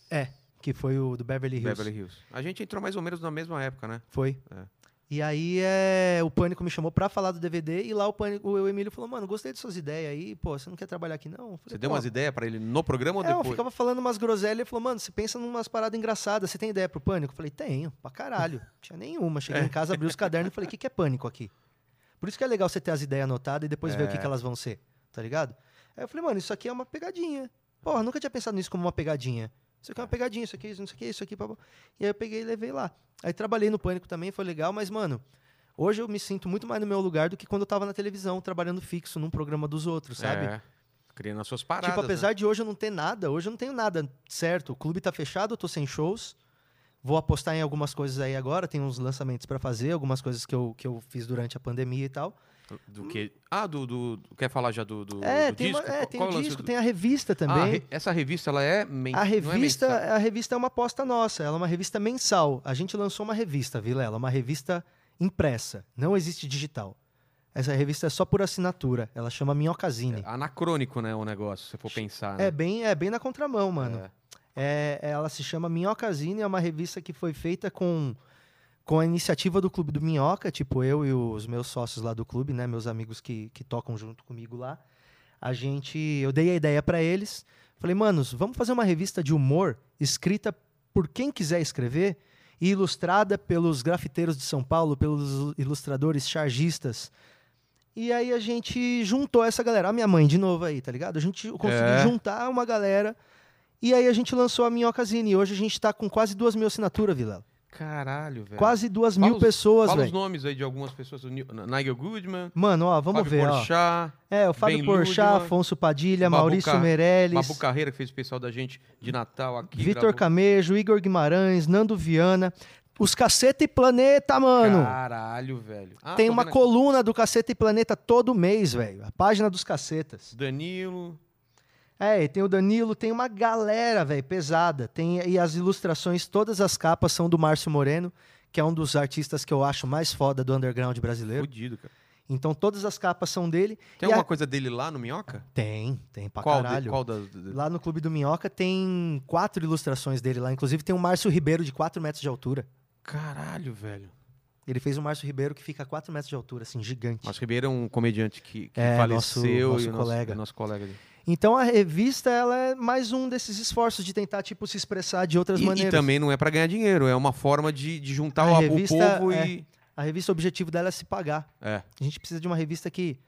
Speaker 2: que foi o do Beverly Hills.
Speaker 1: Beverly Hills. A gente entrou mais ou menos na mesma época, né?
Speaker 2: Foi.
Speaker 1: É.
Speaker 2: E aí é, o Pânico me chamou pra falar do DVD e lá o Pânico, o Emílio falou, mano, gostei das suas ideias aí, pô, você não quer trabalhar aqui não? Eu falei,
Speaker 1: Você deu
Speaker 2: "Pô,
Speaker 1: umas ideias pra ele no programa ou
Speaker 2: É, eu
Speaker 1: depois?
Speaker 2: ficava falando umas groselhas e ele falou, mano, você pensa numas paradas engraçadas, você tem ideia pro pânico? Eu falei, tenho, pra caralho. Não tinha nenhuma.
Speaker 1: É.
Speaker 2: Cheguei em casa, abri os cadernos e falei, o que, que é pânico aqui? Por isso que é legal você ter as ideias anotadas e depois
Speaker 1: É.
Speaker 2: ver o que, que elas vão ser, tá ligado? Aí eu falei, mano, isso aqui é uma pegadinha. Porra, nunca tinha pensado nisso como uma pegadinha. Isso aqui é uma pegadinha, isso aqui, isso aqui, isso aqui, papá. E aí eu peguei e levei lá. Aí trabalhei no pânico também, foi legal, mas, mano, hoje eu me sinto muito mais no meu lugar do que quando eu tava na televisão, trabalhando fixo num programa dos outros, sabe?
Speaker 1: É, criando as suas paradas.
Speaker 2: tipo, apesar
Speaker 1: né?
Speaker 2: de hoje eu não ter nada, hoje eu não tenho nada certo. O clube tá fechado, eu tô sem shows. Vou apostar em algumas coisas aí agora, tem uns lançamentos pra fazer, algumas coisas que eu, que eu fiz durante a pandemia e tal.
Speaker 1: Do que... Ah, do, do- do- Quer falar já do, do,
Speaker 2: é,
Speaker 1: do
Speaker 2: tem, uma-
Speaker 1: disco?
Speaker 2: é,
Speaker 1: Qual-
Speaker 2: tem
Speaker 1: qual
Speaker 2: o
Speaker 1: lance
Speaker 2: disco,
Speaker 1: do-
Speaker 2: tem a revista
Speaker 1: Ah,
Speaker 2: também.
Speaker 1: re- essa revista, ela é... men-
Speaker 2: a
Speaker 1: não é
Speaker 2: revista,
Speaker 1: mensal.
Speaker 2: a revista é uma aposta nossa, ela é uma revista mensal. A gente lançou uma revista, Vilela, uma revista impressa, não existe digital. Essa revista é só por assinatura, ela chama Minhocasine.
Speaker 1: Anacrônico, né, o negócio, se for pensar.
Speaker 2: É,
Speaker 1: né?
Speaker 2: bem, é bem na contramão, mano.
Speaker 1: É.
Speaker 2: É, ela se chama Minhocazine, é uma revista que foi feita com, com a iniciativa do Clube do Minhoca, tipo eu e os meus sócios lá do clube, né, meus amigos que, que tocam junto comigo lá. A gente, eu dei a ideia pra eles, falei, manos, vamos fazer uma revista de humor escrita por quem quiser escrever e ilustrada pelos grafiteiros de São Paulo, pelos ilustradores chargistas. E aí a gente juntou essa galera, a minha mãe de novo aí, tá ligado? A gente conseguiu
Speaker 1: É.
Speaker 2: juntar uma galera e aí a gente lançou a Minhocazine. E hoje a gente tá com quase duas mil assinaturas, Vilela.
Speaker 1: Caralho, velho.
Speaker 2: Quase duas
Speaker 1: É. Fala
Speaker 2: mil
Speaker 1: os-
Speaker 2: pessoas,
Speaker 1: Fala os
Speaker 2: velho.
Speaker 1: nomes aí de algumas pessoas. O Ni- Nigel Goodman,
Speaker 2: Mano, ó, vamos
Speaker 1: Fábio
Speaker 2: ver, ó.
Speaker 1: Porchat,
Speaker 2: É, o Fábio
Speaker 1: Ben
Speaker 2: Porchat,
Speaker 1: Ludman,
Speaker 2: Afonso Padilha,
Speaker 1: Babu
Speaker 2: Maurício
Speaker 1: Ca-
Speaker 2: Meirelles,
Speaker 1: Babu Carreira, que fez o especial da gente de Natal aqui.
Speaker 2: Vitor
Speaker 1: gravou.
Speaker 2: Camejo, Igor Guimarães, Nando Viana. Os Caceta e Planeta, mano!
Speaker 1: Caralho, velho. Ah,
Speaker 2: Tem
Speaker 1: tô
Speaker 2: uma
Speaker 1: vendo aqui.
Speaker 2: coluna do Caceta e Planeta todo mês, velho. A página dos cacetas.
Speaker 1: Danilo.
Speaker 2: É, e tem o Danilo, tem uma galera, velho, pesada. Tem, e as ilustrações, todas as capas são do Márcio Moreno, que é um dos artistas que eu acho mais foda do underground brasileiro.
Speaker 1: Fudido, cara.
Speaker 2: Então todas as capas são dele.
Speaker 1: Tem
Speaker 2: E a-
Speaker 1: alguma coisa dele lá no Minhoca?
Speaker 2: Tem, tem pra
Speaker 1: qual de-
Speaker 2: caralho.
Speaker 1: qual das. de-
Speaker 2: Lá no Clube do Minhoca tem quatro ilustrações dele lá. Inclusive tem o Márcio Ribeiro de 4 metros de altura.
Speaker 1: Caralho, velho.
Speaker 2: Ele fez o Márcio Ribeiro que fica a 4 metros de altura, assim, gigante.
Speaker 1: Márcio Ribeiro é um comediante que, que
Speaker 2: É, nosso-
Speaker 1: faleceu
Speaker 2: nosso
Speaker 1: e o
Speaker 2: colega.
Speaker 1: Nosso, é nosso colega dele.
Speaker 2: Então a revista ela é mais um desses esforços de tentar tipo se expressar de outras
Speaker 1: E, e
Speaker 2: maneiras.
Speaker 1: também não é pra ganhar dinheiro, é uma forma de, de juntar
Speaker 2: A
Speaker 1: o,
Speaker 2: revista,
Speaker 1: o povo
Speaker 2: é.
Speaker 1: e.
Speaker 2: A revista o objetivo dela é se pagar.
Speaker 1: É.
Speaker 2: A gente precisa de uma revista que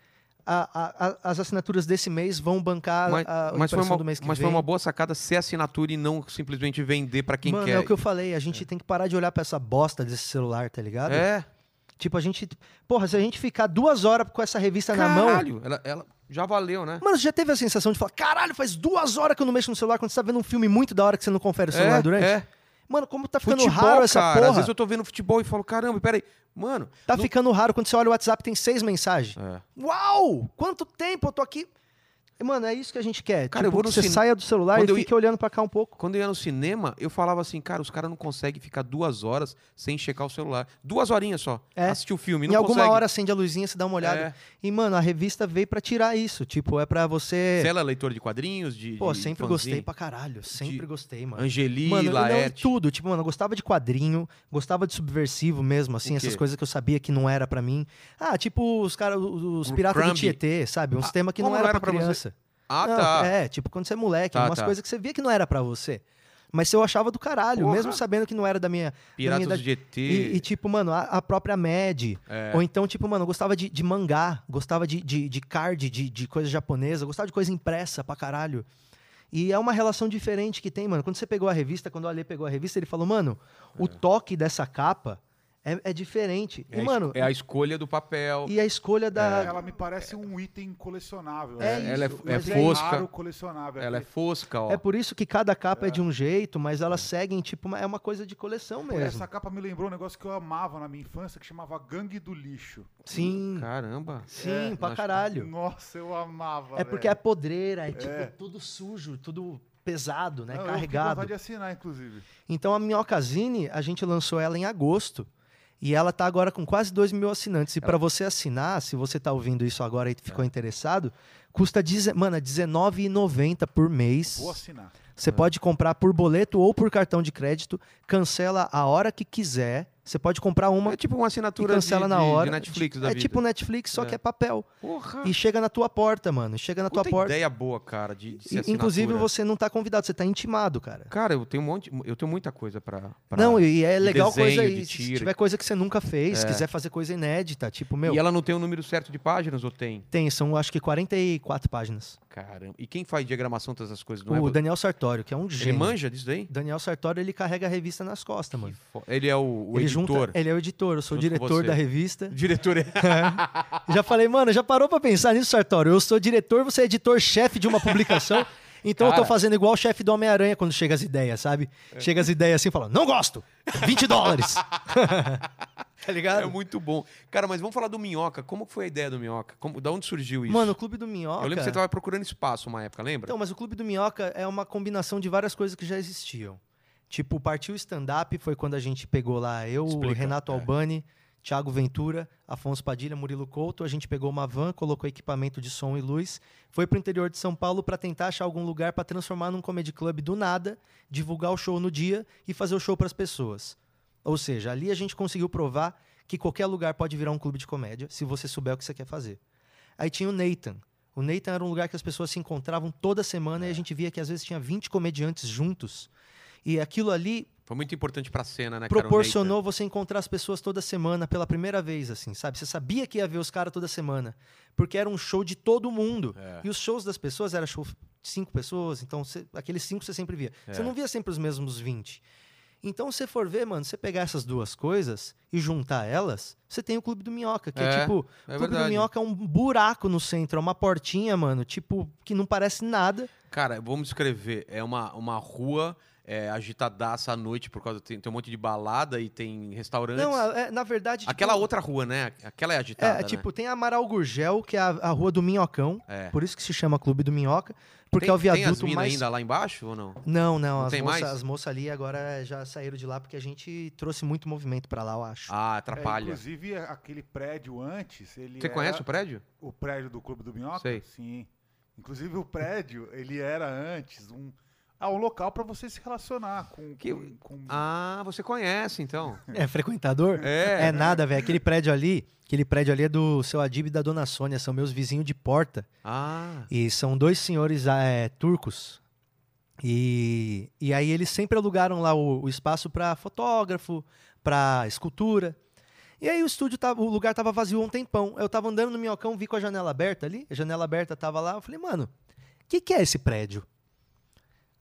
Speaker 2: a- a- a- as assinaturas desse mês vão bancar
Speaker 1: Mas,
Speaker 2: a
Speaker 1: mas foi
Speaker 2: impressão
Speaker 1: uma,
Speaker 2: do mês que
Speaker 1: mas
Speaker 2: vem.
Speaker 1: foi uma boa sacada ser assinatura e não simplesmente vender pra quem
Speaker 2: Mano,
Speaker 1: quer.
Speaker 2: é o que eu falei, a gente tem que parar de olhar pra essa bosta desse celular, tá ligado?
Speaker 1: É.
Speaker 2: Tipo, a gente. Porra, se a gente ficar duas horas com essa revista na mão.
Speaker 1: Caralho, ela, ela já valeu, né?
Speaker 2: Mano, você já teve a sensação de falar, caralho, faz duas horas que eu não mexo no celular quando você tá vendo um filme muito da hora que você não confere o celular
Speaker 1: é,
Speaker 2: durante?
Speaker 1: é.
Speaker 2: Mano, como tá ficando
Speaker 1: Futebol,
Speaker 2: raro essa
Speaker 1: cara.
Speaker 2: porra?
Speaker 1: Às vezes eu tô vendo futebol e falo, caramba, peraí. Mano.
Speaker 2: Tá
Speaker 1: não-
Speaker 2: ficando raro quando você olha o WhatsApp, tem seis mensagens.
Speaker 1: É.
Speaker 2: Uau! Quanto tempo eu tô aqui? Mano, é isso que a gente quer.
Speaker 1: Cara,
Speaker 2: tipo,
Speaker 1: eu vou
Speaker 2: que
Speaker 1: no
Speaker 2: você
Speaker 1: cine-
Speaker 2: saia do celular
Speaker 1: Quando
Speaker 2: e
Speaker 1: eu
Speaker 2: fique olhando pra cá um pouco.
Speaker 1: Quando eu ia no cinema, eu falava assim, cara, os caras não conseguem ficar duas horas sem checar o celular. Duas horinhas só.
Speaker 2: É.
Speaker 1: Assistir o filme.
Speaker 2: em
Speaker 1: Não
Speaker 2: alguma
Speaker 1: consegue.
Speaker 2: hora acende a luzinha, você dá uma olhada.
Speaker 1: É.
Speaker 2: E, mano, a revista veio pra tirar isso. Tipo, é pra você.
Speaker 1: Você é leitor de quadrinhos, de.
Speaker 2: Pô,
Speaker 1: de
Speaker 2: sempre
Speaker 1: fanzine?
Speaker 2: gostei pra caralho. Sempre
Speaker 1: De-
Speaker 2: gostei, mano.
Speaker 1: Angeli,
Speaker 2: Mano, eu não,
Speaker 1: Laerte.
Speaker 2: tudo. Tipo, mano, eu gostava de quadrinho, gostava de subversivo mesmo, assim,
Speaker 1: O
Speaker 2: essas
Speaker 1: quê?
Speaker 2: coisas que eu sabia que não era pra mim. Ah, tipo os caras, os
Speaker 1: O
Speaker 2: piratas do
Speaker 1: Crumb.
Speaker 2: Tietê, sabe? Uns
Speaker 1: Ah,
Speaker 2: temas que não
Speaker 1: como
Speaker 2: era, pra,
Speaker 1: você?
Speaker 2: criança.
Speaker 1: Ah,
Speaker 2: Não,
Speaker 1: tá.
Speaker 2: É, tipo, quando você é moleque,
Speaker 1: Tá,
Speaker 2: umas
Speaker 1: tá.
Speaker 2: coisas que você via que não era pra você. Mas eu achava do caralho,
Speaker 1: Porra.
Speaker 2: mesmo sabendo que não era da minha.
Speaker 1: Piratas
Speaker 2: é da
Speaker 1: do
Speaker 2: minha
Speaker 1: GT.
Speaker 2: E, e, tipo, mano, a, a própria Mad. Ou então, tipo, mano, eu gostava de, de mangá, gostava de, de, de card, de, de coisa japonesa, gostava de coisa impressa pra caralho. E é uma relação diferente que tem, mano. Quando você pegou a revista, quando o Ale pegou a revista, ele falou, mano, o toque dessa capa É, é diferente.
Speaker 1: É,
Speaker 2: e,
Speaker 1: a
Speaker 2: mano,
Speaker 1: es- é a escolha do papel.
Speaker 2: e a escolha da.
Speaker 3: Ela me parece um item colecionável.
Speaker 2: tá- É
Speaker 3: assim,
Speaker 1: ela é-
Speaker 3: isso,
Speaker 1: é
Speaker 3: mas
Speaker 1: fosca.
Speaker 3: raro colecionável.
Speaker 1: Ela é
Speaker 3: aquele-
Speaker 1: fosca, ó.
Speaker 2: É, por isso que cada capa é, de um jeito, mas elas seguem, tipo, uma- é uma coisa de coleção
Speaker 3: Pô,
Speaker 2: mesmo.
Speaker 3: Essa capa me lembrou um negócio que eu amava na minha infância, que chamava Gangue do Lixo.
Speaker 2: Sim,
Speaker 1: Caramba.
Speaker 2: sim,
Speaker 1: É,
Speaker 2: pra
Speaker 1: nós-
Speaker 2: caralho.
Speaker 3: Nossa, eu amava.
Speaker 2: É porque é
Speaker 3: velho.
Speaker 2: podreira, é tipo tudo sujo, tudo pesado, né?
Speaker 3: Não, Eu fiquei com
Speaker 2: Carregado.
Speaker 3: vontade de assinar, inclusive.
Speaker 2: Então a Minhocazine, a gente lançou ela em agosto. E ela tá agora com quase 2 mil assinantes. E pra você assinar, se você tá ouvindo isso agora
Speaker 1: É.
Speaker 2: e ficou interessado, custa, deze- mano, é R$19,90 por mês.
Speaker 3: Vou assinar.
Speaker 2: Você
Speaker 1: É.
Speaker 2: pode comprar por boleto ou por cartão de crédito. Cancela a hora que quiser. Você pode comprar uma
Speaker 1: É tipo uma
Speaker 2: e
Speaker 1: assinatura
Speaker 2: cancela
Speaker 1: de,
Speaker 2: na
Speaker 1: de- de
Speaker 2: hora.
Speaker 1: Netflix da
Speaker 2: é
Speaker 1: vida.
Speaker 2: tipo Netflix, só
Speaker 1: É.
Speaker 2: que é papel.
Speaker 1: Porra.
Speaker 2: E chega na tua porta, mano. Chega na tua
Speaker 1: puta
Speaker 2: porta.
Speaker 1: ideia boa, cara, de, de
Speaker 2: E,
Speaker 1: ser
Speaker 2: inclusive,
Speaker 1: assinatura.
Speaker 2: você não tá convidado, você tá intimado, cara.
Speaker 1: Cara, eu tenho um monte, eu tenho muita coisa pra... pra-
Speaker 2: Não, e é
Speaker 1: de
Speaker 2: legal coisa
Speaker 1: desenho, de
Speaker 2: aí. Se
Speaker 1: tiro. É.
Speaker 2: tiver coisa que você nunca fez, quiser fazer coisa inédita, tipo, meu,
Speaker 1: E ela não tem o número certo de páginas ou tem?
Speaker 2: tem, são acho que 44 páginas.
Speaker 1: Caramba. E quem faz diagramação dessas coisas? Não é
Speaker 2: o
Speaker 1: você?
Speaker 2: Daniel Sartório, que é um
Speaker 1: Ele
Speaker 2: gênio.
Speaker 1: manja disso daí?
Speaker 2: Daniel Sartório, ele carrega a revista nas costas, mano.
Speaker 1: Fo- Ele é o, o
Speaker 2: ele
Speaker 1: editor.
Speaker 2: Junta, ele é o editor, eu sou o
Speaker 1: Junto com
Speaker 2: diretor
Speaker 1: você.
Speaker 2: da revista.
Speaker 1: Diretor é.
Speaker 2: Já falei, mano, já parou pra pensar nisso, Sartório? Eu sou diretor, você é editor-chefe de uma publicação. Então eu
Speaker 1: Cara.
Speaker 2: tô fazendo igual o chefe do Homem-Aranha quando chega as ideias, sabe? Chega as ideias assim e fala, não gosto! 20 dólares! tá ligado?
Speaker 1: É muito bom. Cara, mas vamos falar do Minhoca. Como que foi a ideia do Minhoca? Como, da onde surgiu isso?
Speaker 2: Mano, o Clube do Minhoca...
Speaker 1: eu lembro que você tava procurando espaço uma época, lembra?
Speaker 2: Então, mas o Clube do Minhoca é uma combinação de várias coisas que já existiam. Tipo, partiu o stand-up, foi quando a gente pegou lá eu,
Speaker 1: Explica,
Speaker 2: Renato
Speaker 1: é.
Speaker 2: Albani, Thiago Ventura, Afonso Padilha, Murilo Couto. A gente pegou uma van, colocou equipamento de som e luz, foi pro interior de São Paulo para tentar achar algum lugar para transformar num comedy club do nada, divulgar o show no dia e fazer o show para as pessoas. Ou seja, ali a gente conseguiu provar que qualquer lugar pode virar um clube de comédia se você souber o que você quer fazer. Aí tinha o Nathan. O Nathan era um lugar que as pessoas se encontravam toda semana e
Speaker 1: É.
Speaker 2: a gente via que às vezes tinha 20 comediantes juntos. E aquilo ali
Speaker 1: Foi muito importante pra cena, né, cara? O
Speaker 2: proporcionou você encontrar as pessoas toda semana pela primeira vez, assim, sabe? Você sabia que ia ver os caras toda semana, porque era um show de todo mundo.
Speaker 1: É.
Speaker 2: E os shows das pessoas era show de cinco pessoas, então você- aqueles cinco você sempre via.
Speaker 1: É.
Speaker 2: Você não via sempre os mesmos 20. Então, se você for ver, mano, você pegar essas duas coisas e juntar elas, você tem o Clube do Minhoca, que é
Speaker 1: É.
Speaker 2: tipo,
Speaker 1: Nathan.
Speaker 2: o
Speaker 1: É
Speaker 2: Clube do
Speaker 1: verdade.
Speaker 2: Minhoca é um buraco no centro, é uma portinha, mano, tipo, que não parece nada.
Speaker 1: Cara, vamos escrever. É uma, uma rua é, agitadaça à noite, por causa. Tem, tem um monte de balada e tem restaurantes.
Speaker 2: Não, é- é- na verdade. tipo,
Speaker 1: Aquela outra rua, né? Aquela é
Speaker 2: É,
Speaker 1: agitada. né?
Speaker 2: tipo, tem a Amaral Gurgel, que é a, a rua do Minhocão,
Speaker 1: É.
Speaker 2: por isso que se chama Clube do Minhoca, porque
Speaker 1: tem,
Speaker 2: é o
Speaker 1: Tem as
Speaker 2: viaduto
Speaker 1: minas
Speaker 2: mais.
Speaker 1: ainda lá embaixo ou não?
Speaker 2: Não, não,
Speaker 1: Não
Speaker 2: as
Speaker 1: tem
Speaker 2: moças
Speaker 1: mais?
Speaker 2: moça ali agora já saíram de lá porque a gente trouxe muito movimento pra lá, eu acho.
Speaker 1: Ah,
Speaker 3: É,
Speaker 1: atrapalha.
Speaker 3: inclusive, a- aquele prédio antes, ele
Speaker 2: é.
Speaker 1: Você
Speaker 3: era
Speaker 1: conhece o prédio?
Speaker 3: o prédio do Clube do Minhoca?
Speaker 1: Sei.
Speaker 3: Sim. Inclusive, o prédio, ele era antes um, ah, um local para você se relacionar com...
Speaker 1: Que-
Speaker 3: com, com-
Speaker 1: Ah, você conhece, então.
Speaker 2: É frequentador?
Speaker 1: É.
Speaker 2: É nada, velho. Aquele prédio ali, aquele prédio ali é do seu Adib e da Dona Sônia, são meus vizinhos de porta.
Speaker 1: Ah.
Speaker 2: E são dois senhores ah, é, turcos. E, e aí eles sempre alugaram lá o, o espaço para fotógrafo, para escultura. E aí o estúdio tava, o lugar tava vazio há um tempão. Eu tava andando no minhocão, vi com a janela aberta ali, a janela aberta tava lá, eu falei, mano, o que, que é esse prédio?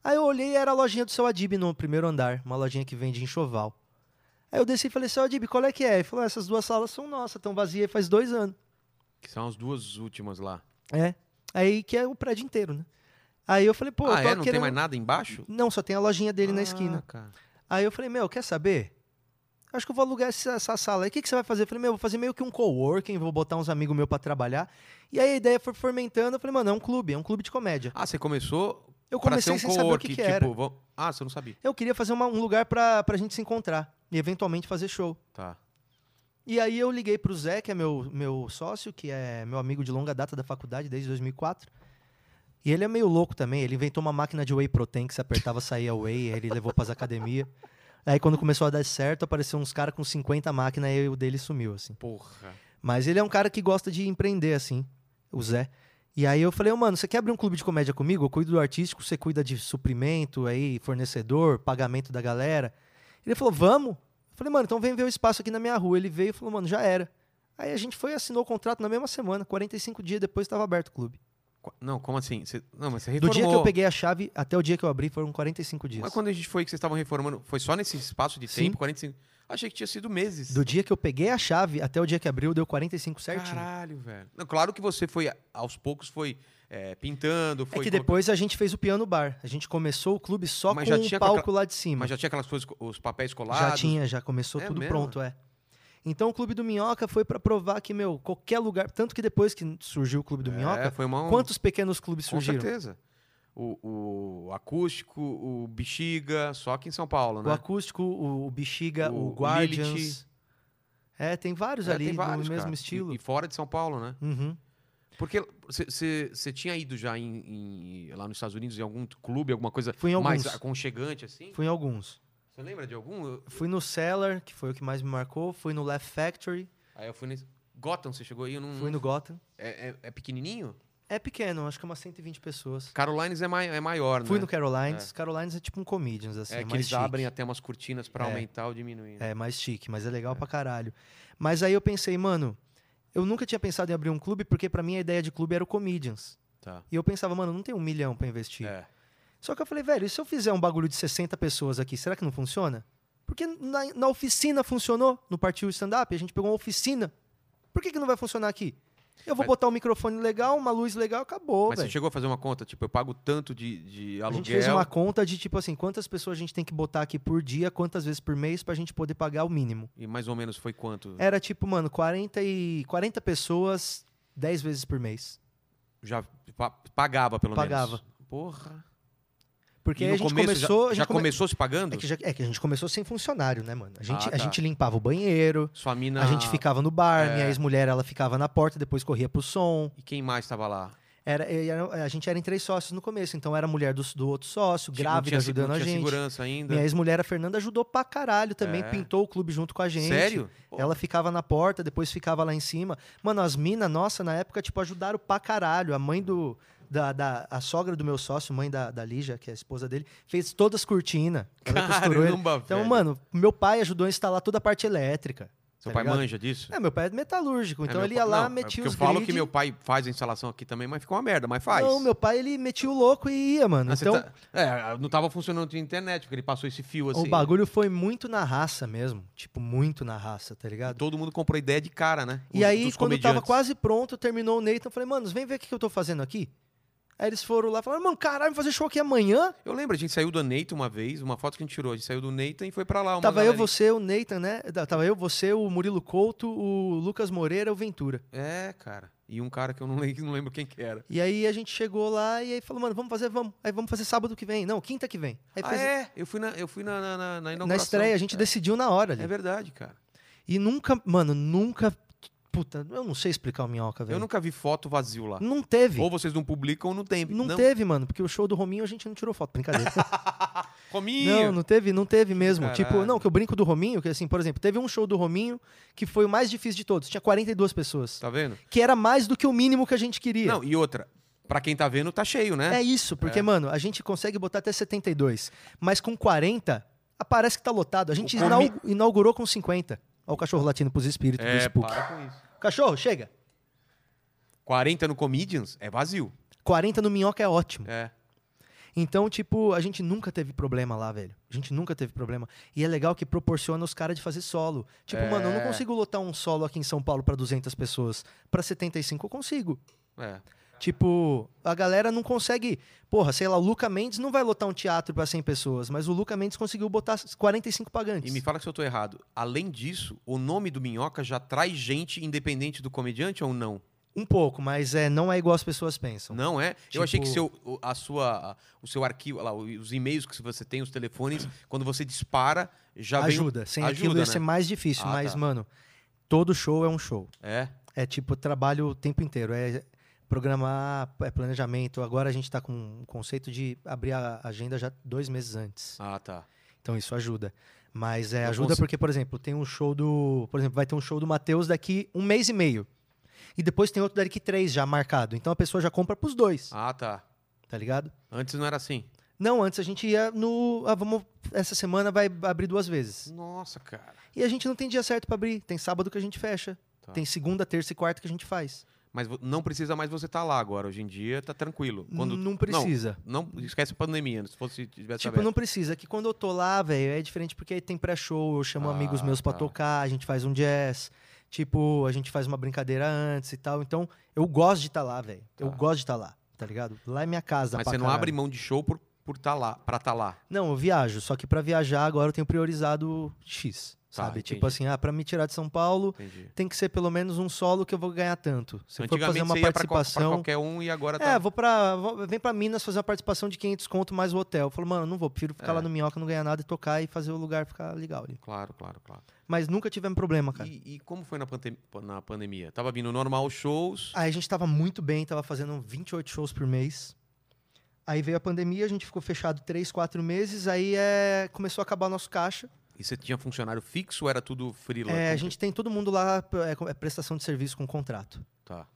Speaker 2: Aí eu olhei e era a lojinha do seu Adib no primeiro andar, uma lojinha que vende enxoval. Aí eu desci e falei, seu Adib, qual é que é? Ele falou, essas duas salas são nossas, estão vazias faz dois anos.
Speaker 1: Que são as duas últimas lá.
Speaker 2: É. Aí que é o prédio inteiro, né? Aí eu falei, pô, eu
Speaker 1: ah,
Speaker 2: tô
Speaker 1: é? Não tem
Speaker 2: querendo-
Speaker 1: mais nada embaixo?
Speaker 2: Não, só tem a lojinha dele na
Speaker 1: Ah,
Speaker 2: esquina.
Speaker 1: cara.
Speaker 2: Aí eu falei, meu, quer saber? Acho que eu vou alugar essa, essa sala. aí. O que, que você vai fazer? Eu falei, meu, eu vou fazer meio que um coworking, vou botar uns amigos meus pra trabalhar. E aí a ideia foi fermentando. Eu falei, mano, é um clube, é um clube de comédia.
Speaker 1: Ah, você começou.
Speaker 2: Eu
Speaker 1: pra
Speaker 2: comecei
Speaker 1: ser um
Speaker 2: sem saber o que
Speaker 1: co-work,
Speaker 2: que era.
Speaker 1: tipo, vam- Ah, você não sabia.
Speaker 2: Eu queria fazer uma- um lugar pra, pra gente se encontrar e eventualmente fazer show.
Speaker 1: Tá.
Speaker 2: E aí eu liguei pro Zé, que é meu, meu sócio, que é meu amigo de longa data da faculdade, desde 2004. E ele é meio louco também, ele inventou uma máquina de whey protein que se apertava saía whey, aí ele levou pras academias. Aí quando começou a dar certo, apareceu uns caras com 50 máquinas e o dele sumiu, assim.
Speaker 1: Porra.
Speaker 2: Mas ele é um cara que gosta de empreender, assim, o Zé. E aí eu falei, ô, mano, você quer abrir um clube de comédia comigo? Eu cuido do artístico, você cuida de suprimento aí, fornecedor, pagamento da galera. Ele falou, vamos? Eu falei, mano, então vem ver o espaço aqui na minha rua. Ele veio e falou, mano, já era. Aí a gente foi e assinou o contrato na mesma semana, 45 dias depois estava aberto o clube.
Speaker 1: Qu- Não, como assim? Você- Não, mas você
Speaker 2: Do
Speaker 1: reformou.
Speaker 2: dia que eu peguei a chave até o dia que eu abri foram 45 dias.
Speaker 1: Mas quando a gente foi que vocês estavam reformando, foi só nesse espaço de
Speaker 2: Sim.
Speaker 1: tempo, 45. Ah, Achei que tinha sido meses.
Speaker 2: Do dia que eu peguei a chave até o dia que abriu, deu 45 certinho.
Speaker 1: Caralho, velho. Não, claro que você foi, aos poucos, foi é, pintando,
Speaker 2: É
Speaker 1: foi.
Speaker 2: que depois a gente fez o piano bar. A gente começou o clube só
Speaker 1: Mas
Speaker 2: com
Speaker 1: já
Speaker 2: um
Speaker 1: tinha com
Speaker 2: palco
Speaker 1: aquela-
Speaker 2: lá de cima.
Speaker 1: Mas já tinha aquelas coisas, co- os papéis colados.
Speaker 2: Já tinha, já começou
Speaker 1: É
Speaker 2: tudo
Speaker 1: mesmo?
Speaker 2: pronto, é. Então o Clube do Minhoca foi pra provar que, meu, qualquer lugar. Tanto que depois que surgiu o Clube do
Speaker 1: É,
Speaker 2: Minhoca,
Speaker 1: foi uma,
Speaker 2: quantos pequenos clubes
Speaker 1: Com
Speaker 2: surgiram?
Speaker 1: certeza. O, o acústico, o bexiga, só aqui em São Paulo,
Speaker 2: O
Speaker 1: né?
Speaker 2: Acústico, o, o Bexiga,
Speaker 1: O-
Speaker 2: o,
Speaker 1: o
Speaker 2: Guardians.
Speaker 1: Lilith.
Speaker 2: É, tem vários
Speaker 1: É,
Speaker 2: ali
Speaker 1: tem vários,
Speaker 2: no mesmo
Speaker 1: cara. E-
Speaker 2: estilo.
Speaker 1: E, fora de São Paulo, né?
Speaker 2: Uhum.
Speaker 1: Porque você tinha ido já em- em- lá nos Estados Unidos em algum clube, alguma coisa
Speaker 2: Fui em
Speaker 1: mais
Speaker 2: alguns.
Speaker 1: aconchegante, assim?
Speaker 2: Fui em alguns.
Speaker 1: Você lembra de algum? Eu-
Speaker 2: Fui no Cellar, que foi o que mais me marcou. Fui no Left Factory.
Speaker 1: Aí eu fui nesse. Gotham, você chegou aí? Eu não,
Speaker 2: Fui no Gotham.
Speaker 1: é, é- é pequenininho?
Speaker 2: É pequeno, acho que é umas 120 pessoas.
Speaker 1: Carolines é, mai, é maior,
Speaker 2: Fui
Speaker 1: né?
Speaker 2: no Carolines. Carolines é tipo um Comedians, assim.
Speaker 1: É que
Speaker 2: mais
Speaker 1: eles
Speaker 2: chique.
Speaker 1: abrem até umas cortinas pra
Speaker 2: É.
Speaker 1: aumentar ou diminuir. né?
Speaker 2: É mais chique, mas é legal pra caralho. Mas aí eu pensei, mano, eu nunca tinha pensado em abrir um clube, porque pra mim a ideia de clube era o Comedians.
Speaker 1: Tá.
Speaker 2: E eu pensava, mano, não tem um milhão pra investir.
Speaker 1: É.
Speaker 2: Só que eu falei, velho, e se eu fizer um bagulho de 60 pessoas aqui, será que não funciona? Porque na, na oficina funcionou, no Partiu Stand-Up, a gente pegou uma oficina. Por que, que não vai funcionar aqui? Eu vou
Speaker 1: Mas-
Speaker 2: botar um microfone legal, uma luz legal, acabou,
Speaker 1: Mas
Speaker 2: velho.
Speaker 1: você chegou a fazer uma conta, tipo, eu pago tanto de, de
Speaker 2: A
Speaker 1: aluguel.
Speaker 2: gente fez uma conta de, tipo assim, quantas pessoas a gente tem que botar aqui por dia, quantas vezes por mês, pra gente poder pagar o mínimo.
Speaker 1: E mais ou menos foi quanto?
Speaker 2: Era tipo, mano, 40 e 40 pessoas 10 vezes por mês.
Speaker 1: Já pa- pagava, pelo
Speaker 2: Pagava.
Speaker 1: menos. Porra.
Speaker 2: Porque
Speaker 1: E
Speaker 2: aí
Speaker 1: no
Speaker 2: a gente
Speaker 1: começo
Speaker 2: começou.
Speaker 1: Já,
Speaker 2: a gente
Speaker 1: já
Speaker 2: come-
Speaker 1: começou se pagando?
Speaker 2: É que, já- é que a gente começou sem funcionário, né, mano? A gente,
Speaker 1: Ah, tá.
Speaker 2: a gente limpava o banheiro,
Speaker 1: Sua mina.
Speaker 2: a gente ficava no bar,
Speaker 1: É.
Speaker 2: minha ex-mulher ela ficava na porta, depois corria pro som.
Speaker 1: E quem mais tava lá?
Speaker 2: Era, era- a gente era em três sócios no começo, então era a mulher do, do outro sócio,
Speaker 1: Ti- não
Speaker 2: grávida
Speaker 1: tinha se-
Speaker 2: ajudando
Speaker 1: não
Speaker 2: a
Speaker 1: tinha
Speaker 2: gente.
Speaker 1: segurança ainda.
Speaker 2: Minha ex-mulher, a Fernanda, ajudou pra caralho também,
Speaker 1: É.
Speaker 2: pintou o clube junto com a gente. é
Speaker 1: Sério?
Speaker 2: Ela ficava na porta, depois ficava lá em cima. Mano, as minas, nossa, na época, tipo, ajudaram pra caralho. A mãe do. Da, da- a sogra do meu sócio, mãe da, da Lígia, que é a esposa dele, fez todas as cortinas. Ela costurou ele.
Speaker 1: Caramba,
Speaker 2: Então,
Speaker 1: velho.
Speaker 2: mano, meu pai ajudou a instalar toda a parte elétrica.
Speaker 1: Seu
Speaker 2: tá
Speaker 1: pai
Speaker 2: ligado?
Speaker 1: manja disso?
Speaker 2: É, meu pai é metalúrgico,
Speaker 1: É,
Speaker 2: então
Speaker 1: meu
Speaker 2: ele
Speaker 1: pa-
Speaker 2: ia lá,
Speaker 1: não, é
Speaker 2: metia
Speaker 1: porque
Speaker 2: os
Speaker 1: Eu falo que
Speaker 2: grid.
Speaker 1: meu pai faz a instalação aqui também, mas ficou uma merda, mas faz.
Speaker 2: Não, meu pai, ele metia o louco e ia, mano.
Speaker 1: Ah, você
Speaker 2: então,
Speaker 1: tá- É, não tava funcionando a internet, porque ele passou esse fio assim.
Speaker 2: o bagulho foi muito na raça mesmo. Tipo, muito na raça, tá ligado?
Speaker 1: Todo mundo comprou ideia de cara, né?
Speaker 2: E
Speaker 1: Os-
Speaker 2: aí,
Speaker 1: dos
Speaker 2: quando tava
Speaker 1: comediantes.
Speaker 2: quase pronto, terminou o Nathan, eu falei, mano, vem ver o que que eu tô fazendo aqui. Aí eles foram lá e falaram, mano, caralho, vou fazer show aqui amanhã?
Speaker 1: Eu lembro, a gente saiu do Neita uma vez, uma foto que a gente tirou. A gente saiu do Neita e foi pra lá. Uma
Speaker 2: Tava eu,
Speaker 1: galerinha.
Speaker 2: você, o Nathan, né? Da- Tava eu, você, o Murilo Couto, o Lucas Moreira, o Ventura.
Speaker 1: É, cara. E um cara que eu não lem- não lembro quem que era.
Speaker 2: E aí a gente chegou lá e aí falou, mano, vamos fazer, vamos. Aí vamos fazer sábado que vem. Não, quinta que vem. Aí
Speaker 1: Ah,
Speaker 2: fez-
Speaker 1: é? Eu fui na, eu fui na, na, na, inauguração.
Speaker 2: na estreia, a gente decidiu na hora ali. Tá
Speaker 1: É verdade, cara.
Speaker 2: E nunca, mano, nunca. Puta, eu não sei explicar o minhoca, velho.
Speaker 1: Eu nunca vi foto vazio lá.
Speaker 2: Não teve.
Speaker 1: Ou vocês não publicam ou não tem.
Speaker 2: Não, teve, mano, porque o show do Rominho a gente não tirou foto, brincadeira.
Speaker 1: Cominho!
Speaker 2: Não, não teve, não teve mesmo.
Speaker 1: Caralho.
Speaker 2: Tipo, não, que eu brinco do Rominho, que assim, por exemplo, teve um show do Rominho que foi o mais difícil de todos, tinha 42 pessoas,
Speaker 1: Tá vendo?
Speaker 2: que era mais do que o mínimo que a gente queria.
Speaker 1: Não, e outra. Pra quem tá vendo, tá cheio, né?
Speaker 2: é isso, porque, mano, a gente consegue botar até 72, mas com 40, ah, parece que tá lotado. A gente
Speaker 1: O Romi-
Speaker 2: inau- inaugurou com 50. Olha o cachorro latindo pros espíritos do
Speaker 1: É,
Speaker 2: Spook.
Speaker 1: para com isso.
Speaker 2: Cachorro, chega.
Speaker 1: 40 no Comedians é vazio.
Speaker 2: 40 no Minhoca é ótimo.
Speaker 1: É.
Speaker 2: Então, tipo, a gente nunca teve problema lá, velho. A gente nunca teve problema. E é legal que proporciona os caras de fazer solo. Tipo,
Speaker 1: É.
Speaker 2: mano, eu não consigo lotar um solo aqui em São Paulo pra 200 pessoas. Pra 75 eu consigo.
Speaker 1: É.
Speaker 2: Tipo, a galera não consegue. Porra, sei lá, o Luca Mendes não vai lotar um teatro pra 100 pessoas, mas o Luca Mendes conseguiu botar 45 pagantes.
Speaker 1: E me fala se eu tô errado. Além disso, o nome do Minhoca já traz gente independente do comediante ou não?
Speaker 2: Um pouco, mas é, não é igual as pessoas pensam.
Speaker 1: Não é? Eu achei que
Speaker 2: Tipo-
Speaker 1: seu, o- a sua, o seu arquivo, lá, os e-mails que você tem, os telefones, quando você dispara, já um
Speaker 2: ajuda. Sem aquilo
Speaker 1: ajuda,
Speaker 2: ia ser
Speaker 1: né?
Speaker 2: mais difícil,
Speaker 1: Ah,
Speaker 2: mas,
Speaker 1: tá.
Speaker 2: mano, todo show é um show.
Speaker 1: vem. É.
Speaker 2: É tipo trabalho o tempo inteiro. É programar, é planejamento. Agora a gente está com um conceito de abrir a agenda já dois meses antes.
Speaker 1: Ah, tá.
Speaker 2: Então isso ajuda. Mas é,
Speaker 1: Eu
Speaker 2: ajuda
Speaker 1: consigo.
Speaker 2: porque, por exemplo, tem um show do. Por exemplo, vai ter um show do Matheus daqui um mês e meio. E depois tem outro daqui três já marcado. Então a pessoa já compra pros dois,
Speaker 1: Ah, tá.
Speaker 2: tá ligado?
Speaker 1: Antes não era assim.
Speaker 2: Não, antes a gente ia no. Ah, vamos. Essa semana vai abrir duas vezes.
Speaker 1: Nossa, cara.
Speaker 2: E a gente não tem dia certo pra abrir. Tem sábado que a gente fecha.
Speaker 1: Tá.
Speaker 2: Tem segunda, terça e quarta que a gente faz.
Speaker 1: mas vo- não precisa mais você estar lá agora. Hoje em dia tá tranquilo. Quando,
Speaker 2: não precisa.
Speaker 1: Não, não esquece a pandemia, né? se fosse tivesse
Speaker 2: Tipo,
Speaker 1: aberto.
Speaker 2: não precisa. Que quando eu tô lá, velho, é diferente porque aí tem pré-show, eu chamo
Speaker 1: Ah,
Speaker 2: amigos meus pra
Speaker 1: tá.
Speaker 2: tocar, a gente faz um jazz. Tipo, a gente faz uma brincadeira antes e tal. Então, eu gosto de estar lá, velho. Eu
Speaker 1: Tá.
Speaker 2: gosto de estar lá, tá ligado? Lá é minha casa.
Speaker 1: mas
Speaker 2: pra
Speaker 1: você não
Speaker 2: caralho.
Speaker 1: abre mão de show por por tá lá, para estar lá.
Speaker 2: Não, eu viajo. Só que pra viajar agora eu tenho priorizado X,
Speaker 1: Tá,
Speaker 2: sabe?
Speaker 1: entendi.
Speaker 2: Tipo assim, ah, pra me tirar de São Paulo
Speaker 1: Entendi.
Speaker 2: tem que ser pelo menos um solo que eu vou ganhar tanto. Se eu for
Speaker 1: Antigamente
Speaker 2: fazer uma
Speaker 1: você ia pra, qual- pra
Speaker 2: participação.
Speaker 1: qualquer um e agora
Speaker 2: É,
Speaker 1: tá.
Speaker 2: vou pra. vou- vem pra Minas fazer uma participação de 500 conto mais o hotel. Eu falo, mano, não vou, prefiro ficar
Speaker 1: É.
Speaker 2: lá no Minhoca, não ganhar nada e tocar e fazer o lugar ficar legal ali.
Speaker 1: Claro, claro, claro.
Speaker 2: Mas nunca tivemos problema, cara.
Speaker 1: E, e como foi na, pandem- na pandemia? Tava vindo normal os shows.
Speaker 2: Aí a gente tava muito bem, tava fazendo 28 shows por mês. Aí veio a pandemia, a gente ficou fechado 3, 4 meses, aí é, começou a acabar nosso caixa.
Speaker 1: E você tinha funcionário fixo ou era tudo freelancer?
Speaker 2: É, a gente tem todo mundo lá, é, co- é prestação de serviço com contrato.
Speaker 1: Tá.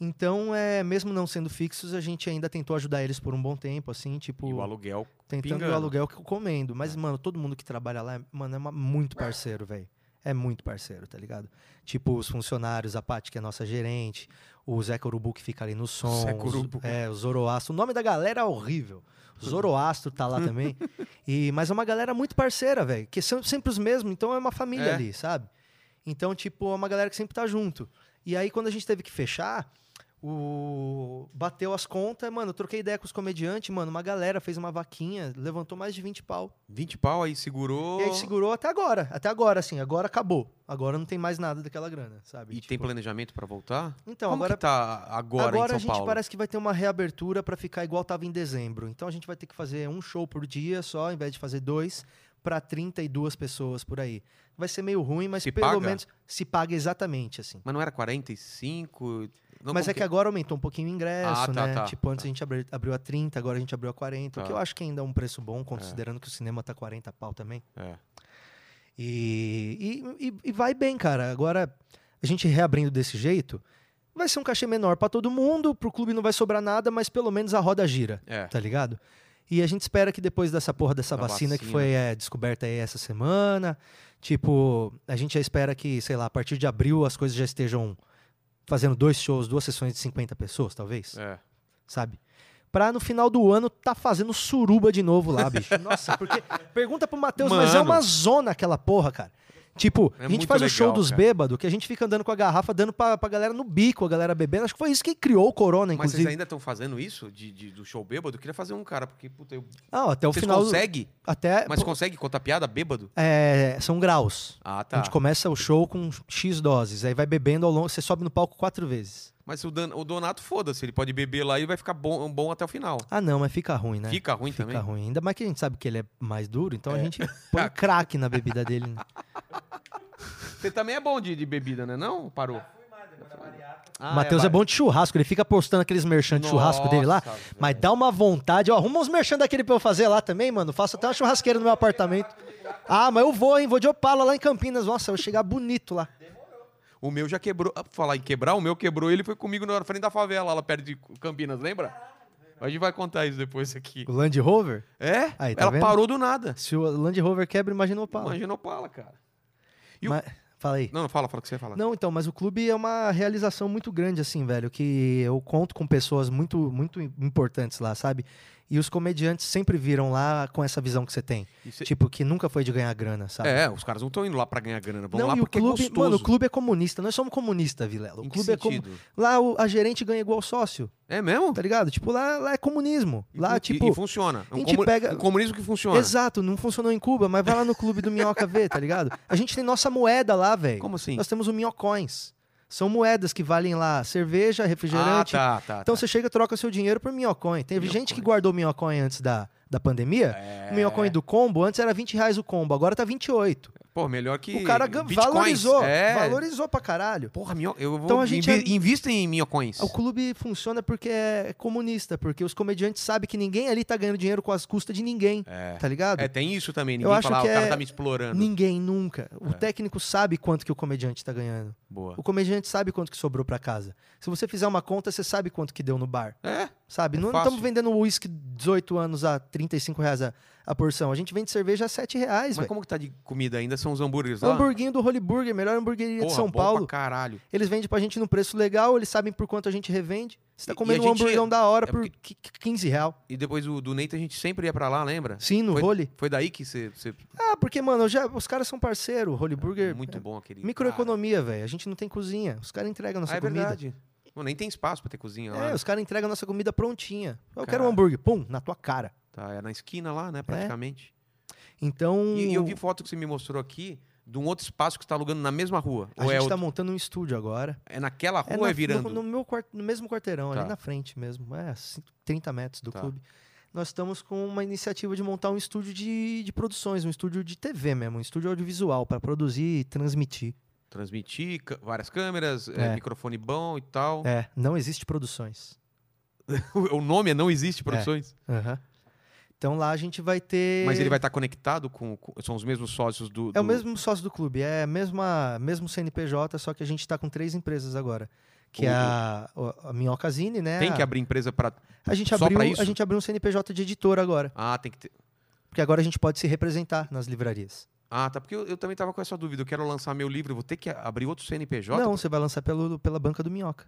Speaker 2: Então, é, mesmo não sendo fixos, a gente ainda tentou ajudar eles por um bom tempo, assim, tipo.
Speaker 1: E o aluguel.
Speaker 2: Tentando
Speaker 1: Pingando.
Speaker 2: o aluguel que eu comendo. Mas, mano, todo mundo que trabalha lá, é- mano, é uma- muito parceiro, velho. É muito parceiro, tá ligado? Tipo, os funcionários, a Paty, que é nossa gerente, o Zé Corubu, que fica ali no som.
Speaker 1: Zé
Speaker 2: os-
Speaker 1: Corubu.
Speaker 2: é, o Zoroastro. O nome da galera é horrível. O Zoroastro tá lá também. E, mas é uma galera muito parceira, velho. Que são sempre os mesmos, então é uma família
Speaker 1: É.
Speaker 2: ali, sabe? Então, tipo, é uma galera que sempre tá junto. E aí, quando a gente teve que fechar, o... bateu as contas, mano, eu troquei ideia com os comediantes, mano, uma galera fez uma vaquinha, levantou mais de 20 pau.
Speaker 1: 20 pau aí segurou.
Speaker 2: E aí segurou até agora, até agora, assim, agora acabou. Agora não tem mais nada daquela grana,
Speaker 1: E
Speaker 2: sabe? Tipo,
Speaker 1: tem planejamento pra voltar?
Speaker 2: Então,
Speaker 1: Como
Speaker 2: agora...
Speaker 1: que tá agora,
Speaker 2: Agora
Speaker 1: em
Speaker 2: a
Speaker 1: São
Speaker 2: gente
Speaker 1: Paulo?
Speaker 2: parece que vai ter uma reabertura pra ficar igual tava em dezembro. Então a gente vai ter que fazer um show por dia só, ao invés de fazer dois, pra 32 pessoas por aí. Vai ser meio ruim, mas
Speaker 1: Se
Speaker 2: pelo
Speaker 1: paga?
Speaker 2: menos se paga exatamente assim.
Speaker 1: Mas não era 45? Não,
Speaker 2: mas
Speaker 1: como
Speaker 2: é que agora aumentou um pouquinho o ingresso,
Speaker 1: Ah, tá,
Speaker 2: né?
Speaker 1: tá,
Speaker 2: tipo, antes a gente abri- abriu a 30, agora a gente abriu a 40,
Speaker 1: Tá.
Speaker 2: o que eu acho que ainda é um preço bom, considerando que o cinema tá 40 pau também.
Speaker 1: É.
Speaker 2: E, e, e- e vai bem, cara. Agora, a gente reabrindo desse jeito, vai ser um cachê menor pra todo mundo, pro clube não vai sobrar nada, mas pelo menos a roda gira,
Speaker 1: É.
Speaker 2: tá ligado? E a gente espera que depois dessa porra dessa
Speaker 1: Da
Speaker 2: vacina, que
Speaker 1: vacina.
Speaker 2: foi é, descoberta aí essa semana, tipo, a gente já espera que, sei lá, a partir de abril as coisas já estejam fazendo dois shows, duas sessões de 50 pessoas, talvez,
Speaker 1: É.
Speaker 2: sabe? Pra no final do ano tá fazendo suruba de novo lá, bicho. Nossa, porque. Pergunta pro Matheus, mas é
Speaker 1: Mano.
Speaker 2: uma zona aquela porra, cara. Tipo,
Speaker 1: É
Speaker 2: a gente
Speaker 1: muito
Speaker 2: faz o show
Speaker 1: legal,
Speaker 2: dos
Speaker 1: cara.
Speaker 2: bêbados, que a gente fica andando com a garrafa, dando pra, pra galera no bico, a galera bebendo. Acho que foi isso que criou o corona,
Speaker 1: Mas vocês
Speaker 2: inclusive.
Speaker 1: ainda estão fazendo isso? De, de- do show bêbado? Eu queria fazer um, cara, porque, puta, eu...
Speaker 2: Ah, até o
Speaker 1: vocês
Speaker 2: final.
Speaker 1: conseguem?
Speaker 2: Até.
Speaker 1: Mas
Speaker 2: É, pô,
Speaker 1: consegue contar piada bêbado?
Speaker 2: é, são graus.
Speaker 1: Ah,
Speaker 2: A
Speaker 1: tá.
Speaker 2: gente começa o show com X doses, aí vai bebendo ao longo, você sobe no palco quatro vezes.
Speaker 1: Mas o, Dan- o Donato, foda-se, ele pode beber lá e vai ficar bom, bom até o final.
Speaker 2: Ah, não, mas fica ruim, né?
Speaker 1: Fica ruim
Speaker 2: Fica
Speaker 1: também?
Speaker 2: ruim. Ainda mais que a gente sabe que ele é mais duro, então a gente põe crack na bebida dele. Né?
Speaker 1: Você também é bom de, de bebida, né? Não? Parou. Ah,
Speaker 2: Matheus é,
Speaker 1: vai.
Speaker 2: bom de churrasco, ele fica postando aqueles merchan de churrasco dele lá.
Speaker 1: Nossa,
Speaker 2: Mas dá uma vontade, ó, arruma uns merchan daquele pra eu fazer lá também, mano. Faço até uma churrasqueira no meu apartamento. Ah, mas eu vou, hein? Vou de Opala lá em Campinas. Nossa, eu vou chegar bonito lá.
Speaker 1: O meu já quebrou. Ah, pra Falar em quebrar, o meu quebrou e ele foi comigo na frente da favela, lá perto de Campinas, lembra? A gente vai contar isso depois aqui.
Speaker 2: O Land Rover?
Speaker 1: É?
Speaker 2: Aí, tá
Speaker 1: ela
Speaker 2: vendo?
Speaker 1: parou do nada.
Speaker 2: Se o Land Rover quebra, imagina o Opala.
Speaker 1: Imagina Opala, cara. E o-
Speaker 2: Mas- fala aí.
Speaker 1: Não, não, fala, fala o que você ia falar.
Speaker 2: Não, então, mas o clube é uma realização muito grande, assim, velho, que eu conto com pessoas muito, muito importantes lá, sabe? E os comediantes sempre viram lá com essa visão que você tem.
Speaker 1: E cê-
Speaker 2: Tipo, que nunca foi de ganhar grana, sabe?
Speaker 1: É, os caras não estão indo lá pra ganhar grana. Vão
Speaker 2: Tá. não,
Speaker 1: lá
Speaker 2: e o
Speaker 1: porque
Speaker 2: clube,
Speaker 1: é gostoso.
Speaker 2: mano, o clube é comunista. Nós somos comunistas, Vilela. O
Speaker 1: Em que
Speaker 2: clube é comu-
Speaker 1: sentido?
Speaker 2: Lá o- a gerente ganha igual sócio,
Speaker 1: É mesmo?
Speaker 2: tá ligado? Tipo, lá, lá é comunismo.
Speaker 1: E
Speaker 2: Lá,
Speaker 1: fun- e-
Speaker 2: tipo.
Speaker 1: E, funciona. É
Speaker 2: a
Speaker 1: um,
Speaker 2: gente
Speaker 1: comu-
Speaker 2: pega-
Speaker 1: um comunismo que funciona.
Speaker 2: Exato, não funcionou em Cuba, mas vai lá no clube do Minhoca ver, tá ligado? A gente tem nossa moeda lá, velho.
Speaker 1: Como assim?
Speaker 2: Nós temos o Minhocões. São moedas que valem lá cerveja,
Speaker 1: ah,
Speaker 2: refrigerante.
Speaker 1: tá, tá.
Speaker 2: Então
Speaker 1: tá.
Speaker 2: você chega e troca seu dinheiro por Minhocões. Teve gente que guardou Minhocões antes da, da pandemia.
Speaker 1: É.
Speaker 2: O Minhocões do combo, antes era 20 reais o combo, agora tá 28.
Speaker 1: Pô, melhor que.
Speaker 2: O cara gan-
Speaker 1: bitcoins.
Speaker 2: valorizou.
Speaker 1: É.
Speaker 2: Valorizou pra caralho.
Speaker 1: Porra, minho... eu vou.
Speaker 2: Então a gente
Speaker 1: invi-
Speaker 2: é-
Speaker 1: Invista em minhocões.
Speaker 2: O clube funciona porque é comunista, porque os comediantes sabem que ninguém ali tá ganhando dinheiro com as custas de ninguém. Tá ligado?
Speaker 1: É, tem isso também.
Speaker 2: Eu
Speaker 1: Ninguém
Speaker 2: acho
Speaker 1: fala, ah,
Speaker 2: que
Speaker 1: o cara
Speaker 2: é-
Speaker 1: tá me explorando.
Speaker 2: Ninguém nunca.
Speaker 1: É.
Speaker 2: O técnico sabe quanto que o comediante tá ganhando.
Speaker 1: Boa.
Speaker 2: O comediante sabe quanto que sobrou pra casa. Se você fizer uma conta, você sabe quanto que deu no bar.
Speaker 1: É?
Speaker 2: sabe?
Speaker 1: É
Speaker 2: não
Speaker 1: fácil.
Speaker 2: estamos vendendo um uísque 18 anos a 35 reais a, a porção. A gente vende cerveja a 7 reais,
Speaker 1: Mas
Speaker 2: velho. Um
Speaker 1: como que tá de comida ainda? São os hambúrgueres lá?
Speaker 2: Hamburguinho do Holy Burger, melhor hamburgueria
Speaker 1: Porra,
Speaker 2: de São
Speaker 1: bom
Speaker 2: Paulo.
Speaker 1: Pra caralho.
Speaker 2: Eles vendem pra gente num preço legal, eles sabem por quanto a gente revende. Você
Speaker 1: E-
Speaker 2: tá
Speaker 1: e
Speaker 2: comendo
Speaker 1: a
Speaker 2: um
Speaker 1: gente-
Speaker 2: hamburgão da hora
Speaker 1: é
Speaker 2: por qui- qui- 15 real.
Speaker 1: E depois do, do Neita a gente sempre ia pra lá, lembra?
Speaker 2: Sim, no Holy.
Speaker 1: Foi daí que você. você-
Speaker 2: Ah, porque, mano, eu já, os caras são parceiro. O Holy Burger.
Speaker 1: Muito
Speaker 2: é
Speaker 1: bom aquele.
Speaker 2: Microeconomia, velho. A gente não tem cozinha. Os caras entregam
Speaker 1: cara.
Speaker 2: a nossa
Speaker 1: Ah, é
Speaker 2: comida.
Speaker 1: verdade. Pô, nem tem espaço pra ter cozinha lá.
Speaker 2: É, os caras entregam a nossa comida prontinha. Eu quero
Speaker 1: Caralho.
Speaker 2: um hambúrguer. Pum, na tua cara.
Speaker 1: Tá, é na esquina lá, né? Praticamente.
Speaker 2: Então.
Speaker 1: E, e eu vi foto que você me mostrou aqui de um outro espaço que você tá alugando na mesma rua.
Speaker 2: A
Speaker 1: Ou é,
Speaker 2: gente tá
Speaker 1: outro-
Speaker 2: montando um estúdio agora.
Speaker 1: é naquela rua
Speaker 2: É
Speaker 1: ou
Speaker 2: na-
Speaker 1: é virando?
Speaker 2: No, no meu quart- no mesmo quarteirão,
Speaker 1: Tá.
Speaker 2: ali na frente mesmo. É, assim, 30 metros do
Speaker 1: Tá.
Speaker 2: clube. Nós estamos com uma iniciativa de montar um estúdio de, de produções, um estúdio de TV mesmo, um estúdio audiovisual para produzir e transmitir.
Speaker 1: Transmitir, ca- várias câmeras, é,
Speaker 2: É.
Speaker 1: microfone bom e tal.
Speaker 2: É, não existe produções.
Speaker 1: O nome é Não Existe Produções.
Speaker 2: Aham. Então lá a gente vai ter.
Speaker 1: Mas ele vai estar conectado com, com- São os mesmos sócios do.
Speaker 2: É o
Speaker 1: do-
Speaker 2: mesmo sócio do clube, é a mesma, mesmo CNPJ, só que a gente está com três empresas agora. Que é
Speaker 1: O-
Speaker 2: a, o- a Minhocasine, né?
Speaker 1: Tem que abrir empresa pra.
Speaker 2: a gente
Speaker 1: só pra
Speaker 2: abriu,
Speaker 1: isso?
Speaker 2: A gente abriu um CNPJ de editor agora,
Speaker 1: Ah, tem que ter.
Speaker 2: porque agora a gente pode se representar nas livrarias.
Speaker 1: Ah, tá. Porque eu, eu também tava com essa dúvida. Eu quero lançar meu livro, eu vou ter que a- abrir outro CNPJ.
Speaker 2: Não, você vai lançar pelo, pela banca do Minhoca.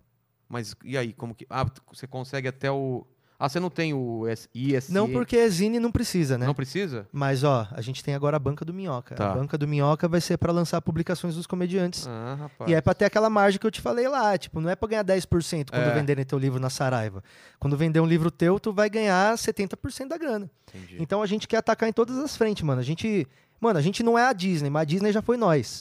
Speaker 1: Mas e aí, como que. Ah, tu- você consegue até o. Ah, você não tem o S- ISE?
Speaker 2: Não porque Zine não precisa, né?
Speaker 1: Não precisa?
Speaker 2: Mas ó, a gente tem agora a banca do Minhoca.
Speaker 1: Tá.
Speaker 2: A banca do Minhoca vai ser para lançar publicações dos comediantes.
Speaker 1: Ah, rapaz.
Speaker 2: E é pra ter aquela margem que eu te falei lá, tipo, não é pra ganhar 10% quando
Speaker 1: É.
Speaker 2: venderem teu livro na Saraiva. Quando vender um livro teu, tu vai ganhar 70% da grana.
Speaker 1: Entendi.
Speaker 2: Então a gente quer atacar em todas as frentes, mano. A gente, mano, a gente não é a Disney, mas a Disney já foi nós.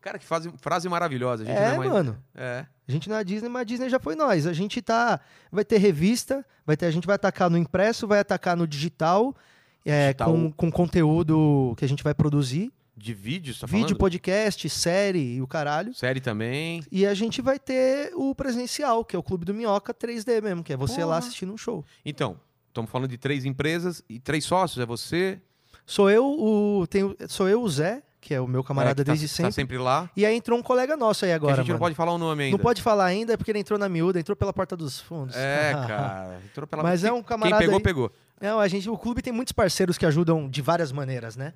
Speaker 1: Cara, que frase, frase maravilhosa. A gente não
Speaker 2: é,
Speaker 1: é mais.
Speaker 2: mano.
Speaker 1: É.
Speaker 2: A gente não é a Disney, mas a Disney já foi nós. A gente tá vai ter revista, vai ter, a gente vai atacar no impresso, vai atacar no digital. é,
Speaker 1: Digital.
Speaker 2: com, com conteúdo que a gente vai produzir.
Speaker 1: De vídeo, você tá
Speaker 2: vídeo,
Speaker 1: falando?
Speaker 2: podcast, série e o caralho.
Speaker 1: Série também.
Speaker 2: E a gente vai ter o presencial, que é o Clube do Minhoca 3D mesmo, que é você
Speaker 1: Porra.
Speaker 2: lá assistindo um show.
Speaker 1: Então, estamos falando de três empresas e três sócios. É você.
Speaker 2: Sou eu, o. Tenho, sou eu, o Zé, que é o meu camarada
Speaker 1: é, que tá,
Speaker 2: desde
Speaker 1: Tá
Speaker 2: sempre.
Speaker 1: sempre lá.
Speaker 2: E aí entrou um colega nosso aí
Speaker 1: Que
Speaker 2: agora.
Speaker 1: a gente não
Speaker 2: mano.
Speaker 1: pode falar o nome ainda.
Speaker 2: Não pode falar ainda, é porque ele entrou na miúda, entrou pela porta dos fundos.
Speaker 1: É, cara. Entrou pela
Speaker 2: Mas é um camarada
Speaker 1: Quem pegou,
Speaker 2: aí.
Speaker 1: pegou.
Speaker 2: Não, a gente, o clube tem muitos parceiros que ajudam de várias maneiras, né?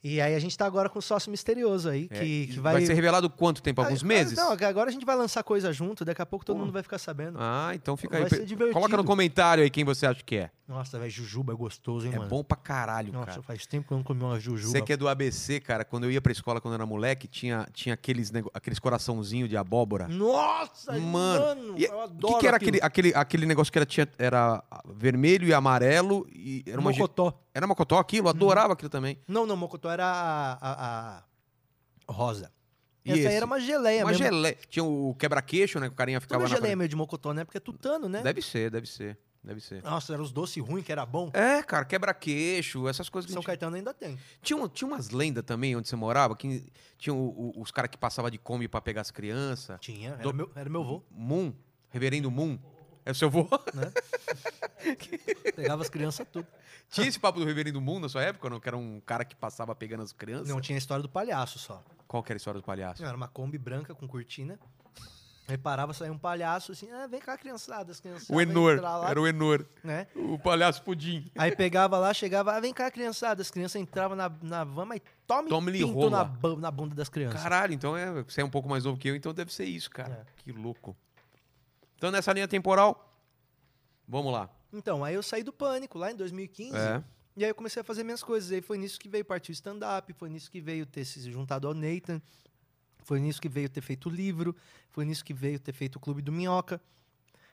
Speaker 2: E aí a gente tá agora com o sócio misterioso aí,
Speaker 1: É,
Speaker 2: que,
Speaker 1: e
Speaker 2: que
Speaker 1: vai...
Speaker 2: vai.
Speaker 1: ser revelado quanto tempo? Alguns
Speaker 2: Ah,
Speaker 1: meses?
Speaker 2: Não, agora a gente vai lançar coisa junto, daqui a pouco todo
Speaker 1: Porra.
Speaker 2: mundo vai ficar sabendo.
Speaker 1: Ah, então fica aí.
Speaker 2: Vai ser divertido.
Speaker 1: Coloca no comentário aí quem você acha que é.
Speaker 2: Nossa, velho, jujuba é gostoso, hein,
Speaker 1: é
Speaker 2: mano?
Speaker 1: bom pra caralho,
Speaker 2: Nossa,
Speaker 1: cara.
Speaker 2: faz tempo que eu não comi uma jujuba.
Speaker 1: Você que é do ABC, cara, quando eu ia pra escola quando eu era moleque, tinha, tinha aqueles, nego- aqueles coraçãozinho de abóbora.
Speaker 2: Nossa,
Speaker 1: Mano, e-
Speaker 2: eu
Speaker 1: O
Speaker 2: adoro
Speaker 1: que, que era
Speaker 2: aquilo.
Speaker 1: aquele, aquele, aquele negócio que era, tinha, era vermelho e amarelo? E era, uma, ge-
Speaker 2: Mocotó. Uhum.
Speaker 1: era mocotó aquilo? Eu Adorava aquilo também.
Speaker 2: Não, não, mocotó era a, a- a rosa.
Speaker 1: E
Speaker 2: Essa
Speaker 1: esse?
Speaker 2: aí era uma geleia
Speaker 1: Uma
Speaker 2: mesmo.
Speaker 1: geleia. Tinha o quebra-queixo, né? Que o carinha
Speaker 2: Toda
Speaker 1: ficava na
Speaker 2: geleia é
Speaker 1: frente.
Speaker 2: meio de mocotó, né? Porque é tutano, né?
Speaker 1: Deve ser, deve ser. Deve ser.
Speaker 2: Nossa, era os doces ruins que era bom.
Speaker 1: É, cara, quebra-queixo, essas coisas que a
Speaker 2: São
Speaker 1: gente...
Speaker 2: Caetano ainda tem.
Speaker 1: tinha, um- tinha umas lendas também onde você morava, que tinha o- o- os caras que passavam de Kombi pra pegar as crianças.
Speaker 2: Tinha, era,
Speaker 1: Do-
Speaker 2: meu, era meu vô.
Speaker 1: Moon, reverendo Moon. É o seu vô?
Speaker 2: Pegava as crianças tudo.
Speaker 1: Tinha esse papo do reverendo Moon na sua época, não? Que era um cara que passava pegando as crianças?
Speaker 2: Não, tinha a história do palhaço só.
Speaker 1: Qual que era a história do palhaço?
Speaker 2: Não, era uma Kombi branca com cortina. Reparava, saía um palhaço assim, ah, vem cá, criançada, as crianças.
Speaker 1: O Enor, era o Enor,
Speaker 2: Né?
Speaker 1: o palhaço pudim.
Speaker 2: Aí pegava lá, chegava, ah, vem cá, criançada. As crianças entravam na, na van, mas tome
Speaker 1: Tome-lhe
Speaker 2: pinto
Speaker 1: rola.
Speaker 2: na, bu- na bunda das crianças.
Speaker 1: Caralho, então é, você é um pouco mais novo que eu, então deve ser isso, cara.
Speaker 2: É.
Speaker 1: Que louco. Então nessa linha temporal, vamos lá.
Speaker 2: Então, aí eu saí do pânico lá em 2015.
Speaker 1: É.
Speaker 2: E aí eu comecei a fazer minhas coisas. Aí foi nisso que veio partir o stand-up, foi nisso que veio ter se juntado ao Nathan, foi nisso que veio ter feito o livro, foi nisso que veio ter feito o Clube do Minhoca.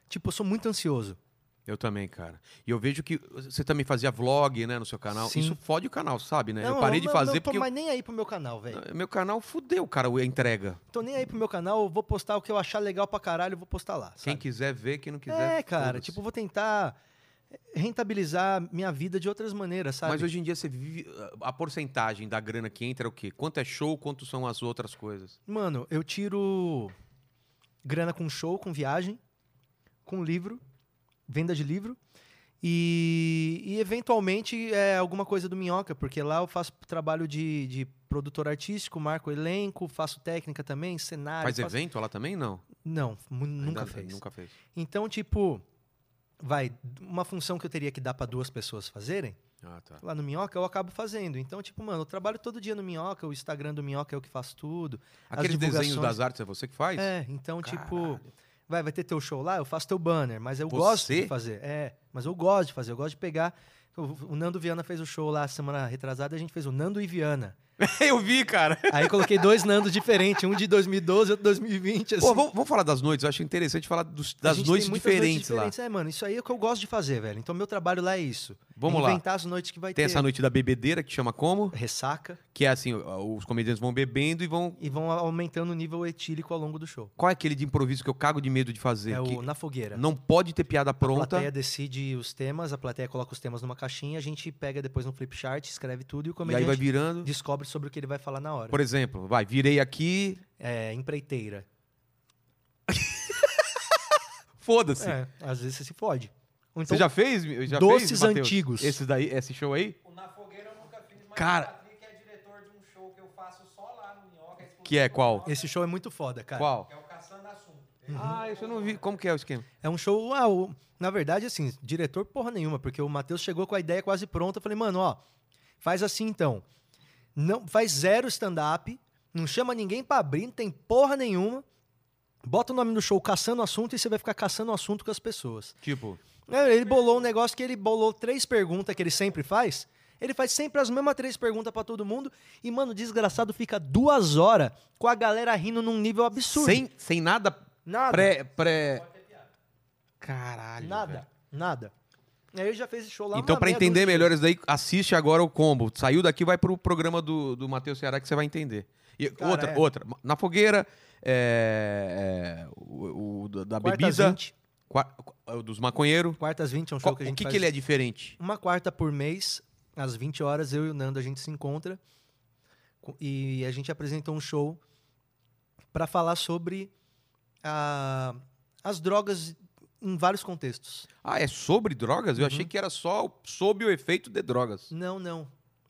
Speaker 2: Tipo, eu sou muito ansioso.
Speaker 1: Eu também, cara. E eu vejo que você também fazia vlog, né, no seu canal.
Speaker 2: Sim.
Speaker 1: Isso fode o canal, sabe, né?
Speaker 2: Não,
Speaker 1: eu parei de
Speaker 2: não,
Speaker 1: fazer
Speaker 2: não, tô
Speaker 1: porque eu- Ah,
Speaker 2: mais nem aí pro meu canal, velho.
Speaker 1: meu canal fudeu, cara, a entrega.
Speaker 2: Tô nem aí pro meu canal, eu vou postar o que eu achar legal pra caralho, eu vou postar lá.
Speaker 1: Quem
Speaker 2: sabe?
Speaker 1: quiser ver, quem não quiser.
Speaker 2: É, cara,
Speaker 1: foda-se.
Speaker 2: tipo, eu vou tentar rentabilizar minha vida de outras maneiras, sabe?
Speaker 1: Mas hoje em dia você vive ah, a porcentagem da grana que entra é o quê? Quanto é show, quanto são as outras coisas?
Speaker 2: Mano, eu tiro grana com show, com viagem, com livro, venda de livro. E, e, eventualmente é alguma coisa do Minhoca, porque lá eu faço trabalho de, de produtor artístico, marco elenco, faço técnica também, cenário.
Speaker 1: Faz
Speaker 2: faço-
Speaker 1: evento lá também? Não.
Speaker 2: Não, mu- Ah, nunca
Speaker 1: Ainda-
Speaker 2: fez.
Speaker 1: Nunca fez.
Speaker 2: Então, tipo, vai, uma função que eu teria que dar para duas pessoas fazerem,
Speaker 1: Ah, tá.
Speaker 2: lá no Minhoca, eu acabo fazendo. Então, tipo, mano, eu trabalho todo dia no Minhoca, o Instagram do Minhoca é o que faz tudo. as
Speaker 1: Aqueles desenhos
Speaker 2: divulgações.
Speaker 1: das artes é você que faz?
Speaker 2: É, então,
Speaker 1: Caralho.
Speaker 2: tipo, vai, vai ter teu show lá, eu faço teu banner, mas eu
Speaker 1: Você?
Speaker 2: gosto de fazer. É, mas eu gosto de fazer, eu gosto de pegar. O o Nando Viana fez o show lá semana retrasada, a gente fez o Nando e Viana.
Speaker 1: Eu vi, cara.
Speaker 2: Aí eu coloquei dois Nandos diferentes, um de 2012 e outro de 2020.
Speaker 1: Pô,
Speaker 2: assim.
Speaker 1: vamos, vamos falar das noites. Eu acho interessante falar dos-
Speaker 2: A
Speaker 1: das
Speaker 2: gente
Speaker 1: noites
Speaker 2: tem muitas
Speaker 1: diferentes, lá.
Speaker 2: É, mano, isso aí é o que eu gosto de fazer, velho. Então, meu trabalho lá é isso.
Speaker 1: Vamos
Speaker 2: é
Speaker 1: lá.
Speaker 2: Inventar as noites que vai
Speaker 1: Tem
Speaker 2: ter.
Speaker 1: essa noite da bebedeira que chama como?
Speaker 2: Ressaca
Speaker 1: Que é assim, o- os comediantes vão bebendo e vão.
Speaker 2: e vão aumentando o nível etílico ao longo do show.
Speaker 1: Qual é aquele de improviso que eu cago de medo de fazer?
Speaker 2: É
Speaker 1: que
Speaker 2: o Na Fogueira.
Speaker 1: Não pode ter piada
Speaker 2: A plateia
Speaker 1: pronta.
Speaker 2: decide os temas, a plateia coloca os temas numa caixinha, a gente pega depois no flip chart, escreve tudo e o
Speaker 1: E aí
Speaker 2: comediante
Speaker 1: vai virando.
Speaker 2: descobre sobre o que ele vai falar na hora.
Speaker 1: Por exemplo, vai, virei aqui.
Speaker 2: É, empreiteira.
Speaker 1: Foda-se.
Speaker 2: É, às vezes você se fode. Ou
Speaker 1: Você
Speaker 2: Então,
Speaker 1: já fez? Já
Speaker 2: Doces
Speaker 1: fez, Matheus?
Speaker 2: antigos.
Speaker 1: Esse daí, esse show aí?
Speaker 5: O Na Fogueira eu nunca fiz, mas
Speaker 1: Cara.
Speaker 5: o Patrick é diretor de um show que eu faço só lá no Minhoca. exclusivo
Speaker 1: Que é
Speaker 5: do
Speaker 1: qual?
Speaker 5: Minhoca,
Speaker 2: Esse show é muito foda, cara.
Speaker 1: Qual?
Speaker 5: Que é o Caçando Assunto.
Speaker 1: Ah, isso eu não vi. Como que é o esquema?
Speaker 2: É um show. ah, o- na verdade, assim, diretor porra nenhuma, porque o Matheus chegou com a ideia quase pronta. Eu falei, mano, ó, faz assim então. Não, faz zero stand-up, não chama ninguém pra abrir, não tem porra nenhuma. Bota o nome do show caçando assunto e você vai ficar caçando assunto com as pessoas.
Speaker 1: Tipo,
Speaker 2: É, Ele bolou um negócio que ele bolou três perguntas que ele sempre faz. Ele faz sempre as mesmas três perguntas pra todo mundo. E, mano, o desgraçado fica duas horas com a galera rindo num nível absurdo.
Speaker 1: sem, sem nada
Speaker 2: nada.
Speaker 1: pré. pré... Caralho. velho.
Speaker 2: nada. Nada. E aí ele já fez esse show lá.
Speaker 1: Então,
Speaker 2: uma
Speaker 1: pra
Speaker 2: meia
Speaker 1: entender
Speaker 2: dúzia de
Speaker 1: melhor isso daí, assiste agora o combo. Saiu daqui, vai pro programa do, do Matheus Ceará que você vai entender. E
Speaker 2: Cara,
Speaker 1: outra,
Speaker 2: é.
Speaker 1: outra. Na fogueira, é, é, o, o da- da
Speaker 2: Quartas
Speaker 1: bebida,
Speaker 2: 20.
Speaker 1: qua- é o dos maconheiros.
Speaker 2: Quartas 20 é um show
Speaker 1: Qual-
Speaker 2: que a
Speaker 1: o
Speaker 2: gente
Speaker 1: que,
Speaker 2: faz.
Speaker 1: que ele é diferente?
Speaker 2: Uma quarta por mês, às 20 horas, eu e o Nando a gente se encontra. co- E a gente apresenta um show pra falar sobre a- as drogas em vários contextos.
Speaker 1: Ah, é sobre drogas? Eu
Speaker 2: Uhum.
Speaker 1: achei que era só sobre o efeito de drogas.
Speaker 2: Não, não.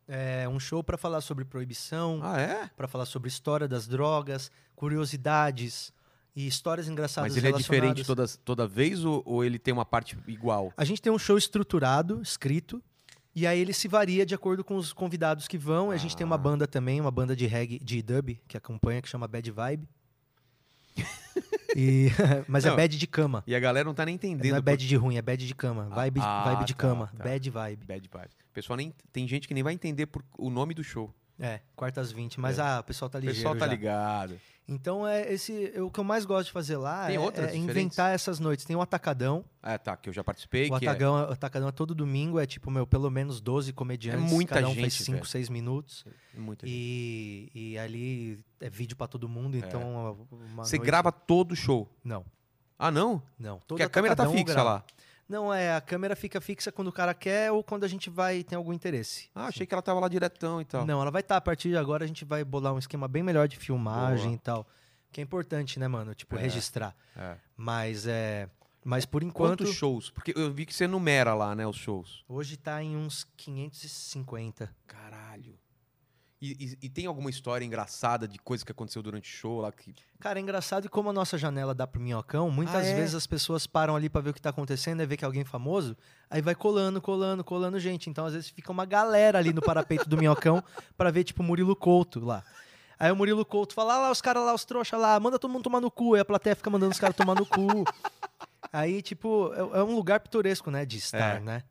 Speaker 2: É um show pra falar sobre proibição,
Speaker 1: Ah, é?
Speaker 2: pra falar sobre história das drogas, curiosidades e histórias engraçadas
Speaker 1: Mas ele é diferente
Speaker 2: relacionadas.
Speaker 1: toda, toda vez ou, ou ele tem uma parte igual?
Speaker 2: A gente tem um show estruturado, escrito, e aí ele se varia de acordo com os convidados que vão. A gente tem
Speaker 1: Ah.
Speaker 2: uma banda também, uma banda de reggae, de dub, que acompanha, que chama Bad Vibe. E- mas
Speaker 1: Não.
Speaker 2: é bad de cama.
Speaker 1: E a galera não tá nem entendendo.
Speaker 2: Não é
Speaker 1: por-
Speaker 2: bad de ruim, é bad de cama. Vibe,
Speaker 1: Ah,
Speaker 2: vibe de
Speaker 1: tá,
Speaker 2: cama.
Speaker 1: tá.
Speaker 2: Bad vibe.
Speaker 1: Bad vibes. O Pessoal nem tem gente que nem vai entender por o nome do show.
Speaker 2: É, quartas 20, mas
Speaker 1: É.
Speaker 2: ah, o pessoal tá
Speaker 1: O
Speaker 2: ligeiro.
Speaker 1: pessoal tá
Speaker 2: já.
Speaker 1: ligado.
Speaker 2: Então é esse é o que eu mais gosto de fazer lá
Speaker 1: Tem
Speaker 2: é,
Speaker 1: outras
Speaker 2: é
Speaker 1: diferentes?
Speaker 2: inventar essas noites. Tem o atacadão.
Speaker 1: Ah, tá, que eu já participei,
Speaker 2: o
Speaker 1: que é-
Speaker 2: atacão, o atacadão é todo domingo, é tipo, meu, pelo menos 12 comediantes,
Speaker 1: muita
Speaker 2: cada um faz
Speaker 1: gente,
Speaker 2: 5,
Speaker 1: velho.
Speaker 2: 6 minutos.
Speaker 1: é muita gente.
Speaker 2: E, e ali é vídeo pra todo mundo, então é uma
Speaker 1: Você
Speaker 2: noite-
Speaker 1: grava todo o show.
Speaker 2: Não,
Speaker 1: Ah, não?
Speaker 2: não. Todo
Speaker 1: Porque a câmera tá
Speaker 2: atacadão eu
Speaker 1: fixa
Speaker 2: gravo.
Speaker 1: lá.
Speaker 2: Não, é, a câmera fica fixa quando o cara quer ou quando a gente vai tem algum interesse.
Speaker 1: Ah, achei que ela tava lá diretão e tal.
Speaker 2: Não, ela vai estar a partir de agora, a gente vai bolar um esquema bem melhor de filmagem e tal. Que é importante, né, mano? Tipo,
Speaker 1: É.
Speaker 2: registrar.
Speaker 1: É.
Speaker 2: Mas é. Mas por enquanto.
Speaker 1: Quantos shows? Porque eu vi que você numera lá, né, os shows.
Speaker 2: Hoje tá em uns 550.
Speaker 1: Caralho. E, e- e tem alguma história engraçada de coisa que aconteceu durante o show lá que.
Speaker 2: Cara, é engraçado e como a nossa janela dá pro minhocão, muitas
Speaker 1: Ah, é?
Speaker 2: vezes as pessoas param ali pra ver o que tá acontecendo, aí vê que é alguém famoso, aí vai colando, colando, colando gente. Então, às vezes, fica uma galera ali no parapeito do minhocão pra ver, tipo, Murilo Couto lá. Aí o Murilo Couto fala, ah lá, os caras lá, os trouxa lá, manda todo mundo tomar no cu. Aí a plateia fica mandando os caras tomar no cu. Aí, tipo, é, é um lugar pitoresco, né, de estar,
Speaker 1: É.
Speaker 2: né?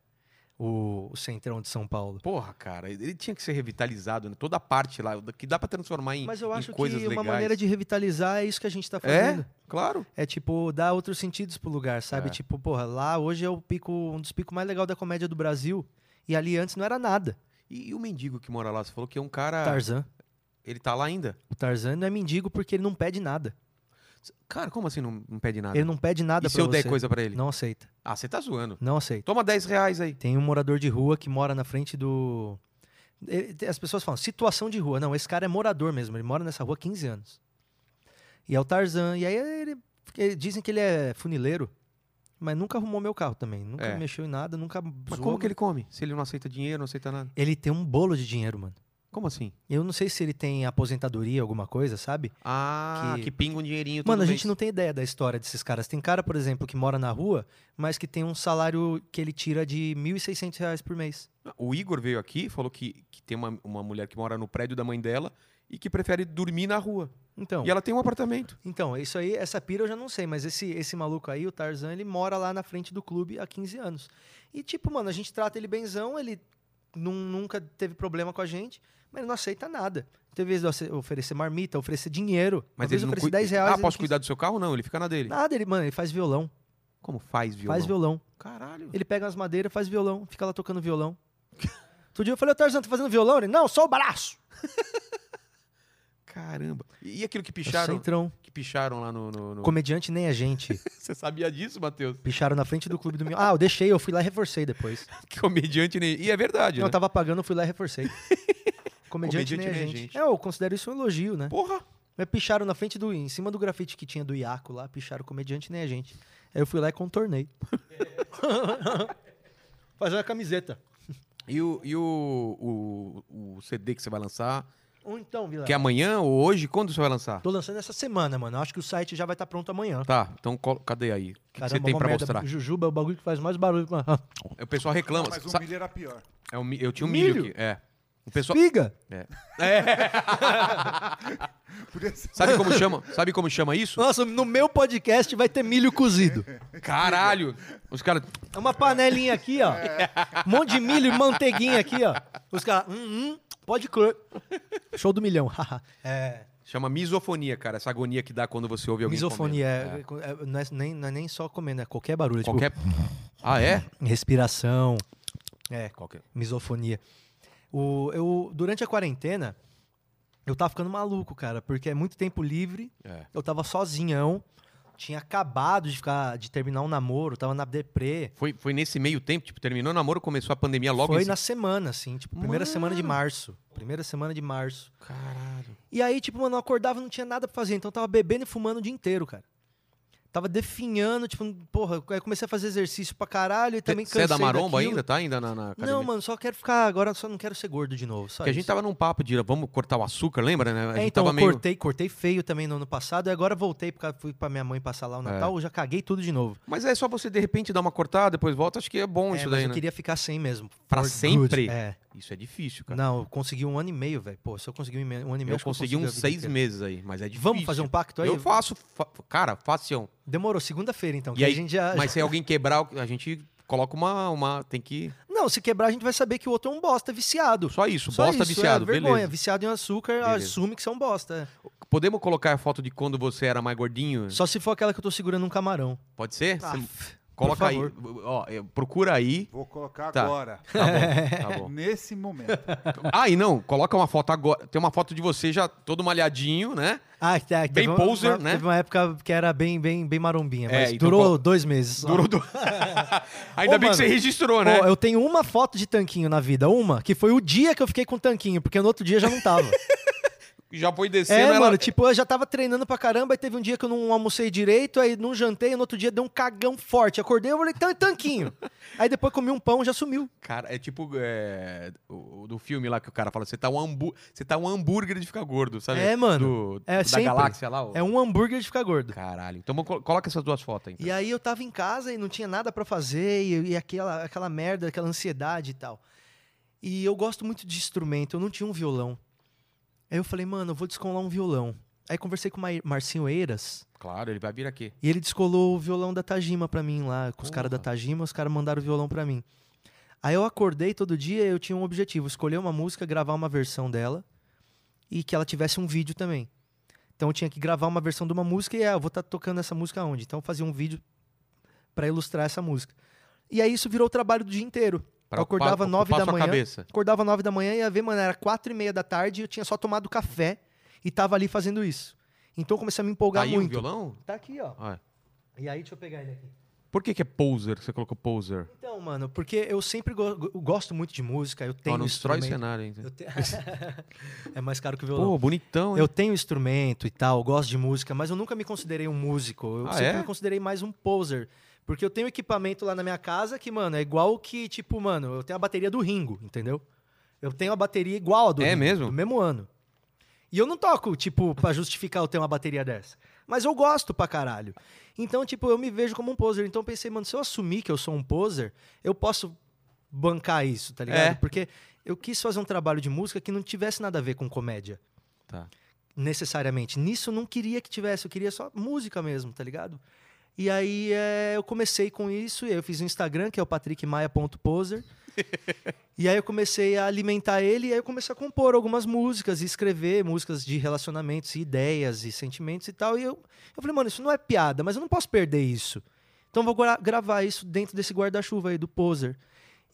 Speaker 2: O, o centrão de São Paulo.
Speaker 1: Porra, cara, ele tinha que ser revitalizado, né? Toda a parte lá, que dá pra transformar em,
Speaker 2: Mas eu
Speaker 1: em
Speaker 2: acho que é
Speaker 1: coisas
Speaker 2: uma
Speaker 1: legais.
Speaker 2: maneira de revitalizar é isso que a gente tá fazendo.
Speaker 1: É? Claro.
Speaker 2: É tipo, dá outros sentidos pro lugar, sabe?
Speaker 1: É.
Speaker 2: Tipo, porra, lá hoje é o pico, um dos picos mais legais da comédia do Brasil. E ali antes não era nada.
Speaker 1: E, e o mendigo que mora lá? Você falou que é um cara.
Speaker 2: Tarzan.
Speaker 1: Ele tá lá ainda?
Speaker 2: O Tarzan não é mendigo porque ele não pede nada.
Speaker 1: Cara, como assim não, não pede nada?
Speaker 2: Ele não pede nada
Speaker 1: e
Speaker 2: pra
Speaker 1: se eu
Speaker 2: você.
Speaker 1: der coisa pra ele?
Speaker 2: Não aceita.
Speaker 1: Ah, você tá zoando.
Speaker 2: Não aceita.
Speaker 1: Toma 10 reais aí.
Speaker 2: Tem um morador de rua que mora na frente do. ele- As pessoas falam, situação de rua. Não, esse cara é morador mesmo. Ele mora nessa rua há 15 anos. E é o Tarzan. E aí ele. ele- Dizem que ele é funileiro, mas nunca arrumou meu carro também. Nunca
Speaker 1: É.
Speaker 2: mexeu em nada, nunca.
Speaker 1: Mas
Speaker 2: zoou,
Speaker 1: como que ele come? Se ele não aceita dinheiro, não aceita nada.
Speaker 2: Ele tem um bolo de dinheiro, mano.
Speaker 1: Como assim?
Speaker 2: Eu não sei se ele tem aposentadoria, alguma coisa, sabe?
Speaker 1: Ah, que,
Speaker 2: Que-
Speaker 1: pinga um dinheirinho todo
Speaker 2: Mano, a gente
Speaker 1: mês.
Speaker 2: não tem ideia da história desses caras. Tem cara, por exemplo, que mora na rua, mas que tem um salário que ele tira de R$ 1.600 reais por mês.
Speaker 1: O Igor veio aqui e falou que, que tem uma, uma mulher que mora no prédio da mãe dela e que prefere dormir na rua.
Speaker 2: Então,
Speaker 1: E ela tem um apartamento.
Speaker 2: então, isso aí, essa pira eu já não sei, mas esse, esse maluco aí, o Tarzan, ele mora lá na frente do clube há 15 anos. E tipo, mano, a gente trata ele benzão, ele nun- nunca teve problema com a gente, mas ele não aceita nada. Teve vezes de eu ace- oferecer marmita, oferecer dinheiro.
Speaker 1: Mas
Speaker 2: Uma vez
Speaker 1: ele
Speaker 2: eu
Speaker 1: não
Speaker 2: ofereci
Speaker 1: cuida-
Speaker 2: 10 reais.
Speaker 1: Ah,
Speaker 2: ele
Speaker 1: posso
Speaker 2: não quis-
Speaker 1: cuidar do seu carro? Não, ele fica na dele.
Speaker 2: Nada, ele, mano, ele faz violão.
Speaker 1: Como faz violão?
Speaker 2: Faz violão.
Speaker 1: Caralho.
Speaker 2: Ele pega as madeiras, faz violão, fica lá tocando violão. Outro dia eu falei, ô Tarzan, tá fazendo violão? Ele, não, só o braço.
Speaker 1: Caramba. E e aquilo que picharam,
Speaker 2: Centrão.
Speaker 1: que picharam lá no... no- no-
Speaker 2: Comediante nem a gente.
Speaker 1: Você sabia disso, Matheus?
Speaker 2: Picharam na frente do clube do meu. Ah, eu deixei, eu fui lá e reforcei depois.
Speaker 1: Que Comediante nem... E é verdade,
Speaker 2: Não, tá. eu
Speaker 1: né?
Speaker 2: tava pagando, eu fui lá e reforcei. Comediante, nem, a gente. É, eu considero isso um elogio, né?
Speaker 1: Porra.
Speaker 2: Mas picharam na frente do. Em cima do grafite que tinha do Iaco lá, picharam o comediante nem a gente. Aí eu fui lá e contornei. Fazer uma camiseta.
Speaker 1: E, o, e o, o, o CD que você vai lançar?
Speaker 2: Ou então, Vila.
Speaker 1: Que é amanhã ou hoje? Quando você vai lançar?
Speaker 2: Tô lançando essa semana, mano. Acho que o site já vai estar pronto amanhã.
Speaker 1: Tá, então colo- cadê aí? O que que você tem
Speaker 2: mó
Speaker 1: pra
Speaker 2: merda.
Speaker 1: mostrar? É,
Speaker 2: Jujuba é o bagulho que faz mais barulho.
Speaker 1: O pessoal reclama.
Speaker 3: mas o
Speaker 1: sa-
Speaker 3: um milho era pior.
Speaker 1: é o mi- Eu tinha um milho,
Speaker 2: Milho?
Speaker 1: aqui. É. O pessoal... é.
Speaker 2: Piga!
Speaker 3: Podia ser
Speaker 1: Sabe como chama? Sabe como chama isso?
Speaker 2: Nossa, no meu podcast vai ter milho cozido.
Speaker 1: Caralho! Os caras.
Speaker 2: É uma panelinha aqui, ó. Um monte de milho e manteiguinha aqui, ó. Os caras, hum, hum, pode crer. Show do milhão, haha. é,
Speaker 1: Chama misofonia, cara. Essa agonia que dá quando você ouve alguém.
Speaker 2: misofonia,
Speaker 1: comendo.
Speaker 2: é, é, não, é nem, não é nem só comendo, é qualquer barulho. tipo,
Speaker 1: Qualquer. Ah, é?
Speaker 2: respiração, é,
Speaker 1: Qualquer.
Speaker 2: misofonia. O, eu, durante a quarentena, eu tava ficando maluco, cara, porque é muito tempo livre,
Speaker 1: É.
Speaker 2: eu tava sozinhão, tinha acabado de ficar de terminar um namoro, tava na deprê.
Speaker 1: Foi, foi nesse meio tempo, tipo, terminou o namoro, começou a pandemia logo
Speaker 2: Foi
Speaker 1: em
Speaker 2: na semana, assim, tipo, primeira semana de março. Primeira semana de março.
Speaker 1: Caralho.
Speaker 2: E aí, tipo, mano, eu acordava e não tinha nada pra fazer. Então eu tava bebendo e fumando o dia inteiro, cara. Tava definhando, tipo, porra, aí comecei a fazer exercício pra caralho e também
Speaker 1: Você
Speaker 2: cansei
Speaker 1: é da maromba
Speaker 2: daquilo.
Speaker 1: ainda? Tá ainda na, na academia?
Speaker 2: Não, mano, só quero ficar agora, só não quero ser gordo de novo. Só
Speaker 1: Porque a gente
Speaker 2: isso.
Speaker 1: tava num papo de vamos cortar o açúcar, lembra, né? A gente
Speaker 2: É, então,
Speaker 1: tava
Speaker 2: eu cortei, cortei feio também no ano passado, e agora voltei, porque fui pra minha mãe passar
Speaker 1: É.
Speaker 2: lá o Natal, eu já caguei tudo de novo.
Speaker 1: Mas é só você de repente dar uma cortada, depois volta, acho que é bom
Speaker 2: É,
Speaker 1: isso
Speaker 2: mas
Speaker 1: daí,
Speaker 2: eu
Speaker 1: né?
Speaker 2: queria ficar sem mesmo.
Speaker 1: Pra
Speaker 2: For good.
Speaker 1: sempre?
Speaker 2: É.
Speaker 1: Isso é difícil, cara.
Speaker 2: Não, eu consegui um ano e meio, velho. Pô, se eu conseguir um e meio- um ano e meio,
Speaker 1: eu
Speaker 2: acho que eu
Speaker 1: consegui
Speaker 2: consigo a
Speaker 1: uns
Speaker 2: vida
Speaker 1: seis
Speaker 2: inteira.
Speaker 1: meses aí, mas é difícil.
Speaker 2: Vamos fazer um pacto aí?
Speaker 1: Eu faço. fa- Cara, faço.
Speaker 2: Demorou, segunda-feira então.
Speaker 1: E
Speaker 2: que
Speaker 1: aí-
Speaker 2: a gente já...
Speaker 1: Mas se alguém quebrar, a gente coloca uma. uma tem que.
Speaker 2: Não, se quebrar a gente vai saber que o outro é um bosta viciado.
Speaker 1: Só isso,
Speaker 2: Só
Speaker 1: um bosta
Speaker 2: isso,
Speaker 1: viciado,
Speaker 2: é, vergonha,
Speaker 1: beleza.
Speaker 2: viciado em açúcar,
Speaker 1: Beleza.
Speaker 2: assume que são bosta. é.
Speaker 1: Podemos colocar a foto de quando você era mais gordinho?
Speaker 2: Só se for aquela que eu tô segurando um camarão.
Speaker 1: Pode ser?
Speaker 2: Ah,
Speaker 1: É, Você coloca aí. Ó, é, procura aí.
Speaker 3: Vou colocar
Speaker 1: Tá.
Speaker 3: agora.
Speaker 1: Tá bom, tá bom.
Speaker 3: Nesse momento.
Speaker 1: Ah, e não, coloca uma foto agora. Tem uma foto de você já todo malhadinho, né?
Speaker 2: Ah, tá, teve
Speaker 1: Bem
Speaker 2: uma-
Speaker 1: poser,
Speaker 2: uma-
Speaker 1: né?
Speaker 2: Teve uma época que era bem, bem, bem marombinha,
Speaker 1: É,
Speaker 2: mas
Speaker 1: então
Speaker 2: durou
Speaker 1: colo-
Speaker 2: dois meses. só.
Speaker 1: Durou do... Ainda
Speaker 2: Ô,
Speaker 1: bem que
Speaker 2: mano,
Speaker 1: você registrou,
Speaker 2: Pô,
Speaker 1: né?
Speaker 2: eu tenho uma foto de tanquinho na vida, uma, que foi o dia que eu fiquei com tanquinho, porque no outro dia já não tava.
Speaker 1: Já foi
Speaker 2: é,
Speaker 1: descendo, ela...
Speaker 2: mano, tipo, eu já tava treinando pra caramba, aí teve um dia que eu não almocei direito, aí não jantei, e no outro dia deu um cagão forte. Acordei, eu falei, "Tan- tanquinho. aí depois comi um pão, já sumiu.
Speaker 1: Cara, é tipo é, o, o do filme lá que o cara fala, você tá um, hambú- você tá um hambúrguer de ficar gordo, sabe?
Speaker 2: É, mano.
Speaker 1: Do-
Speaker 2: é
Speaker 1: da
Speaker 2: sempre.
Speaker 1: galáxia lá. o-
Speaker 2: É um hambúrguer de ficar gordo.
Speaker 1: Caralho. Então vamos col- coloca essas duas fotos aí. então.
Speaker 2: E aí eu tava em casa e não tinha nada pra fazer, e, e aquela, aquela merda, aquela ansiedade e tal. E eu gosto muito de instrumento, eu não tinha um violão. Aí eu falei, mano, eu vou descolar um violão. Aí conversei com o Mar- Marcinho Eiras,
Speaker 1: Claro, ele vai vir aqui.
Speaker 2: e ele descolou o violão da Tajima pra mim lá, com os
Speaker 1: Porra.
Speaker 2: caras da Tajima, os caras mandaram o violão pra mim. Aí eu acordei todo dia, eu tinha um objetivo, escolher uma música, gravar uma versão dela e que ela tivesse um vídeo também. Então eu tinha que gravar uma versão de uma música e ah, eu vou estar tocando essa música onde? Então eu fazia um vídeo pra ilustrar essa música. E aí isso virou o trabalho do dia inteiro.
Speaker 1: Pra
Speaker 2: eu acordava
Speaker 1: ocupar-
Speaker 2: nove
Speaker 1: ocupar
Speaker 2: da
Speaker 1: sua
Speaker 2: manhã.
Speaker 1: cabeça.
Speaker 2: Acordava nove da manhã e ia ver, mano, era quatro e meia da tarde, eu tinha só tomado café e tava ali fazendo isso. Então eu comecei a me
Speaker 1: Tá
Speaker 2: empolgar
Speaker 1: aí o
Speaker 2: muito.
Speaker 1: violão?
Speaker 2: tá aqui, ó.
Speaker 1: Ah, é.
Speaker 2: E aí, deixa eu pegar ele aqui.
Speaker 1: Por que, que é poser? que Você colocou poser?
Speaker 2: Então, mano, porque eu sempre go- go- gosto muito de música, eu tenho
Speaker 1: Ó, não destrói o
Speaker 2: instrumento.
Speaker 1: cenário ainda.
Speaker 2: Eu te- é mais caro que o violão.
Speaker 1: Pô, bonitão, hein?
Speaker 2: eu tenho instrumento e tal, eu gosto de música, mas eu nunca me considerei um músico. Eu
Speaker 1: Ah,
Speaker 2: sempre
Speaker 1: é?
Speaker 2: me considerei mais um poser. Porque eu tenho equipamento lá na minha casa que, mano, é igual que, tipo, mano, eu tenho a bateria do Ringo, entendeu? Eu tenho a bateria igual a do
Speaker 1: É
Speaker 2: Ringo,
Speaker 1: mesmo?
Speaker 2: do mesmo ano. E eu não toco, tipo, pra justificar eu ter uma bateria dessa. Mas eu gosto pra caralho. Então, tipo, eu me vejo como um poser. Então eu pensei, mano, se eu assumir que eu sou um poser, eu posso bancar isso, tá ligado?
Speaker 1: É.
Speaker 2: Porque eu quis fazer um trabalho de música que não tivesse nada a ver com comédia.
Speaker 1: Tá.
Speaker 2: Necessariamente. Nisso eu não queria que tivesse, eu queria só música mesmo, tá ligado? E aí é, eu comecei com isso, e aí eu fiz o Instagram, que é o patrickmaia.poser. E aí eu comecei a alimentar ele e aí eu comecei a compor algumas músicas e escrever músicas de relacionamentos e ideias e sentimentos e tal. E eu, eu falei, mano, isso não é piada, mas eu não posso perder isso. Então eu vou gra- gravar isso dentro desse guarda-chuva aí do poser.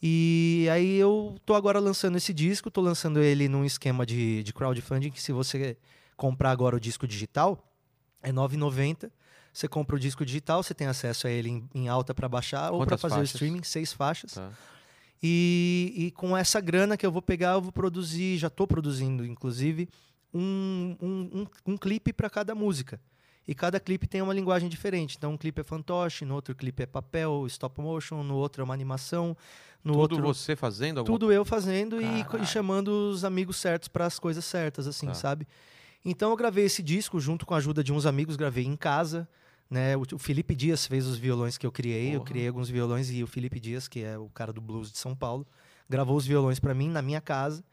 Speaker 2: E aí eu tô agora lançando esse disco, tô lançando ele num esquema de, de crowdfunding, que se você comprar agora o disco digital, é R$ 9,90. Você compra o disco digital, você tem acesso a ele em, em alta para baixar ou para
Speaker 1: Quantas
Speaker 2: fazer
Speaker 1: faixas?
Speaker 2: o streaming, seis faixas.
Speaker 1: Tá.
Speaker 2: E, e com essa grana que eu vou pegar, eu vou produzir, já estou produzindo, inclusive, um, um, um, um clipe para cada música. E cada clipe tem uma linguagem diferente. Então, um clipe é fantoche, no outro clipe é papel, stop motion, no outro é uma animação, no
Speaker 1: Tudo
Speaker 2: outro
Speaker 1: você fazendo alguma
Speaker 2: tudo eu fazendo e, co-
Speaker 1: Caralho.
Speaker 2: e chamando os amigos certos para as coisas certas, assim,
Speaker 1: Tá.
Speaker 2: sabe? Então eu gravei esse disco junto com a ajuda de uns amigos, gravei em casa. Né? O, o Felipe Dias fez os violões que eu criei, eu
Speaker 1: Porra.
Speaker 2: criei alguns violões e o Felipe Dias, que é o cara do blues de São Paulo, gravou os violões para mim na minha casa.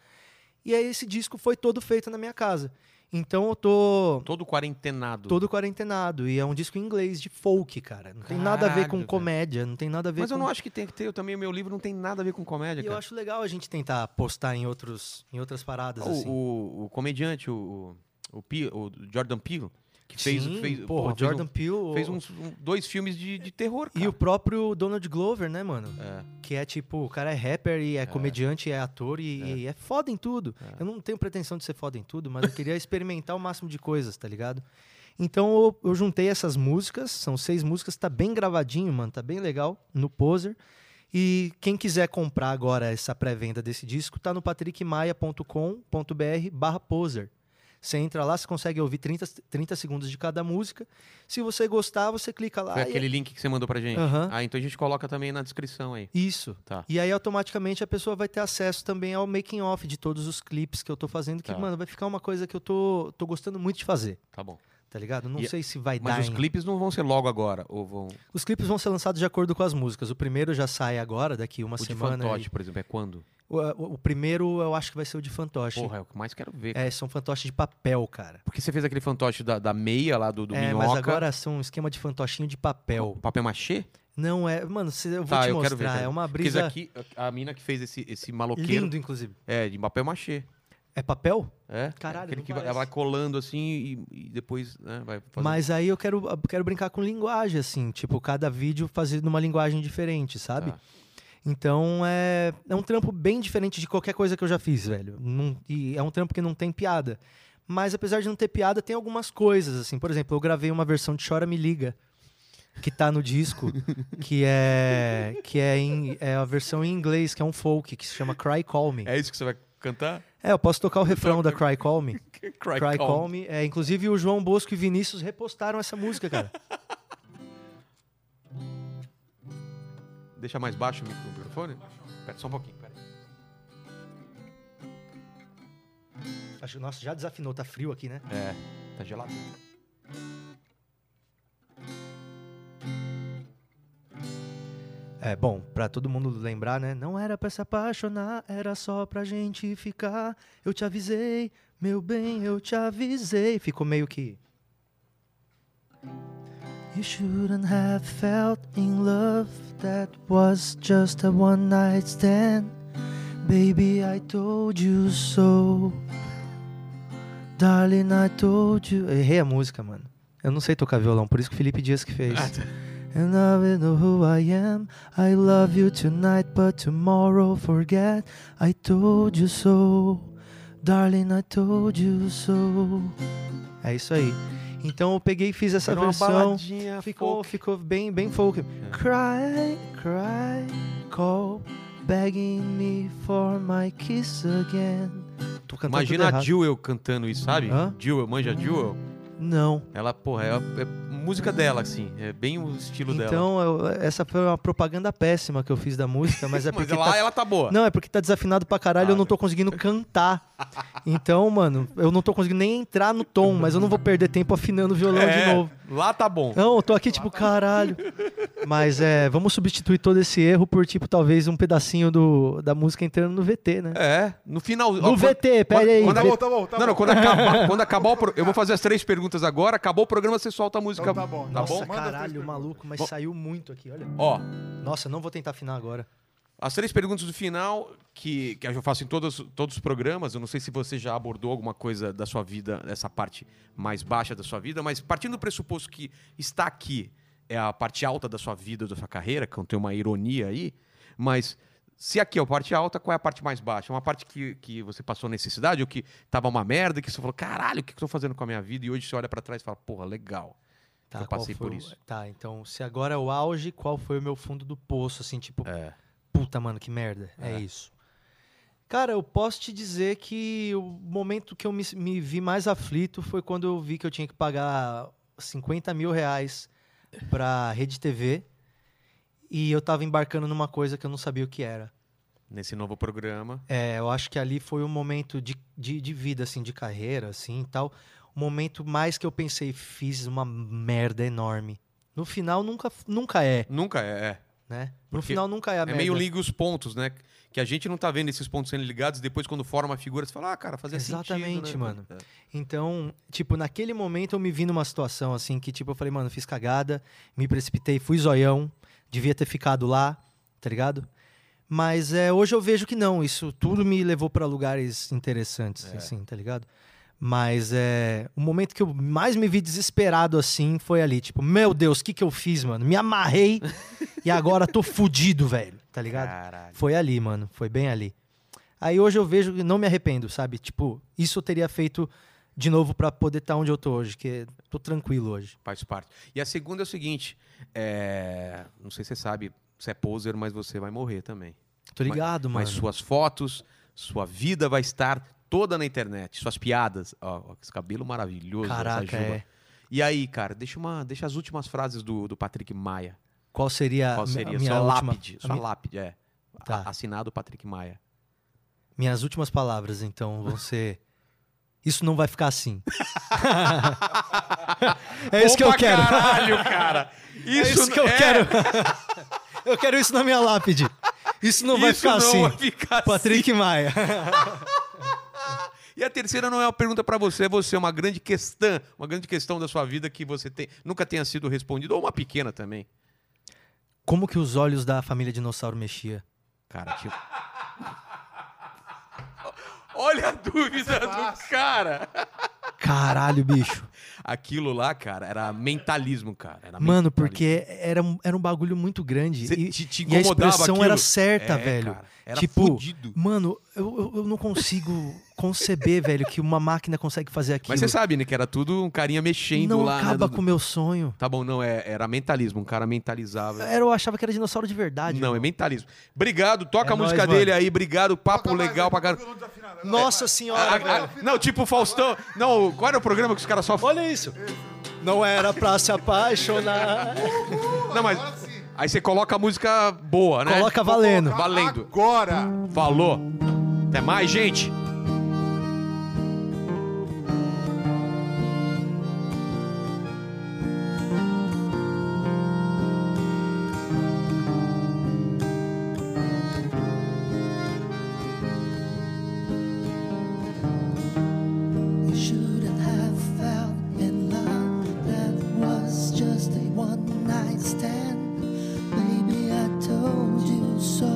Speaker 2: E aí esse disco foi todo feito na minha casa. Então eu tô
Speaker 1: Todo quarentenado.
Speaker 2: todo quarentenado e é um disco em inglês de folk, cara. Não tem nada a ver
Speaker 1: Caralho,
Speaker 2: com
Speaker 1: velho.
Speaker 2: comédia, não tem nada a ver
Speaker 1: Mas
Speaker 2: com
Speaker 1: eu não acho que tem que ter. Eu também, o meu livro não tem nada a ver com comédia,
Speaker 2: e eu
Speaker 1: cara.
Speaker 2: acho legal a gente tentar postar em outros em outras paradas
Speaker 1: O,
Speaker 2: assim.
Speaker 1: o- o comediante, o, o, o Pi- o Jordan Peele, que fez,
Speaker 2: Sim,
Speaker 1: fez, porra,
Speaker 2: porra, o Jordan Peele
Speaker 1: fez, um- fez uns um- dois filmes de, de terror, cara.
Speaker 2: e o próprio Donald Glover, né, mano?
Speaker 1: É.
Speaker 2: Que é tipo, o cara é rapper e é, comediante, é ator e e é, foda em tudo. Eu não tenho pretensão de ser foda em tudo, mas eu queria experimentar o máximo de coisas, tá ligado? Então eu, eu juntei essas músicas, são seis músicas, tá bem gravadinho, mano, tá bem legal no poser. E quem quiser comprar agora essa pré-venda desse disco, tá no patrickmaia.com.br barra poser. Você entra lá, você consegue ouvir 30, 30 segundos de cada música. Se você gostar, você clica lá.
Speaker 1: Foi
Speaker 2: e-
Speaker 1: aquele link que você mandou pra gente.
Speaker 2: é Aham.
Speaker 1: Ah, então a gente coloca também na descrição aí.
Speaker 2: Isso.
Speaker 1: Tá.
Speaker 2: E aí automaticamente a pessoa vai ter acesso também ao making off de todos os clipes que eu tô fazendo, que,
Speaker 1: Tá.
Speaker 2: mano, vai ficar uma coisa que eu tô, tô gostando muito de fazer,
Speaker 1: Tá bom.
Speaker 2: tá ligado? Não
Speaker 1: E-
Speaker 2: sei se vai dar.
Speaker 1: Mas os
Speaker 2: em-
Speaker 1: clipes não vão ser logo agora, ou vão.
Speaker 2: Os clipes vão ser lançados de acordo com as músicas. O primeiro já sai agora, daqui uma
Speaker 1: o de
Speaker 2: semana.
Speaker 1: fantoche,
Speaker 2: e-
Speaker 1: por exemplo, é quando?
Speaker 2: O, o- o primeiro eu acho que vai ser o de fantoche.
Speaker 1: Porra, é o que mais quero ver. cara.
Speaker 2: É, são fantoches de papel, cara.
Speaker 1: Porque você fez aquele fantoche da, da meia lá do, do
Speaker 2: é,
Speaker 1: minhoca.
Speaker 2: mas agora é são um esquema de fantochinho de papel.
Speaker 1: Papel machê?
Speaker 2: Não é. Mano, se- eu vou
Speaker 1: Tá,
Speaker 2: te
Speaker 1: eu quero ver,
Speaker 2: mostrar.
Speaker 1: quero ver.
Speaker 2: É uma
Speaker 1: Porque isso
Speaker 2: brisa
Speaker 1: aqui, a mina que fez esse, esse maloqueiro.
Speaker 2: lindo, inclusive.
Speaker 1: É, de papel machê.
Speaker 2: É papel?
Speaker 1: É?
Speaker 2: Caralho,
Speaker 1: Aquele
Speaker 2: não
Speaker 1: que vai, ela
Speaker 2: parece.
Speaker 1: vai colando assim e, e depois né, vai fazendo.
Speaker 2: Mas aí eu quero, eu quero brincar com linguagem, assim, tipo, cada vídeo fazer numa linguagem diferente, sabe?
Speaker 1: Tá.
Speaker 2: Então é, é um trampo bem diferente de qualquer coisa que eu já fiz, velho. Não- e é um trampo que não tem piada. Mas apesar de não ter piada, tem algumas coisas, assim. Por exemplo, eu gravei uma versão de Chora Me Liga, que tá no disco, que é. que é, em- é a versão em inglês, que é um folk, que se chama Cry Call Me.
Speaker 1: É isso que você vai cantar?
Speaker 2: É, eu posso tocar o refrão da Cry Call Me.
Speaker 1: Cry,
Speaker 2: Cry Call Me. É, inclusive o João Bosco e Vinícius repostaram essa música, cara.
Speaker 1: Deixa mais baixo o mic- o microfone? Pera, só um pouquinho, pera. aí.
Speaker 2: Acho que, nossa, já desafinou, tá frio aqui, né?
Speaker 1: É, tá gelado.
Speaker 2: É, bom, pra todo mundo lembrar, né? Não era pra se apaixonar, era só pra gente ficar. Eu te avisei, meu bem, eu te avisei. Ficou meio que. You shouldn't have felt in love, that was just a one night stand. Baby, I told you so. Darling, I told you. Errei a música, mano. Eu não sei tocar violão, por isso que o Felipe Dias que fez.
Speaker 1: Ah, tá.
Speaker 2: And I don't know who I am. I love you tonight, but tomorrow forget. I told you so. Darling, I told you so. É isso aí. Então eu peguei e fiz essa
Speaker 1: Virou uma
Speaker 2: versão.
Speaker 1: baladinha,
Speaker 2: Ficou,
Speaker 1: folk. Hum, é.
Speaker 2: ficou bem, bem folk. Cry, cry, call, begging me for my kiss again. Tô cantando
Speaker 1: Imagina
Speaker 2: tudo
Speaker 1: a
Speaker 2: errado.
Speaker 1: Jewel cantando isso, sabe?
Speaker 2: Hã?
Speaker 1: Jewel, manja Jewel?
Speaker 2: Não.
Speaker 1: Ela, porra, é, é muito música dela, assim. É bem o estilo dela.
Speaker 2: Então, eu- essa foi uma propaganda péssima que eu fiz da música, mas é
Speaker 1: Mas
Speaker 2: porque.
Speaker 1: lá
Speaker 2: tá-
Speaker 1: ela tá boa.
Speaker 2: Não, é porque tá desafinado pra caralho,
Speaker 1: Ah,
Speaker 2: eu não tô conseguindo cantar. Então, mano, eu não tô conseguindo nem entrar no tom, mas eu não vou perder tempo afinando o violão de
Speaker 1: É,
Speaker 2: novo.
Speaker 1: Lá tá bom.
Speaker 2: Não, eu tô aqui tipo, caralho. Mas é, vamos substituir todo esse erro por, tipo, talvez um pedacinho do, da música entrando no VT, né?
Speaker 1: É, no final. ó,
Speaker 2: No
Speaker 1: quando-
Speaker 2: VT,
Speaker 1: quando-
Speaker 2: pera aí.
Speaker 1: quando
Speaker 3: Tá
Speaker 1: a-
Speaker 3: bom, tá bom, tá
Speaker 1: não, não,
Speaker 3: bom.
Speaker 1: quando acabar, quando acabar o pro... Eu vou fazer as três perguntas agora. Acabou o programa, você solta a música.
Speaker 3: Então tá bom.
Speaker 1: Tá
Speaker 2: Nossa,
Speaker 1: bom?
Speaker 3: Manda as três
Speaker 2: caralho,
Speaker 3: perguntas.
Speaker 2: maluco, mas
Speaker 1: Bom.
Speaker 2: saiu muito aqui, olha.
Speaker 1: Ó,
Speaker 2: Nossa, não vou tentar afinar agora.
Speaker 1: as três perguntas do final, que, que eu faço em todos, todos os programas. Eu não sei se você já abordou alguma coisa da sua vida, essa parte mais baixa da sua vida, mas partindo do pressuposto que está aqui é a parte alta da sua vida, da sua carreira, que tem uma ironia aí, mas. Se aqui é a parte alta, qual é a parte mais baixa? Uma parte que, que você passou necessidade ou que tava uma merda, que você falou, caralho, o que, que eu tô fazendo com a minha vida? E hoje você olha pra trás e fala, porra, legal.
Speaker 2: Tá,
Speaker 1: Eu
Speaker 2: qual
Speaker 1: passei
Speaker 2: foi
Speaker 1: por
Speaker 2: o-
Speaker 1: isso.
Speaker 2: Tá, então, se agora é o auge, qual foi o meu fundo do poço? Assim, tipo,
Speaker 1: É.
Speaker 2: puta, mano, que merda. É. isso. Cara, eu posso te dizer que o momento que eu me, me vi mais aflito foi quando eu vi que eu tinha que pagar 50 mil reais pra Rede TV e eu tava embarcando numa coisa que eu não sabia o que era.
Speaker 1: Nesse novo programa.
Speaker 2: É, eu acho que ali foi um momento de, de, de vida, assim, de carreira, assim, e tal. O momento mais que eu pensei, fiz uma merda enorme. No final, nunca, nunca é,
Speaker 1: Nunca é. é.
Speaker 2: né? No
Speaker 1: Porque
Speaker 2: final, nunca é a
Speaker 1: É
Speaker 2: merda.
Speaker 1: meio liga os pontos, né? Que a gente não tá vendo esses pontos sendo ligados. Depois, quando forma a figura, você fala, ah, cara, fazia
Speaker 2: Exatamente,
Speaker 1: sentido. né?
Speaker 2: mano. Então, tipo, naquele momento eu me vi numa situação, assim, que, tipo, eu falei, mano, fiz cagada, me precipitei, fui zoião, devia ter ficado lá, tá ligado? Mas é, hoje eu vejo que não, isso tudo me levou pra lugares interessantes, assim, tá ligado? Mas é, o momento que eu mais me vi desesperado assim foi ali, tipo, meu Deus, o que que eu fiz, mano? Me amarrei e agora tô fudido, velho, tá ligado?
Speaker 1: Caralho.
Speaker 2: Foi ali, mano, foi bem ali. Aí hoje eu vejo que não me arrependo, sabe? Tipo, isso eu teria feito de novo pra poder estar onde eu tô hoje, que é, tô tranquilo hoje.
Speaker 1: Faz parte. E a segunda é o seguinte: é, não sei se você sabe, você é poser, mas você vai morrer também.
Speaker 2: Tô ligado,
Speaker 1: Mas
Speaker 2: mano.
Speaker 1: suas fotos, sua vida vai estar toda na internet. Suas piadas. Ó, ó, esse cabelo maravilhoso. essa
Speaker 2: Caraca,
Speaker 1: juba.
Speaker 2: é.
Speaker 1: E aí, cara, deixa, uma, deixa as últimas frases do, do Patrick Maia.
Speaker 2: Qual seria,
Speaker 1: Qual
Speaker 2: a mi-
Speaker 1: seria?
Speaker 2: a Ah, minha
Speaker 1: sua
Speaker 2: última,
Speaker 1: lápide.
Speaker 2: a
Speaker 1: Sua
Speaker 2: mi-
Speaker 1: lápide, é. A-
Speaker 2: Tá.
Speaker 1: Assinado Patrick Maia.
Speaker 2: minhas últimas palavras, então, vão ser... Isso não vai ficar assim. é isso que eu
Speaker 1: Opa,
Speaker 2: quero.
Speaker 1: Caralho, cara.
Speaker 2: é isso que eu
Speaker 1: é,
Speaker 2: quero. eu quero isso na minha lápide. Isso não vai
Speaker 1: isso
Speaker 2: ficar
Speaker 1: não
Speaker 2: assim.
Speaker 1: vai ficar assim.
Speaker 2: Patrick Maia.
Speaker 1: E a terceira não é uma pergunta pra você, é você, é uma grande questão, uma grande questão da sua vida que você tem, nunca tenha sido respondido, ou uma pequena também.
Speaker 2: Como que os olhos da família Dinossauro mexia?
Speaker 1: Cara, tipo... Olha a dúvida do cara.
Speaker 2: Caralho, bicho.
Speaker 1: Aquilo lá, cara, era mentalismo, cara. Era
Speaker 2: Mano,
Speaker 1: mentalismo.
Speaker 2: porque era, um- era um bagulho muito grande.
Speaker 1: Cê-
Speaker 2: e,
Speaker 1: te, te
Speaker 2: e a
Speaker 1: incomodava
Speaker 2: expressão era
Speaker 1: aquilo?
Speaker 2: certa,
Speaker 1: É,
Speaker 2: velho.
Speaker 1: cara, era
Speaker 2: tipo,
Speaker 1: fudido.
Speaker 2: mano, eu, eu- eu não consigo conceber, velho, que uma máquina consegue fazer aquilo.
Speaker 1: Mas você sabe, né, que era tudo um carinha mexendo
Speaker 2: não
Speaker 1: lá. né,
Speaker 2: acaba
Speaker 1: do-
Speaker 2: com o meu sonho.
Speaker 1: Tá bom, não, é, era mentalismo, um cara mentalizava.
Speaker 2: Era, eu achava que era dinossauro Ah, de verdade.
Speaker 1: não, é
Speaker 2: irmão.
Speaker 1: mentalismo. Obrigado, toca
Speaker 2: É
Speaker 1: a música
Speaker 2: nóis,
Speaker 1: dele aí, obrigado, papo
Speaker 3: Toca mais
Speaker 1: legal
Speaker 3: aí,
Speaker 1: pra
Speaker 3: toca o
Speaker 1: caramba.
Speaker 3: violão desafinado, Tá agora
Speaker 2: Nossa
Speaker 3: vai.
Speaker 2: senhora, velho.
Speaker 1: Ah, Não, tipo o Faustão. Não, qual era o programa que os caras só.
Speaker 2: Olha isso. Não era pra se apaixonar.
Speaker 1: Não, mas.
Speaker 3: Agora sim.
Speaker 1: Aí você coloca a música boa, né?
Speaker 2: Coloca
Speaker 3: Vou
Speaker 2: valendo.
Speaker 3: colocar
Speaker 1: Valendo.
Speaker 3: Agora.
Speaker 1: Falou. Até mais, gente.
Speaker 6: You shouldn't have fell in love. That was just a one night stand. Baby, I told you so.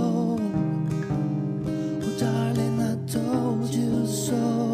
Speaker 6: Oh, darling, I told you so.